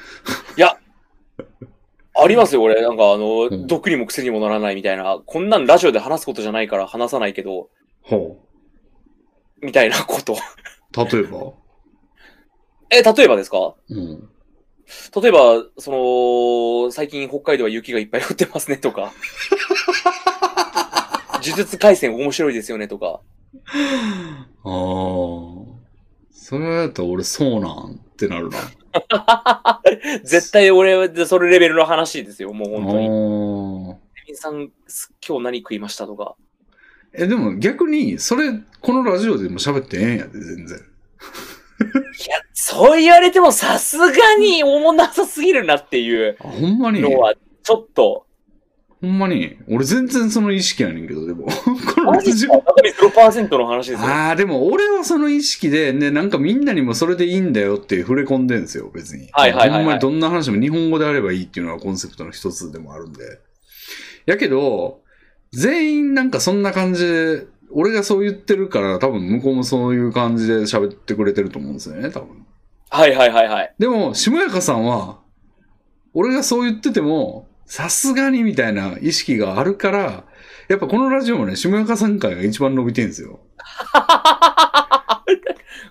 ありますよ、俺。なんかあの、ん毒にも薬にもならないみたいな、こんなんラジオで話すことじゃないから話さないけど、ほみたいなこと。 う。例えば。え、例えばですかうん。例えば、その、最近北海道は雪がいっぱい降ってますねと か、呪術回戦面白いですよねとか、ああ。それやったら俺そうなんってなるな。絶対俺はそれレベルの話ですよ、もう本当に。ああ。レミさん、す今日何食いましたとか。え、でも逆に、それ、このラジオでも喋ってええんやで、全然。そう言われてもさすがに重なさすぎるなっていうあ、ほんまに。のは、ちょっと、ほんまに。俺全然その意識やねんけど、でも。 このマラジジでオ。 0%の話ですよ。ああ、でも俺はその意識で、ね、なんかみんなにもそれでいいんだよって触れ込んでんですよ、別に。はいはいはいはいほんまにどんな話でも日本語であればいいっていうのがコンセプトの一つでもあるんで。やけど、全員なんかそんな感じで、俺がそう言ってるから多分向こうもそういう感じで喋ってくれてると思うんですよね、多分。はいはいはいはい。でも、下やかさんは、俺がそう言ってても、さすがにみたいな意識があるから、やっぱこのラジオもね、下やかさん会が一番伸びてんですよ。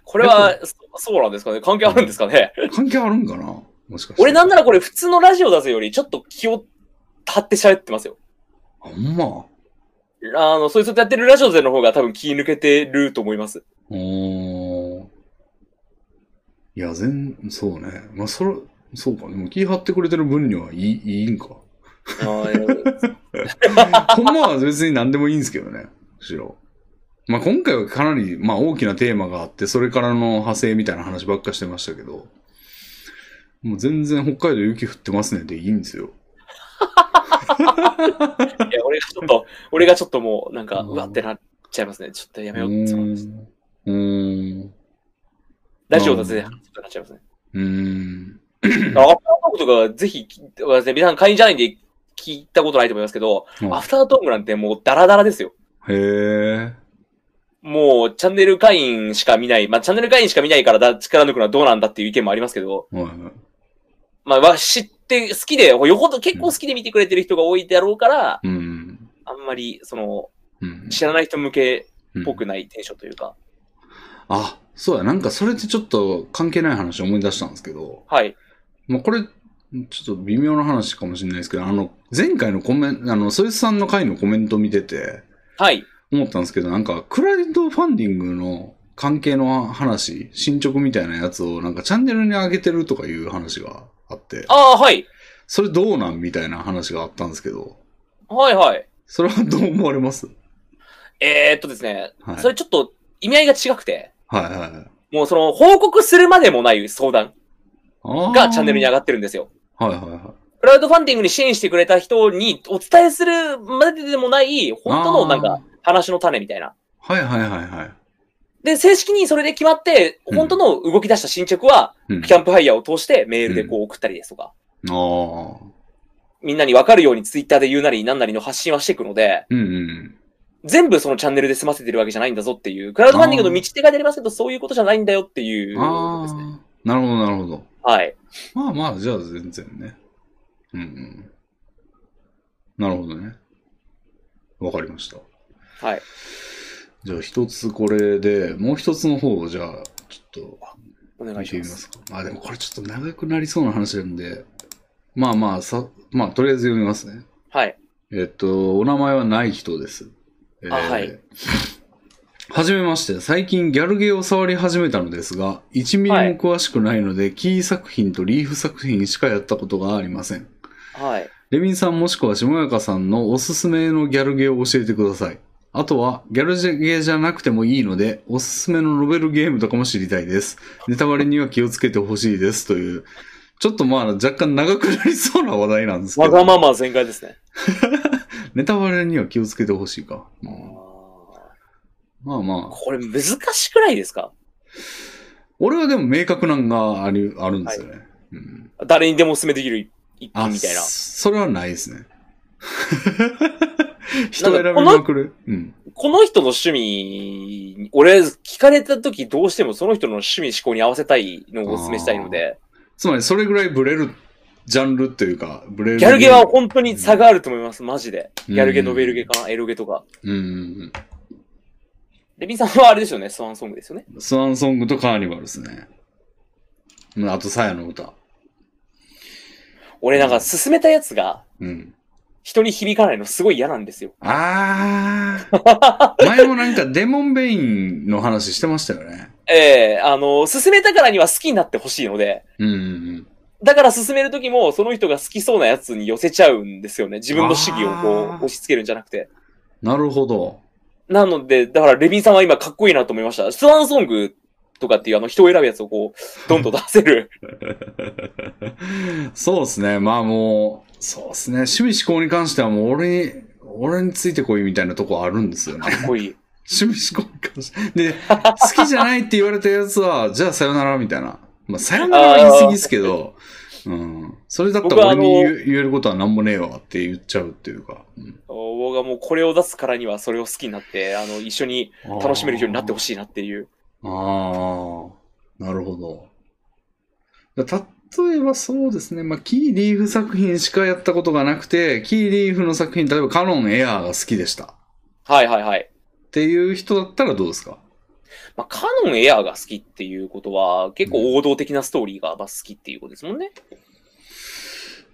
これは、そそうなんですかね関係あるんですかね関係あるんかなもしかして。俺なんならこれ普通のラジオ出すよりちょっと気を張って喋ってますよ。あほんま。あの、そういう人とやってるラジオでの方が多分気抜けてると思い ます。おーいや、全、そうね。まあ、それ、そうか。でも気張ってくれてる分にはいい、いいんか。 あーほんまは別に何でもいいんですけどね。むしろ。まあ、今回はかなり、まあ、大きなテーマがあって、それからの派生みたいな話ばっかしてましたけど、もう全然北海道雪降ってますねでいいんですよ。いや、俺がちょっと、俺がちょっともう、なんか、うんうわってなっちゃいますね。ちょっとやうめようって思います。ーん。うーん。ラジオ出せで、ちょっとなっちゃいますね。うーん。アフタートークとか、ぜひ、私皆さん会員じゃないんで聞いたことないと思いますけど、うんアフタートークなんてもうダラダラですよ。へえ。もう、チャンネル会員しか見ない。まあ、チャンネル会員しか見ないからだ力抜くのはどうなんだっていう意見もありますけど、はいはい。まあ、わ知って、好きで、よほど結構好きで見てくれてる人が多いだろうから、うん。あんまり、その、うん知らない人向けうんっぽくないテンションというか。あ、そうや、なんかそれってちょっと関係ない話思い出したんですけど、はい。まあ、これ、ちょっと微妙な話かもしれないですけど、あの、前回のコメント、あの、そいつさんの回のコメント見てて、はい。思ったんですけど、なんか、クラウドファンディングの関係の話、進捗みたいなやつを、なんかチャンネルに上げてるとかいう話があって、ああ、はい。それどうなんみたいな話があったんですけど、はいはい。それはどう思われますえー、っとですね、はい。それちょっと意味合いが違くて、はいはいはい。もうその、報告するまでもない相談あーがチャンネルに上がってるんですよ。はいはいはクラウドファンディングに支援してくれた人にお伝えするまででもない、本当のなんあーか、話の種みたいな。い。はいはいはいはい。で、正式にそれで決まって、うん本当の動き出した進捗は、うん、キャンプファイヤーを通してメールでこう送ったりですとか、ああ。みんなに分かるようにツイッターで言うなりなんなりの発信はしていくので、うんうん。全部そのチャンネルで済ませてるわけじゃないんだぞっていう、クラウドファンディングの道って書いてありますけど、そういうことじゃないんだよっていうことあですね。あ、なるほど、なるほど。はい。まあまあ、じゃあ全然ね。うんうん。なるほどね。わかりました。はい。じゃあ一つこれで、もう一つの方をじゃあ、ちょおっと願い見してみま。ますすか。あ、でもこれちょっと長くなりそうな話なんで、まあまあ、さ、まあとりあえず読みますね。はい。えっと、お名前はない人です。えーあはい。はじめまして。最近ギャルゲーを触り始めたのですが、1ミリも詳しくないので、キー作品とリーフ作品しかやったことがありません。はい。レミンさんもしくは下中さんのおすすめのギャルゲーを教えてください。あとは、ギャルゲーじゃなくてもいいので、おすすめのノベルゲームとかも知りたいです。ネタバレには気をつけてほしいです。という、ちょっとまあ若干長くなりそうな話題なんですけわがど、まま全開ですね。ネタバレには気をつけてほしいか。まあこまあまあ、れ難しくないですか俺はでも明確なんがありあるんですよね。うん、誰にでもおすすめできる一あ品みたいな。それはないです ね。人選びまくる。うん。この人の趣味、俺聞かれた時どうしてもその人の趣味思考に合わせたいのをお勧めしたいので、つまりそれぐらいブレるジャンルというか、ブレる。ギャルゲは本当に差があると思います、マジで。ギャルゲ、ノベルゲかな、エロゲとか。うんうんレビンさんはあれですよね、スワンソングですよね。うん。スワンソングとカーニバルですね。うんあと、サヤの歌。俺なんか勧めたやつがうん。人に響かないのすごい嫌なんですよ。あ ー。前もなんかデモンベインの話してましたよね。ええあの、勧めたからには好きになってほしいので、うんうんうん。だから勧めるときも、その人が好きそうなやつに寄せちゃうんですよね。自分の主義をこあーう、押し付けるんじゃなくて。なるほど。なので、だからレビンさんは今かっこいいなと思いました。スワンソングとかっていうあの人を選ぶやつをこ う、どんどん出せる。 そうですね。まあもう、そうですね。趣味思考に関してはもう俺に、俺についてこいみたいなとこあるんですよね か。っこいい。趣味思考に関して。で、好きじゃないって言われたやつは、じゃあさよならみたいな。まあ、さよならは言い過ぎですけど、うん。それだったら俺に僕はあ言のう言えることは何もねえわって言っちゃうっていうか。僕はもうこれを出すからにはそれを好きになって、あの、一緒に楽しめるようになってほい。しいなっていう。あーあー、なるほど。だ例えばそうですね、まあ、キー・リーフ作品しかやったことがなくて、キー・リーフの作品、例えばカノン・エアーが好きでしたっはいはいはい。ていう人だったらどうですかまあ、カノンエアーが好きっていうことは、結構王道的なストーリーがまあ好きっていうことですもんね。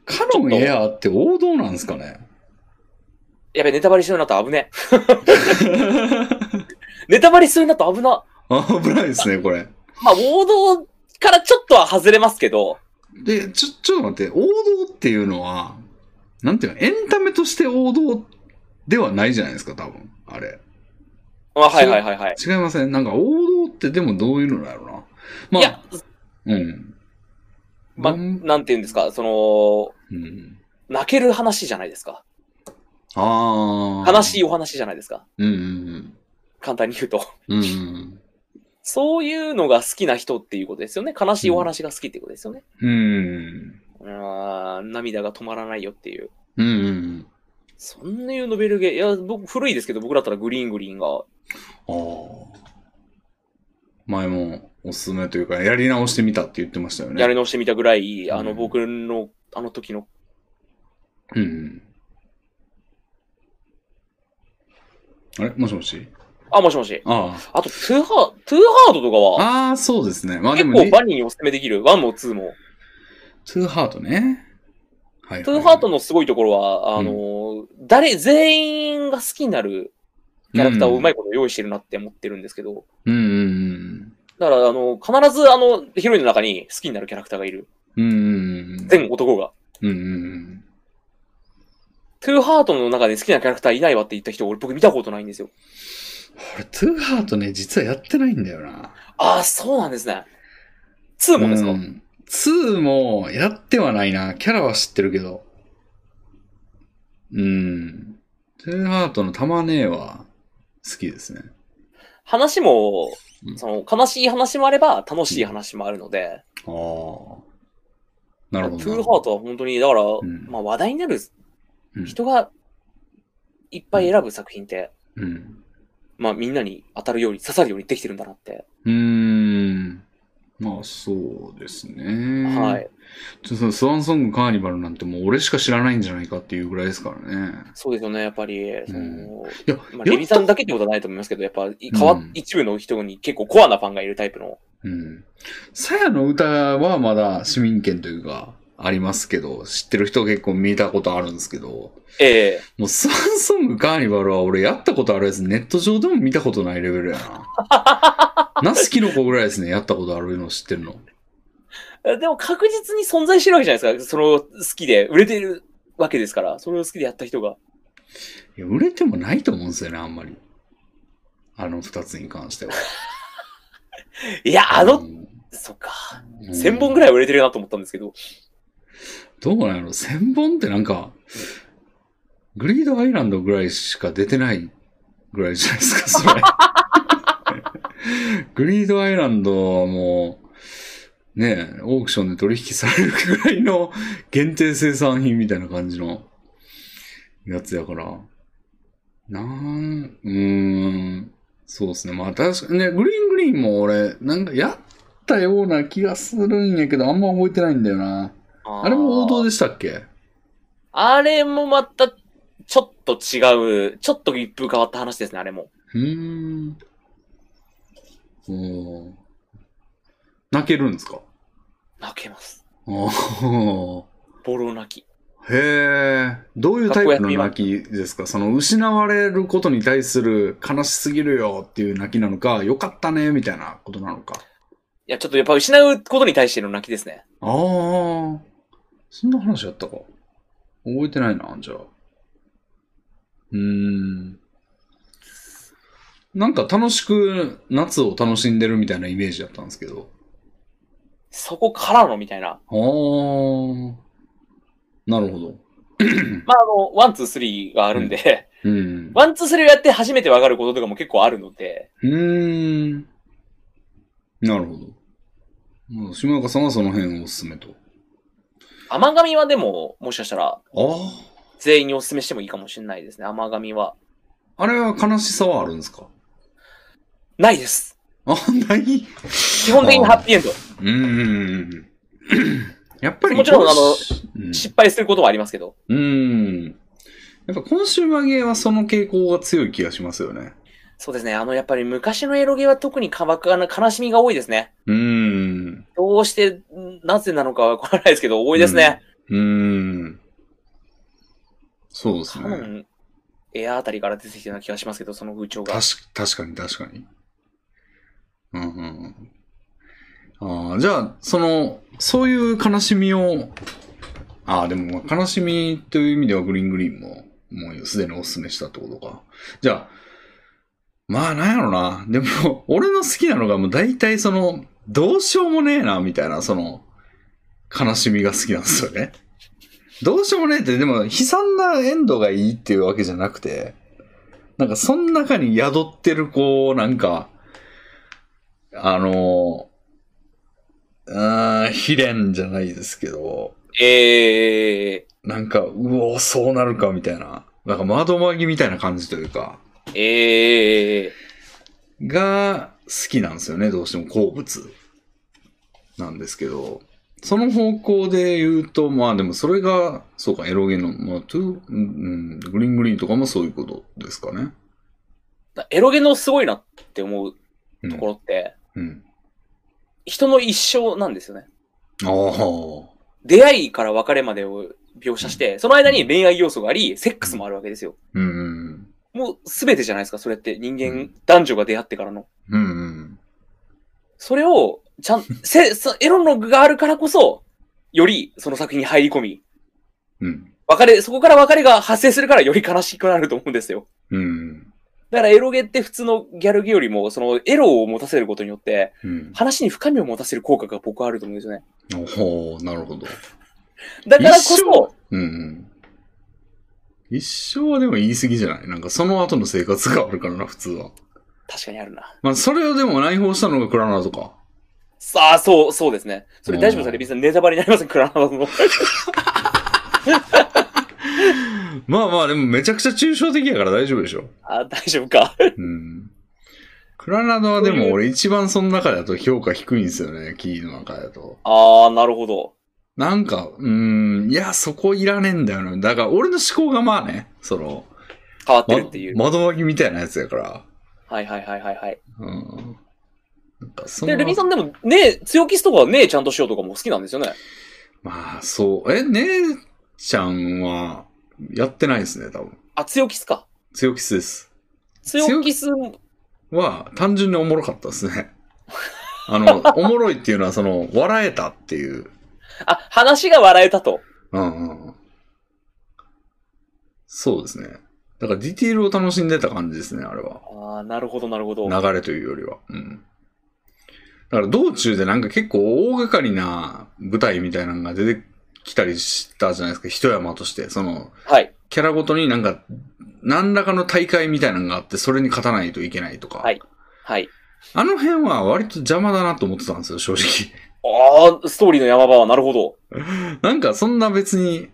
カノン・エアーって王道なんですかねやべ、ネタバレしそうになった危 ね。ネタバレしそうになった危な。あ危ないですね、これ。まあ、王道からちょっとは外れますけど、で、ちょ、ちょっと待って、王道っていうのは、なんていうの、エンタメとして王道ではないじゃないですか、多分。あれ。あはいはいはいはい。違いません。なんか王道ってでもどういうのだろうな。まいやあ、、うん。まあ、うんなんていうんですか、その、うん。泣ける話じゃないですか。ああ。悲しいお話じゃないですか。うんうん簡単に言うと。 うん。うんうんそういうのが好きな人っていうことですよね。悲しいお話が好きってことですよね。うん。うーん、涙が止まらないよっていう。うんうんうん。そんないうノベルゲー、いや、僕、古いですけど、僕だったらグリーングリーンが、ああ。前もおすすめというか、やり直してみたって言ってましたよね。やり直してみたぐらい、あうの、ん僕の、あの時の、うんうん。あれもしもしあ、もしもし。ああ。あと、トゥーハード、トゥーハードとかは、ああ、そうですね。まあで結も、構ね、バニーにおすすめできる。1も2も。トゥーハートね。はい、はい。トゥーハートのすごいところは、あのー、誰、全員が好きになるキャラクターをうまいこと用意してるなって思ってるんですけど、うんうんだから、あの、必ずあの、ヒロインの中に好きになるキャラクターがいる。うん。うんうんうん。全男が。うんうんうん。トゥーハートの中で好きなキャラクターいないわって言った人、俺僕見たことないんですよ。俺、トゥーハートね、実はやってないんだよな。ああ、そうなんですね。2もですか、ん。2もやってはないな。キャラは知ってるけど。うん。トゥーハートの玉ねえは好きですね。話もう、んその、悲しい話もあれば、楽しい話もあるので、ああ。なるほど。トゥーハートは本当に、だから、んまあ話題になるうん人がいっぱい選ぶ作品って、うん。まあみんなに当たるように、刺さるようにできてるんだなって。うーん。まあ、そうですね。はい。。ちょそのスワンソングカーニバルなんてもう俺しか知らないんじゃないかっていうぐらいですからね。そうですよね、やっぱり。そのんいや、まあ、やレっビたさんだけってことはないと思いますけど、やっぱ、い変わうん一部の人に結構コアなファンがいるタイプの。うん。さやの歌はまだ市民権というか、ありますけど、知ってる人結構見たことあるんですけど、ええもうサンソングカーニバルは俺やったことあるやつ、ネット上でも見たことないレベルや な。ナスキノコぐらいですね、やったことあるの知ってるの。でも確実に存在してるわけじゃないですか。その好きで、売れてるわけですから、それを好きでやった人が。いや売れてもないと思うんですよね、あんまり。あの二つに関しては。いや、あの、うん、そっか。1000本ぐらいは売れてるなと思ったんですけど。どうなんやろ千本ってなんか、グリードアイランドぐらいしか出てないぐらいじゃないですか、それ。グリードアイランドはもう、ねえ、オークションで取引されるぐらいの限定生産品みたいな感じのやつやから。なん、うーん、そうですね。まあ確かにね、グリーングリーンも俺、なんかやったような気がするんやけど、あんま覚えてないんだよな。あーあれも王道でしたっけあれもまた、ちょっと違う、ちょっと一風変わった話ですね、あれも。うーん。おー泣けるんですか泣けます。おーボロ泣き。へえ。どういうタイプの泣きですかその失われることに対する悲しすぎるよっていう泣きなのか、よかったねみたいなことなのか。いや、ちょっとやっぱ失うことに対しての泣きですね。ああ。そんな話やったか。覚えてないな、じゃあ。うーん。なんか楽しく夏を楽しんでるみたいなイメージだったんですけど。そこからのみたいな。あー。なるほど。まあ、あの、ワン、ツー、スリーがあるんで、うん。ワン、ツー、スリーをやって初めてわかることとかも結構あるので、うーん。なるほど。まあ、島岡さんはその辺をおすすめと。甘神はでも、もしかしたら、ああ。全員にお勧めしてもいいかもしれないですね、甘神は。あれは悲しさはあるんですかないです。あ、ない。基本的にハッピーエンド。うーん。やっぱりもちろんあのうん失敗することはありますけど。うーん。やっぱコンシューマーゲーはその傾向が強い気がしますよね。そうですね、あの、やっぱり昔のエロゲーは特にかわかな悲しみが多いですね。うーん。どうして、なぜなのかはわからないですけど、多いですね。うーん。そうです多ね。分、エアあたりから出てきたような気がしますけど、その風潮が。確確かに確かに。うんうんうん。ああ、じゃあ、その、そういう悲しみを、ああ、でも、まあ悲しみという意味ではグリーングリーンも、もうすでにお勧めしたってことか。じゃあ、まあ、なんやろな。でも、 俺の好きなのが、もう大体その、どうしようもねえな、みたいな、その、悲しみが好きなんですよね。どうしようもねえって、でも、悲惨なエンドがいいっていうわけじゃなくて、なんか、その中に宿ってる、こう、なんか、あの、うーん、悲恋じゃないですけど、ええなんか、うおー、そうなるか、みたいな。なんか、窓まぎみたいな感じというか、えええが好きなんですよね、どうしても好物なんですけど、その方向で言うと、まあでもそれが、そうか、エロゲの、まあ、トゥ、うんうん、グリーングリーンとかもそういうことですかね。エロゲのすごいなって思ううんところって、うん。人の一生なんですよね。ああ。出会いから別れまでを描写して、その間に恋愛要素があり、セックスもあるわけですよ。うんうん。もう全てじゃないですか、それって人間、うん男女が出会ってからの。うんうん。それを、ちゃん、 せ、そエロの具があるからこそ、よりその作品に入り込み、うん。別れ、そこから別れが発生するからより悲しくなると思うんですよ。うん。だからエロゲって普通のギャルゲよりも、そのエロを持たせることによって、うん。話に深みを持たせる効果が僕はあると思うんですよね。おほーなるほど。だからこ一そ、うんうん。一生はでも言い過ぎじゃないなんかその後の生活があるからな、普通は。確かにあるな。まあそれをでも内包したのがクラナとか。さあ、そう、そうですね。それ大丈う夫ですかんね別にネタバレになりません、クラナダの。まあまあ、でもめちゃくちゃ抽象的やから大丈夫でしょ。あ、大丈夫か。うん。クラナドはでも俺一番その中だと評価低いんですよね、キーの中だと。あー、なるほど。なんか、うん、いや、そこいらねえんだよな。だから俺の思考がまあね、その、変わってまるっていう。窓脇みたいなやつやから。はいはいはいはいはい。うん。なんかそで、のレミさんでも、ねえ、強キスとかはねえちゃんとしようとかも好きなんですよね。まあ、そう。え、姉ちゃんは、やってないですね、多分。あ、強キスか。強キスです。強キス、は、単純におもろかったですね。 あの、おもろいっていうのは、その、笑えたっていう。あ、話が笑えたと。うんうんうん。そうですね。だから、ディティールを楽しんでた感じですね、あれは。ああ、なるほど、なるほど。流れというよりは。うん。だから道中でなんか結構大掛かりな舞台みたいなのが出てきたりしたじゃないですか、一山として。その、はい。キャラごとになんか、何らかの大会みたいなのがあって、それに勝たないといけないとか。はいはい。あの辺は割と邪魔だなと思ってたんですよ、正直。 ああ、ストーリーの山場は、なるほど。なんかそんな別に、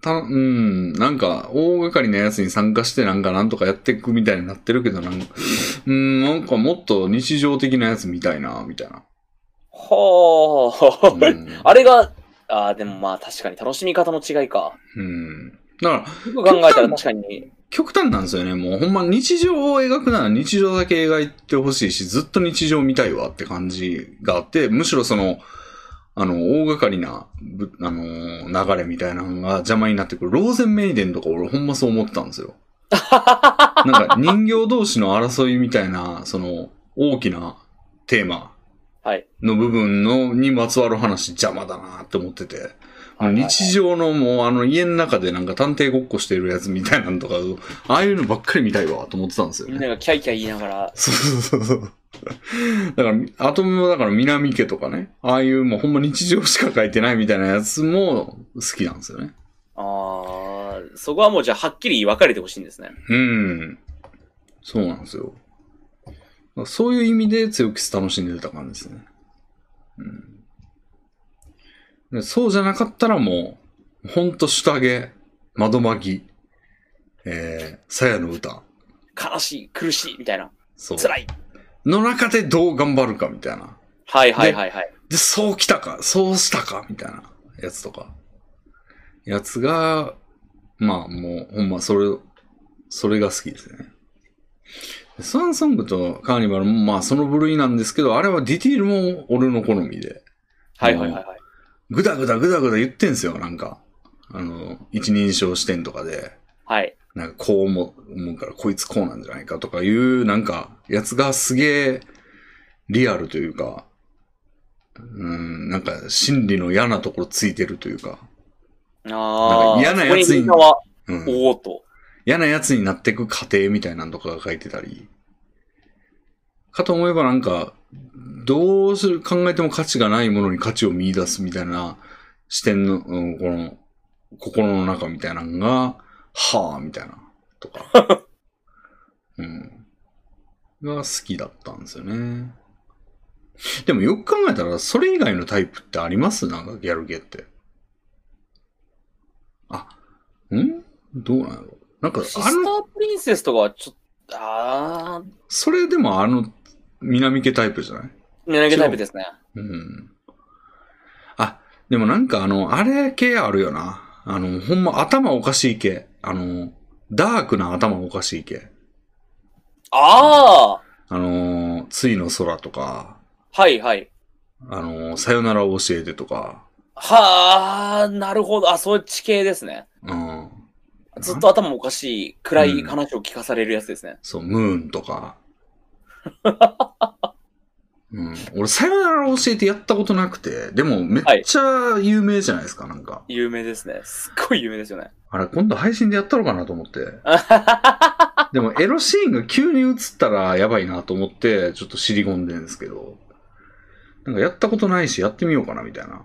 た、うん、なんか大掛かりなやつに参加してなんかなんとかやっていくみたいになってるけど、なん か、うん、なんかもっと日常的なやつみたいな、みたいな。はあ、うんあれが、ああ、でもまあ確かに楽しみ方の違いか。うん。だから、よく考えたら確かに。極端なんですよね。もうほんま日常を描くなら日常だけ描いてほしいし、ずっと日常見たいわって感じがあって、むしろその、あの、大掛かりな、ぶあのー流れみたいなのが邪魔になってくる。ローゼンメイデンとか俺ほんまそう思ってたんです よ。なんか人形同士の争いみたいな、その、大きなテーマはいの部分の、にまつわる話邪魔だなって思ってて。はいはいはい日常のもうあの家の中でなんか探偵ごっこしてるやつみたいなのとか、ああいうのばっかり見たいわと思ってたんですよみねん。ながキャイキャイ言いながら、そうそうそうそう。だから、あともだから南家とかね、ああいうもうほんま日常しか書いてないみたいなやつも好きなんですよね。ああ、そこはもうじゃあはっきり分かれてほしいんですね。うん。そうなんですよ。だからそういう意味で強キス楽しんでた感じですね。うん。でそうじゃなかったらもう、ほんと下着、窓巻き、えー、鞘の歌、悲しい、苦しい、みたいな。そう。辛い。の中でどう頑張るかみたいな。はいはいはいはい。で、そう来たか、そうしたか、みたいなやつとか。やつが、まあもう、ほんま、それ、それが好きですね。スワンソングとカーニバルも、まあその部類なんですけど、あれはディティールも俺の好みで、はいはいはいはい。ぐだぐだぐだぐだ言ってんすよ、なんか。あの、一人称視点とかで、はい。なんかこう思う思うから、こいつこうなんじゃないかとかいう、なんか、やつがすげえ、リアルというか、うん、なんか、心理の嫌なところついてるというか、あなんあ、か嫌なやつにそこみんなは、うん、おおっと。嫌なやつになっていく過程みたいなのとかが書いてたり、かと思えばなんか、どうする、考えても価値がないものに価値を見出すみたいな視点の、うん、この、心の中みたいなのが、はぁ、みたいな、とか。 うん。が好きだったんですよね。でもよく考えたら、それ以外のタイプってありますなんかギャルゲーって。あ、んどうなんやろなんか、シスタあの、ープリンセスとかはちょっと、ああ、それでもあの、南系タイプじゃない狙いタイプですね。うん。あ、でもなんかあの、あれ系あるよな。あの、ほんま頭おかしい系。あの、ダークな頭おかしい系。ああ、あの、ついの空とか、はいはい。あの、さよならを教えてとか、はあ、なるほど。あ、そういう地形ですね。うん。ずっと頭おかしい、暗い話を聞かされるやつですね。そう、ムーンと か。うん、俺、さよならを教えてやったことなくて、でもめっちゃ有名じゃないですか、なんか。有名ですね。すっごい有名ですよね。あれ、今度配信でやったのかなと思って。でも、エロシーンが急に映ったらやばいなと思って、ちょっと尻込んでるんですけど。なんかやったことないし、やってみようかな、みたいな。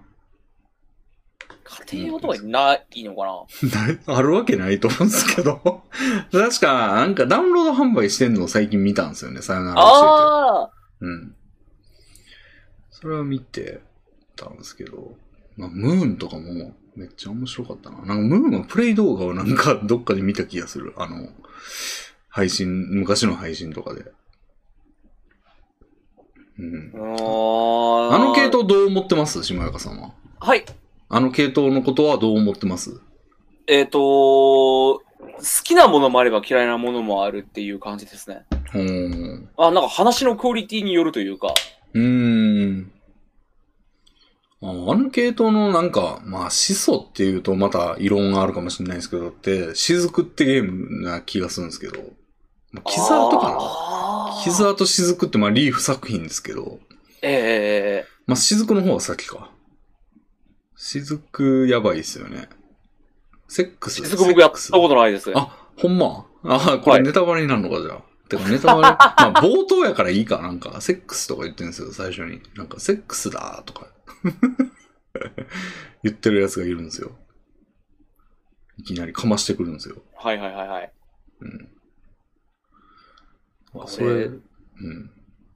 家庭用とかにないのかなないあるわけないと思うんですけど。確か、なんかダウンロード販売してんのを最近見たんですよね、さよなら教えて。ああ、うん。それは見てたんですけど。まあ、ムーンとかもめっちゃ面白かったな。なんかムーンはプレイ動画をなんか どっかで見た気がする。あの、配信、昔の配信とかで。うん。ああの系統統どう思ってます島やかさんは。はい。あの系統のことはどう思ってますえっ、と好きなものもあれば嫌いなものもあるっていう感じですね。うーん。あ、なんか話のクオリティによるというか。うーん。ああの系統のなんか、まあ、始祖っていうとまた異論があるかもしれないですけど、だって、雫ってゲームな気がするんですけど、まあ、キザートかあなーキザート雫ってまあ、リーフ作品ですけど、ええまあ、雫の方が先か。雫やばいですよね。セックスー、雫僕やったことないです。あ、ほんま。あ、こはれいネタバレになるのか、じゃあ。てか、ネ タバレ。まあ、冒頭やからいいか。なんか、セックスとか言ってるんですよ、最初に。なんか、セックスだーとか。 言ってるやつがいるんですよ。いきなりかましてくるんですよ。はいはいはいはい。うん。まあ、こそれ、れうん。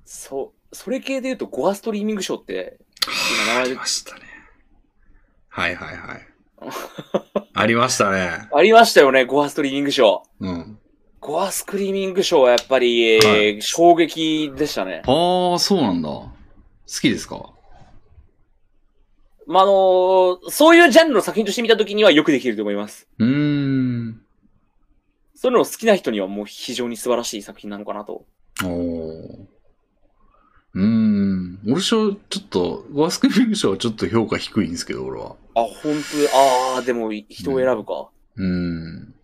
そ、それ系で言うと、ゴアストリーミングショーって、今名あ前りでましたね。はいはいはい。ありましたね。ありましたよね、ゴアストリーミングショー。うん。ゴアスクリーミングショーはやっぱり、はえー衝撃でしたね。ああ、そうなんだ。好きですかまあ、あのーそういうジャンルの作品として見たときにはよくできると思います。うーん。そういうのを好きな人にはもう非常に素晴らしい作品なのかなと。おーうーん。俺しょ、ちょっと、ワスクリング賞はちょっと評価低いんですけど、俺は。あ、本当ああー、でも人を選ぶか。うーん。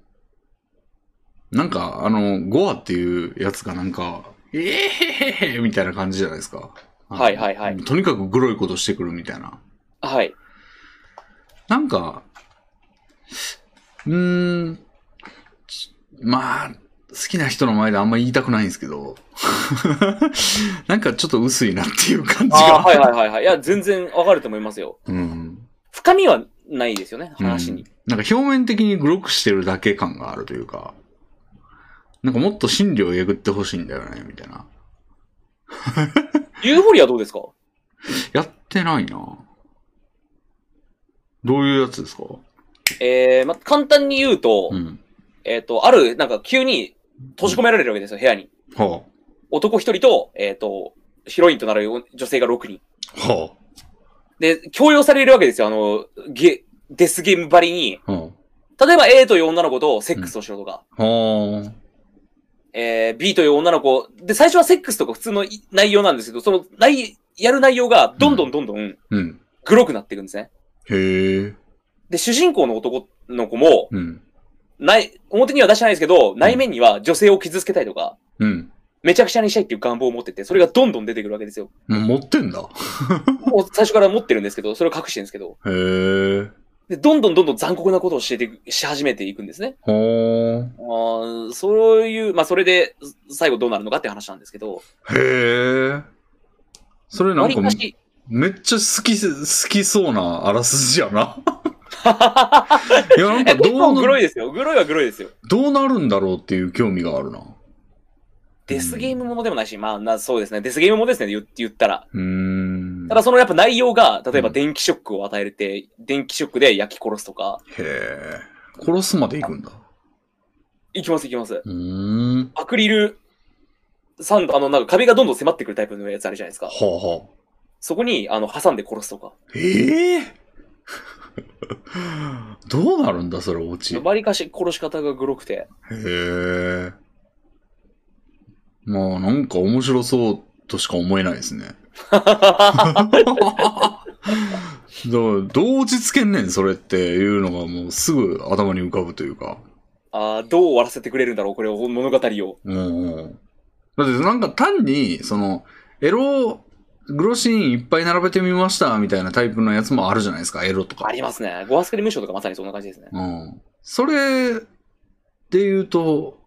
なんか、あの、ゴアっていうやつがなんか、ええへへへみたいな感じじゃないですか。はいはいはいとにかくグロいことしてくるみたいな。はい。なんか、うーん、ちまあ、好きな人の前であんま言いたくないんですけど、 なんかちょっと薄いなっていう感じあが。あー、はいはいはいはい。いや、全然わかると思いますよ。うん。深みはないですよね、話に。うんなんか表面的にグロくしてるだけ感があるというか、なんかもっと心理をえぐってほしいんだよね、みたいな。ユーフォリアどうですかやってないなどういうやつですかえー、まあ、簡単に言うと、うん。えっ、と、ある、なんか急に閉じ込められるわけですよ、部屋に。は男一人と、えっ、と、ヒロインとなる女性が6人。あ。はで、強要されるわけですよ。あの、ゲ、デスゲームばりに。あ。は例えば A という女の子とセックスをしろとか、あ。はあ。えー、B という女の子。で、最初はセックスとか普通のい内容なんですけど、その、ない、やる内容がどんどんどんどんうん。グロくなっていくんですね。へえ。で、主人公の男の子も、うん。ない、表には出してないですけど、内面には女性を傷つけたいとか、うん。めちゃくちゃにしたいっていう願望を持ってて、それがどんどん出てくるわけですよ。もう持ってんだ。もう最初から持ってるんですけど、それを隠してるんですけど、へえ。で、どんどんどんどん残酷なことを教えていく、し始めていくんですね。はあーそういう、まあ、それで、最後どうなるのかって話なんですけど、あ。へえ。それなわんりかか、し、 めっちゃ好き、好きそうなあらすじや な。いや、なんえ、か結ど構うグなロいですよ。グロいはグロいですよ。どうなるんだろうっていう興味があるな。デスゲームものでもないし、まあな、そうですね。デスゲームものですね、言う言ったら。うーん。ただ、そのやっぱ内容が、例えばうん電気ショックを与えて、電気ショックで焼き殺すとか、へえ。殺すまで行くんだ。いきますいきます。うーん。アクリル、サンド、あの、なんか壁がどんどん迫ってくるタイプのやつあるじゃないですかは。あはあ。そこに、あの、挟んで殺すとか。ええ どうなるんだ、それ、おうち。へわりかし殺し方がグロくて。え。まあ、なんか面白そうとしか思えないですね。 だからどう落ち着けんねん、それっていうのがもうすぐ頭に浮かぶというか。ああ、どう終わらせてくれるんだろう、これを、物語を。うんうん。だってなんか単に、その、エロ、グロシーンいっぱい並べてみました、みたいなタイプのやつもあるじゃないですか、エロとか。ありますね。ゴアスクリームショーとかまさにそんな感じですね。うん。それで言うと、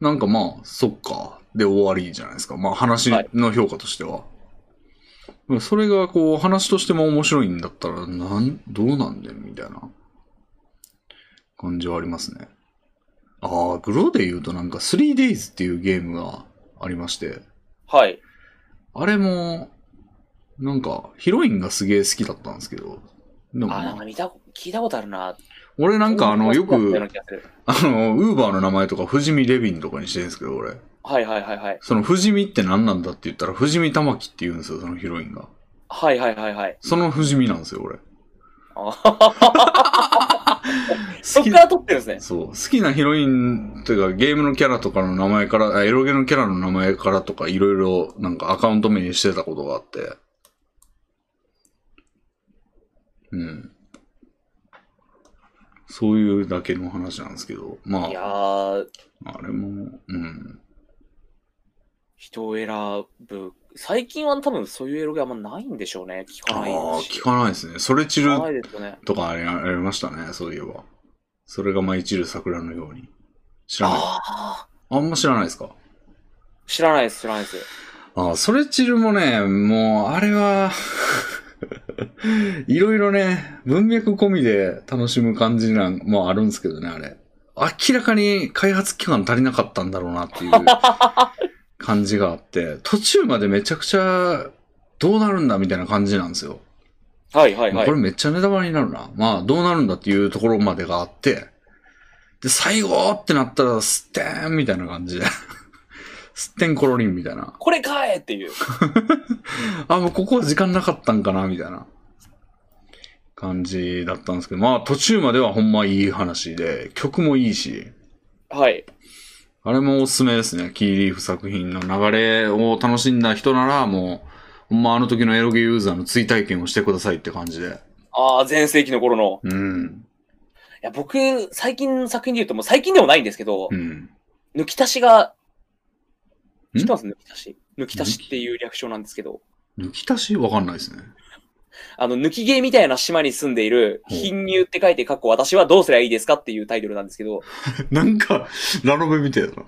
なんかまあ、そっか。で終わりじゃないですか。まあ話はいの評価としては。それがこう話としても面白いんだったら、なん、どうなんねんみたいな感じはありますね。ああ、グロで言うとなんか 3days っていうゲームがありまして、はい。あれも、なんかヒロインがすげえ好きだったんですけど、でもあー、まなあんか見た、聞いたことあるな。俺なんかあの、よく、はあの、ウーバーの名前とか、富士見レビンとかにしてるんですけど、俺。いはいはいはい。その、富士見って何なんだって言ったら、富士見玉木って言うんですよ、そのヒロインが。はいはいはいはい。その富士見なんですよ、俺。そ好っきから撮ってるんですね。そう。好きなヒロインというか、ゲームのキャラとかの名前から、あエロゲのキャラの名前からとか、いろいろ、なんかアカウント名にしてたことがあって。うん。そういうだけの話なんですけど、まいやあ、ー、あれも、うん。人を選ぶ。最近は多分そういうエロゲあんまないんでしょうね。聞あかあないー、し。聞かないですね。それ散聞るかないですよね。とかありありましたね、そういえば。それが舞い散る桜のように。知らない。あああんま知らないですかー、知らないです、知らないです。ああ、それ散るもね、もう、あれは、いろいろね、文脈込みで楽しむ感じなんもあるんですけどね、あれ。明らかに開発期間足りなかったんだろうな っていう感じがあって、途中までめちゃくちゃどうなるんだみたいな感じなんですよ。はいはいはいこ。れめっちゃネタバレになるな。まあ、どうなるんだっていうところまでがあって、で、最後ってなったら、すってーんみたいな感じで。 すってんころりんみたいな。これかえっていう。あ、もうここは時間なかったんかな、みたいな感じだったんですけど、まあ途中まではほんまいい話で、曲もいいし、はい。あれもおすすめですね。キーリーフ作品の流れを楽しんだ人なら、もう、ほんまあの時のエロゲユーザーの追体験をしてくださいって感じで。ああ、前世紀の頃の。うん。いや、僕、最近の作品で言うと、もう最近でもないんですけどう、ん。抜き足しが、ん知ってます抜き足し。抜き足しっていう略称なんですけど、抜き足しわかんないですね。あの、抜き芸みたいな島に住んでいる、ほう貧乳って書いて、かっこ私はどうすりゃいいですかっていうタイトルなんですけど、なんか、ラノベみたいだな。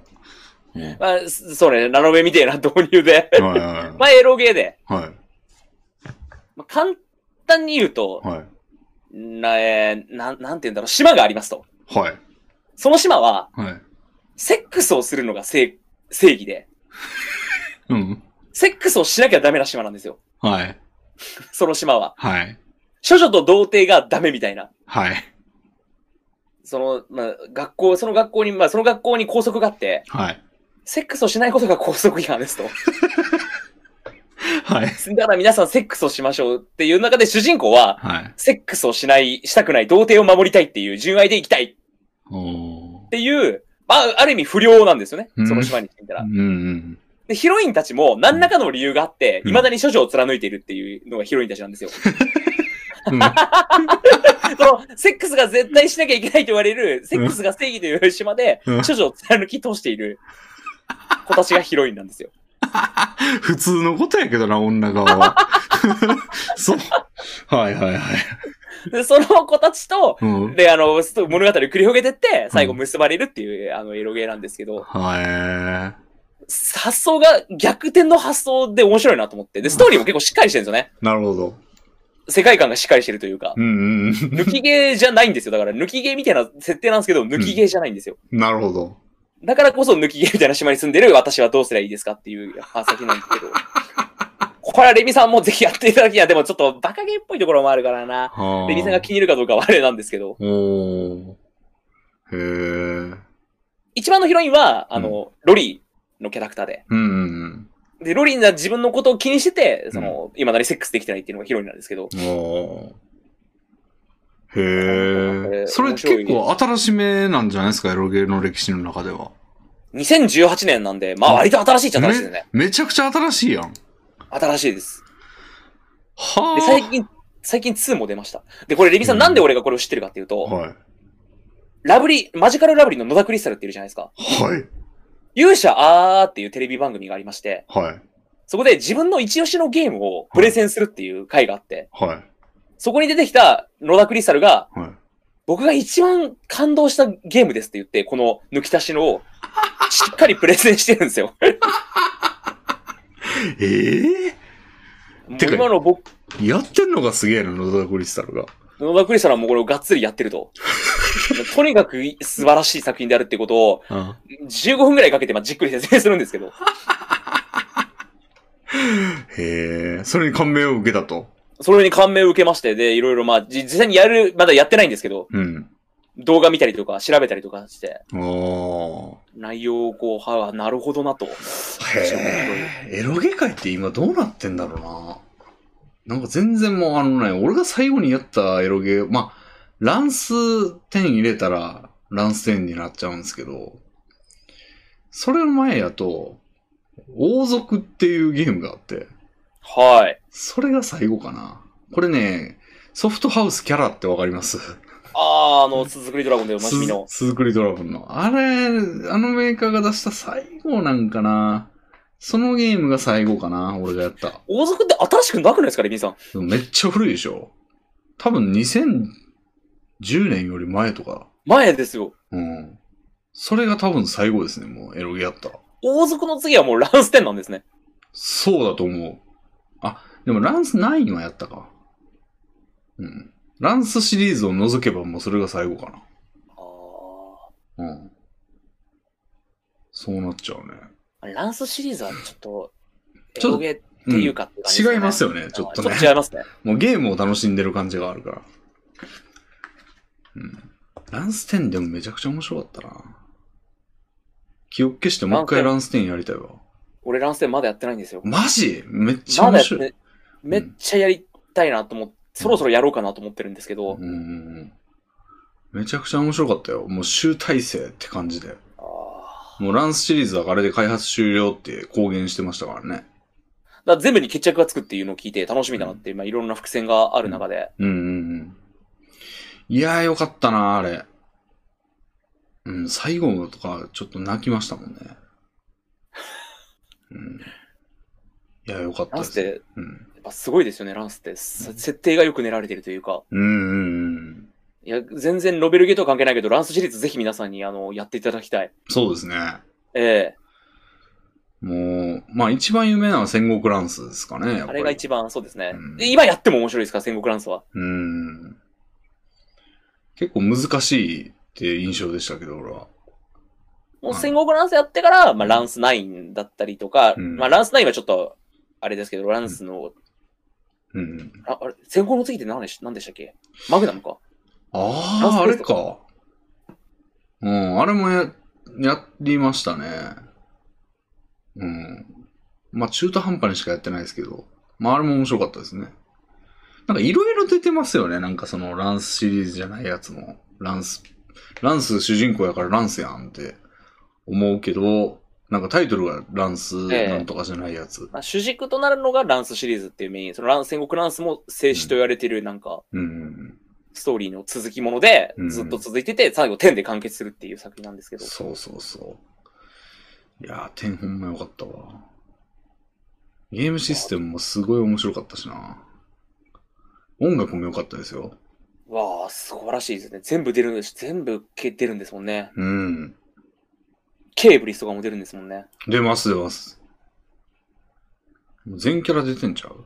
うんまあ、すそうね、ラノベみたいな導入で。は いはまあ、エロゲーで。いはい。まあ、簡単に言うと、はい。はい。な、えーなん、なんて言うんだろう、島がありますと。はい。その島は、はい。セックスをするのが正、正義で、うん。セックスをしなきゃダメな島なんですよ。 はい。その島は。はい。処女と童貞がダメみたいな。はい。その、まあ、学校、その学校に、まあ、その学校に校則があって、はい。セックスをしないことが校則違反ですと。 はい。だから皆さんセックスをしましょうっていう中で主人公は、はい。セックスをしない、したくない、童貞を守りたいっていう、純愛で生きたいっおー。ていう、まあ、ある意味不良なんですよねう。んその島に住んだらう。んうん。で、ヒロインたちも何らかの理由があって、うん未だに処女を貫いているっていうのがヒロインたちなんですよ。 うん その、セックスが絶対しなきゃいけないと言われる、セックスが正義という島で、うん処女を貫き通している子たちがヒロインなんですよ。普通のことやけどな、女側は。 そう。はいはいはい。で、その子たちと、うん。で、あの、す物語を繰り広げてって、最後うん結ばれるっていう、あの、エロゲーなんですけど、は発想が、逆転の発想で面白いなと思って。で、ストーリーも結構しっかりしてるんですよね。い。なるほど。世界観がしっかりしてるというかう。んうん。抜きゲーじゃないんですよ。だから、抜きゲーみたいな設定なんですけど、抜きゲーじゃないんですよ。なるほど。だからこそ抜きゲーみたいな島に住んでる私はどうすりゃいいですかっていう話先なんですけど。これはレミさんもぜひやっていただきや、でもちょっとバカゲーっぽいところもあるからな。はあ。レミさんが気に入るかどうかはあれなんですけど。おー。へえ。一番のヒロインは、あの、ロリーのキャラクターで。うんうんで、ロリーが自分のことを気にしてて、その、今なりセックスできてないっていうのがヒロインなんですけど。うん。おー。へえ。それ面白い結構新しめなんじゃないですか、エロゲーの歴史の中では。 2018年なんで、まあ割と新しいっちゃ新しいですね。めちゃくちゃ新しいやん。新しいです。で、最は近、最近2も出ました。で、これレミさん、なんで俺がこれを知ってるかっていうあ。と、はい。ラブリー、マジカルラブリーの野田クリスタルっているじゃないですか。はい。勇者あーっていうテレビ番組がありまして、はい。そこで自分の一押しのゲームをプレゼンするっていう回があって、はい。そこに出てきた野田クリスタルが、はい。僕が一番感動したゲームですって言って、この抜き足しのを、しっかりプレゼンしてるんですよ。ええもうてか今の僕、やってんのがすげえな、野田クリスタルが。野田クリスタルはもうこれをがっつりやってると。とにかく素晴らしい作品であるってことを、うん15分くらいかけてまあじっくり説明するんですけど、へえ、それに感銘を受けたと。それに感銘を受けまして、で、いろいろまあ、じ実際にやる、まだやってないんですけど、うん。動画見たりとか調べたりとかして、お内容をこう、はあ、なるほどなと。ー。へえ、エロゲ界って今どうなってんだろうな。なんか全然もうあのね、俺が最後にやったエロゲー、まあ、ランス10入れたらランス10になっちゃうんですけど、それの前やと、王族っていうゲームがあって、はい。それが最後かな。これね、ソフトハウスキャラってわかりますあー、あの、鈴栗ドラゴンでおなじみ鈴の。鈴栗ドラゴンの。あれ、あのメーカーが出した最後なんかな。そのゲームが最後かな、俺がやった。王族って新しくなくないですか、レミさん。でもめっちゃ古いでしょ。多分2010年より前とか。前ですよ。うん。それが多分最後ですね、もうエロゲやったら。王族の次はもうランステンなんですね。そうだと思う。あ、でもランス9はやったか。うん。ランスシリーズを除けばもうそれが最後かあな。うん。そうなっちゃうね。ーランスシリーズはちょっと、ちょっとエロゲっていうかって感じですね、違いますよね、ちょっとねあー。ちょっと違いますね。もうゲームを楽しんでる感じがあるから。うん。ランス10でもめちゃくちゃ面白かったな。記憶消してもう一回ランス10やりたいわ。俺ランステンまだやってないんですよ。マジめっちゃま面だやって白い。ね、めっちゃやりたいなと思って、そろそろやろうかなと思ってるんですけど、うんうんうん。めちゃくちゃ面白かったよ。もう集大成って感じで。あもうランスシリーズはあれで開発終了って公言してましたからね。ーだから全部に決着がつくっていうのを聞いて楽しみだなって、まあいろんな伏線がある中で、うんうんうん。いやーよかったな、あれ。うん、最後とかちょっと泣きましたもんね。うん。いや、よかったランでスっす。て、うん。やっぱすごいですよね、ランスって。せ設定がよく練られてるというか、うんうんうん。いや、全然ロベルゲートは関係ないけど、ランスシリーズぜひ皆さんに、あの、やっていただきたい。そうですね。ええもう、まあ一番有名なのは戦国ランスですかね、やっぱり。あれが一番、そうですね。うんで今やっても面白いですか、戦国ランスは。うん。結構難しいって印象でしたけど、俺は。もうはい戦国ランスやってから、まあ、ランス9だったりとか、うんまあ、ランス9はちょっと、あれですけど、ランスの、うん。ああれ、戦国の次って何でし何でしたっけマグナムか。ラあスあ、あトれですか。うん、あれもや、やりましたね。うん。まあ中途半端にしかやってないですけど。まああれも面白かったですね。なんかいろいろ出てますよね。なんかそのランスシリーズじゃないやつも。ランス、ランス主人公やからランスやんって思うけど、なんかタイトルがランスええなんとかじゃないやつ。まあ、主軸となるのがランスシリーズっていうメイン、そのラン戦国ランスも静止と言われてる、なんか、うん。ストーリーの続きものでうん、ずっと続いてて、最後10で完結するっていう作品なんですけど。そうそうそう。いやー、点ほんまよかったわ。ゲームシステムもすごい面白かったしな。音楽も良かったですよ。わあ、素晴らしいですね。全部出るんです。全部け出るんですもんね。うん。ケーブリスとかも出るんですもんね。出ます出ます。もう全キャラ出てんちゃう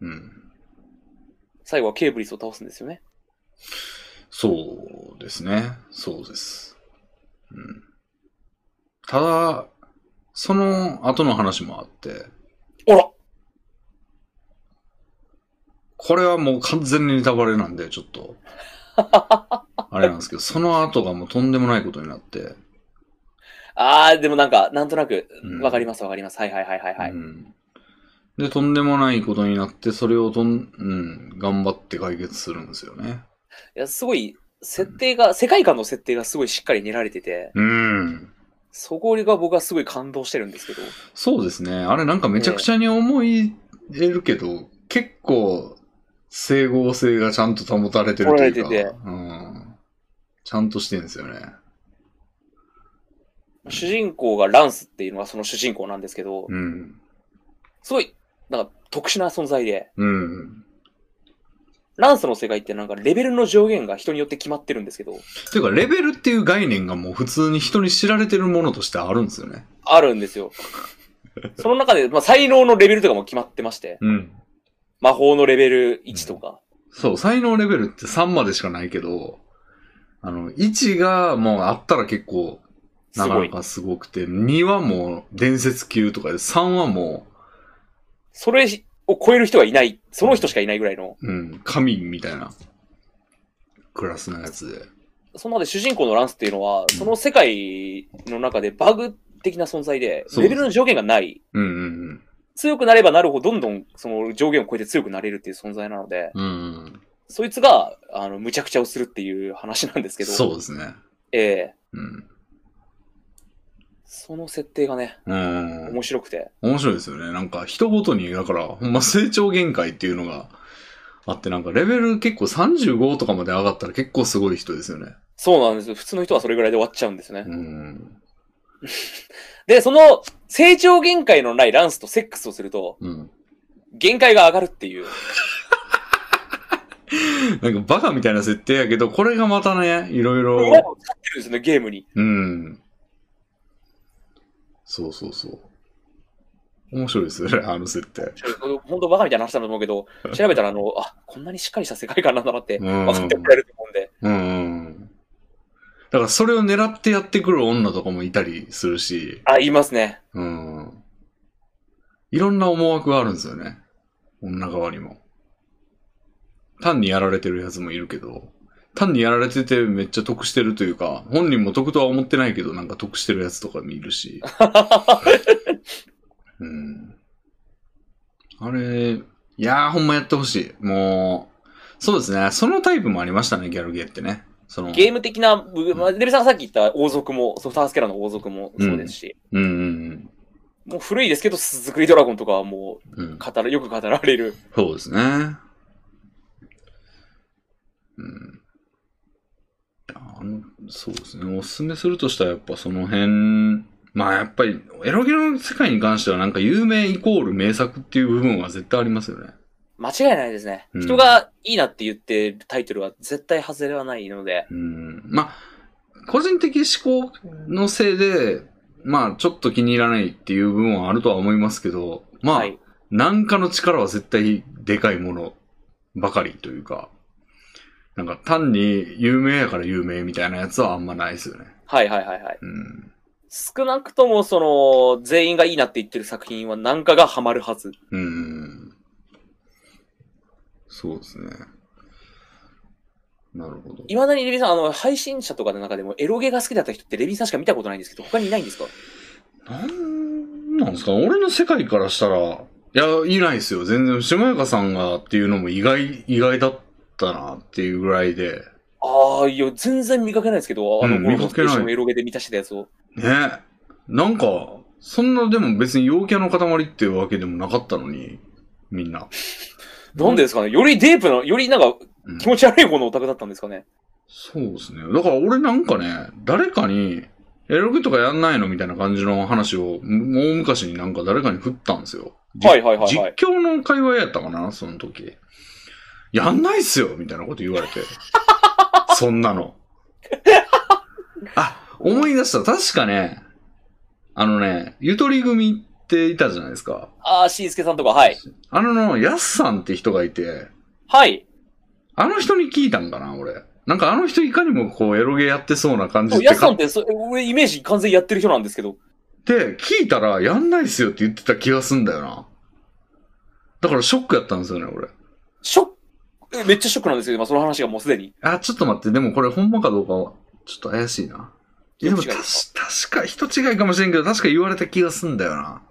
うん。最後はケーブリスを倒すんですよね。そうですね。そうです。うん。ただ、その後の話もあって、あらこれはもう完全にネタバレなんで、ちょっと。 あれなんですけど、その後がもうとんでもないことになって。あー、でもなんか、なんとなくうん、わかりますわかります。はいはいはいはいはい。うんで、とんでもないことになって、それをとん、うん、頑張って解決するんですよね。いや、すごい、設定が、世界観の設定がすごいしっかり練られてて、うん。そこが僕はすごい感動してるんですけど。そうですね。あれなんかめちゃくちゃに思い得るけど、結構、整合性がちゃんと保たれてるというか。保たれててうん。ちゃんとしてるんですよね。主人公がランスっていうのがその主人公なんですけど、うん。すごい、なんか特殊な存在で、うん。ランスの世界ってなんかレベルの上限が人によって決まってるんですけど、ていうか、レベルっていう概念がもう普通に人に知られてるものとしてあるんですよね。あるんで すよ。その中で、まあ、才能のレベルとかも決まってまして、うん。魔法のレベル1とか、そう、才能レベルって3までしかないけど、あの、1がもうあったら結構、すなかご。ないかすごくて、2はもう伝説級とかで、3はもそれを超える人がいない、その人しかいないぐらいの、う、うん、神みたいな、クラスのやつで。その中で主人公のランスっていうのは、その世界の中でバグ的な存在で、そうレベルの上限がない。うんうん強くなればなるほど、どんどんその上限を超えて強くなれるっていう存在なので、うん。うんうん、そいつが、あの、無茶苦茶をするっていう話なんですけど、そうですね。ええうん。その設定がね、うん。面白くて。面白いですよね。なんか、人ごとに、だから、ほんま成長限界っていうのがあって、なんか、レベル結構35とかまで上がったら結構すごい人ですよね。そうなんですよ。普通の人はそれぐらいで終わっちゃうんですね。うん。で、その、成長限界のないランスとセックスをすると、うん。限界が上がるっていう。なんか、バカみたいな設定やけど、これがまたね、いろいころ、れを使ってるんですよね、ゲームに。うん。そうそうそう。面白いですよね、あの設定。本当バカみたいな話だと思うけど、調べたら、あの、あ、こんなにしっかりした世界観なんだなって、うん分かってもらえると思うんで。うん。だからそれを狙ってやってくる女とかもいたりするし、あ、言いますね。うん。いろんな思惑があるんですよね。女側にも。単にやられてるやつもいるけど、単にやられててめっちゃ得してるというか、本人も得とは思ってないけど、なんか得してるやつとかもいる し。うん。あれ、いやーほんまやってほしい。もう、そうですね。そのタイプもありましたね、ギャルゲーってね。そのゲーム的な部分、まあ、レベさんがさっき言った王族も、ソフトハウスキャラの王族もそうですし、うんうんもう古いですけど、鈴作りドラゴンとかはもうん。うんう、語る、よく語られる。そうですね。うん。あの、そうですね。おすすめするとしたらやっぱその辺、まあやっぱり、エロゲロの世界に関してはなんか有名イコール名作っていう部分は絶対ありますよね。間違いないですね。うん人がいいなって言ってるタイトルは絶対外れはないので、うん。まあ、個人的思考のせいで、まあちょっと気に入らないっていう部分はあるとは思いますけど、まあ、はい。なんかの力は絶対でかいものばかりというか、なんか単に有名やから有名みたいなやつはあんまないですよね。はいはいはいはい。うん。少なくとも、その、全員がいいなって言ってる作品は何かがハマるはず。うん。そうですね。なるほど。いまだにレビンさん、あの、配信者とかの中でもエロゲが好きだった人ってレビンさんしか見たことないんですけど、他にいないんですかなんなんですか俺の世界からしたら、いや、いないですよ。全然、下やかさんがっていうのも意外、意外だったなっていうぐらいで。ああ、いや、全然見かけないですけど、あの、うんゴル見フかスけテないーションをエロゲで満たしてたやつを。ねなんか、そんなでも別に陽キャの塊っていうわけでもなかったのに、みんな。なんでですかねよりデープな、よりなんかうん気持ち悪い方のオタクだったんですかねそうですね。だから俺なんかね、誰かに、エロゲとかやんないのみたいな感じの話を、もう昔になんか誰かに振ったんですよ。じはいはいはいはい。実況の会話やったかなその時。やんないっすよみたいなこと言われ て。そんなの。あ、思い出した。確かね、あのね、ゆとり組っていたじゃないですか。ああ、しんすけさんとか、はい。あのの、やすさんって人がいて、はい。あの人に聞いたんかな、俺。なんかあの人いかにもこうエロゲやってそうな感じそうでやすさん買ってっそ、俺イメージ完全にやってる人なんですけど。て、聞いたらやんないっすよって言ってた気がすんだよな。だからショックやったんですよね、俺。ショック、えめっちゃショックなんですけど、まあ、その話がもうすでに。あ、ちょっと待って、でもこれほんまかどうかは、ちょっと怪しいな。いやでも人違い確確か、人違いかもしれんけど、確か言われた気がすんだよな。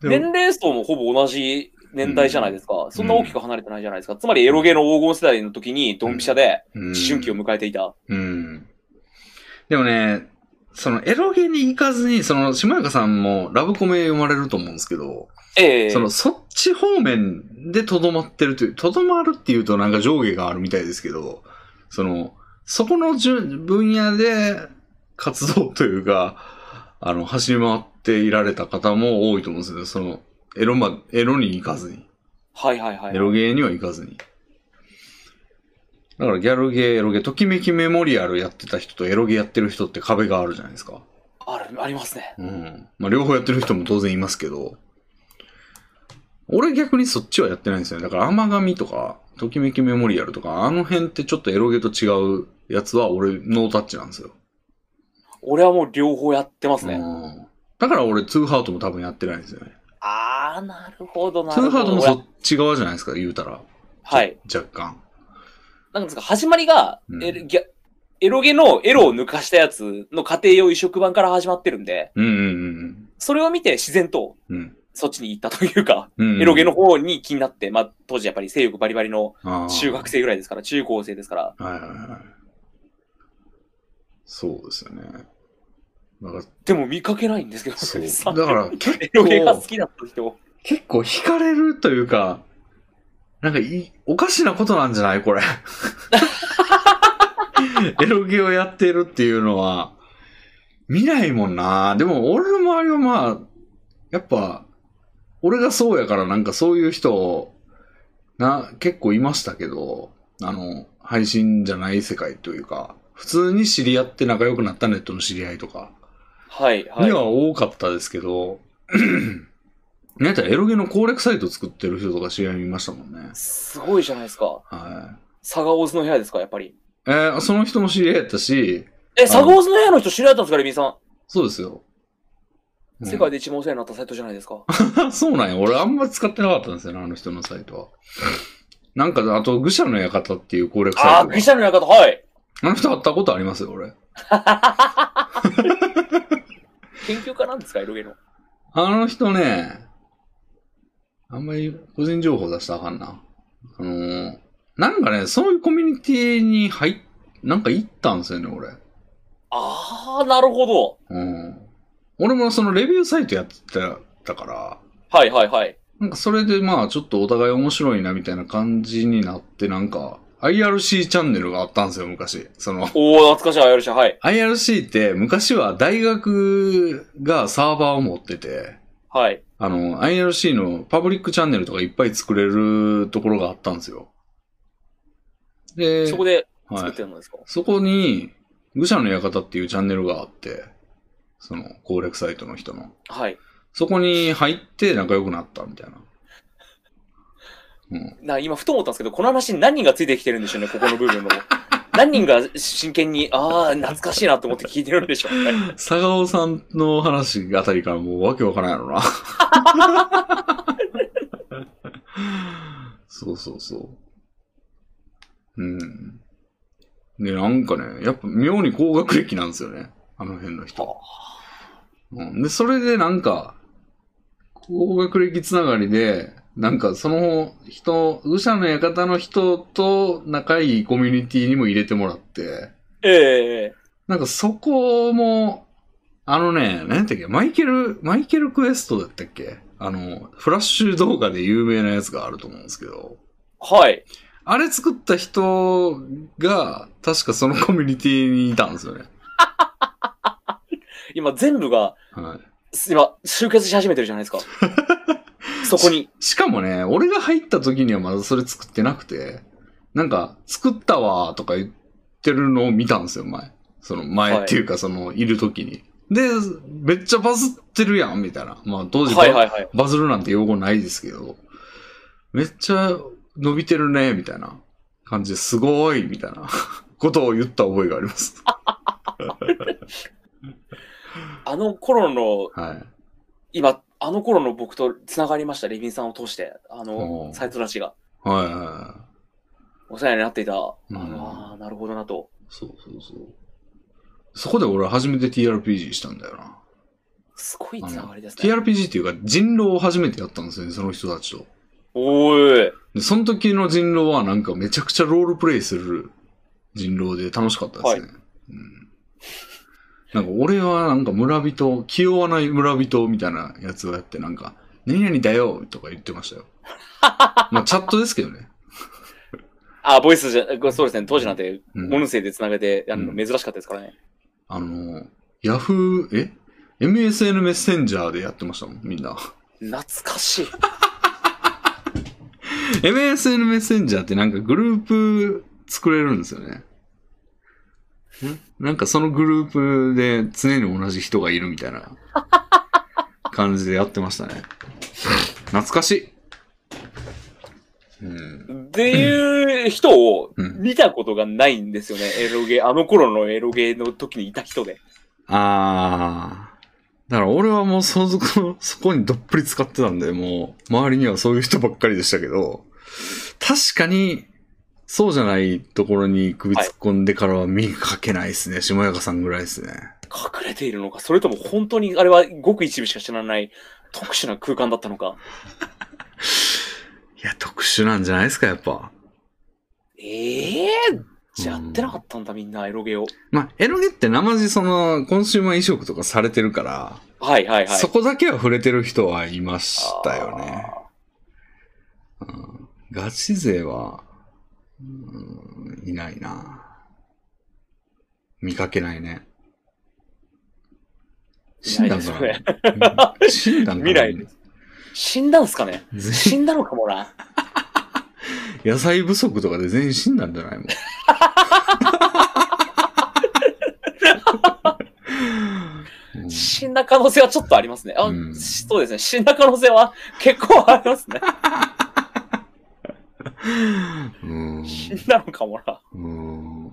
でも年齢層もほぼ同じ年代じゃないですか。そんな大きく離れてないじゃないですか。つまりエロゲーの黄金世代の時にドンピシャでうん思春期を迎えていた。うん。でもね、そのエロゲに行かずに、その、島中さんもラブコメ読まれると思うんですけど、ええその、そっち方面でとどまってるという、とどまるっていうとなんか上下があるみたいですけど、その、そこのじゅ分野で活動というか、あの、走り回っていられた方も多いと思うんですよね。その、エロま、エロに行かずに。はいはいはいエ。ロゲーには行かずに。だからギャルゲー、エロゲー、ときめきメモリアルやってた人とエロゲーやってる人って壁があるじゃないですか。ある、ありますね。うん。まあ両方やってる人も当然いますけど、俺逆にそっちはやってないんですよね。だから甘神とか、ときめきメモリアルとか、あの辺ってちょっとエロゲーと違うやつは俺ノータッチなんですよ。俺はもう両方やってますね。うん。だから俺ツーハートも多分やってないんですよね。ああ、なるほどなツるーハほートど。もそっち側じゃないですか、言うたら。はい。。若干。なんですか、始まりがう、んエロギャエロゲのエロを抜かしたやつの家庭用移植版から始まってるんで、うんうんそれを見て自然とうんうん。そっちに行ったというか、うんうん。エロゲの方に気になって、まあ当時やっぱり性欲バリバリのあー中学生ぐらいですから、中高生ですから、はいはいはい。そうですよね。なんか、でも見かけないんですけど、そう。レミさだんから結エロゲが構好、きだった人。結構惹かれるというか、なんかい、おかしなことなんじゃないこれ。エロゲをやってるっていうのは、見ないもんな。でも、俺の周りはまあ、やっぱ、俺がそうやからなんかそういう人、な、結構いましたけど、あの、配信じゃない世界というか、普通に知り合って仲良くなったネットの知り合いとか。はい、はにい。は多かったですけど、 なんやったらエロゲの攻略サイト作ってる人とか知り合いにいましたもんね。すごいじゃないですか。はサガオーズの部屋ですか、やっぱり。い。えーその人も知り合いやったし、え、サガオーズの部屋の人知られたんですか、レミさん。そうですよ。うん世界で一番お世話になったサイトじゃないですか。 そうなんや。俺あんま使ってなかったんですよね、あの人のサイトは。なんか、あと、愚者の館っていう攻略サあイー、ト愚が。者の館、はい。あの人会ったことありますよ、俺。研究家なんですか、エロゲの。あの人ね、あんまり個人情報出したらあかんな。あのーなんかね、そういうコミュニティに入っ、なんか行ったんですよね、俺。あー、なるほど。うん。俺もそのレビューサイトやってたから、はい、はい、はい。なんかそれでまあちょっとお互い面白いなみたいな感じになってなんか IRC チャンネルがあったんですよ昔。その おー、懐かしい、あやるしゃ、はい。 IRC って昔は大学がサーバーを持ってて、はい。あの IRC のパブリックチャンネルとかいっぱい作れるところがあったんですよ。で、そこでは作いってるのですか。そこに愚者の館っていうチャンネルがあって、その攻略サイトの人の。はい。そこに入って仲良くなったみたいな。うん。な、今、ふと思ったんですけど、この話に何人がついてきてるんでしょうね、ここの部分の。 何人が真剣に、あー、懐かしいなと思って聞いてるんでしょうね。佐川さんの話あたりからもうわけわからんやろな。そうそうそう。うん。で、なんかね、やっぱ妙に高学歴なんですよね。あの辺の人。うん、で、それでなんか、高学歴つながりで、なんかその人、愚者の館の人と仲いいコミュニティにも入れてもらって、ええなんかそこも、あのね、何やったっけ、マイケル、マイケルクエストだったっけあの、フラッシュ動画で有名なやつがあると思うんですけど、はい。あれ作った人が、確かそのコミュニティにいたんですよね。今、全部が、は今、集結し始めてるじゃないで すか。そこに。い。しかもね、俺が入った時にはまだそれ作ってなくて、なんか、作ったわーとか言ってるのを見たんですよ、前。その前っていうか、その、いる時に。で、めっちゃバズってるやん、みたいな。まあ当時バはいはいはい。バズるなんて用語ないですけど、めっちゃ伸びてるね、みたいな感じですごい、みたいな ことを言った覚えがあります。あの頃の、はい。今、あの頃の僕と繋がりました、レビンさんを通して。あのお、ーサイトたちが。はいはいはお世話になっていた。んあのあーなるほどなと。い。そうそうそう。そこで俺初めて TRPG したんだよな。すごいあ繋のがりですね。 TRPG っていうか人狼を初めてやったんですよね、その人たちと。おーい。で、その時の人狼はなんかめちゃくちゃロールプレイする人狼で楽しかったですね。うん。なんか俺はなんか村人、気弱な村人みたいなやつをやってなんか、何々だよとか言ってましたよ。まあチャットですけどね。あ、ボイスじゃ、ごそうですね。当時なんて、うん音声で繋げてやるうのん珍しかったですからね。あの、ヤフー、え ?MSN メッセンジャーでやってましたもん、みんな。懐かしい。 MSN メッセンジャーってなんかグループ作れるんですよね。なんかそのグループで常に同じ人がいるみたいな感じでやってましたね。懐かしい。うん。っていう人をうん見たことがないんですよね。エロゲー、あの頃のエロゲーの時にいた人で。あー。だから俺はもうそこ、そこにどっぷり使ってたんで、もう周りにはそういう人ばっかりでしたけど、確かにそうじゃないところに首突っ込んでからは見かけないですね。下中さんぐらいですね。隠れているのか、それとも本当にあれはごく一部しか知らない特殊な空間だったのか。いや、特殊なんじゃないですか、やっぱ。ええじゃあやってなかったんだ、みんな、エロゲを。まあ、エロゲって生地その、コンシューマー移植とかされてるから、はいはいはいそ。こだけは触れてる人はいましたよね。うんガチ勢は、うんいないな。見かけないね。死んだんかいないな。死んだんかな未来で死んだんすか ね死んだのかもな。野菜不足とかで全員死んだんじゃないもん。うん死んだ可能性はちょっとありますね。あ、うんそうですね。死んだ可能性は結構ありますね。 うん死んだのかもな。うん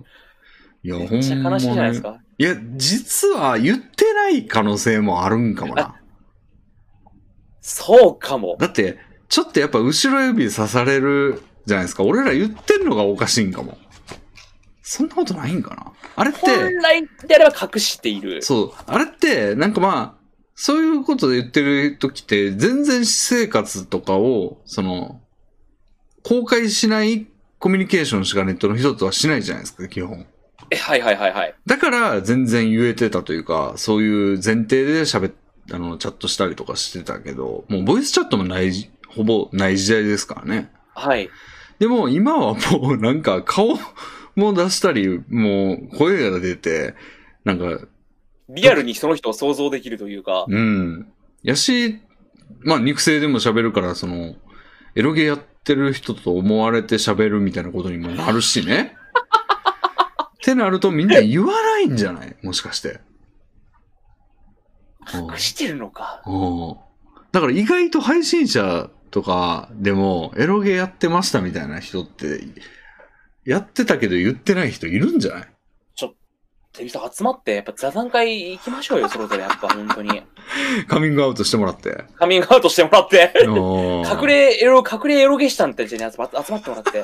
いや、めほっちゃんま悲しいじゃないですね。か。いや、実は言ってない可能性もあるんかもな。そうかも。だって、ちょっとやっぱ後ろ指刺されるじゃないですか。俺ら言ってんのがおかしいんかも。そんなことないんかな。あれって本、来であれば隠している。そう。あれって、なんかまあ、そういうことで言ってる時って、全然私生活とかを、その、公開しないコミュニケーションしかネットの人とはしないじゃないですか、基本。えはいはいはいはい。だから全然言えてたというか、そういう前提で喋っあの、チャットしたりとかしてたけど、もうボイスチャットもない、ほぼない時代ですからね。はい。でも今はもうなんか顔も出したり、もう声が出て、なんかリアルにその人を想像できるというか。うん。やし、まあ、肉声でも喋るから、その、エロゲやってる人と思われて喋るみたいなことにもなるしね。ってなるとみんな言わないんじゃないもしかして。うん隠してるのか。うんだから意外と配信者とかでも、エロゲやってましたみたいな人って、やってたけど言ってない人いるんじゃないっていう人集まって、やっぱ座談会行きましょうよ、それぞれ。やっぱ本当に。カミングアウトしてもら って。カミングアウトしてもらって。隠隠れエロ、隠れエロゲシタンって人に集ま集まってもらって。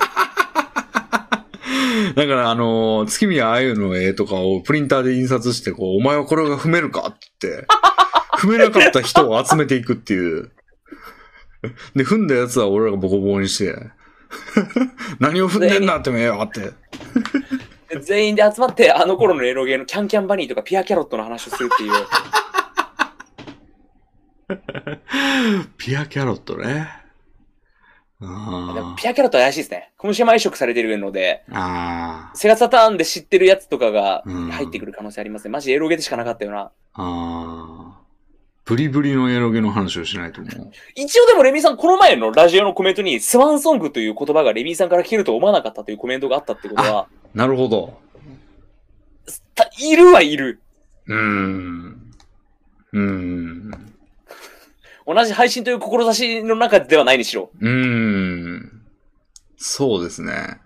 だから、あのー月宮あゆの絵とかをプリンターで印刷して、こう、お前はこれが踏めるかって言って、踏めなかった人を集めていくっていう。で、踏んだやつは俺らがボコボコにして、 何を踏んでんだってめえよって。で全員で集まって、あの頃のエロゲーのキャンキャンバニーとかピアキャロットの話をするっていう。 ピアキャロットね。でもあピアキャロットは怪しいですね。コムシェマ移植されてるので、あ。あセガサターンで知ってるやつとかがうん入ってくる可能性ありますね。マジエロゲでしかなかったよな。あ。ああ。ブリブリのエロゲの話をしないと思う。一応でもレミさん、この前のラジオのコメントに、スワンソングという言葉がレミさんから聞けると思わなかったというコメントがあったってことは、なるほど。たいるはいる。うーん。うーん。同じ配信という志の中ではないにしろ。うーん。そうですね。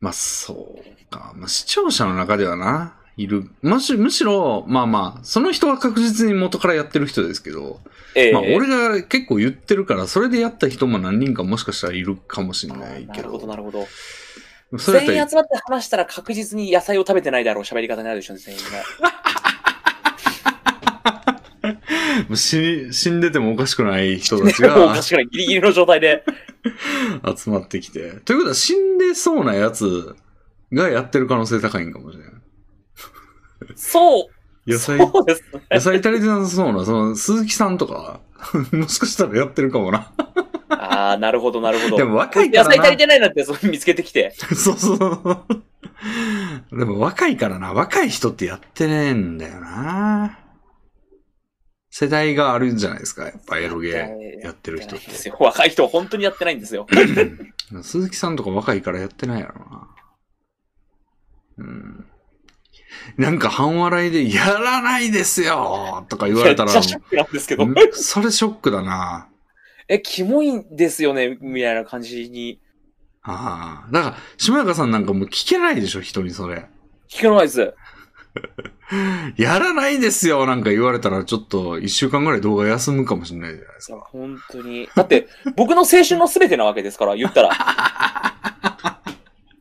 まあ、そうか。まあ、視聴者の中ではな、いる。むしむしろ、まあまあ、その人は確実に元からやってる人ですけど、ええまあ、俺が結構言ってるから、それでやった人も何人かもしかしたらいるかもしれないなけるど。ほど、なるほど。それやったら全員集まって話したら確実に野菜を食べてないだろう喋り方になるでしょうね、全員が。もう死に死んでてもおかしくない人たち もうが確かにギリギリの状態で。集まってきて。ということは、死んでそうなやつがやってる可能性高いんかもしれない。そう。野菜そうですね。 野菜足りてなさそうな、その、鈴木さんとか、 もしかしたらやってるかもな。 ああ、なるほど、なるほど。でも若いか野らな。菜足りてないなってその見つけてきて。そうそうそう。でも若いからな、若い人ってやってねえんだよな。世代があるんじゃないですか、やっぱエロゲーやってる人っやってないんでて。すよ若い人は本当にやってないんですよ。うん鈴木さんとか若いからやってないやろな。うん。なんか半笑いで、やらないですよとか言われたらめっちゃ、ショックなんですけど。それショックだな。え、キモいんですよね、みたいな感じに。ああ。だから、島中さんなんかもう聞けないでしょ、人にそれ。聞かないです。やらないですよ、なんか言われたら、ちょっと一週間ぐらい動画休むかもしれないじゃないですか。本当に。だって、僕の青春の全てなわけですから、言ったら。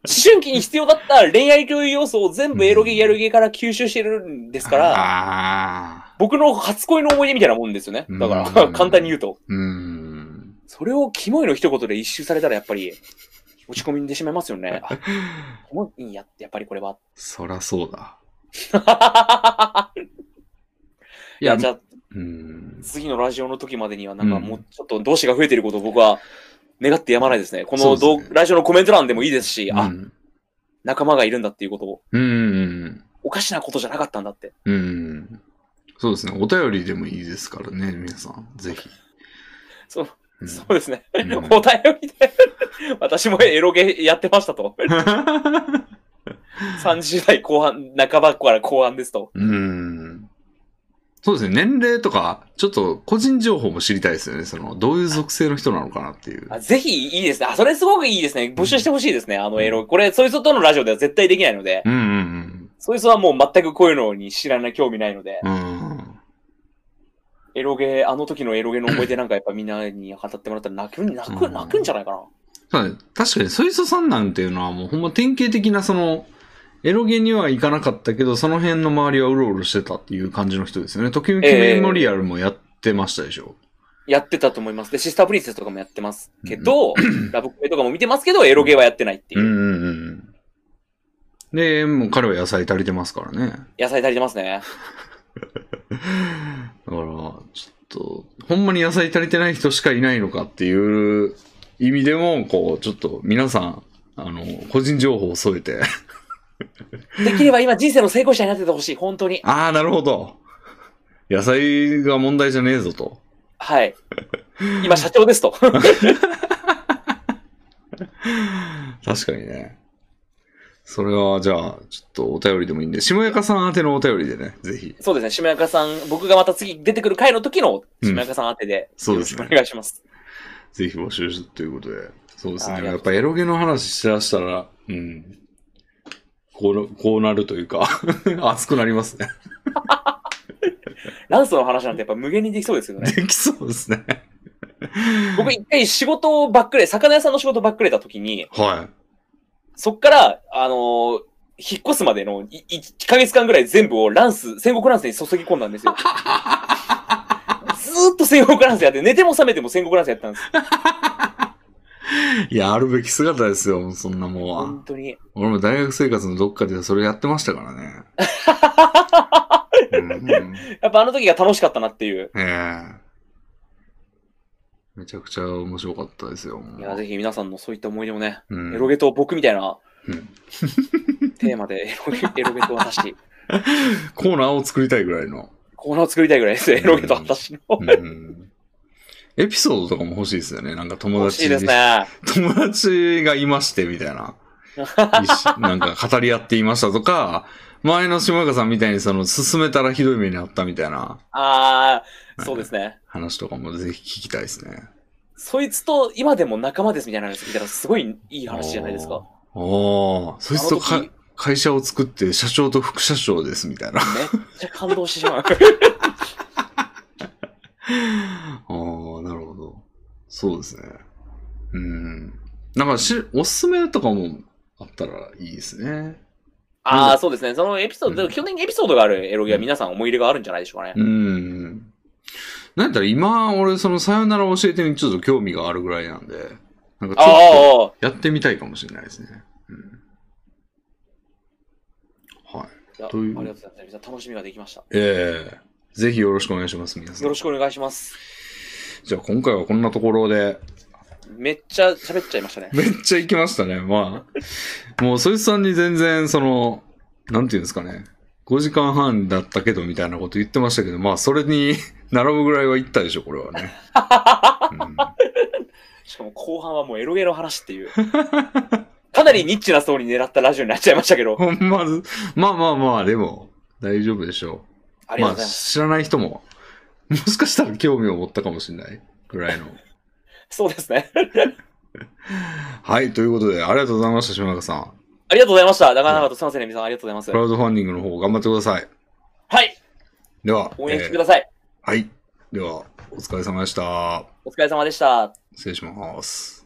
思春期に必要だった恋愛という要素を全部エロゲやるゲから吸収してるんですから、ああ。僕の初恋の思い出みたいなもんですよね。だかう ら、ん簡単に言うと。うーん。それをキモいの一言で一周されたらやっぱり、落ち込んでしまいます よね。あ、もういいや、やっぱりこれは。そらそう だ。いいや、や、じゃあ、うん。次のラジオの時までには、なんかうんもうちょっと動詞が増えていることを僕は願ってやまないですね。このそう動、ですねラジオのコメント欄でもいいですし、うあ、ん仲間がいるんだっていうことを、うん。おかしなことじゃなかったんだって。うん。そうですね。お便りでもいいですからね、皆さん。ぜひ。そう、うんそうですね。うんお便りで、 私もエロゲやってましたと。30代後半、半ばから後半ですと。 うん。そうですね。年齢とか、ちょっと個人情報も知りたいですよね。その、どういう属性の人なのかなっていう。あぜひいいですね。あ、それすごくいいですね。募集してほしいですね。あのエロ、これ、そいつとのラジオでは絶対できないので、うんうんそいつはもう全くこういうのに知らない興味ないので、うん。うん。エロゲあの時のエロゲの思い出なんかやっぱみんなに語ってもらったら泣く、泣うく、ん泣くんじゃないかな。そうだね確かに、ソイソさんなんていうのはもうほんま典型的なその、エロゲにはいかなかったけど、その辺の周りはうろうろしてたっていう感じの人ですよね。時々ええメモリアルもやってましたでしょ。やってたと思います。で、シスタープリンセスとかもやってますけど、ラブコメとかも見てますけど、エロゲはやってないっていうう。んうんうん。で、もう彼は野菜足りてますからね。野菜足りてますね。だから、ちょっと、ほんまに野菜足りてない人しかいないのかっていう意味でも、こう、ちょっと皆さん、あの、個人情報を添えて。できれば今人生の成功者になっててほしい、本当に。ああ、なるほど。野菜が問題じゃねえぞと。はい。今、社 長ですと。確かにね。それは、じゃあ、ちょっとお便りでもいいんで、下やかさん宛てのお便りでね、ぜひ。そうですね、しもやかさん、僕がまた次出てくる回の時のしもやかさん宛てで、そうよでろしすくおね。願いします。ぜひ募集するということで。そうですあね。りがやとうっぱエロゲの話しだしたら、うん。こう、こうなるというか、 熱くなりますね。ランスの話なんてやっぱ無限にできそうですけ どね。できそうですね。僕一回仕事をばっくれ、魚屋さんの仕事ばっくれた時に、はそっから、あのー引っ越すまでのいい1ヶ月間ぐらい全部をランス、戦国ランスに注ぎ込んだんです よ。ずーっと戦国ランスやって、寝ても覚めても戦国ランスやってたんです。い。いや、あるべき姿ですよ、そんなもんは本。当に。俺も大学生活のどっかでそれやってましたからね。 うんうんやっぱあの時が楽しかったなっていう。ええめちゃくちゃ面白かったですよ。いや、ぜひ皆さんのそういった思い出もね、うんエロゲと僕みたいなうん テーマでエロゲエロゲ と私、コーナーを作りたいぐらいの。コーナーを作りたいぐらいですよ、エロゲと私の。うんエピソードとかも欲しいですよね。なんか友欲達しいですね。 友達がいまして、みたいな。一 緒なんか語り合っていましたとか、前の下岡さんみたいにその、進めたらひどい目にあったみたいなああ、そうですね。話とかもぜひ聞きたいですね。そいつと今でも仲間ですみたいな話聞いたらすごいいい話じゃないですか。おー。おーそいつとあかの時会社を作って社長と副社長です、みたいな。めっちゃ感動してし まう。ああ、なるほど。そうですね。うん。なんかし、おすすめとかもあったらいいですね。ああ、そうですね。そのエピソーうド、ん基本的にエピソードがあるエロゲは皆さん思い入れがあるんじゃないでしょうかね。うん。なんやったら今、俺、その、さよなら教えてにちょっと興味があるぐらいなんで、なんかちあょっあ、とやってみたいかもしれないですね。うん、はい。いやあといりうがとうございます皆さん。楽しみができました。ええぜひよろしくお願いします、皆さよんろ。しくお願いします。じゃあ今回はこんなところで、めっちゃ喋っちゃいましたね。 めっちゃ行きましたね。まあ、もう、そいつさんに全然、その、なんていうんですかね。5時間半だったけど、みたいなこと言ってましたけど、まあ、それに 並ぶぐらいは行ったでしょ、これはね。うんしかも後半はもうエロゲの話っていう。かなりニッチな層に狙ったラジオになっちゃいましたけど。ほんま、まあまあまあ、でも、大丈夫でしょあう。りがまとあ、うございます。知らない人も、もしかしたら興味を持ったかもしれないぐらいの。 そうですね。 はい、ということで、ありがとうございました、島中さん。ありがとうございました。長々とすいませんね、皆さん。ありがとうござクいまラウドファンディングの方、頑張ってください。す。はい。では、応援してえください。ーはい。では、お疲れ様でした。お疲れ様でした。失礼します。